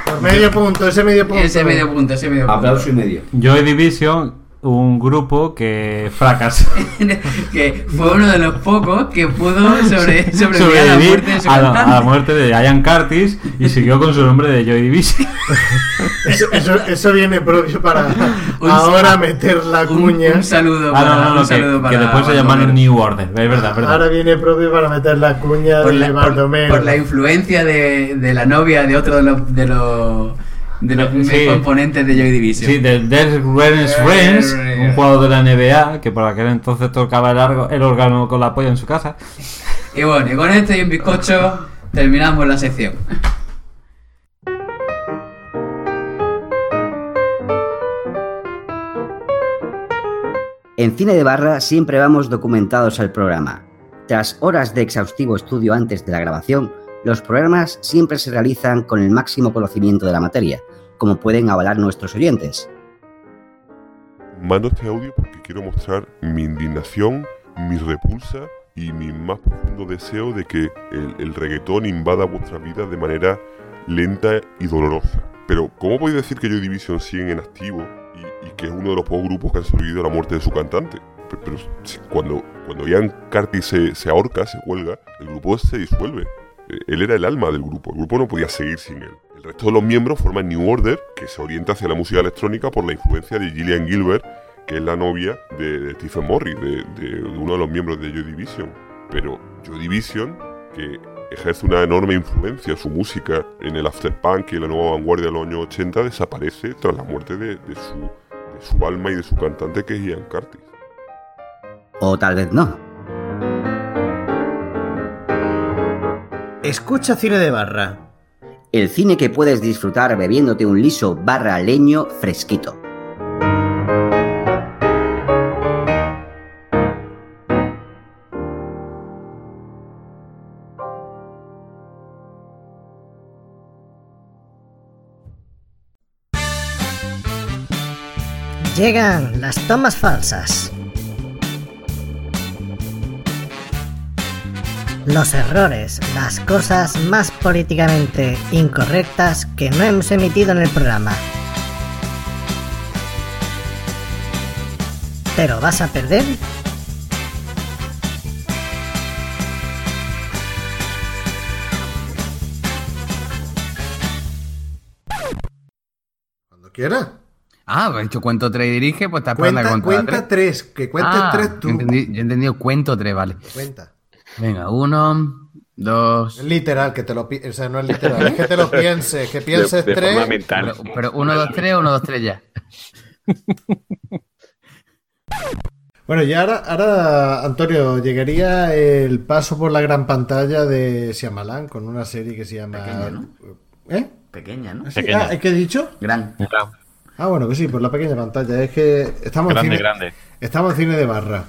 K: Por medio punto, ese medio punto.
G: Ese medio punto, ese medio punto.
N: Aplauso y medio.
F: Joy Division, un grupo que fracasó.
G: que fue uno de los pocos que pudo sobre, sobrevivir a la
F: Sobrevivir
G: muerte de su
F: a la- a la
G: cantante.
F: muerte de Ian Curtis y siguió con su nombre de Joy Division.
K: Eso, eso, eso viene propio para ahora meter la cuña.
G: Un saludo
F: Ah,
G: para,
F: no, no, no,
G: un
F: que,
G: saludo
F: que
G: para
F: después se llamaron
G: Baldomero.
F: New Order. Es verdad, es verdad.
K: Ahora viene propio para meter la cuña
G: por
K: de
G: la, por,
K: Bardomero.
G: por la influencia de, de la novia de otro de los de los de los
F: Sí.
G: componentes de Joy Division.
F: Sí, del Death Rennes Rennes, un jugador de la NBA que por aquel entonces tocaba el, argo- el órgano con la polla en su casa.
G: Y bueno, y con esto y un bizcocho terminamos la sección.
H: En Cine de Barra siempre vamos documentados al programa. Tras horas de exhaustivo estudio antes de la grabación, los programas siempre se realizan con el máximo conocimiento de la materia, como pueden avalar nuestros oyentes.
J: Mando este audio porque quiero mostrar mi indignación, mi repulsa y mi más profundo deseo de que el, el reggaetón invada vuestra vida de manera lenta y dolorosa. Pero, ¿cómo podéis decir que Joy Division siguen en activo y, y que es uno de los pocos grupos que han sobrevivido a la muerte de su cantante? Pe- Pero, si- cuando, cuando Ian Curtis se, se ahorca, se cuelga, el grupo se disuelve. Eh, Él era el alma del grupo, el grupo no podía seguir sin él. El resto de los miembros forman New Order, que se orienta hacia la música electrónica por la influencia de Gillian Gilbert, que es la novia de, de Stephen Morris, de, de uno de los miembros de Joy Division. Pero Joy Division, que ejerce una enorme influencia su música en el afterpunk y la nueva vanguardia de los años 80, desaparece tras la muerte de, de su, de su alma y de su cantante, que es Ian Curtis.
H: O tal vez no.
D: Escucha cine de barra.
H: El cine que puedes disfrutar bebiéndote un liso barra leño fresquito.
D: Llegan las tomas falsas. Los errores, las cosas más políticamente incorrectas que no hemos emitido en el programa. ¿Te lo vas a perder?
K: ¿Quieres?
G: Ah, pues yo cuento tres y dirige, pues te
K: Cuenta- cuenta tres, que cuentes
G: Ah.
K: tres tú.
G: Yo entendí, yo he entendido cuento tres, vale.
K: Cuenta.
G: Venga, uno, dos.
K: Literal, que te lo pi- O sea, no es literal, es que te lo pienses, que pienses
G: De- de
K: tres.
G: forma mental. Pero- pero uno, dos, tres, uno, dos, tres ya.
K: Bueno, y ahora, ahora, Antonio, llegaría el paso por la gran pantalla de Siamalán con una serie que se llama.
G: Pequeña, ¿no?
K: ¿Eh?
G: Pequeña, ¿no?
K: Sí, ah, ¿es que he dicho?
G: Gran.
K: Ah, bueno, que sí, por la pequeña pantalla. Es que estamos en
O: Grande,
K: cine,
O: grande.
K: estamos en cine de barra.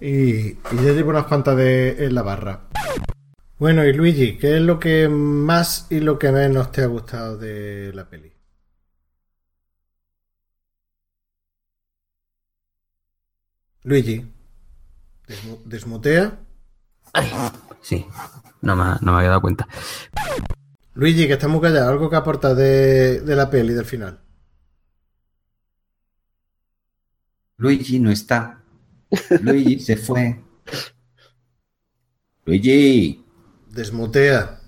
K: Y, y ya llevo unas cuantas de, en la barra. Bueno, y Luigi, ¿qué es lo que más y lo que menos te ha gustado de la peli? Luigi, desmu- desmutea.
D: Sí, no me, no me había dado cuenta.
K: Luigi, que está muy callado, algo que aporta de, de la peli, del final.
N: Luigi no está. Luigi se fue. Luigi.
K: Desmutea.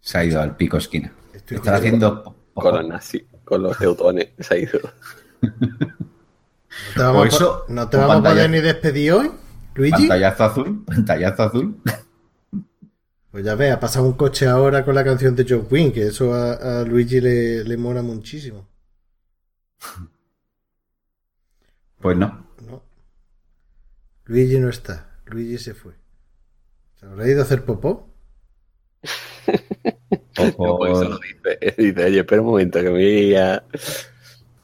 N: Se ha ido al pico esquina.
K: Estoy
N: Están haciendo
P: Con los nazis, con los teutones, se ha ido.
K: No te vamos,
N: O
K: a po-
N: eso,
K: no te
N: o
K: vamos a
N: pantalla-
K: poder ni despedir hoy, Luigi.
N: pantallazo azul. Pantallazo azul.
K: Pues ya ve, ha pasado un coche ahora con la canción de Joe Quinn, que eso a, a Luigi le, le mola muchísimo.
N: Pues no.
K: Luigi no está, Luigi se fue. ¿Se habrá ido a hacer popó?
J: No, por eso lo dice. Dice, oye, espera un momento, que me voy a...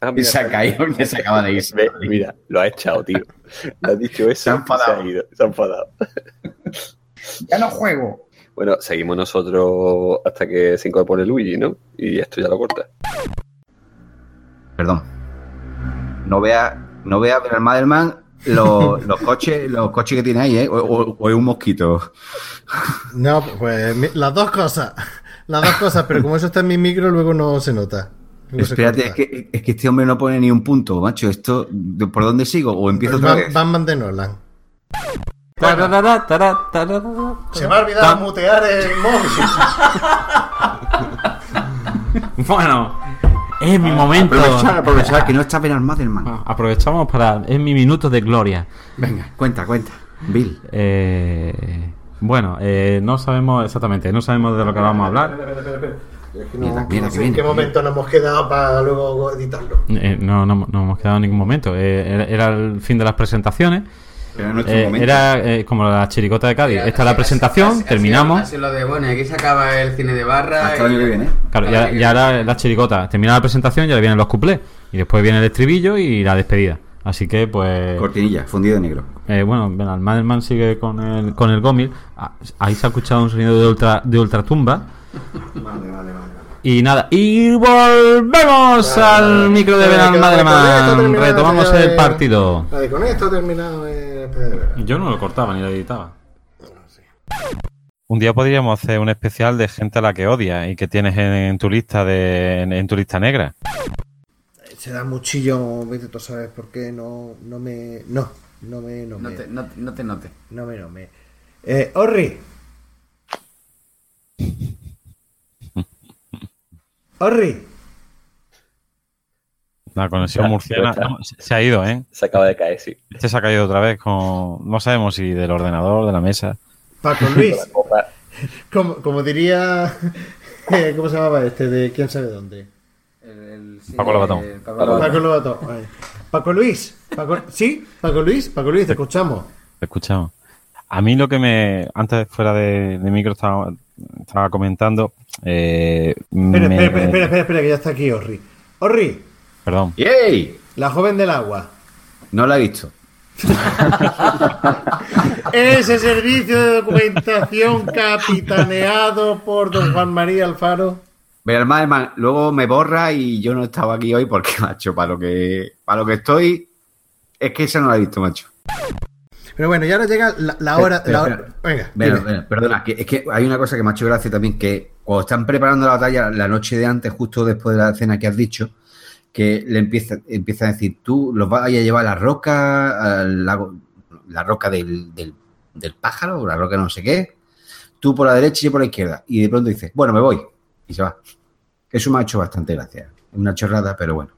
J: Ah,
H: Y se ha caído, que se acaba de irse.
J: Ve, Mira, lo ha echado, tío. Ha dicho eso. Se ha enfadado. Se ha, ido, se ha enfadado.
A: Ya no juego.
J: Bueno, seguimos nosotros hasta que se incorpore Luigi, ¿no? Y esto ya lo corta.
H: Perdón. No vea, no vea pero el Madelman los, los coches, los coches que tiene ahí, ¿eh? O, o- o es un mosquito.
K: No, pues mi- las dos cosas. Las dos cosas, pero como eso está en mi micro, luego no se nota. Luego se
H: Espérate, es
K: corta.
H: que, es que este hombre no pone ni un punto, macho. Esto, ¿de- ¿por dónde sigo? O empiezo otra
K: Ba-
H: vez.
K: Batman de Nolan.
F: Tararara, tarara, tarara.
K: Se me ha olvidado
F: Tam-
K: mutear el móvil.
F: Bueno, es mi momento.
H: Aprovechar, aprovechar, que no está bien armado el
D: Ah,
H: man.
F: Aprovechamos para. Es mi minuto de gloria.
H: Venga, cuenta, cuenta. Bill.
F: bueno, eh, no sabemos exactamente, no sabemos de lo que vamos a hablar.
D: Espera, espera, espera, espera. Es que no-
F: Mira,
D: no
F: mira,
D: sé
F: que
D: en
F: viene,
D: qué
F: que
D: momento nos hemos quedado para luego editarlo.
F: Eh, no, no, no hemos quedado en ningún momento. Eh, era, era el fin de las presentaciones.
H: Era nuestro
F: Eh,
H: Este momento.
F: era, eh, como la chiricota de Cádiz. Esta es la presentación, terminamos.
A: Así lo de, bueno, y aquí se acaba el cine de barra.
H: Hasta el año que viene.
F: Claro, ya, ya ahora la chiricota. Termina la presentación, ya le vienen los cuplés. Y después viene el estribillo y la despedida. Así que, pues.
H: Cortinilla, fundido de negro.
F: Eh, bueno, bueno, el Madelman sigue con el, con el gómil. Ah, Ahí se ha escuchado un sonido de ultra de ultratumba.
D: Vale, vale, vale.
F: Y nada, y volvemos al micro de
D: Vale,
F: Benal
D: vale, vale, está
F: Madelman.
D: terminado,
F: Retomamos
D: ya,
F: el
D: eh.
F: partido.
D: Vale, con esto ha terminado. eh, espera, espera.
F: Yo no lo cortaba ni lo editaba.
G: Un día podríamos hacer un especial de gente a la que odias y que tienes en, en tu lista de en, en tu lista negra.
D: Se da muchillo, vete tú sabes por qué no, no me. No, no me. No,
A: No te, no, te- no te note.
D: No me, no me. Eh, Orri. Orri.
G: La conexión
J: Ya,
G: murciana
J: ya está.
G: no, se se ha ido, ¿eh?
J: Se acaba de caer, sí.
G: Este se ha caído otra vez con no sabemos si del ordenador, de la mesa.
K: Paco Luis. Como, como diría. eh, ¿Cómo se llamaba este? De quién sabe dónde.
G: Paco Lobatón.
K: Paco Lobato. ahí. Paco Luis. Paco- ¿Sí? Paco Luis. Paco Luis, te escuchamos.
G: Te escuchamos. A mí lo que me antes fuera de, de micro estaba, estaba comentando eh,
K: Espera,
G: me-
K: espera, espera, espera, espera, espera, que ya está aquí Orri. Orri,
G: Perdón.
H: ¡Yay!
K: la joven del agua.
H: No la he visto.
K: Ese servicio de documentación capitaneado por don Juan María Alfaro.
H: Pero el Madelman luego me borra y yo no estaba aquí hoy porque, macho, para lo que, para lo que estoy, es que esa no la he visto, macho.
D: Pero bueno, y ahora llega la, la hora.
H: Espera,
D: la
H: espera.
D: hora- Venga,
H: Bueno,
D: dime.
H: bueno, eh, perdona, que- es que hay una cosa que me ha hecho gracia también, que cuando están preparando la batalla la noche de antes, justo después de la cena que has dicho, que le empieza, empieza a decir, tú los vas a llevar a la roca, al lago, la roca del, del- del pájaro, o la roca no sé qué, tú por la derecha y yo por la izquierda. Y de pronto dice, bueno, me voy. Y se va. Eso me ha hecho bastante gracia. Una chorrada, pero bueno.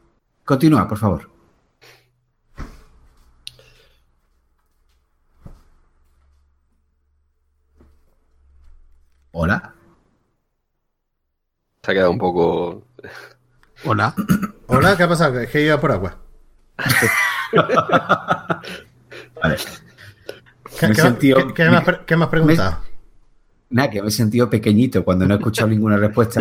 H: Continúa, por favor. Hola.
J: Se ha quedado un poco.
K: Hola. Hola, ¿qué ha pasado? Que- Que iba por agua. ¿Qué,
H: Me he
K: qué-
H: sentido-
K: qué- qué más, pre- qué más preguntado?
H: Nada, que me he sentido pequeñito cuando no he escuchado ninguna respuesta.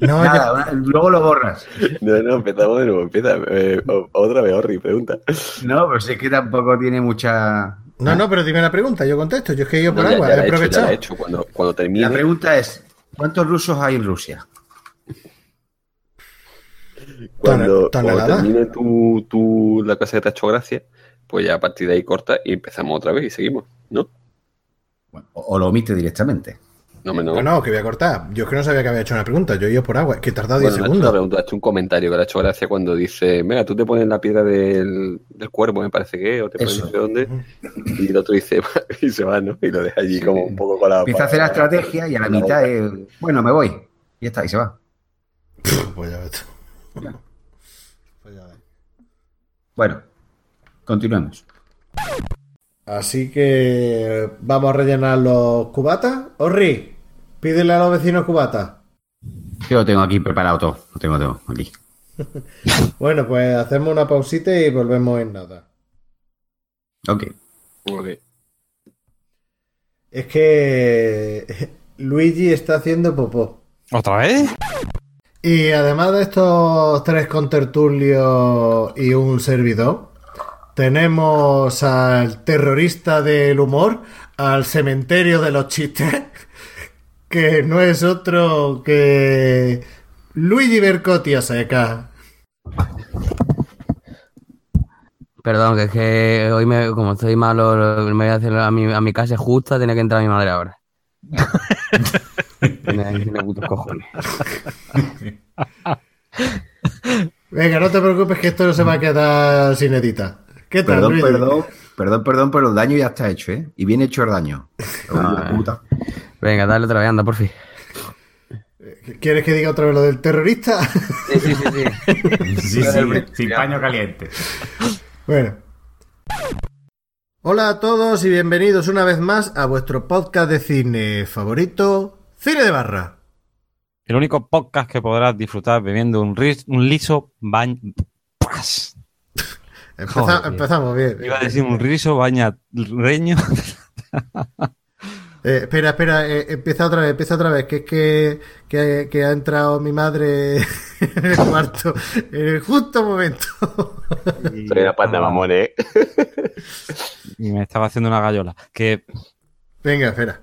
K: No,
H: Nada, una- luego lo borras.
J: No, no, empezamos de nuevo. Empieza. eh, o- otra vez, Orri, pregunta.
H: No, pero si es que tampoco tiene mucha.
K: No, no, pero dime la pregunta, yo contesto. Yo es que he ido por
J: No, ya,
K: agua,
J: ya
K: he
J: la he hecho, ya
K: aprovechado.
J: la he hecho. Cuando, cuando termine.
K: eh,
H: La pregunta es: ¿cuántos rusos hay en Rusia?
J: Cuando,
H: Tan- tan
J: cuando
H: nada.
J: termine tu, tu- la clase que te ha hecho gracia, pues ya a partir de ahí corta y empezamos otra vez y seguimos, ¿no?
H: O, o lo omite directamente.
J: No, me no.
K: No, no, que voy a cortar. Yo es que no sabía que había hecho una pregunta. Yo he ido por agua, que he tardado 10
J: Bueno, no ha hecho una
K: segundos.
J: pregunta, ha hecho un comentario que le ha hecho gracia cuando dice, mira, tú te pones la piedra del, del cuervo, me parece que, o te pones
H: Eso.
J: no sé dónde, y el otro dice, y se va, ¿no? Y lo deja allí como un poco colado.
H: Empieza a hacer la estrategia y a la mitad es. Bueno, me voy. Y ya está, y se va.
K: Pues ya ves. Pues
H: Bueno, continuemos.
K: Así que vamos a rellenar los cubatas. Orri, pídele a los vecinos cubatas.
H: Yo lo tengo aquí preparado todo. Lo tengo todo aquí.
K: Bueno, pues hacemos una pausita y volvemos en nada.
H: Ok.
K: Es que Luigi está eh, haciendo popó.
F: ¿Otra vez?
K: Y además de estos tres contertulios y un servidor, tenemos al terrorista del humor, al cementerio de los chistes, que no es otro que Luigi Bercotti a seca.
Q: Perdón, que es que hoy me, como estoy malo, lo- me voy a hacer a mi, a mi casa justa, tiene que entrar mi madre ahora. tiene, tiene putos cojones.
K: Venga, no te preocupes que esto no se va a quedar sin edita. ¿Qué tal,
H: Perdón,
K: Luigi?
H: perdón, perdón, perdón, pero el daño ya está hecho, ¿eh? Y bien hecho el daño.
Q: Venga, dale otra vez, anda, por fin.
K: ¿Quieres que diga otra vez lo del terrorista?
Q: Sí, sí, sí.
K: sí,
A: sin paño caliente.
K: Bueno. Hola a todos y bienvenidos una vez más a vuestro podcast de cine favorito, Cine de Barra.
F: El único podcast que podrás disfrutar bebiendo un, ris- un liso baño.
K: Empeza- empezamos bien.
F: Iba a decir un riso baña reño.
K: Eh, espera, espera, eh, empieza otra vez, empieza otra vez, que es que, que, que ha entrado mi madre en el cuarto en el justo momento.
J: Soy una panda mamón, ¿eh?
F: y me estaba haciendo una gallola. Que
K: Venga, espera.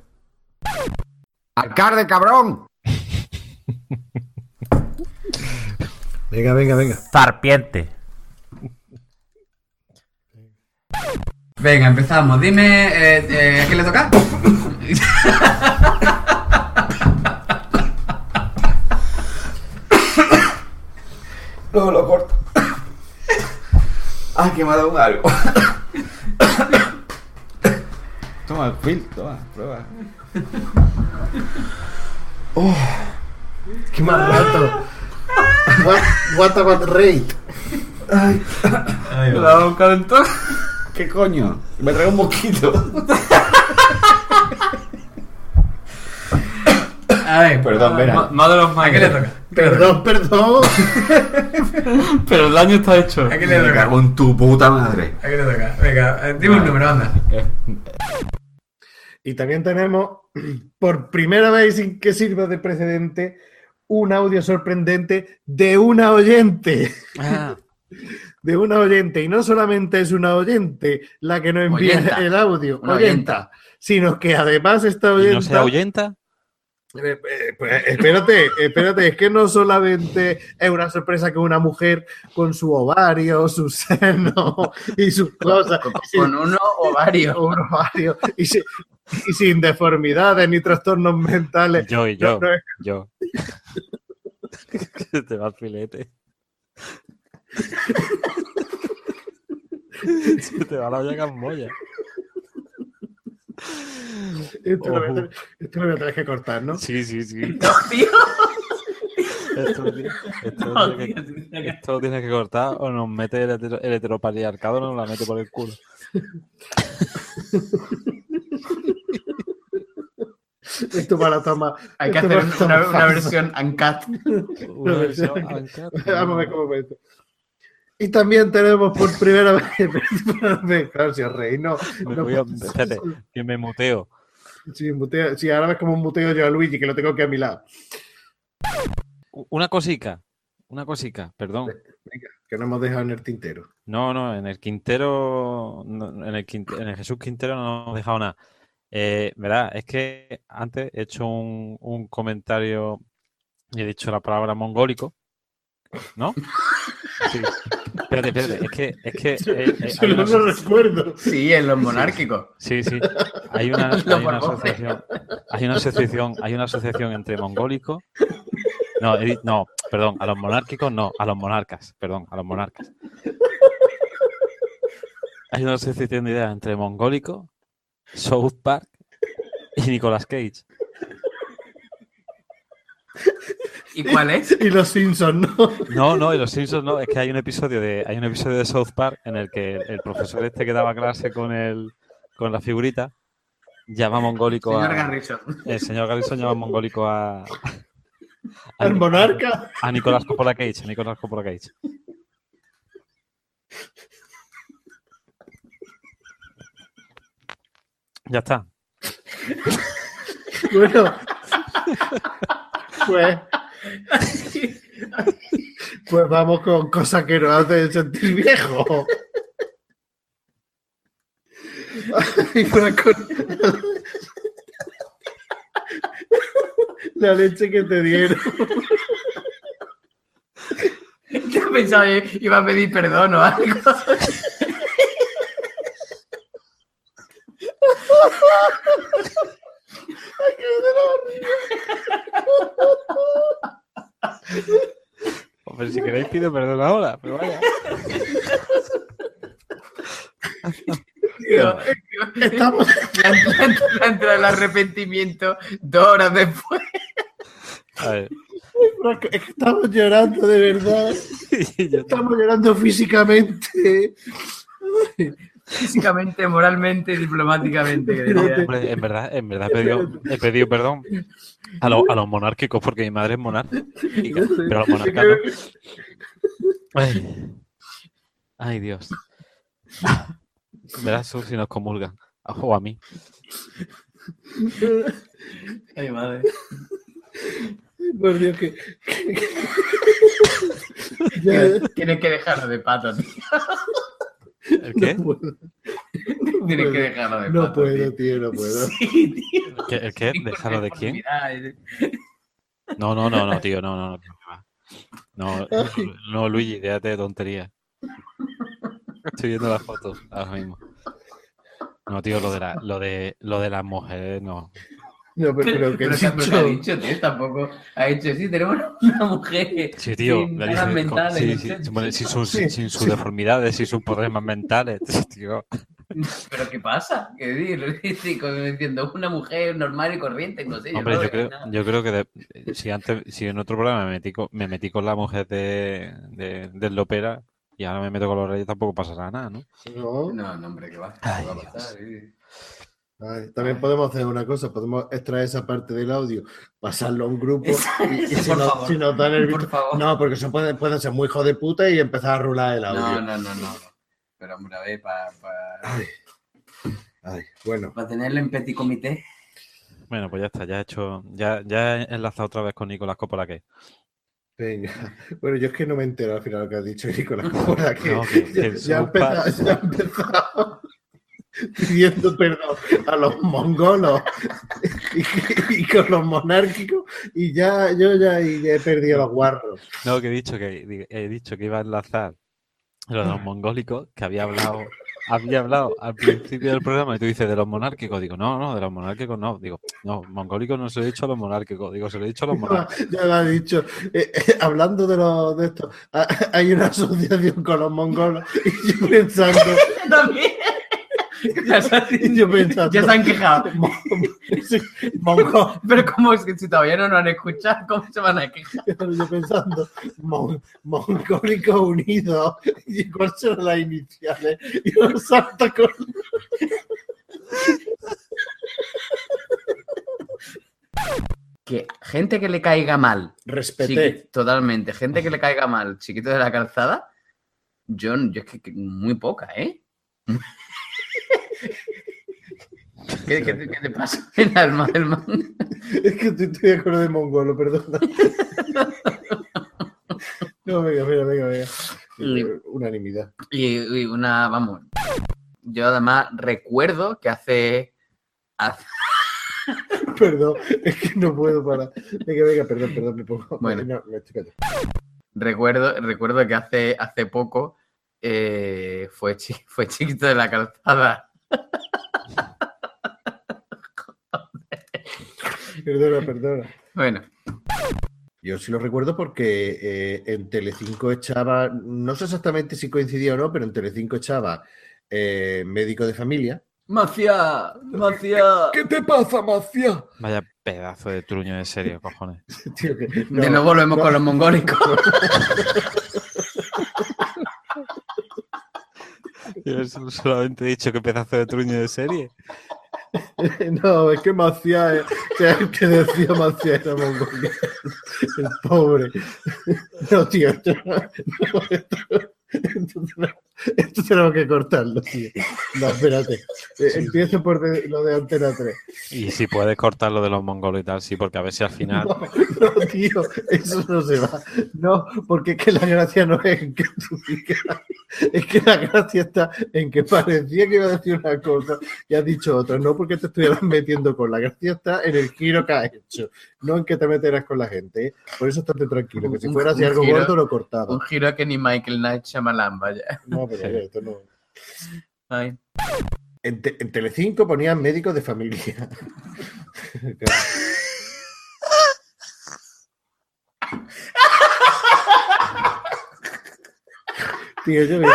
H: ¡Alcalde, cabrón!
K: Venga, venga, venga.
R: Sarpiente.
G: Venga, empezamos. Dime, eh, eh, ¿a quién le toca?
H: Luego lo corto. Ay, Ah, que me ha dado algo. toma, Phil, toma, prueba.
K: ¡Qué
F: Ah.
K: mal rato! What, what about rate?
H: Ay, la boca calentón. ¿Qué coño? Me traigo un poquito.
G: A ver,
H: perdón, verá.
A: No de los
G: ¿A qué le toca?
K: Perdón, perdón.
A: Pero el daño está hecho.
G: ¿A qué le toca?
H: en tu puta madre.
G: ¿A quién le toca? Venga, eh, dime un número, anda.
K: Y también tenemos, por primera vez sin que sirva de precedente, un audio sorprendente de una oyente.
F: Ah.
K: De una oyente. Y no solamente es una oyente la que nos envía
F: Oyenta.
K: el audio,
F: Una
K: oyenta, sino que además esta oyenta.
F: no se ahuyenta.
K: Eh, eh, pues, espérate, espérate, es que no solamente es una sorpresa que una mujer con su ovario, su seno y sus cosas.
G: Con uno ovario.
K: Un ovario. Y, si- y sin deformidades ni trastornos mentales.
F: Yo y yo.
K: No, no es-
F: Yo. Que Te va el filete. Se te va la olla camboya.
K: esto, lo voy a tener- esto lo voy a tener que cortar, ¿no?
F: Sí, sí, sí.
K: tío.
F: Esto, lo tiene- esto lo
K: No,
F: tiene
K: tío,
F: que, esto lo tienes que cortar o nos mete el, hetero- el heteropatriarcado o nos la mete por el culo.
K: Esto para la toma.
G: Hay que
K: esto
G: hacer
K: para la toma
G: una- una
K: falsa.
G: versión uncut.
K: Una versión
G: versión
K: uncut. Vamos a ver cómo va esto. Y también tenemos por primera vez. Espérame, claro, si os reís, no.
F: Me
K: no
F: voy a- espérate, que me muteo.
K: Sí, muteo- sí, ahora ves como muteo yo a Luigi, que lo tengo aquí a mi lado.
F: U- Una cosica, una cosica, perdón.
K: Que no hemos dejado en el tintero.
F: No, no, en el Quintero, no, en el, Quinte- en el Jesús Quintero no hemos dejado nada. Eh, verá, es que antes he hecho un, un comentario y he dicho la palabra mongólico, ¿no? Sí. Espérate, espérate, es que, es que eh, eh, hay una aso-
K: recuerdo.
G: Sí, en los
F: Sí,
G: monárquicos.
F: Sí, sí. Hay una,
G: Los
F: hay una
G: barbones.
F: asociación. Hay una asociación, hay una asociación entre mongólicos. No, he di- no, perdón, a los monárquicos no, a los monarcas, perdón, a los monarcas. Hay una asociación de ideas entre mongólico, South Park y Nicolas Cage.
G: ¿Y cuál es?
K: Y los Simpsons, ¿no?
F: No, no, y los Simpsons no, es que hay un episodio de, hay un episodio de South Park en el que el, el profesor este que daba clase con el, con la figurita llama mongólico
G: Señor
F: a-
G: Garrison.
F: El señor Garrison llama mongólico a.
K: Al monarca.
F: A Nicolás Coppola Cage, a Nicolás Coppola Cage. Ya está.
K: Bueno. Pues, pues vamos con cosas que nos hacen sentir viejo. Ay, una cosa- La leche que te dieron.
G: Yo pensaba que iba a pedir perdón o algo.
F: Pero si queréis pido perdón ahora, pero vaya.
G: Tío, tío, Le ha entrado- le ha entrado el arrepentimiento dos horas después.
K: Franco, es que estamos llorando de verdad. Estamos llorando físicamente.
G: Físicamente, moralmente y diplomáticamente. que diría.
F: Hombre, en verdad, en verdad he pedido, he pedido perdón a, lo- a los monárquicos porque mi madre es monárquica, pero a los monarcas no. Ay, ay, Dios. Verás tú si nos comulgan. O a mí.
G: Ay, madre.
K: Por Dios, que.
G: Tienes, tienes que dejarlo de pato, tío.
F: ¿El qué?
K: No puedo.
G: Tienes que dejarlo de
K: No
G: pato,
K: puedo, tío, no puedo.
F: ¿Qué- ¿El qué? ¿Dejarlo de quién?
G: Mira, eh,
F: No, no, no, no, tío, no, no, no. tío, va. No,
G: Ay.
F: no, Luigi, déjate de tontería. Estoy viendo las fotos ahora mismo. No, tío, lo de la, lo de, lo de las mujeres, no.
K: No, pero, pero que
G: Pero
K: he
G: que pero que ha
K: dicho-
G: dicho, tío, tampoco. Ha dicho, sí, tenemos una mujer.
F: Sí, tío,
G: sin
F: la
G: taras
F: dice, con-
G: mentales,
F: sí,
G: no
F: sí,
G: sé.
F: bueno, sin, sus,
G: Sí,
F: sin sus
G: sí.
F: deformidades y sus problemas mentales, tío.
G: Pero ¿qué pasa? ¿Qué decir? Sí, como diciendo, una mujer normal y corriente, no sé.
F: Hombre,
G: no veo
F: yo creo,
G: nada.
F: yo creo que de- si antes, si en otro programa me metí con, me metí con la mujer de, de, del Lopera y ahora me meto con los reyes, tampoco pasará nada, ¿no?
K: No.
G: No, no, hombre, que va.
F: Ay,
G: ¿Qué va a pasar? eh?
K: Ay, también podemos hacer una cosa, podemos extraer esa parte del audio, pasarlo a un grupo y, y si,
G: Por
K: nos-
G: favor.
K: si nos dan el visto-
G: Por favor.
K: No, porque se pueden, pueden ser muy hijos de puta y empezar a rular el audio.
G: No, no, no, no. Pero, hombre, a ver, para
K: Ay, bueno.
G: Para tenerlo en petit comité.
F: Bueno, pues ya está, ya he hecho, ya, ya he enlazado otra vez con Nicolás Coppola que.
K: Venga. Bueno, yo es que no me entero al final lo que has dicho, Nicolás. Coppola, que,
F: No, que-
K: ya,
F: que
K: ya ha
F: su pa-
K: empezado, ya ha empezado pidiendo perdón a los mongolos y, y con los monárquicos y ya yo ya, y ya he perdido los guarros.
F: No, que he dicho que di- he dicho que iba a enlazar lo de
K: Ah.
F: los mongólicos, que había hablado, había hablado al principio del programa, y tú dices de los monárquicos. Digo, no, no, de los monárquicos no. Digo, no, mongólicos no se lo he dicho a los monárquicos, digo, se lo he dicho a los
K: Ya,
F: monárquicos.
K: ya lo ha dicho. Eh, eh, hablando de, lo, de esto, ha- hay una asociación con los mongolos y yo pensando. Y yo pensando.
G: Ya se han quejado.
K: Sí, mongol.
G: Pero como es que si todavía no lo han escuchado, ¿cómo se van a quejar?
K: Yo pensando, mon- mongólicos unidos, ¿y cuáles son las iniciales? Y los salta con.
G: Que gente que le caiga mal.
K: Respeté.
G: chiqui- totalmente. Gente que le caiga mal, chiquito de la calzada. Yo, yo es que, que muy poca, ¿eh? ¿Qué, qué, te- qué te pasa en el alma del man?
K: Es que estoy, estoy de acuerdo de mongolo, perdona. No, venga, venga, venga, venga. Eh, Unanimidad.
G: Y, y una, vamos. Yo además recuerdo que hace. hace-
K: Perdón, es que no puedo parar. Venga, venga, perdón, perdón, me pongo.
G: Bueno.
K: No, me estoy callando.
G: recuerdo, recuerdo que hace, hace poco eh, fue, chi- fue chiquito de la calzada.
K: Perdona, perdona.
G: Bueno.
K: Yo sí lo recuerdo porque eh, en Telecinco echaba, no sé exactamente si coincidía o no, pero en Telecinco echaba eh, médico de familia.
G: Macia, Macia.
K: ¿Qué te pasa, Macia?
F: Vaya pedazo de truño de serio, cojones.
K: Tío, que-
G: De nuevo volvemos con los mongólicos.
F: Yo so- solamente he dicho que pedazo de truño de serie.
K: No, es que Macia, eh, o sea, el que decía Macia era mongol. El pobre. No, tío, esto no- no, esto- Entonces, no, esto tenemos que cortarlo, tío. No, espérate. Eh, Empiezo por de- lo de Antena 3.
S: Y si puedes cortar lo de los mongolos y tal, sí, porque a ver si al final.
K: No, no, tío, eso no se va. No, porque es que la gracia no es en que tú digas, es que la gracia está en que parecía que iba a decir una cosa y has dicho otra. No porque te estuvieras metiendo con la gracia está en el giro que has hecho, no en que te meterás con la gente. ¿eh? Por eso estate tranquilo, que si
T: Un-
K: fuera así
T: un
K: algo
T: giro-
K: gordo lo cortaba.
T: Un giro que ni Michael Knight Shyamalan, vaya.
K: No, pero oye, esto no.
T: Ay.
K: En, Te- en Telecinco ponían médicos de familia. Tío, yo me-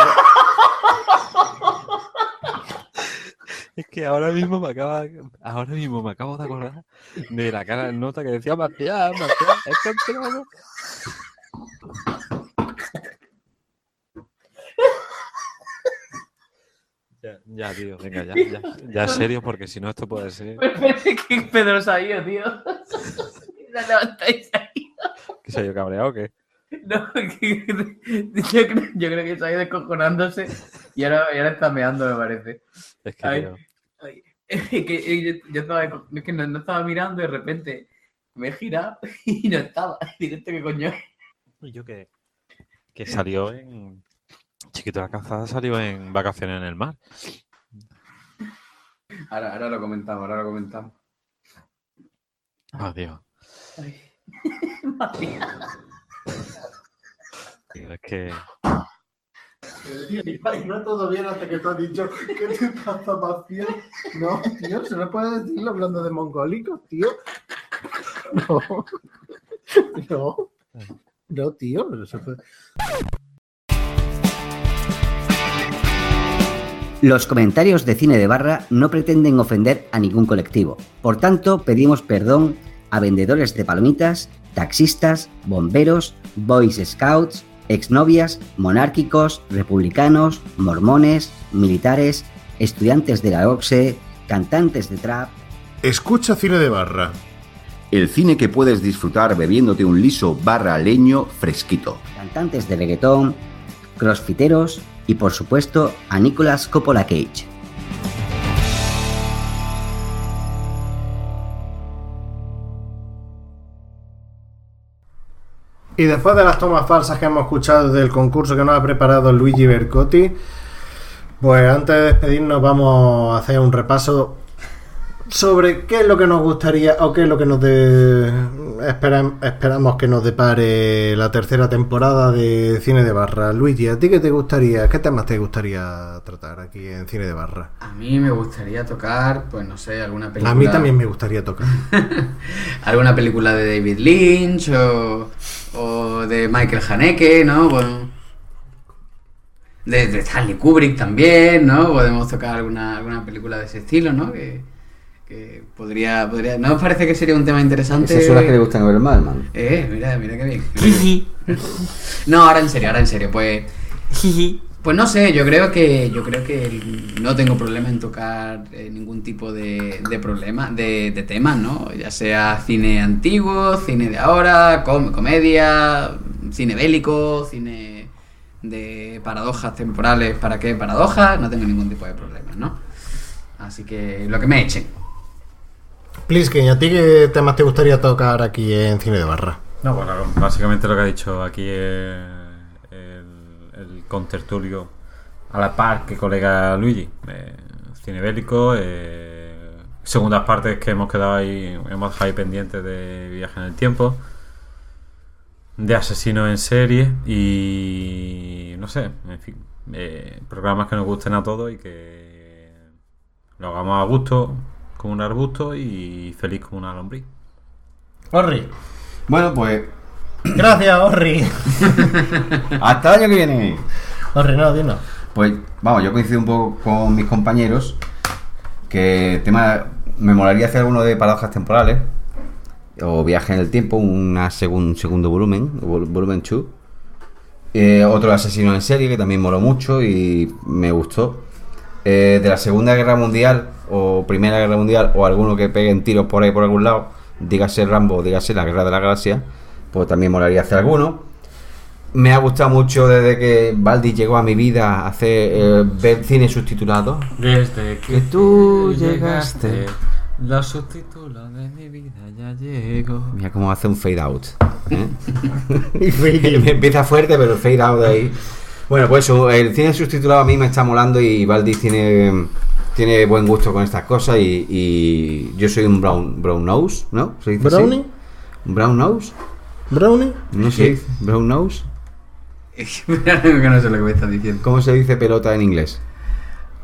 S: Es que ahora mismo me acaba, ahora mismo me acabo de acordar de la cara de nota que decía Maciá, Maciá, es que han tirado". Ya, ya, tío, venga, ya, ya, ya serio, porque si no esto puede ser
T: Parece que Pedro sabía, tío. La levantáis ahí.
S: que se haya cabreado o qué.
T: No, que- yo, creo, yo creo que se ha ido descojonándose y ahora, y ahora está meando, me parece.
S: Es que,
T: Ay,
S: tío,
T: ay, es que, eh, yo, yo estaba, es que no, no estaba mirando y de repente me he girado y no estaba. Directo que coño.
S: ¿Y yo qué? que salió en Chiquito la Calzada, salió en vacaciones en el mar.
G: Ahora, ahora lo comentamos, ahora lo comentamos.
S: Ah, Dios. Tío, es que
K: No todo bien hasta que tú has dicho ¿Qué te pasa, Maciel? No, tío, se no puede decirlo hablando de mongólicos, tío. No. No. No, tío, pero eso fue-
U: Los comentarios de Cine de Barra no pretenden ofender a ningún colectivo. Por tanto, pedimos perdón a vendedores de palomitas, taxistas, bomberos, boys scouts, exnovias, monárquicos, republicanos, mormones, militares, estudiantes de la OCSE, cantantes de trap.
V: Escucha Cine de Barra.
H: El cine que puedes disfrutar bebiéndote un liso barra leño fresquito.
U: cantantes de reggaetón, crossfiteros y por supuesto a Nicolas Coppola Cage.
K: Y después de las tomas falsas que hemos escuchado del concurso que nos ha preparado Luigi Bercotti, pues antes de despedirnos vamos a hacer un repaso sobre qué es lo que nos gustaría o qué es lo que nos de- esperam- esperamos que nos depare la tercera temporada de Cine de Barra. Luigi, ¿a ti qué te gustaría? ¿Qué temas te gustaría tratar aquí en Cine de Barra?
G: A mí me gustaría tocar, pues no sé, alguna película.
K: A mí también me gustaría tocar.
G: Alguna película de David Lynch o, o de Michael Haneke, ¿no? Bueno, de, de Stanley Kubrick también, ¿no? Podemos tocar alguna, alguna película de ese estilo, ¿no? Que, que podría, podría. ¿No os parece que sería un tema interesante?
U: Esas son las que le gustan a Berman.
G: Eh, mira, mira qué bien. no, ahora en serio, ahora en serio, pues. Pues no sé, yo creo que yo creo que el- no tengo problema en tocar eh, ningún tipo de, de problema, de, de tema, ¿no? Ya sea cine antiguo, cine de ahora, com- comedia, cine bélico, cine de paradojas temporales, ¿para qué paradojas? No tengo ningún tipo de problema, ¿no? Así que lo que me echen.
K: Pliskin, ¿a ti qué temas te gustaría tocar aquí en Cine de Barra?
F: No, bueno, básicamente lo que ha dicho aquí eh, el, el contertulio a la par que colega Luigi. Eh, cine bélico, eh, segundas partes que hemos quedado ahí, hemos dejado ahí pendientes de viaje en el tiempo, de asesinos en serie y no sé, en fin, eh, programas que nos gusten a todos y que lo hagamos a gusto como un arbusto y feliz como una lombriz.
K: Orri.
H: Bueno, pues
K: Gracias, Orri.
H: hasta el año que viene.
K: Orri, no, dinos.
H: Pues vamos, yo coincido un poco con mis compañeros que el tema me molaría hacer alguno de paradojas temporales o viaje en el tiempo, una segun- un segundo volumen, vol- volumen 2. Eh, otro asesino en serie que también moló mucho y me gustó. Eh, de la Segunda Guerra Mundial o Primera Guerra Mundial o alguno que peguen tiros por ahí por algún lado, dígase Rambo, dígase la Guerra de la Galaxia, pues también molaría hacer alguno. Mm, Me ha gustado mucho desde que Baldi llegó a mi vida hacer eh, ver cine subtitulado.
A: Desde
H: que tú llegaste.
A: La subtitula de mi vida ya llegó.
H: Mira cómo hace un fade out. ¿eh? Empieza fuerte, pero el fade out de ahí. Bueno, pues eso, el cine subtitulado a mí me está molando y Valdi tiene, tiene buen gusto con estas cosas y, y yo soy un brown, brown nose, ¿no? ¿Se dice así?
K: ¿Brownie?
H: ¿Un brown nose?
K: ¿Brownie?
H: No
K: Sí.
H: sé, brown nose.
G: que no sé lo que me estás diciendo.
H: ¿Cómo se dice pelota en inglés?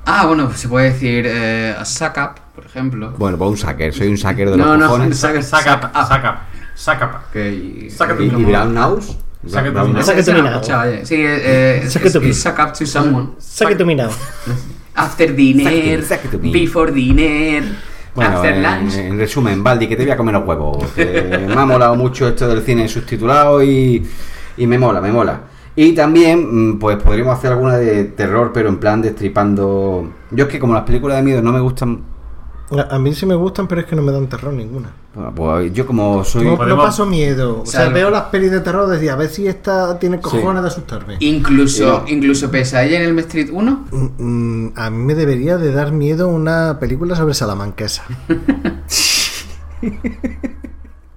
G: Ah, bueno, pues se puede decir eh, a suck up, por ejemplo.
H: Bueno, pues un sacker, soy un sacker de los
G: No, no,
H: cojones.
G: suck, suck up.
F: Ah, saca. Saca. Sácate
H: ¿Y,
F: un
H: y brown nose?
F: Sácate
H: Brown
F: un-
H: nose.
F: Sácate un-
G: Ah, chaval, Sí, eh, eh,
F: Suck it to
G: es-
F: me.
G: es suck up to someone.
K: Saca tu minado.
G: After dinner,
H: Suck it to me.
G: before dinner,
H: Bueno, eh,
G: after
H: en,
G: lunch.
H: en resumen, Baldi, que te voy a comer los huevos. que me ha molado mucho esto del cine subtitulado y, y me mola, me mola. Y también, mm, pues podríamos hacer alguna de terror, pero en plan destripando. Yo es que como las películas de miedo no me gustan.
K: A, a mí sí me gustan, pero es que no me dan terror ninguna.
H: bueno, Pues yo como soy.
K: No, no paso miedo. O sea,
G: Salvo.
K: veo las pelis de terror desde a ver si esta tiene cojones de asustarme.
H: eh,
G: Incluso, incluso Pesadilla en el Street 1.
K: Mm, mm, a mí me debería de dar miedo una película sobre salamanquesa.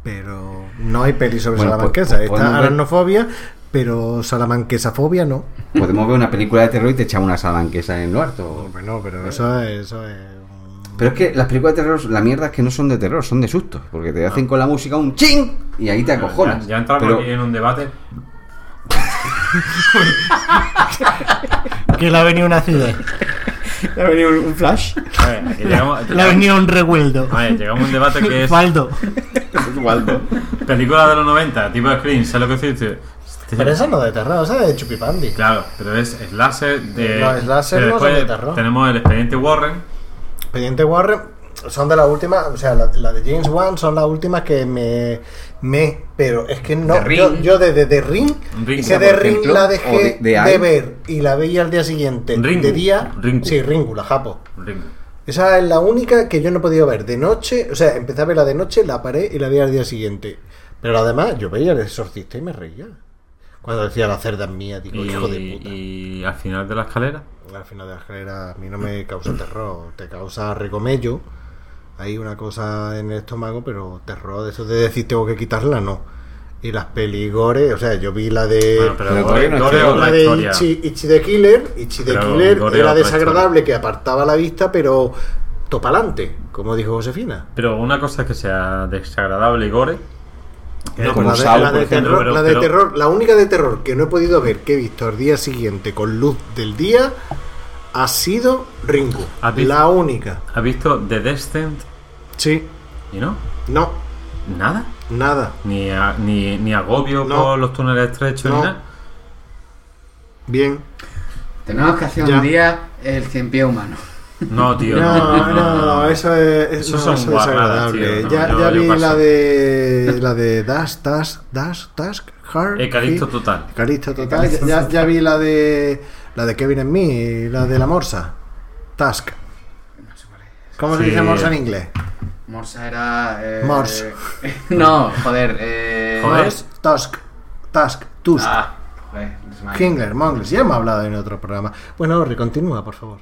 K: pero no hay peli sobre
H: Bueno, pues-
K: salamanquesa.
H: pues
K: Está
H: podemos ver-
K: aracnofobia, pero salamanquesafobia no.
H: Podemos ver una película de terror y te echamos una salanquesa en el harto.
K: Pues Bueno, pero eso es, eso es.
H: Pero es que las películas de terror, la mierda es que no son de terror, son de susto. Porque te hacen con la música un ching y ahí te acojonas.
F: Ah. Ya, ya entramos
H: Pero-
F: aquí en un debate.
K: Que le ha venido una ciudad.
F: Le ha venido un flash. A ver, aquí llegamos,
K: Le ha venido un revueldo.
F: A ver, llegamos a un debate que es.
K: Faldo.
F: Película de los 90, tipo Scream, ¿sabes lo que dice?
K: Pero esa no de terror, esa es de Chupipandi.
F: Claro, pero es slasher de.
K: No, slasher
F: pero
K: no son de
F: después
K: terror.
F: Tenemos el expediente Warren.
K: Expediente Warren son de las últimas, o sea, la, la de James Wan son las últimas que me. me pero es que no.
H: The Ring.
K: Yo, yo desde The Ring,
F: Ring,
K: hice
F: por
K: The Ring
F: ejemplo,
K: la
F: o
K: dejé
F: de-
K: de,
F: de Eye.
K: ver y la veía al día siguiente.
F: Ringu,
K: De día.
F: Ringu.
K: Sí, Ringu, la Japo.
F: Ringo.
K: Esa es la única que yo no he podido ver de noche. O sea, empecé a verla de noche, la paré y la vi al día siguiente. Pero además, yo veía el exorcista y me reía. Cuando decía la cerda mía, digo,
F: Y,
K: hijo de puta.
F: y al final de la escalera.
K: Al final de la escalera a mí no me causa terror, te causa recomello. Hay una cosa en el estómago, pero terror de eso de decir tengo que quitarla, no. Y las peligores, o sea, yo vi la de.
F: Bueno, pero Pero Gore- Gore- Gore es otra
K: la de
F: historia.
K: Ichi, Ichi the Killer. Ichi the
F: Pero
K: Killer
F: Gore es
K: era
F: otra
K: desagradable, que apartaba la vista, pero topalante, como dijo Josefina.
F: Pero una cosa es que sea desagradable y gore. Eh,
K: No, la de, la de terror, la de terror, la única de terror que no he podido ver que he visto al día siguiente con luz del día ha sido Ringu.
F: ¿Has visto?
K: La única.
F: ¿Has visto The Descent?
K: Sí.
F: ¿Y no?
K: No.
F: ¿Nada?
K: Nada.
F: Ni, a- ni, ni agobio por los túneles estrechos
K: No.
F: ni nada.
K: Bien.
G: Tenemos que hacer
K: Ya.
G: un día el cien pie humano.
F: No, tío.
K: No, no, eso es, es-
F: Eso
K: no,
F: son
K: eso es
F: guarradas,
K: desagradable.
F: tío, no,
K: ya
F: yo-
K: ya
F: yo
K: vi
F: paso.
K: la de la de Dash, Dash, Dash, Dash, Hard.
F: Eucalipto
K: Hit,
F: total.
K: Eucalipto total. Ya- Ya, ya vi la de la de Kevin en mí, la de la morsa. Task. ¿Cómo se
F: Sí.
K: dice morsa en inglés?
G: Morsa era. Eh,
K: Morse.
G: No, joder. Eh,
K: Morse, Task, Task, Tusk.
G: Ah, joder. se me ha ido.
K: Kingler, Mongles, ya hemos hablado en otro programa. Bueno, recontinúa, por favor.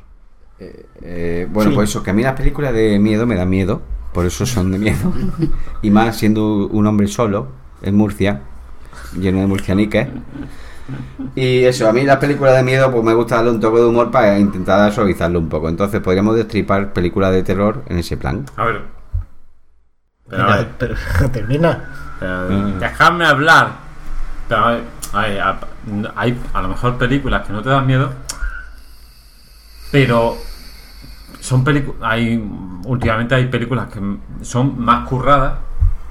H: Eh, bueno,
K: Sí.
H: pues eso, que a mí las películas de miedo me dan miedo, por eso son de miedo. y más siendo un hombre solo, en Murcia, lleno de murcianiques. Y eso, a mí las películas de miedo, pues me gusta darle un toque de humor para intentar suavizarlo un poco. Entonces podríamos destripar películas de terror en ese plan.
F: A ver. Pero, a ver,
K: Mira, Mm. pero termina.
F: pero dejadme hablar. Pero, a ver, a ver, a- hay a lo mejor películas que no te dan miedo, pero son películas. Hay últimamente hay películas que m- son más curradas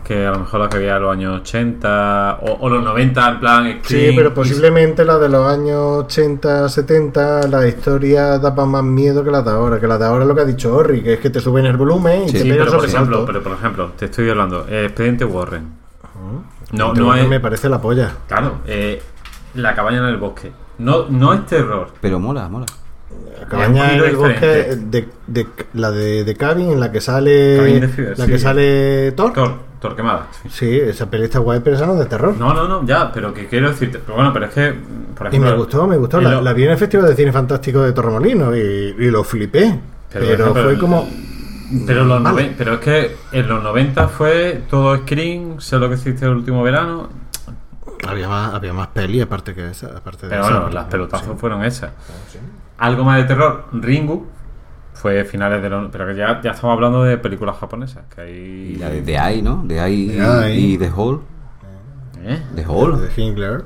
F: que a lo mejor las que había en los años 80 o, o los 90 en plan.
K: Sí,
F: Scream
K: pero
F: y-
K: posiblemente la de los años 80, 70, la historia daba más miedo que la de ahora. Que la de ahora es lo que ha dicho Orri, que es que te suben el volumen y
F: Sí,
K: te pegas
F: pero por
K: sobre
F: ejemplo,
K: salto.
F: pero por ejemplo, te estoy hablando, eh, expediente Warren. No,
K: Te
F: no
K: digo que
F: es,
K: Me parece la polla.
F: Claro, eh, la cabaña en el bosque. No, no es terror.
H: Pero mola, mola.
K: La cabaña en el bosque eh, de, de- la de, de Cabin en la que sale
F: Cabin de Fever,
K: la
F: sí.
K: que sale Thor.
F: Thor, Torquemada.
K: Sí, esa peli está guay, pero esa no es de terror.
F: No, no, no, ya, pero que quiero decirte. Pero bueno, pero es que, mm,
K: Y
F: por ejemplo.
K: me gustó, me gustó.
F: y
K: La,
F: lo-
K: la vi en el Festival de Cine Fantástico de Torremolino y, y lo flipé.
F: Pero,
K: Pero,
F: pero-
K: fue como.
F: Pero, los
K: Vale.
F: noven- pero es que en los 90 fue todo screen, sé lo que hiciste el último verano.
K: Había más, había más peli aparte que esa. Aparte de
F: Pero
K: esa,
F: bueno,
K: pero-
F: las pelotazos
K: sí.
F: fueron esas. Algo más de terror, Ringu, fue finales de los. Pero que ya, ya estamos hablando de películas japonesas. Que hay...
H: Y la de The Eye, ¿no? The Eye y,
F: The Eye.
H: y The Hall.
F: ¿Eh?
H: The Hall.
K: De Hinkler.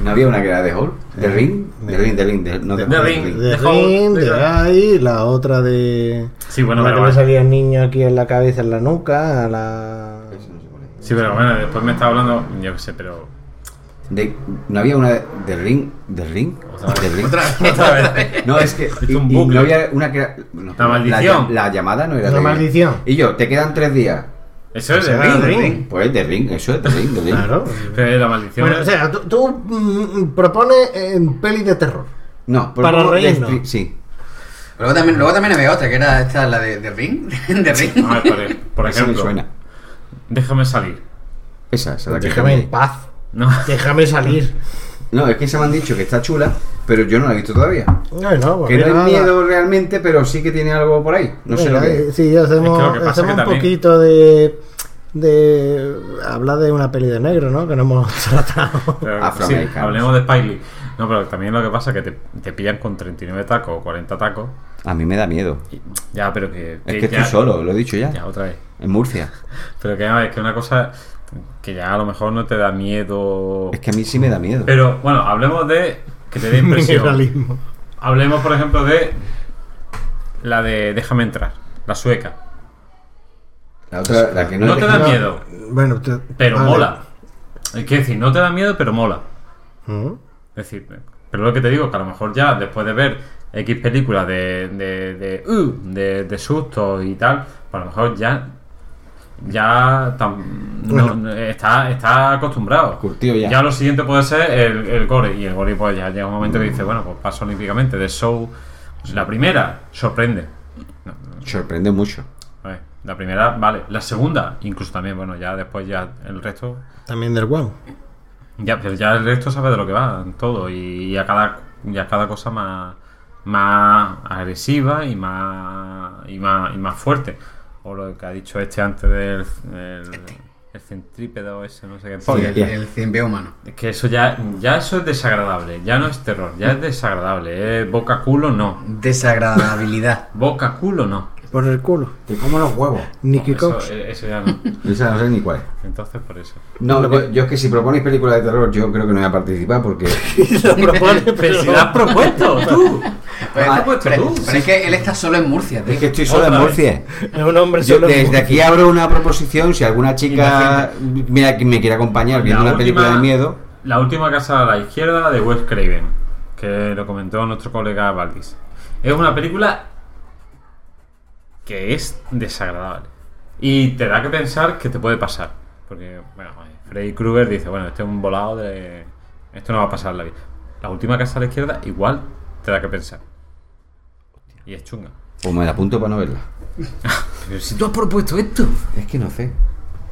H: no había una que era The Hall. The Ring. The Ring, The Ring. The, no, The, Ring.
K: De Ring, de ahí, la otra de.
F: Sí, bueno,
K: la
F: pero
K: que le
F: bueno.
K: salía el niño aquí en la cabeza, en la nuca, a la.
F: Sí, pero bueno, después me está hablando. Yo qué sé, pero.
H: De- no había una de The Ring. The Ring. The Ring.
F: Otra vez, otra vez.
H: No, es que. y-
F: un
H: y
F: bucle.
H: no había una que era. no,
F: La maldición.
H: La, la llamada no era
K: La
H: The Ring.
K: maldición.
H: Y yo, te quedan tres días.
F: Eso es
H: The
F: The Ring.
H: Pues The Ring, eso es The Ring. The Ring.
K: Claro.
F: Pero la maldición.
K: Bueno, o sea, tú, tú, mm, propones en peli de terror.
H: No,
K: Para
H: propongo The
K: reírnos.
H: Stri- Sí.
G: Luego también, luego también había otra, que era esta, la de, de Ring. De Ring.
F: A ver, por, e, por
H: Esa me
F: ejemplo.
H: suena.
F: Déjame salir.
H: Esa, esa la que
K: Déjame en paz.
F: No.
K: Déjame salir.
H: No, es que se me han dicho que está chula, pero yo no la he visto todavía.
K: No, no,
H: que
K: porque
H: no
K: Pues nada.
H: es miedo realmente, pero sí que tiene algo por ahí. No sé
K: Venga,
H: lo que
K: eh,
H: es.
K: Sí, hacemos,
H: Es que lo que pasa
K: hacemos
H: que
K: un
H: también-
K: poquito de. de. hablar de una peli de negro, ¿no? Que no hemos tratado.
F: Pero, sí, hablemos de Spike Lee. No, pero también lo que pasa es que te, te pillan con 39 tacos o 40 tacos.
H: A mí me da miedo.
F: Ya, pero que.
H: Es que
F: ya-
H: estoy solo, lo he dicho ya.
F: Ya, otra vez.
H: En Murcia.
F: Pero que a ver, que una cosa que ya a lo mejor no te da miedo.
H: Es que a mí sí me da miedo.
F: Pero bueno, hablemos de. que te dé impresión.
K: Mineralismo.
F: hablemos, por ejemplo, de. la de Déjame entrar, la sueca.
H: La otra, la que no,
F: No te da
H: No.
F: miedo.
K: Bueno, te-
F: Pero
K: vale.
F: mola. Es que decir, no te da miedo, pero mola.
K: Mm.
F: Es decir, pero lo que te digo, que a lo mejor ya después de ver X películas de, de, de, uh, de, de sustos y tal, pues a lo mejor ya ya tam- no-
H: Bueno.
F: no- está, está acostumbrado.
H: Curtido ya.
F: lo siguiente puede ser el, el gore. Y el gore pues ya llega un momento que dice, bueno, pues paso olímpicamente. De show, pues, la primera sorprende.
H: Sorprende mucho.
F: A ver, la primera, vale. La segunda, incluso también, bueno, ya después ya el resto
K: También del guau.
F: ya, pero ya el resto sabe de lo que va, todo. Y, y a cada y a cada cosa más, más agresiva y más, y más y más fuerte. O lo que ha dicho este antes del el, el centrípedo ese, no sé qué.
G: Sí, el- el centípedo humano.
F: Es que eso ya, ya eso es desagradable, ya no es terror, ya es desagradable. Es boca culo no.
G: Desagradabilidad.
F: boca culo no.
K: Por el culo.
H: Te como los huevos.
K: Nicky
F: Eso,
K: Cox.
F: eh, eso ya no.
H: Esa no sé ni cuál es.
F: Entonces por eso.
H: No, yo, yo es que si proponéis películas de terror, yo creo que no voy a participar porque.
F: Pero si la has propuesto tú.
G: Pero,
H: Ah,
G: pero-
H: pero-
G: pero es que él está solo en Murcia, tío.
H: Es que estoy solo en Murcia.
K: Es un hombre
H: Yo
K: solo en
H: desde
K: Murcia.
H: aquí abro una proposición. Si alguna chica mira, que me quiere acompañar viendo
F: La
H: una película de
F: última-
H: miedo,
F: La última casa a la izquierda de Wes Craven, que lo comentó nuestro colega Valdis. Es una película que es desagradable. Y te da que pensar que te puede pasar. Porque, bueno, Freddy Krueger dice, bueno, este es un volado de... Esto no va a pasar en la vida. La última casa a la izquierda igual te da que pensar. Y es chunga.
H: pues me la apunto para no verla.
F: Pero si tú has propuesto esto.
H: Es que no sé.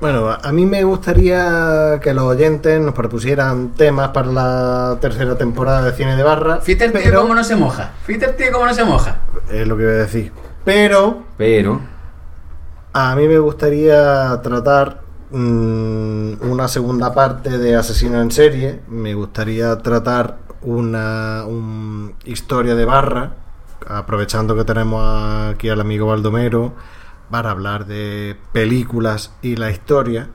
K: Bueno, a mí me gustaría que los oyentes nos propusieran temas para la tercera temporada de Cine de Barra.
G: Fíjate el tío cómo no se moja. Fíjate el tío cómo no se moja.
K: Es lo que iba a decir. Pero
H: Pero.
K: a mí me gustaría tratar mm, una segunda parte de Asesino en serie. Me gustaría tratar una un- historia de barra, aprovechando que tenemos aquí al amigo Baldomero, para hablar de películas y la historia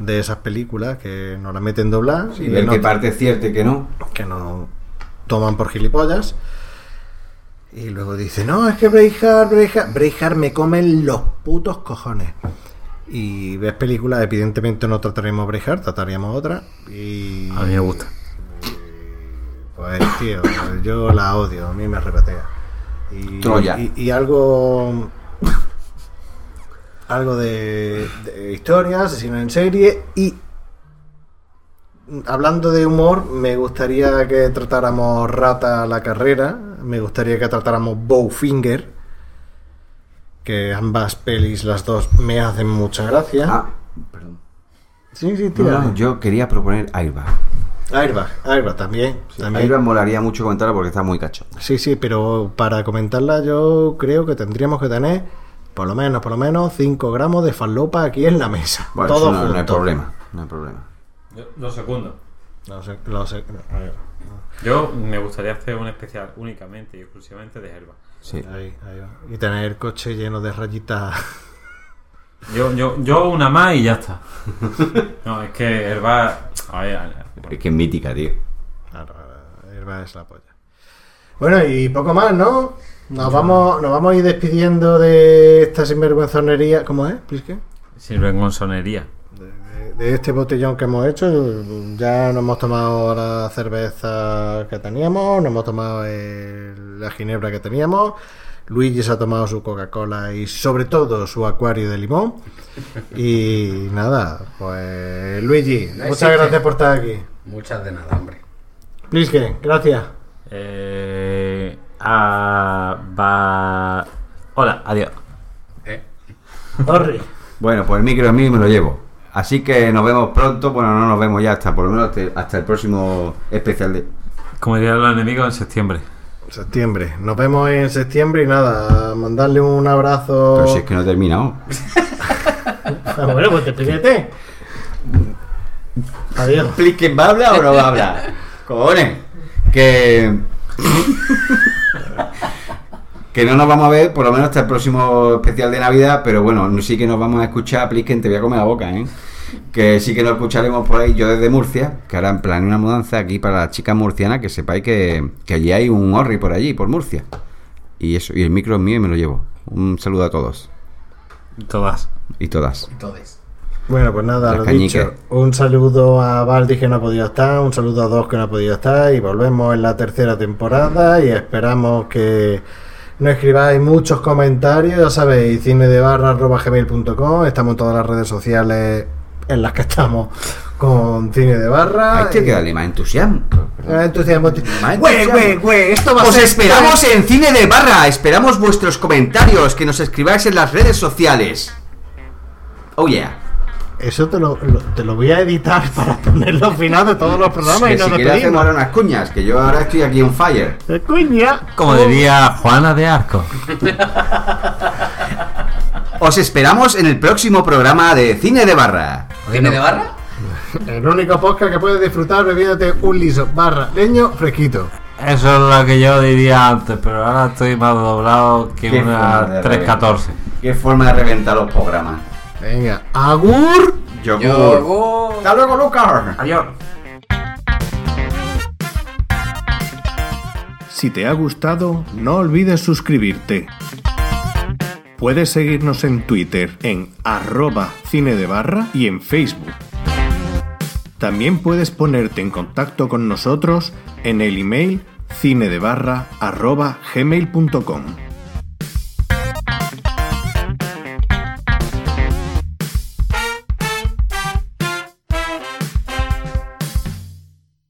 K: de esas películas que nos la meten doblar.
H: Sí, ver qué parte es cierta y qué no.
K: Que no toman por gilipollas. Y luego dice, no, es que Braveheart, Braveheart, Braveheart me comen los putos cojones. Y ves películas, evidentemente no trataremos Braveheart, trataríamos otra. Y...
F: A mí me gusta.
K: Pues tío, yo la odio, a mí me repatea. Y,
H: Troya.
K: Y, y algo... Algo de, de historia, asesinos en serie y... Hablando de humor, me gustaría que tratáramos Rata a la carrera, me gustaría que tratáramos Bowfinger, que ambas pelis, las dos, me hacen mucha gracia.
H: Ah,
K: perdón. Sí, sí,
H: No,
K: tira.
H: no, yo quería proponer Airbag.
K: Airbag, Airbag también. también.
H: Airbag molaría mucho comentarla porque está muy cacho.
K: Sí, sí, pero para comentarla yo creo que tendríamos que tener por lo menos, por lo menos 5 gramos de falopa aquí en la mesa.
H: Bueno,
K: Todo
H: eso no, no hay
K: junto.
H: problema. No hay problema.
F: Lo segundo.
K: No sé, lo sé. a ver.
F: Yo me gustaría hacer un especial únicamente y exclusivamente de Herba.
H: Sí.
K: Ahí, ahí va. Y tener el coche lleno de rayitas.
F: Yo, yo, yo una más y ya está. No, es que Herba. A ver, a ver.
H: Es que es mítica, tío.
K: Airbag es la polla. Bueno, y poco más, ¿no? Nos vamos, nos vamos a ir despidiendo de esta sinvergüenzonería. ¿Cómo es? Prisque?
F: Sinvergonzonería.
K: De, de este botellón que hemos hecho. Ya nos hemos tomado la cerveza que teníamos, nos hemos tomado el- la ginebra que teníamos. Luigi se ha tomado su Coca-Cola y sobre todo su acuario de limón. Y nada, pues Luigi,
G: No
K: muchas
G: existe.
K: gracias por estar aquí.
G: Muchas de Pues nada, hombre.
K: Prisque, gracias.
F: Eh, ah, va. Hola, adiós.
K: Torri.
H: Bueno, pues el micro es mío y me lo llevo. Así que nos vemos pronto. Bueno, no nos vemos ya hasta por lo menos hasta, hasta el próximo especial de.
F: Como dirían los enemigos en septiembre.
K: Septiembre. Nos vemos en septiembre y nada, mandarle un abrazo.
H: Pero si es que no he terminado.
K: Ah, bueno, pues despídete. Adiós.
H: ¿Quién va a hablar o no va a hablar? Cojones. Que. que no nos vamos a ver, por lo menos hasta el próximo especial de Navidad, pero bueno, sí que nos vamos a escuchar. Plisken, te voy a comer la boca, ¿eh? Que sí que nos escucharemos por ahí. Yo desde Murcia, que ahora en plan una mudanza aquí para las chicas murcianas, que sepáis que, que allí hay un horri por allí, por Murcia. Y eso, y el micro es mío y me lo llevo. Un saludo a todos.
F: Todas.
H: Y todas.
G: Todes.
K: Bueno, pues nada,
H: Las
K: lo
H: cañiques.
K: dicho. Un saludo a Baldi que no ha podido estar, un saludo a Dos que no ha podido estar y volvemos en la tercera temporada y esperamos que nos escribáis muchos comentarios, ya sabéis, cine de barra gmail.com, estamos en todas las redes sociales en las que estamos con cine de barra.
H: Hay que darle más entusiasmo.
K: Ah, entusiasmo. Güey,
H: entusiasmo.
K: güey, güey, esto va a
H: Os
K: ser-
H: esperamos en Cine de Barra. Esperamos vuestros comentarios que nos escribáis en las redes sociales. Oh yeah.
K: Eso te lo, lo- te lo voy a editar para ponerlo al final de todos los programas
H: Que
K: y nos
H: si quieres hacemos
K: despedimos.
H: ahora unas cuñas, que yo ahora estoy aquí en fire.
K: Eh, Cuña.
F: Como diría Juana de Arco.
H: Os esperamos en el próximo programa de Cine de Barra.
G: ¿Cine de barra?
K: El único podcast que puedes disfrutar bebiéndote un liso barra leño fresquito.
F: Eso es lo que yo diría antes, pero ahora estoy más doblado que
H: Qué forma
F: una
H: de
F: 314.
H: Qué forma de reventar los programas.
K: Venga, agur.
H: Yogur.
K: Yogur.
H: Hasta luego, Lucas.
F: Adiós.
E: Si te ha gustado, no olvides suscribirte. Puedes seguirnos en Twitter en arroba cine de barra y en Facebook. También puedes ponerte en contacto con nosotros en el email cinedebarra arroba gmail.com.